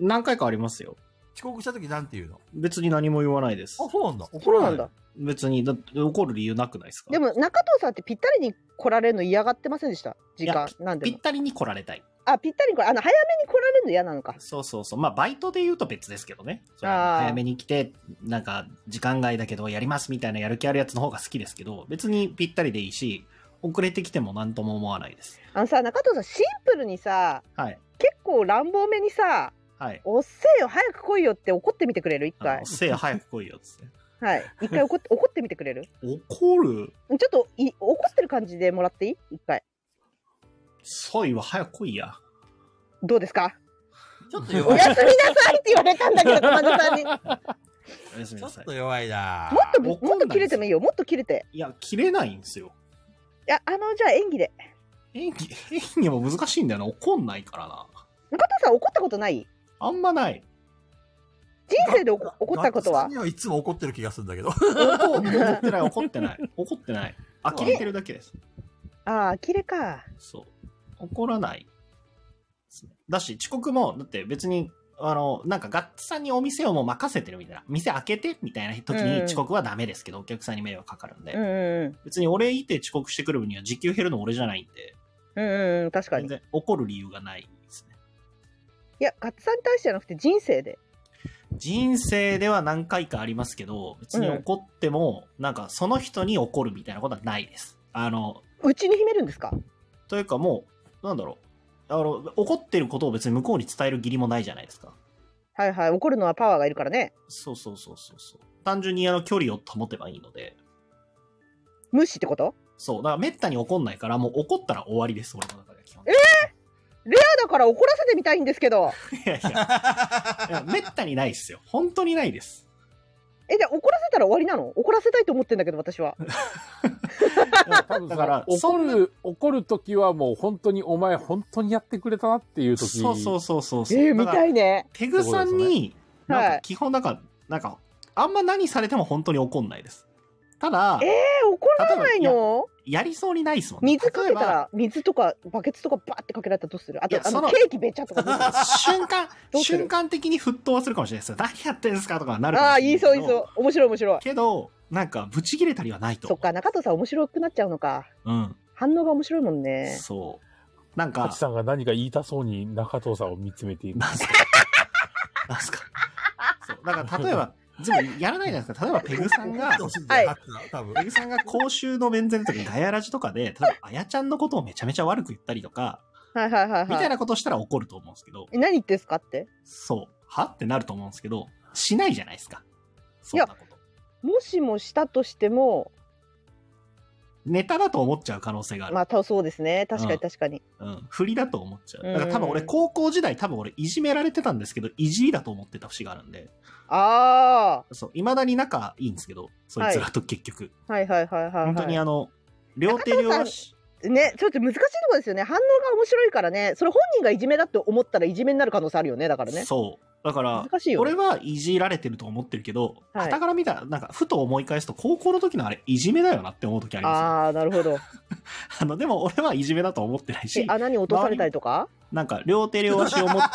S3: 何回かありますよ。
S1: 遅刻した時なんて言うのあ、
S3: 別に何も言わないです。
S1: そうなんだ。怒
S5: そう
S1: ら
S5: な
S1: なんい
S5: だ。。
S3: 別に、だって怒る理由なくないですか
S5: でも中藤さんってぴったりに来られるの嫌がってませんでした時間
S3: いや
S5: なんで
S3: ぴ
S5: も
S3: ったりに来られたい。
S5: あぴったりに来らあの早めに来られるの嫌なのか
S3: そうそうそう。まあ、バイトで言うと別ですけどね。それ
S5: あ
S3: は
S5: ー
S3: 早めに来て、なんか、時間外だけど、やりますみたいなやる気あるやつの方が好きですけど、別にぴったりでいいし、遅れてきても何とも思わないです。
S5: あのさ中藤さんシンプルにさ
S3: はい。
S5: 結構乱暴めにさ
S3: はい
S5: 「おっせえよ早く来いよ」って怒ってみてくれる一
S3: あ
S5: 回
S3: の。せい早く来いよっつって。
S5: はい一回 怒って怒ってみてくれる
S3: 怒る
S5: ちょっとい怒ってる感じでもらっていい一回
S3: ソイは早く来いや。
S5: どうですか
S1: ちょっと
S5: お
S1: 弱い。
S5: やすみなさいって言われたんだけ ど熊田さんにも
S3: おやすみ
S1: ちょ
S3: な
S1: っ
S3: さい。
S1: と弱いな
S5: っと
S3: 怒んないです
S5: もっと切れてもいいよもっと切れて
S3: いや、切れないんですよ。
S5: いやあのじゃあ演技で
S3: 演技、演技も難しいんだよな。怒んないからな。
S5: 中藤さん怒ったことない
S3: あんまない。
S5: 人生でおこ怒ったこと
S1: ガッツさ
S5: は
S1: んにはいつも怒ってる気がするんだけど。
S3: 怒怒ってない、怒って ない。怒ってない。呆れてるだけです。
S5: ああ、きれか。
S3: そう。怒らないですね。だし、遅刻も、だって別に、あの、なんかガッツさんにお店をもう任せてるみたいな。店開けてみたいな時
S5: うんう
S3: に
S5: ん
S3: 遅刻はダメですけど、お客さんに迷惑かかるんで。
S5: うんうん
S3: 別に俺いて遅刻してくる分には時給減るの俺じゃないんで、
S5: うん。うんうん、確か
S3: 全
S5: に。い
S3: 然怒る理由がないですね。
S5: や、ガッツさんに対してじゃなくて人生で。
S3: 人生では何回かありますけど、別に怒っても、なんかその人に怒るみたいなことはないです。あの、
S5: うちに秘めるんですか
S3: というかもう、なんだろう。あの、怒ってることを別に向こうに伝える義理もないじゃないですか。
S5: はいはい、怒るのはパワーがいるからね。
S3: そうそうそうそうそう。単純にあの距離を保てばいいので、
S5: 無視ってこと
S3: そう。だからめったに怒んないから、もう怒ったら終わりです、俺の中では基本的
S5: レアだから怒らせてみたいんですけど。
S3: に。いやいや。いやめったにないですよ。本当にないです。
S5: え、じゃあ怒らせたら終わりなの怒らせたいと思ってんだけど、私 は。
S2: 多分
S3: だから
S2: さ怒る、怒る時はもう本当にお前本当にやってくれたなっていう時
S3: そうそうそうそうそう。
S5: え
S3: だ
S5: ー、見
S3: から
S5: たいね。
S3: ペグさんに、
S5: そうですね
S3: なん
S5: は
S3: か
S5: い
S3: 基本なんか、なんか、あんま何されても本当に怒んないです。ただ、
S5: えー、怒らない
S3: 例えば
S5: の
S3: やりそうにないですもんね。
S5: 水か
S3: 例
S5: けた
S3: えば
S5: ら、水とかバケツとかバーってかけられたらどうするあ
S3: い
S5: と
S3: や、
S5: あ
S3: そ
S5: の、
S3: の
S5: ケーキべちゃとか どうする
S3: 瞬 間
S5: ど、うする
S3: 瞬間的に沸騰はするかもしれないですよ。何やってんすかとかはなるかも
S5: ああ、
S3: しれないけ
S5: いそ
S3: ど
S5: ういいそう。面白い面白い。
S3: けど、なんか、ブチ切れたりはないと
S5: そっ
S3: 思う。
S5: か、中藤さん面白くなっちゃうのか。
S3: うん。
S5: 反応が面白いもんね。
S3: そう。なん
S14: タ
S3: か
S14: チ、さんが何か言いたそうに中藤さんを見つめている。
S3: なんすか なんすかそう。だから、例えば、全部やらないじゃないですか。例えば、ペグさん
S1: 怒っ
S3: が
S1: て、ほしいん だよ、多分。
S3: ペグさんが公衆の面前の時にガヤラジとかで、例えば、あやちゃんのことをめちゃめちゃ悪く言ったりとか、
S5: はいはいはい
S3: み
S5: は
S3: たい
S5: い。
S3: なことしたら怒ると思うんですけど、
S5: え何言ってんすかって
S3: そう、はってなると思うんですけど、しないじゃないですか。そんなこと。
S5: もしもしたとしても、
S3: ネタだと思っちゃう可能性がある。
S5: まあ、たそうですね。確か
S3: うん
S5: に確かに。
S3: うん。振りだと思っちゃう。
S5: うん
S3: だから多分俺、高校時代多分俺、いじめられてたんですけど、いじりだと思ってた節があるんで、
S5: あ
S3: そう、未だに仲いいんですけど、そいつらと結局。
S5: あ、はいはいはいはい、はい。
S3: 本当にあの、両手両足、
S5: ね、ちょっと難しいところですよね。反応が面白いからね。それ本人がいじめだって思ったらいじめになる可能性あるよね。だからね。
S3: そう。だから、
S5: 難しいよね。
S3: 俺はいじられてると思ってるけど、
S5: はい
S3: 傍から見たら、なんか、ふと思い返すと、高校の時のあれ、いじめだよなって思う時ありますよ。
S5: ああ、なるほど。
S3: あの、でも俺はいじめだと思ってない
S5: え
S3: し、
S5: 穴に落とされたりとか
S3: なんか両手両足を持って、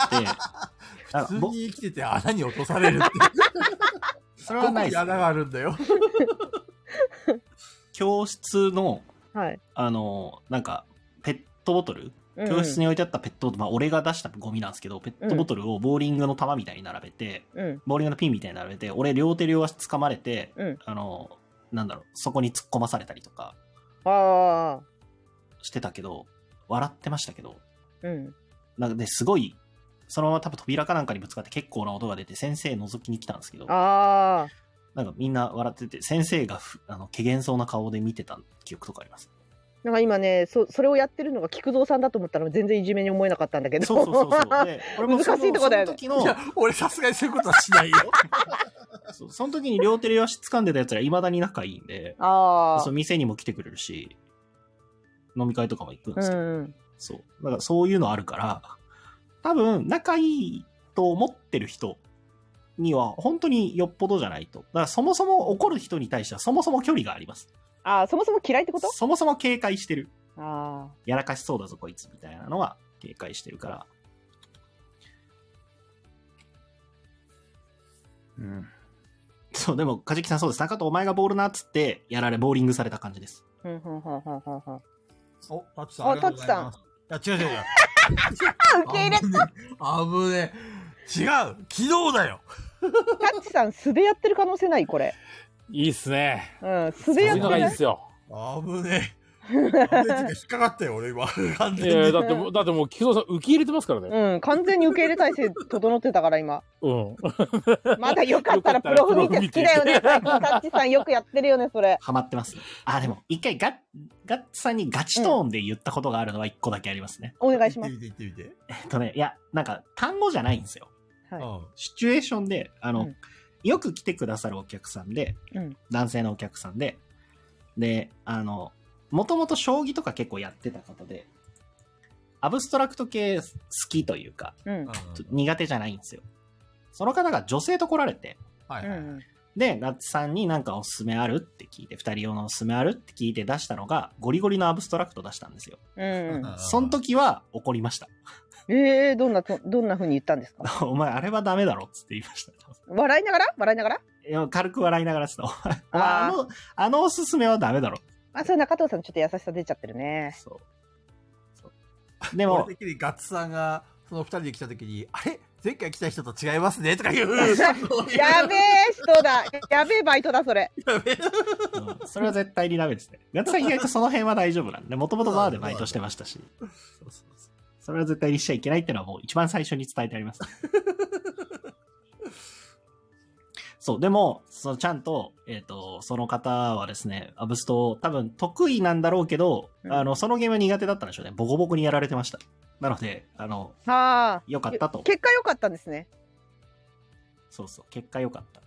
S1: 普
S3: あ
S1: 通
S3: ぼ
S1: に生きてて穴に落とされるって。
S3: それはないで
S1: どこに穴
S3: す。
S1: があるんだよ。
S3: 教室の、
S5: はい。
S3: あの、なんか、ペットボトル
S5: うんうん
S3: 教室に置いてあったペットボトル、まあ俺が出したゴミなんですけど、ペットボトルをボーリングの球みたいに並べて、
S5: うん。
S3: ボーリングのピンみたいに並べて、俺両手両足掴まれて、
S5: うん
S3: あの、なんだろう、そこに突っ込まされたりとか
S5: ああ。
S3: してたけど、笑ってましたけど、
S5: うん。
S3: なんかね、すごい、そのまま多分扉かなんかにぶつかって結構な音が出て、先生覗きに来たんですけど、
S5: ああ。
S3: なんかみんな笑ってて、先生がふあの、怪げそうな顔で見てた記憶とかあります。
S5: なんか今ね、そそれをやってるのが菊蔵さんだと思ったら全然いじめに思えなかったんだけど。
S3: そうそうそうそう。で、俺もその
S5: 難しいとこだよね
S3: その時の
S1: いや、俺さすがにそういうことはしないよ。
S3: そうその時に両手両足掴んでたやつら未だに仲いいんで、
S5: あ
S3: そう店にも来てくれるし、飲み会とかも行くんで
S5: あ。う
S3: すけど、
S5: んうん。
S3: そう。だからそういうのあるから、多分仲いいと思ってる人には本当によっぽどじゃないと。だからそもそも怒る人に対してはそもそも距離があります。
S5: ああ、そもそも嫌いってこと
S3: そもそも警戒してる。
S5: ああ。
S3: やらかしそうだぞこいつみたいなのは警戒してるから。うん。そう、でも、カジキさんそうです。中とお前がボールなっつって、やられ、ボーリングされた感じです。
S5: ふんふんふんふんふんふん。
S1: お、タッチさん。ありがとうございますいや、違う違う違う。
S5: 受け入れ
S1: 危ねえ。危ねえ違う昨日だよ
S5: タッチさん素でやってる可能性ないこれ。
S14: いいっすね。
S5: うん、素
S14: そう
S5: で
S14: い
S5: やっ
S14: う
S5: て
S14: のがいい
S5: な
S14: っ
S5: い。
S14: すよ。
S1: 危ねえ。危ねえっていうか引っかかったよ、俺今。完
S14: い
S1: 全
S14: や
S1: に。
S14: だってもう、だってもう、菊蔵さん受け入れてますからね。
S5: うん、完全に受け入れ体制整ってたから今。
S14: うん。
S5: まだよかったらプロフ見て好きだよね。
S14: よ
S5: タッチさんよくやってるよね、それ。
S3: ハマってます。あ、でも、一回ガッ、ガッツさんにガチトーンで言ったことがあるのは一個だけありますね。
S5: お願いし
S1: 行
S5: ま
S1: って
S5: す。
S1: みて行ってみて。
S3: えっとね、いや、なんか、単語じゃないんですよ。
S5: はい
S1: うん。
S3: シチュエーションで、あの、
S5: うん
S3: よく来てくださるお客さんで、
S5: うん
S3: 男性のお客さんで、で、あの、もともと将棋とか結構やってた方で、アブストラクト系好きというか、
S5: うん。
S3: ちょっと苦手じゃないんですよ。その方が女性と来られて、
S1: はいはいはい。
S3: で、ガッツさんになんかおすすめあるって聞いて、二人用のおすすめあるって聞いて出したのが、ゴリゴリのアブストラクト出したんですよ。
S5: うん。
S1: あー
S3: その時は怒りました。
S5: ええー、どんなと、どんな風に言ったんですか
S3: お前、あれはダメだろっつって言いました。
S5: 笑いながら笑いながら
S3: いや軽く笑いながらした。お前お前
S5: あー
S3: あの、あのおすすめはダメだろ。
S5: あ、それ中藤さんちょっと優しさ出ちゃってるね。
S3: そう。そうで
S1: 俺
S3: も、
S1: 的にガッツさんが、その二人で来た時に、あれ前回来た人と違いますねと か言う。そういう
S5: やべえ人だ。やべえバイトだ、それ。
S3: うんそれは絶対にダメですね。夏さ ん意外とその辺は大丈夫なんで、もともとバーでバイトしてましたし。そうそうそうそれは絶対にしちゃいけないっていうのはもう一番最初に伝えてあ ります。そう、でも、そのちゃんと、えっ、と、その方はですね、アブスト、多分得意なんだろうけど、
S5: うん
S3: あの、そのゲームは苦手だったんでしょうね。ボコボコにやられてました。なので、あの、
S5: はあ。
S3: 良かったと。
S5: 結果良かったんですね。
S3: そうそう、結果良かった。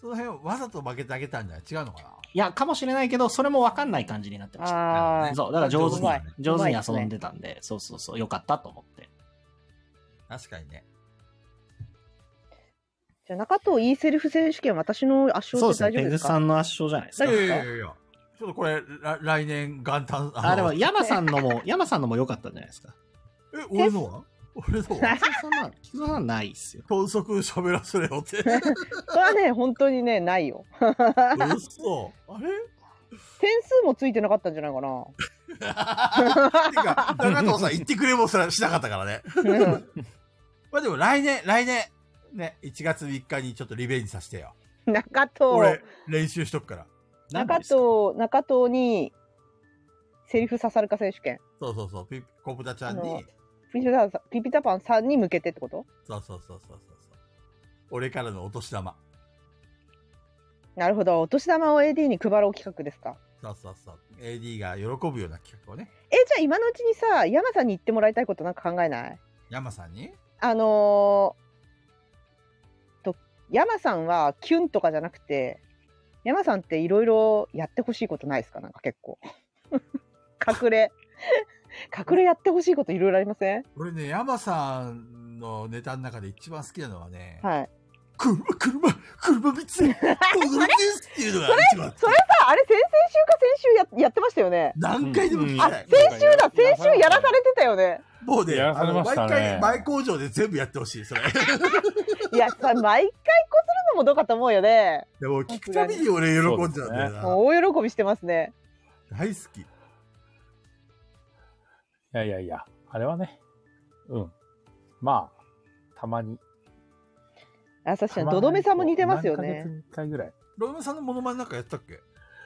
S1: その辺をわざと負けてあげたんじゃない違うのかない
S3: や、かもしれないけど、それも分かんない感じになってました。
S5: ああ。
S3: そう、だから上手
S5: う
S3: に
S5: まい、
S3: 上手に
S5: うま
S3: 遊
S5: い
S3: ん
S5: で
S3: でたんで、そうそうそう、よかったと思って。
S1: 確かにね。
S5: じゃあ中藤 E セルフ選手権、私の圧
S3: そうですね、
S5: 勝って大丈
S3: ペ
S5: 夫
S3: グ
S5: です
S3: さ
S5: か
S3: んの圧勝じゃないです
S1: い
S3: か
S1: や。いやいやいや。ちょっとこれ、ら来年元旦、の
S3: あ、でも、山さんのも、山さんのも良かったんじゃないですか。
S1: え、俺のは俺のは
S3: 菊蔵さんは、菊蔵さんはないっすよ。
S1: 豚足喋らせれよ って。
S5: それはね、本当にね、ないよ。
S1: 嘘。あれ
S5: 点数もついてなかったんじゃないかな。
S1: てか、中藤さん言ってくれもすらしなかったからね。
S5: うん
S1: まあでも来年、来年、ね、1月3日にちょっとリベンジさせてよ。
S5: 中
S1: 俺
S5: 藤、、
S1: 練習しとくから。
S3: 何
S5: 中
S3: 番です
S5: 藤
S3: か、
S5: 中藤に、セリフ刺さるか選手権。
S1: そうそうそう、ピコプタちゃん
S5: あの
S1: に、
S5: ピピタパンピピタパンさんに向けてってこと
S1: そうそうそうそうそう。俺からのお年玉。
S5: なるほど。お年玉を AD に配ろう企画ですか。
S1: そうそうそう。AD が喜ぶような企画をね、
S5: え、じゃあ今のうちにさ、山さんに言ってもらいたいことなんか考えない
S1: 山さんに。
S5: あのー、と、山さんはキュンとかじゃなくて、山さんっていろいろやってほしいことないですかなんか結構。 隠れ。隠れやってほしいこといろいろありません
S1: 俺ね、山さんのネタの中で一番好きなのはね、
S5: はい。
S1: 車、車、車三つ、踊りですっていうのが一番。
S5: それさ、あれ先々週か先週ややってましたよね。
S1: 何回でも聞き
S14: あ
S1: た
S5: あ、
S1: い。
S5: 先週だ先週やらされてたよね。
S1: もうね、
S14: やらされましたね
S1: あの毎回、前工場で全部やってほしい、 それ。
S5: いや、さ、毎回こするのもどうかと思うよね。
S1: でも、聞くたびに俺喜んじゃうんだよな。
S5: もう大喜びしてますね。
S1: 大好き。
S14: いやいやいや、あれはね、うん。まあ、たまに。
S5: あ、確か
S14: た
S5: に、
S14: まに
S5: どどめさんも似てますよ
S14: 何ヶ
S5: ね
S14: 月。に一回ぐらい。
S1: ロムさんのモノマネなんかやったっけ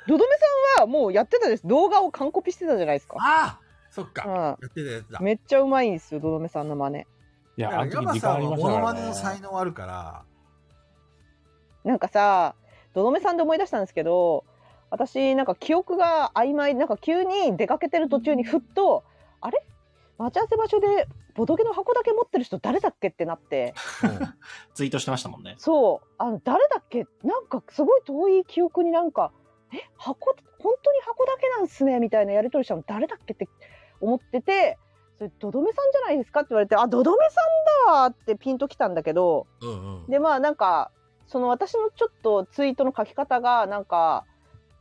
S5: どどめさんはもうやってたです。動画を完コピしてたじゃないですか。
S1: ああそっか。
S5: う
S1: やってたやつだ
S5: ん。。めっちゃうまいんですよ、どどめさんの真似。
S14: いや、あ
S1: だ
S14: の
S1: から
S14: 時時
S1: 山さ
S14: 間あ
S1: ん
S14: り
S1: は
S14: まし
S1: モ
S14: たか
S1: ノマ
S14: ら、
S1: ネ
S14: ね。
S1: の才能あるから、
S5: なんかさ、どどめさんで思い出したんですけど、私なんか記憶が曖昧、なんか急に出かけてる途中にふっと、あれ待ち合わせ場所でボドゲの箱だけ持ってる人誰だっけってなって
S3: ツイートしてましたもんね。
S5: そうあの誰だっけなんかすごい遠い記憶になんかえ箱本当に箱だけなんすねみたいなやり取りしたの誰だっけって思っててそれドドメさんじゃないですかって言われてあドドメさんだわってピンときたんだけど
S6: うん
S5: でまあなんかその私のちょっとツイートの書き方がなんか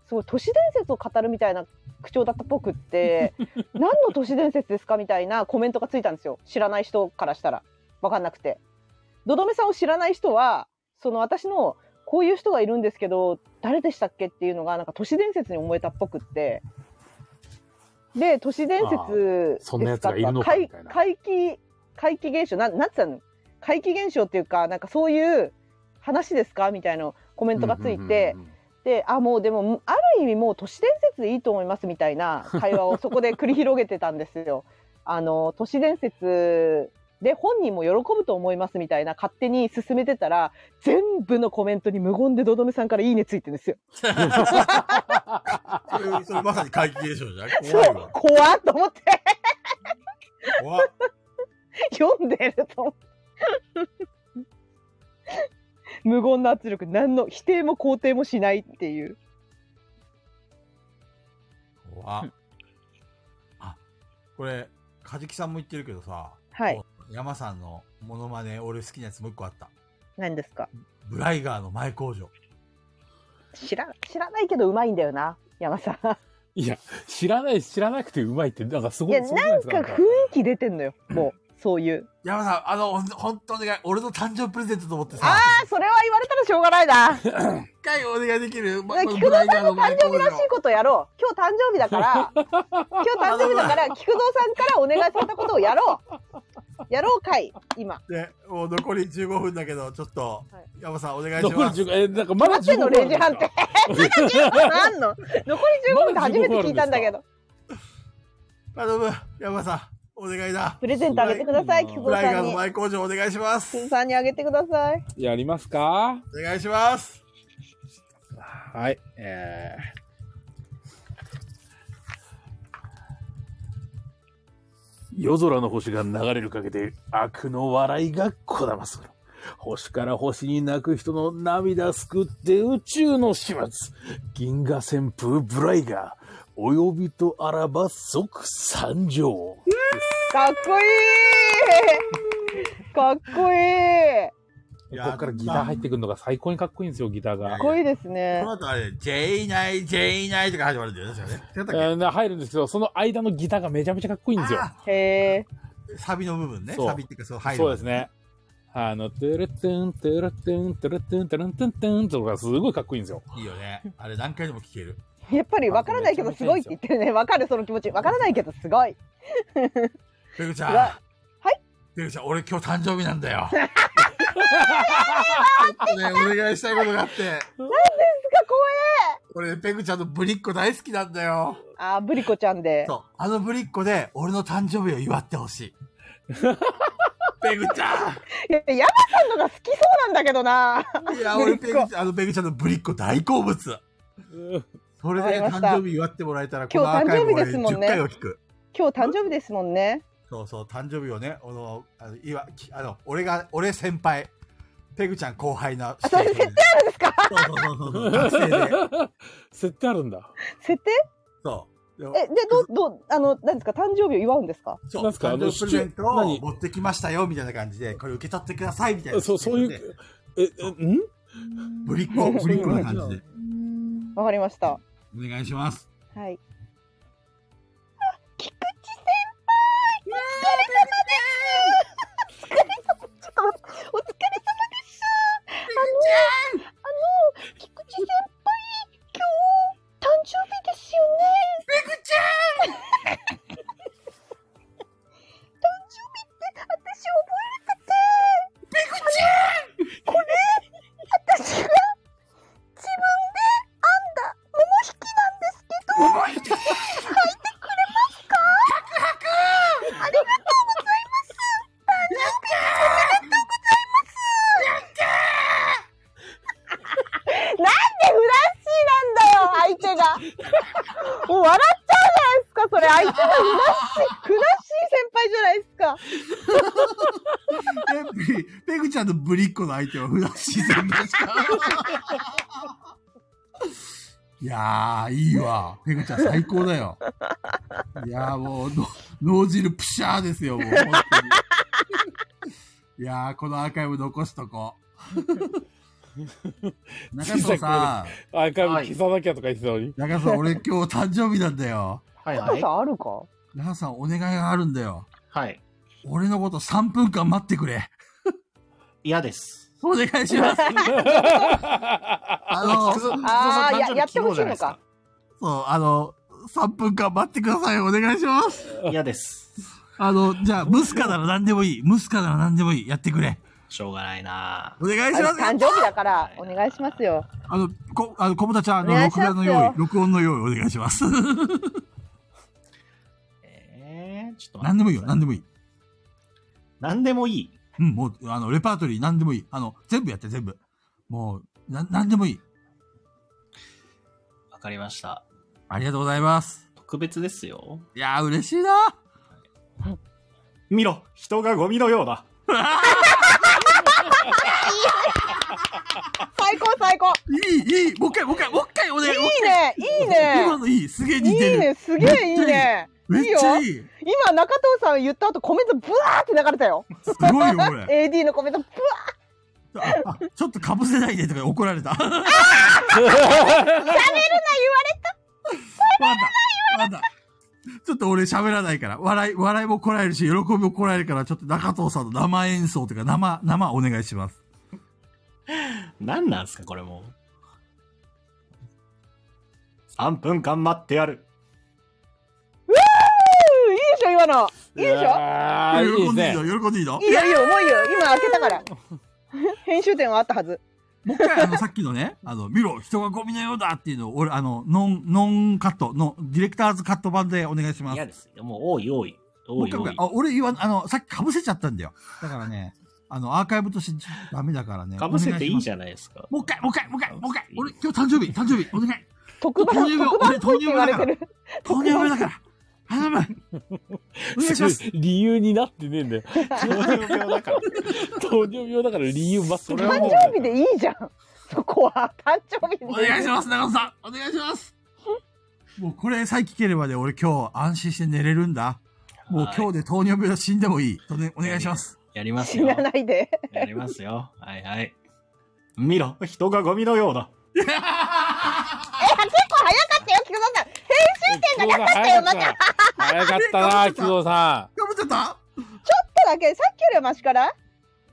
S5: すごい都市伝説を語るみたいな口調だったっぽくって 何の都市伝説ですかみたいなコメントがついたんですよ知らない人からしたら分かんなくて。どどめさんを知らない人はその私のこういう人がいるんですけど誰でしたっけっていうのがなんか都市伝説に思えたっぽくってで都市伝
S2: あ
S5: 説
S2: そんなやつがいるのかみたいな
S5: 怪奇怪奇現象なんなんつったの怪奇現象っていうかなんかそういう話ですかみたいなコメントがついて、であもうでもある意味もう都市伝説でいいと思いますみたいな会話をそこで繰り広げてたんですよ。 あの都市伝説で本人も喜ぶと思いますみたいな勝手に進めてたら全部のコメントに無言でどどめさんから「いいね」ついてるんですよ。
S1: それそれまさに怪奇現象じゃん。
S5: そ
S1: 怖いうわ。
S5: 怖っと思って
S1: 怖っ
S5: 読んでると思って 無言の圧力何の否定も肯定もしないっていう
S1: 怖っあ、これ、カジキさんも言ってるけどさ、
S5: はい
S1: 山さんのモノマネ、俺好きなやつもう一個あった。
S5: 何ですか
S1: ブライガーの前工場。
S5: 知ら知らないけどうまいんだよな山さん
S2: いや、知らない、知らなくてうまいって、なんかす
S5: い
S2: ごい、
S5: や
S2: すごく
S5: なん
S2: です
S5: か雰囲気出てんのよもうそういう
S1: 山さん、あの、ほんほんとお願い。俺の誕生日プレゼントと思ってさ、
S5: ああそれは言われたらしょうがない な
S1: 一回お願いできる、ま
S5: 菊蔵さんの誕生日らしいことやろう今日誕生日だ から今日誕生日だから菊蔵さんからお願いされたことをやろうやろうかい今
S1: で、もう残り15分だけど、ちょっと、
S5: はい
S1: 山さんお願いし
S2: 残り
S1: ます。
S2: 15え、なんかまだ
S5: 待っ
S2: 15
S5: てんの
S2: 分
S5: 0時半って あんの残り15分って初めて聞いたんだけど
S1: 頼む、山さん、お願いだ。
S5: プレゼントあげてください菊
S1: ブ
S5: 蔵
S1: ライガ
S5: さ
S1: ー
S5: ん
S1: の
S5: に
S1: 前工場お願いします。
S5: 菊蔵さんにあげてください
S2: やりますか
S1: お願いします。
S2: はい。えー夜空の星が流れるかけて悪の笑いがこだまする。星から星に泣く人の涙救って宇宙の始末。銀河旋風ブライガー。お呼びとあらば即参上。
S5: かっこいい かっこいい
S1: いや
S2: ここからギター入ってくるのが最高にかっこいいんですよ、ギター
S1: い
S2: が
S1: や
S5: かっ。こいいですね
S1: この後あれ、J 内、J 内とか始まるんだよね。確かね。違ったっけ
S2: えー入るんですけど、その間のギターがめちゃめちゃかっこいいんですよ。
S1: あ
S5: へえ
S1: サビの部分ね。
S2: そう
S1: サビっていうか、そう、入る。
S2: そうです。ね。あの、トゥルトゥン、トゥルトゥン、トゥルトゥン、トゥルトゥン、トゥンとかすごいかっこいいんですよ。
S1: いいよね。あれ何回でも聴ける。
S5: やっぱりわからないけどすごいって言ってるねわかるその気持ちわからないけどすごい
S1: ペグちゃん。
S5: うわはい
S1: ペグちゃん、俺今日誕生日なんだ よ。ちょっとね、お願いしたいことがあって。
S5: が怖
S1: 俺、ペグちゃんのぶりっ子大好きなんだよ。
S5: えあーブリコちゃんで
S1: そう。あのぶりっ子で、俺の誕生日を祝ってほ しい。ペグちゃ
S5: いや山さんのが好きそうなんだけどなん
S1: いや、俺、
S5: ぶり
S1: ペ
S5: っ子
S1: グちゃん、あのペグちゃんのぶりっ子大好物。それで
S5: わかりました
S1: 誕生日祝ってもらえたら、こ
S5: 今
S1: の
S5: 日
S1: アーカイブ
S5: 誕生日ですもん
S1: 俺
S5: ね
S1: 10回は聞く。
S5: 今日誕生日ですもんね
S1: そうそう、誕生日をね、あの、あの、いわ、きあの、俺が、俺先輩、ペグちゃん後輩な、
S5: あそれ設定あるんですか
S1: そうそうそうそう、学生で。
S2: 設定あるんだ。
S5: 設定
S1: そう。で
S5: えでどうどうあの何ですか誕生日を祝うんですか
S1: そう
S2: なんすかあ
S1: 誕
S2: の
S1: 生日プレゼントを
S2: 何
S1: 持ってきましたよ、みたいな感じで、これ受け取ってください、みたいな。
S2: そう、そうい
S1: で。
S2: う、え、えん
S1: ぶりっ子、ぶりっ子な感じで。
S5: わかりました
S1: お願いします。
S5: はいお疲れ様ですあのあの菊池先輩今日誕生日ですよねペグちゃん誕生日って私覚えれててペグちゃんこれ私が自分で編んだ桃引きなんですけど
S1: 思い出さんのぶりっ子の相手は普段自然でした。いやー、いいわ。ペグちゃん最高だよ。いやーもう、の脳汁プシャーですよ、もう。本当にいやー、このアーカイブ残しとこう。中藤さ
S2: アーカイブ消さなきゃとか言ってたのに。
S1: ん、中藤さん、俺今日誕生日なんだよ。
S3: はい
S5: 高
S3: は
S5: さ
S3: い。
S5: んあるか
S1: 中藤さん、お願いがあるんだよ。
S3: はい。
S1: 俺のこと3分間待ってくれ。
S3: 嫌です。
S1: お願いします。あの、
S3: 菊
S1: そう、
S3: 蔵菊蔵さん
S5: あー
S3: 誕生
S5: やや
S3: 日
S5: って
S3: 昨
S5: ほ
S3: 日
S5: し
S3: じ
S5: い
S3: ゃない
S5: の
S3: ですか
S5: か。
S1: あの、3分間待ってください。お願いします。
S3: 嫌です。
S1: あの、じゃあ、ムスカなら何でもいい。ムスカなら何でもいい。やってくれ。
S3: しょうがないな
S1: お願い
S5: あ
S1: し
S5: れ
S1: ます。
S5: 誕生日だからお願いしますよ
S1: あの、こ、あの、小豚ちゃん、あ
S5: お
S1: の、
S5: 願いし
S1: 録
S5: ます
S1: 画
S5: よ
S1: の用意、録音の用意お願いします。
S3: えー、ちょっと
S1: 何でもいいよ。何
S3: でも。
S1: でもいい。
S3: 何でもいい。
S1: うん、もう、あの、レパートリー何でもいい。あの、全部やって、全部。もう、な、何でもいい。
S3: わかりました。
S1: ありがとうございます。
S3: 特別ですよ。
S1: いやー、嬉しいな。
S3: 見ろ人がゴミのようだ
S5: 最高最高
S1: いい、いい。もう一回、もう一回、もう一回、お願い。もう
S5: いい
S1: 一
S5: ねい
S1: 回今
S5: いね
S1: のいい。すげえ
S5: い
S1: 似
S5: い
S1: てる。
S5: ねすげえいいね
S1: めっちゃい
S5: いいよ
S1: い。
S5: 今中藤さん言った後コメントブワーって流れたよ
S1: すごいよ、こ れ。
S5: AD のコメントブワ
S1: ああちょっとかぶせないでとか怒られ た。わかった。わかった。ちょっと俺喋らないから、笑い、笑いもこらえるし、喜びもこらえるから、ちょっと中藤さんの生演奏というか、生、生お願いします。
S3: 何なんすかこれもう3分間待ってやる
S5: ーいいでしょ今のいいでしょ
S2: ああ、いいで
S1: 喜
S2: す
S1: んでいい
S2: ね。
S1: の、喜んでいいの。
S5: いいよいいよ重いよ今開けたから 編集点はあったはず
S1: もう一回、あの、さっきのね、あの、見ろ、人がゴミのようだっていうのを、俺、あの、ノン、ノンカットの、ディレクターズカット版でお願いします。
S3: 嫌ですよもう多い多い
S1: も
S3: 多
S1: う
S3: い
S1: 一回
S3: 多
S1: もう
S3: い
S1: 一回あ、俺言わん、あの、さっきかぶせちゃったんだよ。だからね、あの、アーカイブとしてちょっとダメだからね。
S3: かぶせていいじ
S1: ゃん。
S3: ゃないですか
S1: もう一回、もう一回、もう一回、もう一回
S3: い。い
S1: 俺、今日誕生日、誕生日、お願い。
S5: 特番
S1: 糖尿病
S5: 特番っぽいって言われて
S1: 俺
S5: る
S1: 糖尿病だから。頼む。お願いします。
S2: 理由になってねえんだよ。
S3: 40秒だから
S2: 糖尿病だから理由全く
S5: 誕生日でいいじゃんそこは誕生日で
S1: お願いします、長野さん。お願いします。もうこれさえ聞ければね、俺今日安心して寝れるんだ。もう今日で糖尿病で死んでもいい。とねお願いします。
S3: やります
S5: 死
S3: よ
S5: なないで
S3: やりますよはいはい見ろ人がゴミのようだ
S5: え結構早かったよ菊蔵さん
S2: 早かった早かったな、木造さ。
S1: 頑張っちゃった
S5: ちょっとだけさっきよりはマシかなん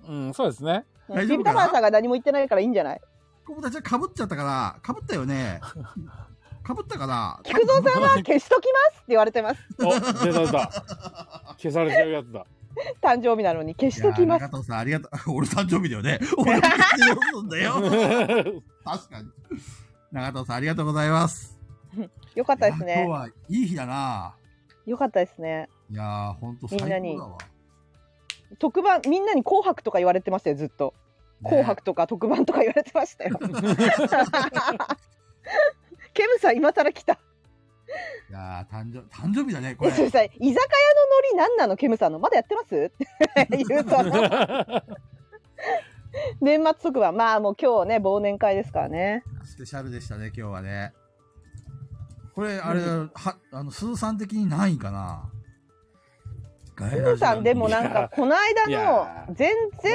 S2: うん、そうですね。
S1: 大丈
S5: ビ
S1: 夫
S5: ビ
S1: か
S5: タ
S1: な
S5: マンさんが何も言ってないからいいんじゃない
S1: 小豚ちゃんかぶっちゃったから、かぶったよ ね。かぶったかな
S5: 菊蔵さんは消しときますって言われてます
S2: お、出た出た。消されちゃうやつだ。
S5: 誕生日なのに消しときま
S1: い
S5: す
S1: やー中藤さん、ありがとう。俺 誕生日だよね。俺も誕生日なんだ よ。確かに。中藤さん、ありがとうございます。
S5: よかったです
S1: いや今日
S5: ね
S1: はいい日だな。
S5: よかったですね
S1: いやー、ほんと最高
S5: みん
S1: だ
S5: な
S1: わ。
S5: 特番みんなに紅白とか言われてましたよずっと紅白とか特番とか言われてました よケムさん今更来た
S1: いやー、誕生、誕生日だね、こ
S5: え
S1: れ。
S5: それさ居酒屋のノリ何なのケムさんのまだやってます って言うと年末特番まあもう今日ね忘年会ですからね
S1: スペシャルでしたね、今日はね。これ、あれ、は、あの、鈴さん的に何位かなガイ
S5: ふ
S1: ラ
S5: う
S1: ジな
S5: さ
S1: んで
S5: んでもなんかこの間
S2: いや
S5: の前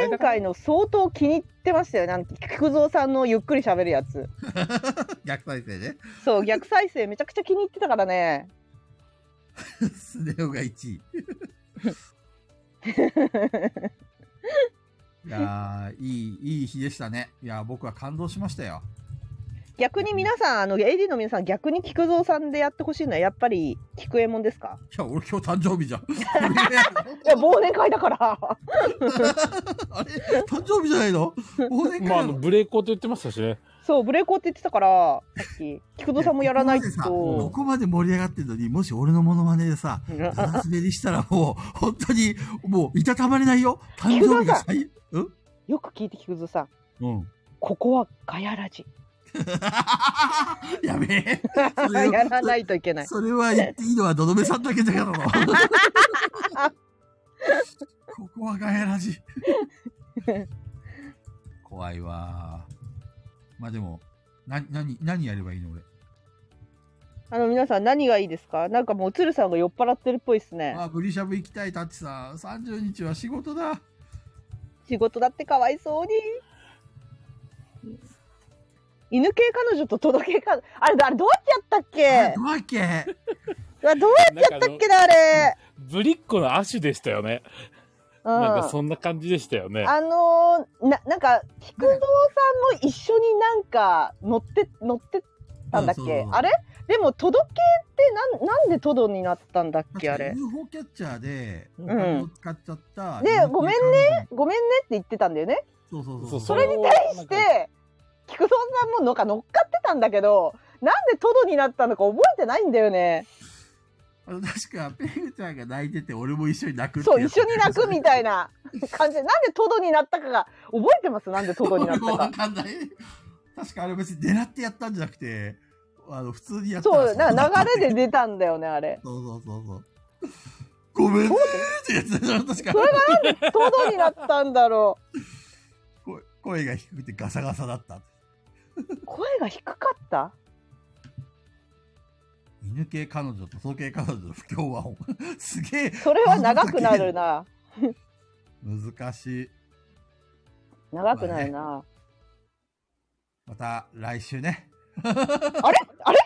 S5: 々回の相当気に入ってましたよなんか菊蔵さんのゆっくり喋るやつ
S1: 逆再生ね。
S5: そう逆再生めちゃくちゃ気に入ってたからね
S1: スネ夫が1位。 いやー、いい、いい日でしたね。いやー、僕は感動しましたよ。
S5: 逆に皆さんあの AD の皆さん逆に菊蔵さんでやってほしいのはやっぱり菊右衛門ですか
S1: いや、俺今日誕生日じゃん。
S5: いや忘年会だから
S1: あれ誕生日じゃないの忘年会
S2: まあ、あ
S1: な
S2: の
S1: の
S2: ブレイコって言ってましたしね。
S5: そうブレイコーって言ってたからさっき菊蔵さんもやらない
S1: やここ
S5: と
S1: までさここまで盛り上がってるのに、もし俺のモノマネでさ、
S5: うん
S1: ダダ滑りしたらもう、本当に、もう、いたたまれないよ。誕生日が最、うん
S5: よく聞いて菊蔵さん
S1: うん。
S5: ここはガヤラジ
S1: やべえ。それは
S5: やらないといけない
S1: それは言っていいのは、どどめさんだけだ からな ここはガヤラジ。
S11: 怖いわ。まあでも、な、何、何やればいいの俺。
S5: あの皆さん何がいいですかなんかもう鶴さんが酔っ払ってるっぽいですね
S11: あ、ブリシャブ行きたい、タッチさん。30日は仕事だ。
S5: 仕事だってかわいそうに犬系彼女と届けかあれだあれどうやってやったっけ
S11: マーケー
S5: うわどうやってやったっけなあれ
S14: ブリッコの亜種でしたよね。
S5: うん
S14: なんかそんな感じでしたよね。
S5: あのーななんか菊蔵さんも一緒になんか乗って乗ってたんだっ
S11: うんそう
S5: け
S11: そう
S5: あれでも届けってなんなんでトドになったんだっけあれ
S11: UFO キャッチャーで、お
S5: ん
S11: 金を使っちゃった。
S5: でごめん
S11: ね。
S5: ごめんねって言ってたんだよね
S11: そうそう
S14: そ
S11: そうう。
S14: そ
S5: そ
S14: れ
S5: れ
S14: を
S5: に対して菊蔵さんもなんか乗っかってたんだけどなんでトドになったのか覚えてないんだよね
S11: あの確か、ペグちゃんが泣いてて、俺も一緒に泣くって
S5: そう
S11: やつ
S5: 一緒に泣くみたいな感じでなんでトドになったかが覚えてますなんでトドになっ
S11: 俺も
S5: た
S11: わ
S5: か
S11: かんない。確かあれ別に狙ってやったんじゃなくて、あの、普通にやったら
S5: そうなんか流れで
S11: で。
S5: 出たんだよねあれ
S11: そうそうそうそう。ごめんねーってやつだよ確か。
S5: トドになったんだろ
S11: 声声が低くてガサガサだった。
S5: う声が低かった
S11: 犬系彼女と総系彼女の不協和音。すげえ
S5: それは長くなるな
S11: 難しい。
S5: 長くなるな
S11: また来週ね。
S5: あれあれ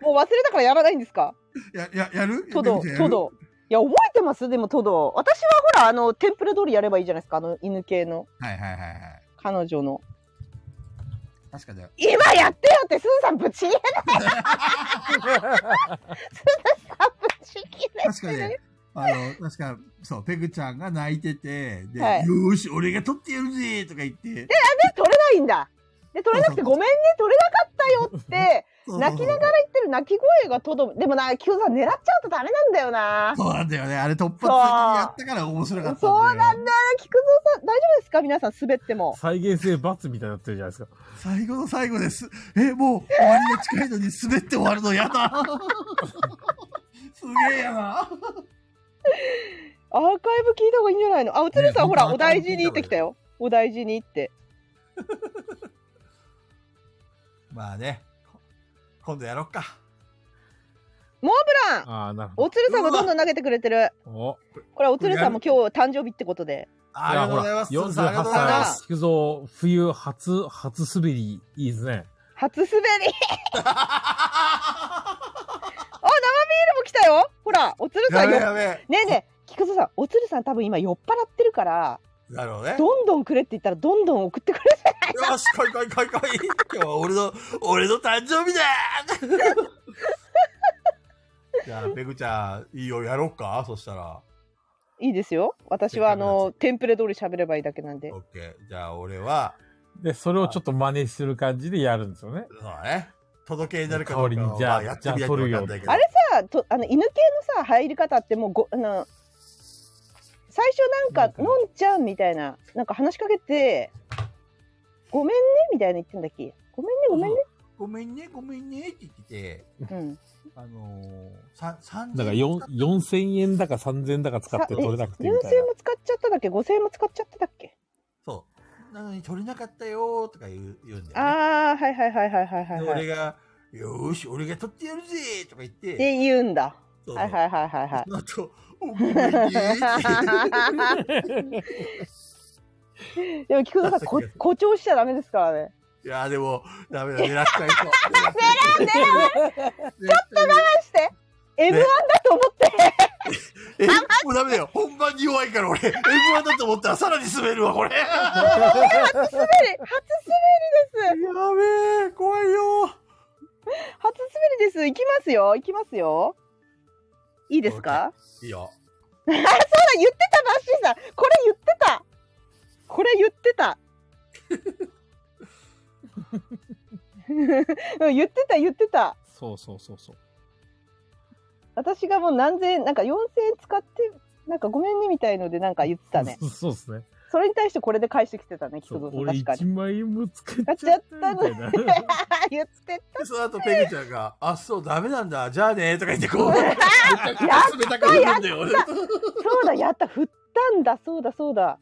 S5: もう忘れたからやらないんですか
S11: や、や、やる
S5: トド
S11: やる
S5: トドいや覚えてますでもトド私はほらあのテンプレ通りやればいいじゃないですかあの犬系の
S11: はいはいはいはい。
S5: 彼女の
S11: 確かだよ。
S5: 今やってよってすずさんぶち切 れないすずさんぶち切れ
S11: 確かね。あの、確か、そう、ペグちゃんが泣いてて、で、
S5: はい
S11: よーし、俺が取ってやるぜとか言って、
S5: 取れないんだで取れなくてごめんね取れなかったよって
S11: そう
S5: 泣きながら言ってる泣き声がトドでもなキヨさん狙っちゃうとダメなんだよ な
S11: そうなんだよね。あれ突発的にやったから面白かったんだよ。
S5: そうなんだ菊蔵さん大丈夫ですか皆さん滑っても
S2: 再現性罰みたいになってるじゃないですか。
S11: 最後の最後です。え、もう終わりが近いのに滑って終わるのや だ。すげえやな。
S5: アーカイブ聞いた方がいいんじゃないのあうつるさん
S1: ね
S5: ほら
S1: 本
S5: お
S1: 当は
S5: 大事にってきたよお大事にって
S1: まあね。今度やろっか。
S5: モーブラン
S2: ああ、なるほ
S5: おつるさんがどんどん投げてくれてる
S2: ど。お
S5: これはおつるさんも今日誕生日ってことで
S1: ありがとうございます。
S2: 48
S1: さんありがとうございま
S2: 歳
S1: す。、
S2: 菊蔵、冬初、初滑り、いいですね。
S5: 初滑りあ生ビールも来たよほらおつるさ
S1: や
S5: ん
S1: べえ
S5: よ
S1: やべえ。
S5: ねえねえ菊蔵さんおつるさん多分今酔っ払ってるから
S1: なるほどね。
S5: どんどんくれって言ったらどんどん送ってくれる
S1: よし、来い来い来い来い。今日は俺の、俺の誕生日だじゃあ、ペグちゃん、いいよ、やろっかそしたら。
S5: いいですよ私はあのテンプレ通り喋ればいいだけなんで
S1: オッケー。じゃあ、俺は、
S2: で、それをちょっと真似する感じでやるんですよね。
S1: そうだね。届けになるかどうか
S2: 代わり
S1: は
S2: にじゃあ
S1: まやってみないとわかんないけど
S5: あれさとあの犬系のさ入り方ってもうごあの最初なんか「のんちゃん」みたいななんか話しかけて「ごめんね」みたいな言ってんだっけごめんねご めんね
S1: ごめんね、ごめんねって言ってて、
S5: うん
S1: あのー、さ三
S2: だからよん4000円だか3000円だか使って取れなくてみたい
S5: 4000も使っちゃっただっけ5000も使っちゃっただっけ
S1: そう。なのに取れなかったよーとか言う言うんだよ、ね。
S5: ああはいはいはいはいはいはい
S1: で
S5: はい
S1: 俺が、よーし、俺が取ってやるぜーとか言って、
S5: で言うんだ
S1: そうそう
S5: はいはいはいはい はい
S1: その後、おごめんねーって。
S5: でも菊田さんこ誇張しちゃダメですからね
S1: いやーでも、ダメだ、狙っちゃいそう。
S5: ちょっと我慢して M1 だと思って
S1: え、もうダメだよ。本番に弱いから俺、M1 だと思ったらさらに滑るわ、これ。や
S5: 初滑り初滑りです
S1: べえ、怖いよ。
S5: 初滑りです行きますよ行きますよいいですか
S1: いいよ。
S5: あら言ってたバッシーさんこれ言ってたこれ言ってたうん言ってた言ってた
S2: そうそうそうそう。
S5: 私がもう何千円なんか4000円使ってなんかごめんねみたいのでなんか言ってたね
S2: そうですね。
S5: それに対してこれで返してきてたね
S2: そ
S5: 菊
S2: う
S5: 蔵さん
S2: 俺
S5: 確か
S2: 1
S5: に
S2: 万円も使っちゃったみたいな。
S5: 言って
S1: でその後、ペグちゃんが、あ、そう、ダメなんだ。じゃあねーとか言って、こう、冷
S5: たや
S1: たく振るんだよ。俺
S5: そうだやった振ったんだそうだそうだ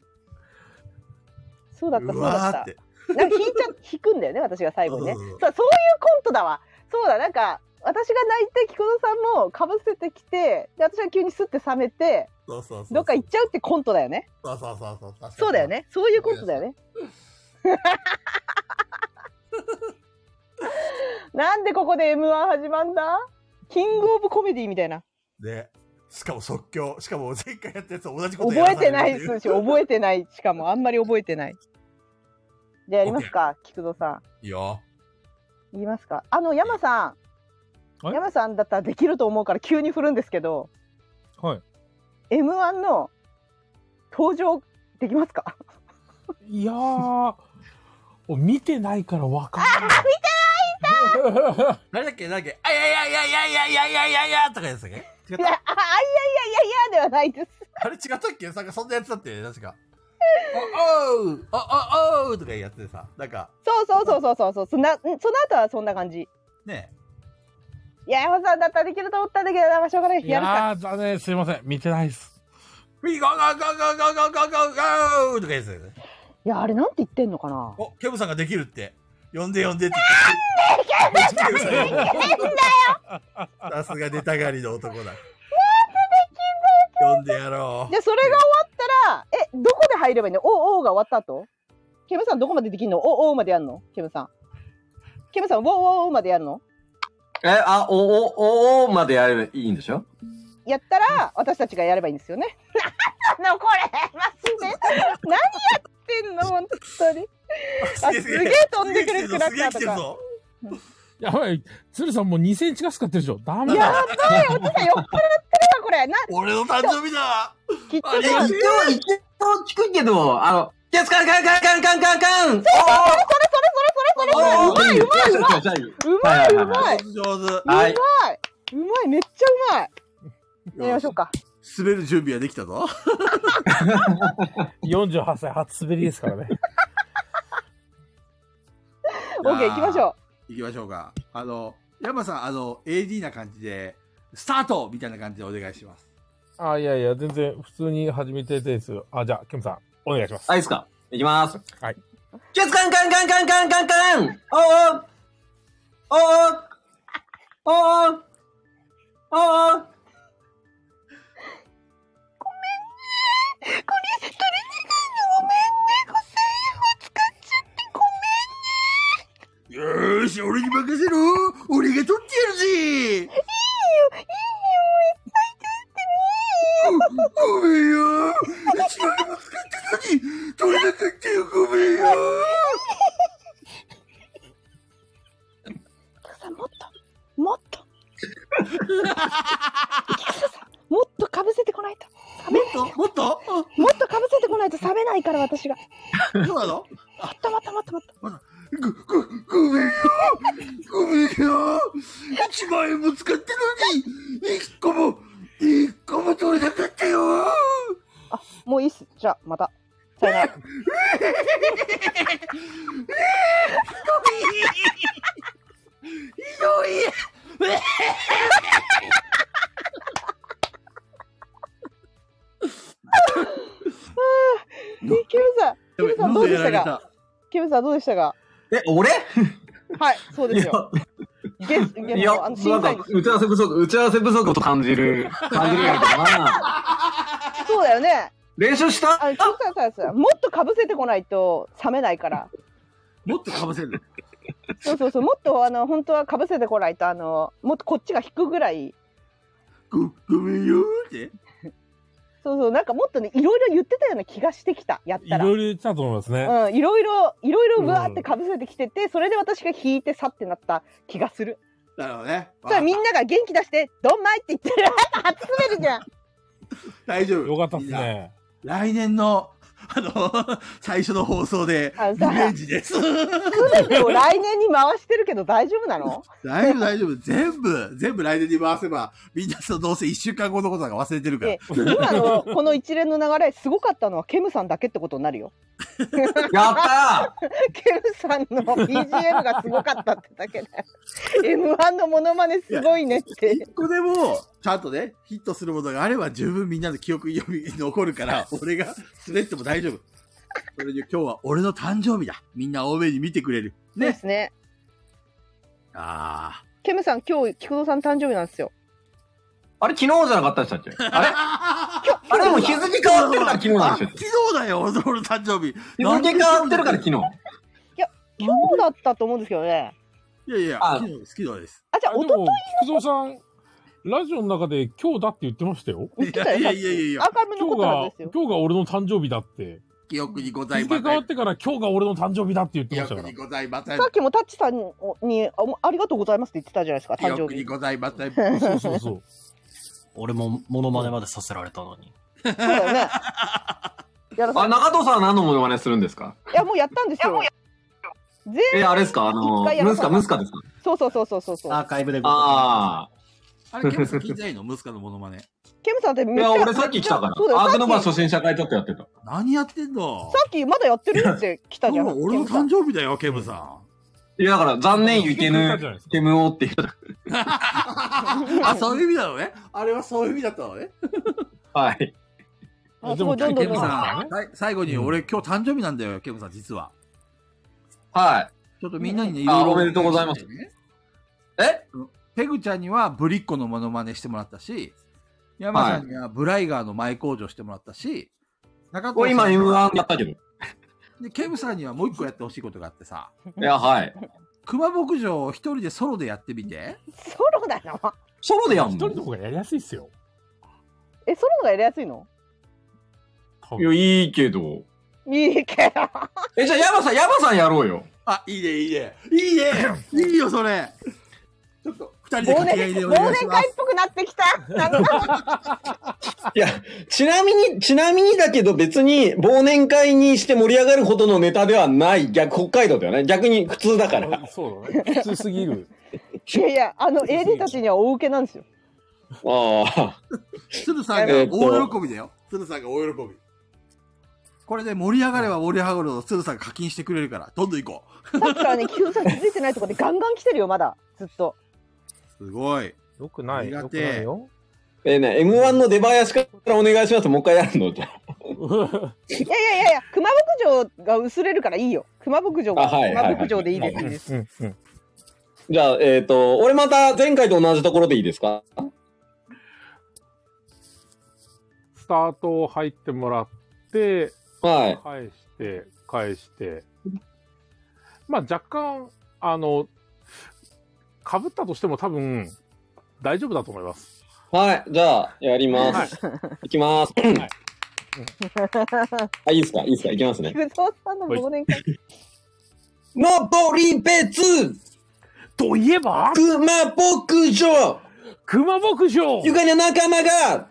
S5: そうだったそう
S1: う
S5: だ
S1: わーっ
S5: っ
S1: たて。
S5: なんか引いちゃ、引くんだよね、私が最後にね。
S1: う
S5: そ
S1: ん
S5: う、
S1: うん
S5: そういうコントだわ。そうだ、なんか、私が泣いて、菊野さんもかぶせてきて、で、私が急にスッて冷めて、
S1: そうそうそう。
S5: どっか行っちゃうってコントだよね。
S1: そうそうそうそう確かに。
S5: そうだよね。そういうコントだ よね。なんでここで M1 始まんだキングオブコメディみたいな。
S1: で、しかも即興、しかも前回やったやつと同じことやらされ
S5: 覚えて
S1: る
S5: ない
S1: っ
S5: で
S1: う
S5: すし、覚えてない。しかも、あんまり覚えてない。じゃあやりますか、菊野さん。
S1: いいよ。
S5: 言いますかあの山さん
S14: はい
S5: 山さんだったらできると思うから急に振るんですけど
S14: はい。
S5: m 1の登場できますか
S14: いやー、 見てないからわかんない。見てないんだ
S1: 誰だっけ誰だっけあいやいやいやいやいやいやいやいやいやとかやつだっけ違っ
S5: いやあいやい
S1: た
S5: やいやいやではないです
S1: あれ違ったっけなんかそんなやつだって確か。おおうおおおうとかいうやつでさ、なんか、
S5: そうそうそうそうそうそうそんなうんその後はそんな感じ
S1: ね
S5: いや山さんだったらできると思ったんだけどなんかしょうがない
S14: い
S5: やるか
S14: やー、残念。すいません。見てないです。
S1: え、We go go go go go go go go go とかやつだよね。
S5: いやあれなんて言ってんのかな
S1: お、ケムさんができるって。呼んで呼んでって言って。 なんでケムさんだよさすが出たがりの男だ。なんでできんだよ呼んでやろう。
S5: でそれが終わったらえどこで入ればいいのおおが終わった後ケムさんどこまでできんのおおまでやんのケムさんケムさんおおまでやんの
S18: え、あ、お、お、お、おまでやればいいんでしょ
S5: やったら私たちがやればいいんですよね。なんなのこれマジで何やってんの本当に。あすげえ飛んでくるスクラッカーとか。
S14: やばい。鶴さんもう2センチが使ってるでしょ。ダメ
S5: や
S14: だ。
S5: ばいおじさん酔っ払ってるわこれ。な
S1: 俺の誕生日だ
S5: きっと
S1: あれ
S18: 一応、
S5: さ
S18: 一応聞くけど、あの、キャスカンカンカンカンカンカンカン
S5: それそれそれそれそれうまいうまいうまい
S18: うまいう
S5: まい。
S1: 上手。
S18: はいう
S5: まいうまいめっちゃうまい。やりましょうか。
S1: 滑る準備はできたぞ。
S14: 48歳初滑りですからね。
S5: オッケー行きましょ
S1: 行きましょうか。あの、山さん、あの、AD な感じで、スタートみたいな感じでお願いします。
S14: あ、いやいや、全然普通に始めてですよ。あ、じゃあ、ケムさん、お願いします。
S18: はい、いいっすかいきます。
S14: はい。
S18: キャスカンカンカンカンカンカンカンおおおおおおおお
S1: よーし、俺に任せろ俺が取ってやるぜごめんよ一枚も使ってたのに取れなかったよ、ごめんよ
S5: う。もっともっと。もっとかぶせてこないと。
S1: もっともっと
S5: もっとかぶせてこないと冷めないから私が。
S1: あそうなの
S5: もっともっともっともっと。
S1: ご、ご、ごめんよごめんよ一枚も使ってのに一個も、一個も取れなかったよ
S5: もういいっす。じゃあまた。さよなら。
S1: ひどい
S5: えキムさん、キムさんどうでした
S1: 喉やられ
S5: か。キムさんどうでしたか。
S18: え、俺
S5: はい、そうですよ。
S18: い
S5: ゲス、ゲ
S18: や、い
S5: ス
S18: や
S5: ト、あの、
S18: な
S5: 審査
S18: んか
S5: 員です。
S18: 打ち合わせ不足、打ち合わせ不足と感じる、感じるんやけどな。
S5: そうだよね。
S18: 練習した
S5: あの、キムさんさんさ、もっとかぶせてこないと、冷めないから。
S1: もっとかぶせる
S5: そうそうそう、もっと、あの、本当はかぶせてこないと、あの、もっとこっちが引くぐらい。
S1: ご、ごめんよって
S5: そうそう、なんかもっとね、いろいろ言ってたような気がしてきた。やっ
S14: い
S5: たら。う
S14: ろいろ言ってたと思いますね。
S5: ん、いろいろ、いろいろぐわーってかぶせてきてて、それで私が引いてさってなった気がする。
S1: なるほどね。
S5: そしたらみんなが元気出して、どんまいって言ってる。初滑りじゃん。
S1: 大丈夫。
S14: よかったっす
S1: みんな
S14: ね。
S1: 来年の、あの、 最初の放送で、
S5: あ
S1: リ
S5: さあ
S1: ベンジです。
S5: すべ てを来年に回してるけど大丈夫なの
S1: 大丈夫、大丈夫。全部、全部来年に回せば、みんなそのどうせ一週間後のことなんか忘れてるから
S5: で。今のこの一連の流れすごかったのはケムさんだけってことになるよ
S18: やった
S5: ケムさんの BGM がすごかったってだけで m 1のモノマネすごいねって
S1: ここでも、ちゃんとね、ヒ ットするものがあれば十分みんなの記憶に呼び残るから、俺が滑っても大丈夫。それに今日は俺の誕生日だ。みんな多めに見てくれる。
S5: そうですね。
S1: ああ。
S5: ケムさん、今日、菊蔵さん誕生日なんですよ。
S18: あれ、昨日じゃなかったでしたっけあれあれ、でも日付変わってるから昨日なんですよ。
S1: 昨日だよ、俺の誕生日。
S18: 日付変わってるから昨日。
S5: 今日だったと思うんですけどね。
S1: いやいや、
S18: あ
S1: 昨日です、昨日です。
S5: あ、じゃあ、おとといの
S2: 菊蔵さん、ラジオの中で今日だって言ってましたよ。
S5: 言ってたよ。
S1: いやいやいやいや
S5: アーカイブに残
S2: 今
S5: っ
S2: 日が
S5: てたんですよ、。
S2: 今日が俺の誕生日だって。
S1: 記憶にござ
S2: 日
S1: い
S2: 付
S1: ま
S2: 変
S1: せ
S2: わ
S1: ん
S2: っ。てから今日が俺の誕生日だって言って
S1: 記
S2: ました
S1: 憶
S2: から
S1: に。ございません
S5: さ。っきもタッチさんににあありがとうございますって言ってたじゃないですか、
S1: 記
S5: 誕生
S1: 憶に
S5: 日。
S1: ございません。
S2: そうそうそう。
S3: 俺もモノマネまでさせられたのに。
S5: そうだよね。やだ
S18: あ、中藤さんは何のモノマネするんですか
S5: いや、もうやったんですよ。全
S18: え、あれですかあ
S5: 一
S18: の
S5: 回や、ら
S18: ム
S5: せ
S18: ス
S5: た
S18: カ、ムスカですか
S5: そうそうそうそうそうそう。
S3: アーカイブでございます。
S18: あ
S1: あれ、ケムさん聞いてないのムスカのモノマネ。
S5: ケムさんってめ
S18: あ。
S5: っ
S18: い
S5: ちゃ。
S18: や、俺さっき来たから
S5: そうだ。よ
S18: アークノバ
S5: さっ
S18: 初心者会ちょっとやってた。
S1: 何やってんの
S5: きさっきまだやってるって来たじゃん。
S1: 今日は俺の
S5: ケムさ
S1: 誕生日だよ、ケムさん。
S18: いや、だから、残念ゆ
S2: 聞
S18: け
S2: いてた
S18: ぬ
S2: じゃないですか、
S18: けむおって言った。
S1: あ、 そういう意味なのね。あれはそういう意味だったのね。
S18: はい。
S5: んあ
S2: です
S5: ごいどんど
S1: ケ
S5: んど
S1: ム
S5: んどん。
S1: さん、はい最後に俺今日誕生日なんだよ、ケムさん、実は。
S18: は
S1: ちょっとみんなにね、い
S18: あ
S1: ろいろ。
S18: おめでとうございます。い。え
S1: ペグちゃんにはブリッコのモノマネしてもらったし、山さんにはブライガーの前工場してもらったし、中
S18: これ
S1: 藤
S18: 今
S1: さんに
S18: M1 やったけど。い
S1: でケムさんにはもう一個やってほしいことがあってさ、
S18: や、はい。
S1: 熊牧場を一人でソロでやってみて。
S5: ソロだな。
S18: ソロでや
S2: 一
S18: ん
S2: 人
S18: の
S2: の方がやりやすいっすよ。
S5: え、ソロのがやりやすいの
S2: 多
S18: いや、
S2: 分
S18: いいけど。
S5: いいけど。
S18: え、じゃあ、ヤバさん、ヤバさんやろうよ。
S1: あ、いいね、いいね。いいね。 いいよ、それ。ちょっと、二人で
S5: 忘
S1: 掛け合
S5: 年
S1: いでお
S5: 忘
S1: 願いし
S5: 年
S1: ま
S5: 会っ
S1: す。
S5: ぽくなってきた。なんか
S18: いや、ちなみに、ちなみにだけど別に忘年会にして盛り上がるほどのネタではない。逆、北海道だよね。逆に普通だから。
S2: そうだね。普通すぎる。
S5: いやいや、あの AD たちには大受けなんですよ。
S18: あ
S1: 鶴さんが
S18: えーっと
S1: 大喜びだよ。鶴さんが大喜び。これで盛り上がれば盛り上がるほど鶴さんが課金してくれるから、どんどん行こ
S5: さっきからね、急さん気づいてないとかでガンガン来てるよ、まだ。ずっと。
S1: う。すごい。
S2: よくない。
S1: 苦
S2: よく
S1: 手
S2: ないよ。
S18: あ。えーね、M1 の出囃子からお願いします。もう一回やるのじゃ
S5: いやいやいやいや、熊牧場が薄れるからいいよ。熊牧場が。
S18: あはい
S5: 熊牧場でいいです。いいです。
S2: うんうん。
S18: じゃあ、えっ、と、俺また前回と同じところでいいですか
S2: スタートを入ってもらって、
S18: はい。
S2: 返して、返して。まあ若干、あの、被ったとしても多分、大丈夫だと思います。
S18: はい。じゃあ、やります。いきます。あ、いいですかいいですかいきますね。
S5: 菊蔵さんの忘年会。
S18: のぼり別
S2: といえば、
S18: 熊牧場
S2: 熊牧場
S18: ゆかりの仲間が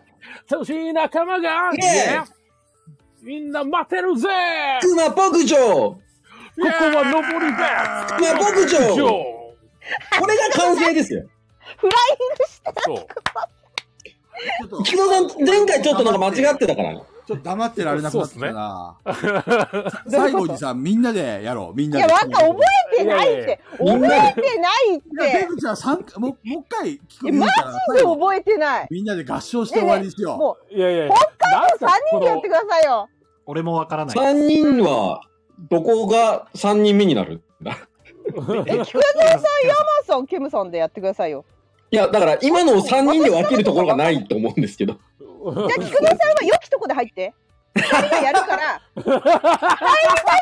S2: 楽しい仲間が、
S18: イエ
S2: みんな待てるぜこ
S18: 熊牧場
S2: こは登りだ
S18: 熊牧場これが完成ですよ。
S5: フライングして
S2: そう。
S1: ちょっと、
S18: 菊野さん、前回ちょっとなんか間違ってたからね。
S1: ちょっと黙ってられなくなってきたな。 最後にさ、みんなでやろう。みん
S5: い
S1: なで。
S5: や、わか覚えてないっ
S2: いやい
S5: て。覚えてないっ
S1: いやペ
S5: て。
S1: グちゃん3回、もう、もう一回聞く
S5: えマ
S1: ジ
S5: で覚えてない。
S1: みんなで合唱して終わりにしよ
S5: もう、
S2: いやいや、
S5: 3人でやってくださいよ。
S3: 俺もわからない。
S18: 3人は、どこが3人目になるんだ
S5: え、菊蔵さん、ヤマさん、ケムさんでやってくださいよ。
S18: いや、だから今のを3人で分けるところがないと思うんですけど。
S5: じゃあ、菊蔵さんは良きとこで入って。二人がやるから、入りたい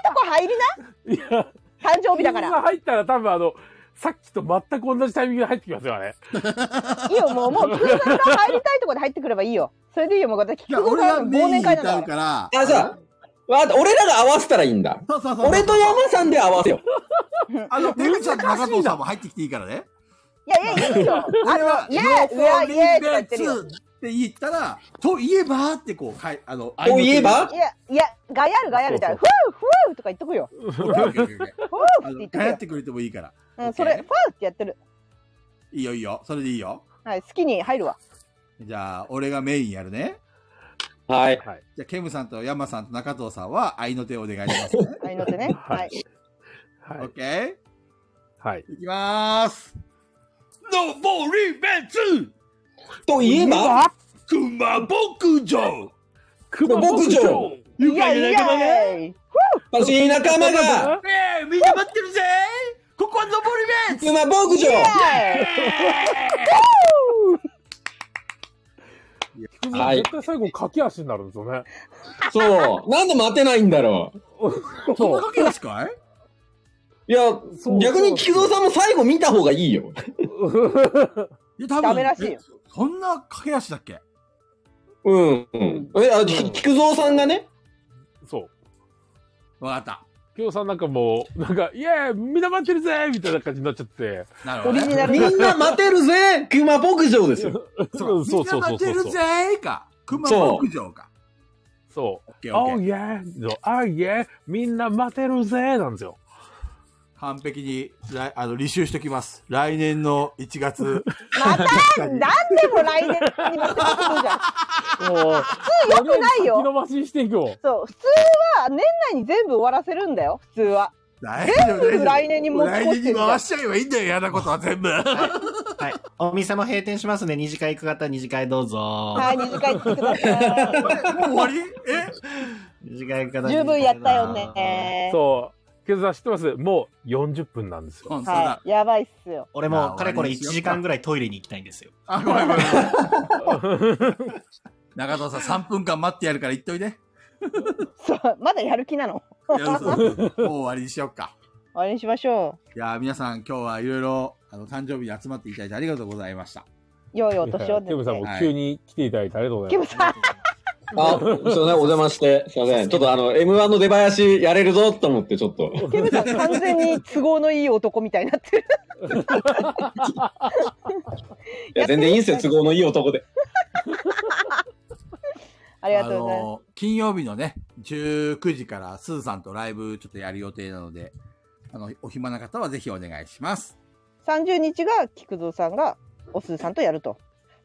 S5: とこ入り
S2: いや、
S5: な。誕生日だか
S2: 水
S5: ら。
S2: が入ったら多分あの、さっきと全く同じタイミングで入ってきますよ、あれ。
S5: いいよ、もう、もう、菊蔵さんが入りたいとこで入ってくればいいよ。それでいいよ、もう、私、
S1: う。
S5: 菊
S1: いや、
S5: 蔵
S1: 俺
S5: さ
S1: が
S5: ん
S1: メ
S5: の忘
S1: イン
S5: 年
S1: 歌
S5: 会
S1: う
S5: だから。
S1: から。
S18: あ、じゃあ、わかった俺らが合わせたらいいんだ。
S1: そうそうそうそう。
S18: 俺と山さんで合わせよう。
S1: あの、ペグちゃんと中藤さんも入ってきていいからね。
S5: いやいや、いいよ。
S1: 俺は、
S5: イエー
S1: ロー
S5: イ
S1: リ
S5: イエーイ
S1: ン
S5: とか言
S1: ベ
S5: ってる
S1: ツ
S5: よ
S1: って言ったら、といえばってこう、かい、あの、
S18: といえば
S5: いや、いや、ガヤルガヤルみたいな、ふ
S2: そう
S5: ふうとか言っとくよ。
S1: オッケーオッケーオッケーオッケー
S5: ふう
S1: あ
S5: って
S1: の
S5: 言っとく
S1: やっ
S5: よ。
S1: てくれてもいいから。
S5: うん、それ、ふうってやってる。
S1: いいよいいよ。それでいいよ。
S5: はい、好きに入るわ。
S1: じゃあ、俺がメインやるね。
S18: はい。
S2: はい。
S1: じゃあ、ケムさんとヤマさんと中藤さんは、愛の手をお願いしますね。
S5: はい、乗ってね。はい。
S1: オ
S2: は
S1: ッ
S2: い。
S1: ケー
S2: はい。
S1: いきまーす。ノボリベツ
S18: といえば
S1: 熊牧場
S2: 熊牧
S18: 牧
S2: 場
S18: 場
S5: いやいやいや。ふ
S18: 私、仲間が、
S1: ええみんな待ってるぜここは登り目
S18: 熊牧場はい
S2: 絶対最後、駆け足になるんですよね。
S18: そう。なんで待てないんだろう。
S2: そう。
S1: かけますかい
S18: いや、逆に菊蔵さんも最後見た方がいいよ。
S1: いや、多分
S5: ダメらしい
S1: え
S5: よ
S1: そんな駆け足だっけ
S18: うん。うんえ、あ、き菊蔵さんがね、
S2: そう。
S1: わかっ
S2: 今日さんなんかもう、なんか、イエーイみんな待ってるぜみたいな感じになっちゃって。
S1: た。なるほ
S5: オ
S1: ど
S5: リ
S1: ね。
S5: ジナル
S18: みんな待てるぜ熊牧場です よ。
S2: そううそうそ
S1: み
S2: う
S1: んな
S2: そう
S1: 待て
S2: そう
S1: る
S2: そう。
S1: ぜか。熊
S18: そう
S1: 牧場か。
S2: そう
S1: オ。ッケーオッ
S2: Oh
S1: ケー。
S2: yeah! Oh yeah! みんな待てるぜなんですよ。
S1: 完璧に、来あの、履修しときます。来年の1月。
S5: また、なんでも来年に持ってくるじゃん。
S2: もう、よ
S5: くないよ
S2: 先延ばしにしていこう。
S5: そう、普通は年内に全部終わらせるんだよ、普通は。
S1: 大丈夫大丈夫
S5: 来年に持ち越して
S1: 来年に回しちゃえばいいんだよ、嫌なことは全 部。
S3: はい。お店も閉店しますね。二次会行く方は二次会どうぞ。
S5: はい、二次会行ってください。
S1: もう終わりえ
S3: 二次会行く方は二次会
S5: 十分やったよ
S3: どうぞ
S5: ね。
S2: そう。ケズさん知ってますもう40分なんですよ。
S1: そうだ
S5: は。い、やばいっすよ。
S3: 俺もかれこれ1時間ぐらいトイレに行きたいんですよ。
S1: あ、ごめんごめんごめん。中藤さん、3分間待ってやるから言っといて。
S5: そう、まだやる気なの。
S1: いや嘘もう終わりにしようか。
S5: あれにしましょ
S1: いやー、皆さん、今日はいろいろ、あの、誕生日に集まっていただいてありがとうございました。
S5: う。よいお年をで
S2: ケ
S5: す
S2: ムさんも
S5: ね。
S1: はい
S2: 急に来ていただいてありがとうござ
S5: キ
S2: いま
S5: ムさん、
S18: あ、そうね、お邪魔して。すいません。ちょっとあの、M1 の出囃子やれるぞと思って、ちょっと。
S5: キムさん完全に都合のいい男みたいになってる。
S18: いや、全然いいんすよ、都合のいい男で。
S5: ありがとうございます。
S1: のー金曜日のね、19時から、すずさんとライブちょっとやる予定なので、あの、お暇な方はぜひお願いします。
S5: 30日が菊蔵さんがおすずさんとやると。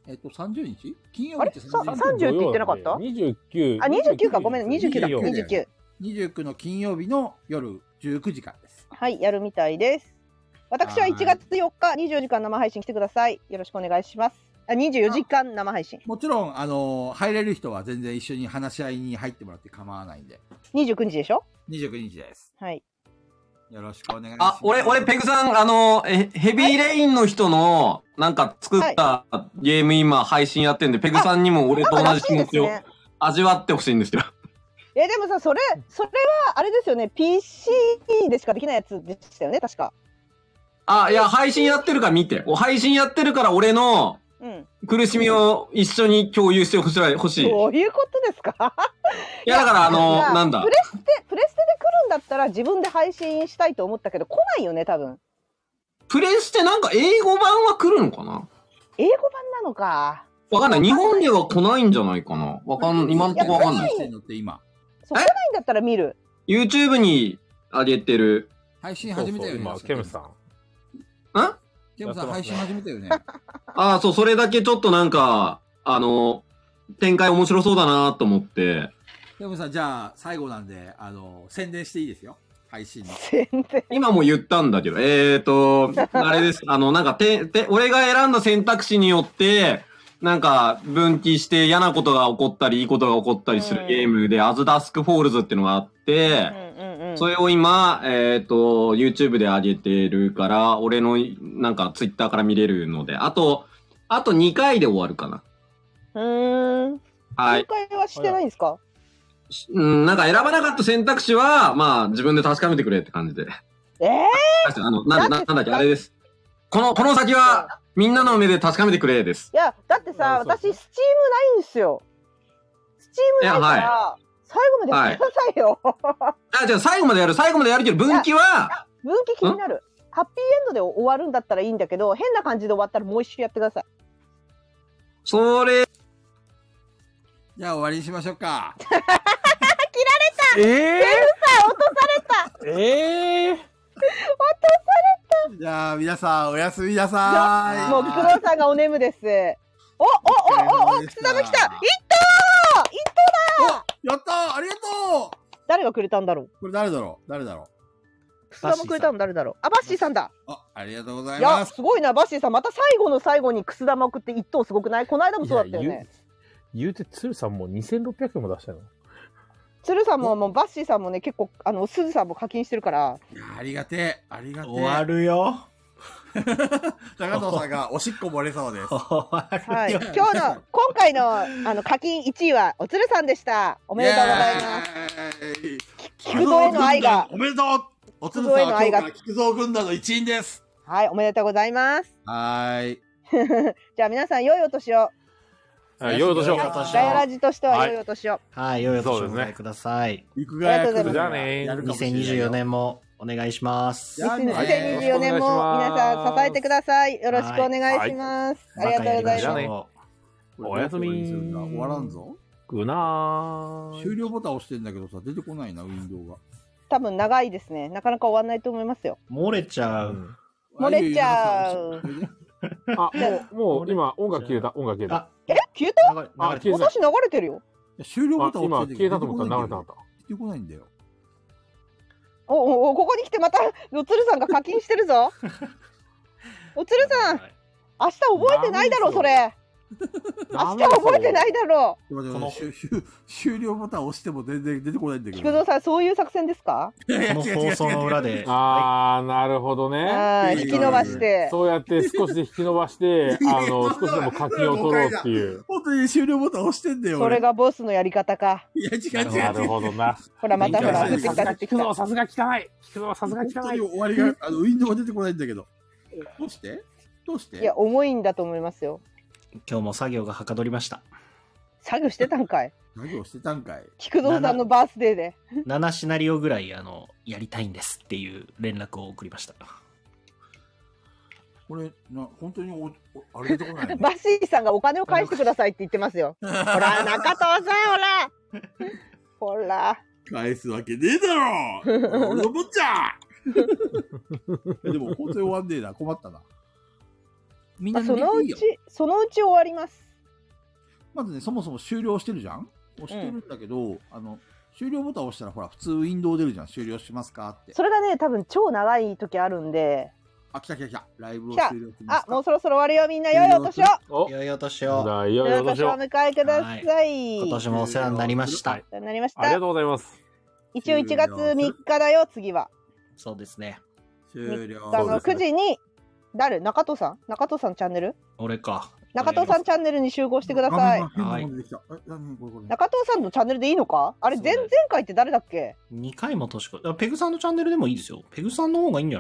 S1: えっと、30日金曜日
S5: あれ
S1: って
S5: さ
S1: 30
S5: 30って言ってなかった
S2: す。29。
S5: あ、29か、ごめん、29だ、
S2: いいよ
S5: 29。
S1: 日 ?29 の金曜日の夜19時からです。
S5: はい、やるみたいです。私は
S1: はい
S5: 1月4日、24時間生配信来てください。よろしくお願いします。あ、24時間生配信。
S1: もちろん、あのー入れる人は全然一緒に話し合いに入ってもらって構わないんで、
S5: 29日でしょ
S1: 29日です。
S5: はい。
S1: よろしくお願いします。
S18: あ、俺、俺、ペグさん、あの、えヘビーレインの人の、なんか作ったゲーム今配信やってんで、ペグさんにも俺と同じ気持ちを
S5: なんか楽しいですね
S18: 味わってほしいんですよ。
S5: え、でもさ、それ、それはあれですよね。PC でしかできないやつでしたよね、確か。
S18: あ、いや、配信やってるから見て。お配信やってるから俺の
S5: うん。
S18: 苦しみを一緒に共有してほしい。欲しい。い
S5: どういうことですか
S18: や、だからあ
S5: いや
S18: の、なんだ
S5: プ。レステ、プレステで来るんだったら自分で配信したいと思ったけど、来ないよね、多分。
S18: プレステなんか英語版は来るのかな
S5: 英語版なのか。
S18: わかんない。日本では来ないんじゃないかな。わかん、今んとこわかんないい。
S1: してんのって今、
S5: そう来
S18: え
S5: ないんだったら見る。
S18: YouTube に上げてる。
S1: 配信
S2: そう
S1: 始め
S2: そ
S1: た
S2: う
S1: よね。
S2: 今、ケムさん。
S18: ん
S1: ケムさん
S2: やってま
S1: 配
S2: す
S1: 信
S2: ね
S1: 始め たよね。
S18: ああ、そう、それだけちょっとなんか、あの、展開面白そうだなと思って。
S1: ケムさん、じゃあ、最後なんで、あの、宣伝していいですよ。配信の。
S5: 全然。
S18: 今も言ったんだけど、え ーと、あれです。あの、なんか、て、て、俺が選んだ選択肢によって、なんか、分岐して嫌なことが起こったり、いいことが起こったりす
S5: う
S18: る
S5: ん
S18: ゲームで、アズダスクフォールズっていうのがあって、
S5: うんうんうん。
S18: それを今、えっ、と、YouTube で上げてるから、俺の、なんか、Twitter から見れるので、あと、あと2回で終わるかな。
S5: うーん。
S18: はい
S5: 公。開はしてないんですか
S18: うん、なんか選ばなかった選択肢は、まあ、自分で確かめてくれって感じで。
S5: ええ
S18: あの、なんだ、なんだっけ、あれです。この、この先は、みんなの目で確かめてくれです。
S5: いや、だってさ、
S2: あそう
S5: 私、スチームないんですよ。スチームないから、
S18: いや
S5: 最後までやってくださいよ。
S18: あ、じゃあ最後までやる、最後までやるけど、分岐は、
S5: 分岐気になる。ハッピーエンドで終わるんだったらいいんだけど、変な感じで終わったらもう一周やってください。
S18: それ、
S1: じゃあ、終わりにしましょうか。
S2: ええケムさん、落とされたええ
S1: じゃあ、皆さん、おやすみなさーい。
S5: もう、菊蔵さんがお眠です。お、お、お、お、お、くす玉来たいったーい
S1: やったーありがとう
S5: 誰がくれたんだろう
S1: これ誰だろう誰だろ
S5: くす玉くれたの誰だろうあ、バッシーさんだ。
S1: うあ、ありがとうござい
S5: いや、
S1: ます。
S5: すごいな、バッシーさん。また最後の最後にくす玉送って一等すごくないこの間もそうだったよ
S2: いや
S5: ね
S2: 言う。言うて、鶴さんもう2600円も出したの。
S5: 鶴さんももうバッシーさんもね結構あのすずさんも課金してるから
S1: ありがてえ、ありがてえ。
S3: 終わるよ。
S1: 高藤さんがおしっこ漏れそうです。
S5: はい、今日の今回のあの課金1位はおつるさんでした。お
S1: お
S5: めでとうございます。
S1: す。
S5: 菊蔵への愛が
S1: おめでとうおつるさん
S5: 菊蔵
S1: は
S5: へ
S1: 今
S5: の愛
S1: 日
S5: が
S1: から菊蔵軍団の一員です。
S5: はい、おめでとうございます。
S1: はーい。
S5: じゃあ皆さん良いお年を。
S2: あよいお年を。
S5: ガヤラジとしては
S2: はい
S5: 良いお年を。
S3: はい、良いお年
S2: そう
S3: をお
S2: ですね
S3: 迎えください。
S1: 行く
S5: がやくる
S2: じゃあね
S1: やるかもしれないよ
S3: 2024年もお願いします。
S1: やね
S5: 2024年も皆さん支えてください。よろしくお願いします。ありがとうござ
S2: バ
S5: い
S2: カやりまし
S5: ま
S2: ょ
S5: す
S2: う。おやすみ
S1: 終わらんぞ。
S2: ぐなー
S1: 終了ボタン押してんだけどさ、出てこないな、ウィンドウが。
S5: 多分長いですね。なかなか終わんないと思いますよ。
S3: 漏れちゃう。
S5: 漏れちゃう。
S2: あ、もう、もう今、音楽消えた、音楽消えた。
S3: あ、
S5: え、消えた？
S3: 流れ
S2: あ、
S3: 流れ
S2: 消えた。
S5: 私流れてるよ。
S1: 終了ボタン
S2: あ今、
S1: 押して
S2: 消えたと思ったら流れてなか
S1: な
S2: った。
S1: 出てこないんだよ。
S5: おおおここに来てまたおつるさんが課金してる ぞ。おつるさん、明日覚えてないだろそれ。明日覚えてないだろ
S1: ちょっと
S3: この
S1: 待って待って終終終了ボタン押しても全然出てこないんだけ
S5: 菊
S1: ど。
S5: 蔵さんそういう作戦ですか？
S3: この放送の裏で。
S2: あー、なるほどね。
S5: は
S1: い
S5: い
S1: い
S5: 引
S1: よ
S5: き伸ばして。
S2: そうやって少しで引き伸ばして、あの、少しでも課金を取ろうっていう。
S1: 本当に終了ボタン押してんだよ。
S5: そ
S1: 俺
S5: れがボスのやり方か。
S1: いや、違う違う違
S2: な
S1: う。
S2: るほどな。
S5: ほらまたほら
S1: 勉強
S5: 降
S1: しててる
S5: っきた降ってきた。
S2: さすが汚い。聞くのはさすが
S1: 本当に終わりが、あの、ウィンドウが出てこないんだけど。どうしてどうして
S5: いや重いんだと思いますよ。
S3: 今日も作業がはかどりました。
S5: 作業してたんかい。
S1: 何をしてたんかい
S5: 菊蔵さんのバースデーで。
S3: 7シナリオぐらい、あの、やりたいんですっていう連絡を送りました。
S1: これ、な、本当にお、おあれ出てこないの
S5: バッシーさんがお金を返してくださいって言ってますよ。ほら中藤さんほら。ほら。
S1: 返すわけねえだろ俺のぼっちゃでも、本当に終わんねえな。困ったな。みん
S5: ま
S1: な
S5: あその
S1: 乗
S5: う
S1: りていいよ
S5: ちそのうち終わります。
S1: まずね、そもそも終了してるじゃん押してるんだけど、あの、終了ボタン押したら、ほら、普通ウィンドウ出るじゃん。終了しますかって。
S5: それがね多分超長い時あるんで。
S1: あ、来た来た来た。ライブを
S5: 来た
S1: 終了します
S5: あ
S1: か。
S5: もうそろそろ終わるよみんな良いお年を。
S2: お、
S3: よいお年
S2: じ
S3: を。
S2: ゃあ、いよい
S5: 良い
S2: よ
S5: お年
S2: 年
S5: をお
S2: を。
S5: 迎えください。
S3: 今年もお世話になりました。
S5: になりまし
S2: ありが
S5: た
S2: と。うございます。
S5: 一応1月3日だよ、次は。
S3: そうですね。
S1: 終了。
S5: あの
S1: そうで
S5: 9
S1: すね
S5: 時に、誰中藤さん中藤さんチャンネル
S3: 俺か。
S5: 中藤さんチャンネルに集合してください
S1: 画。面が変なもの出てきた。え、何これこれ。
S5: 中藤さんのチャンネルでいいのかあれ、
S3: そう
S5: 前
S3: だよ
S5: 々回って誰だっけ
S3: 2回も年越し。あペグさんのチャンネルでもいいですよ。ペグさんの方がいいんじゃない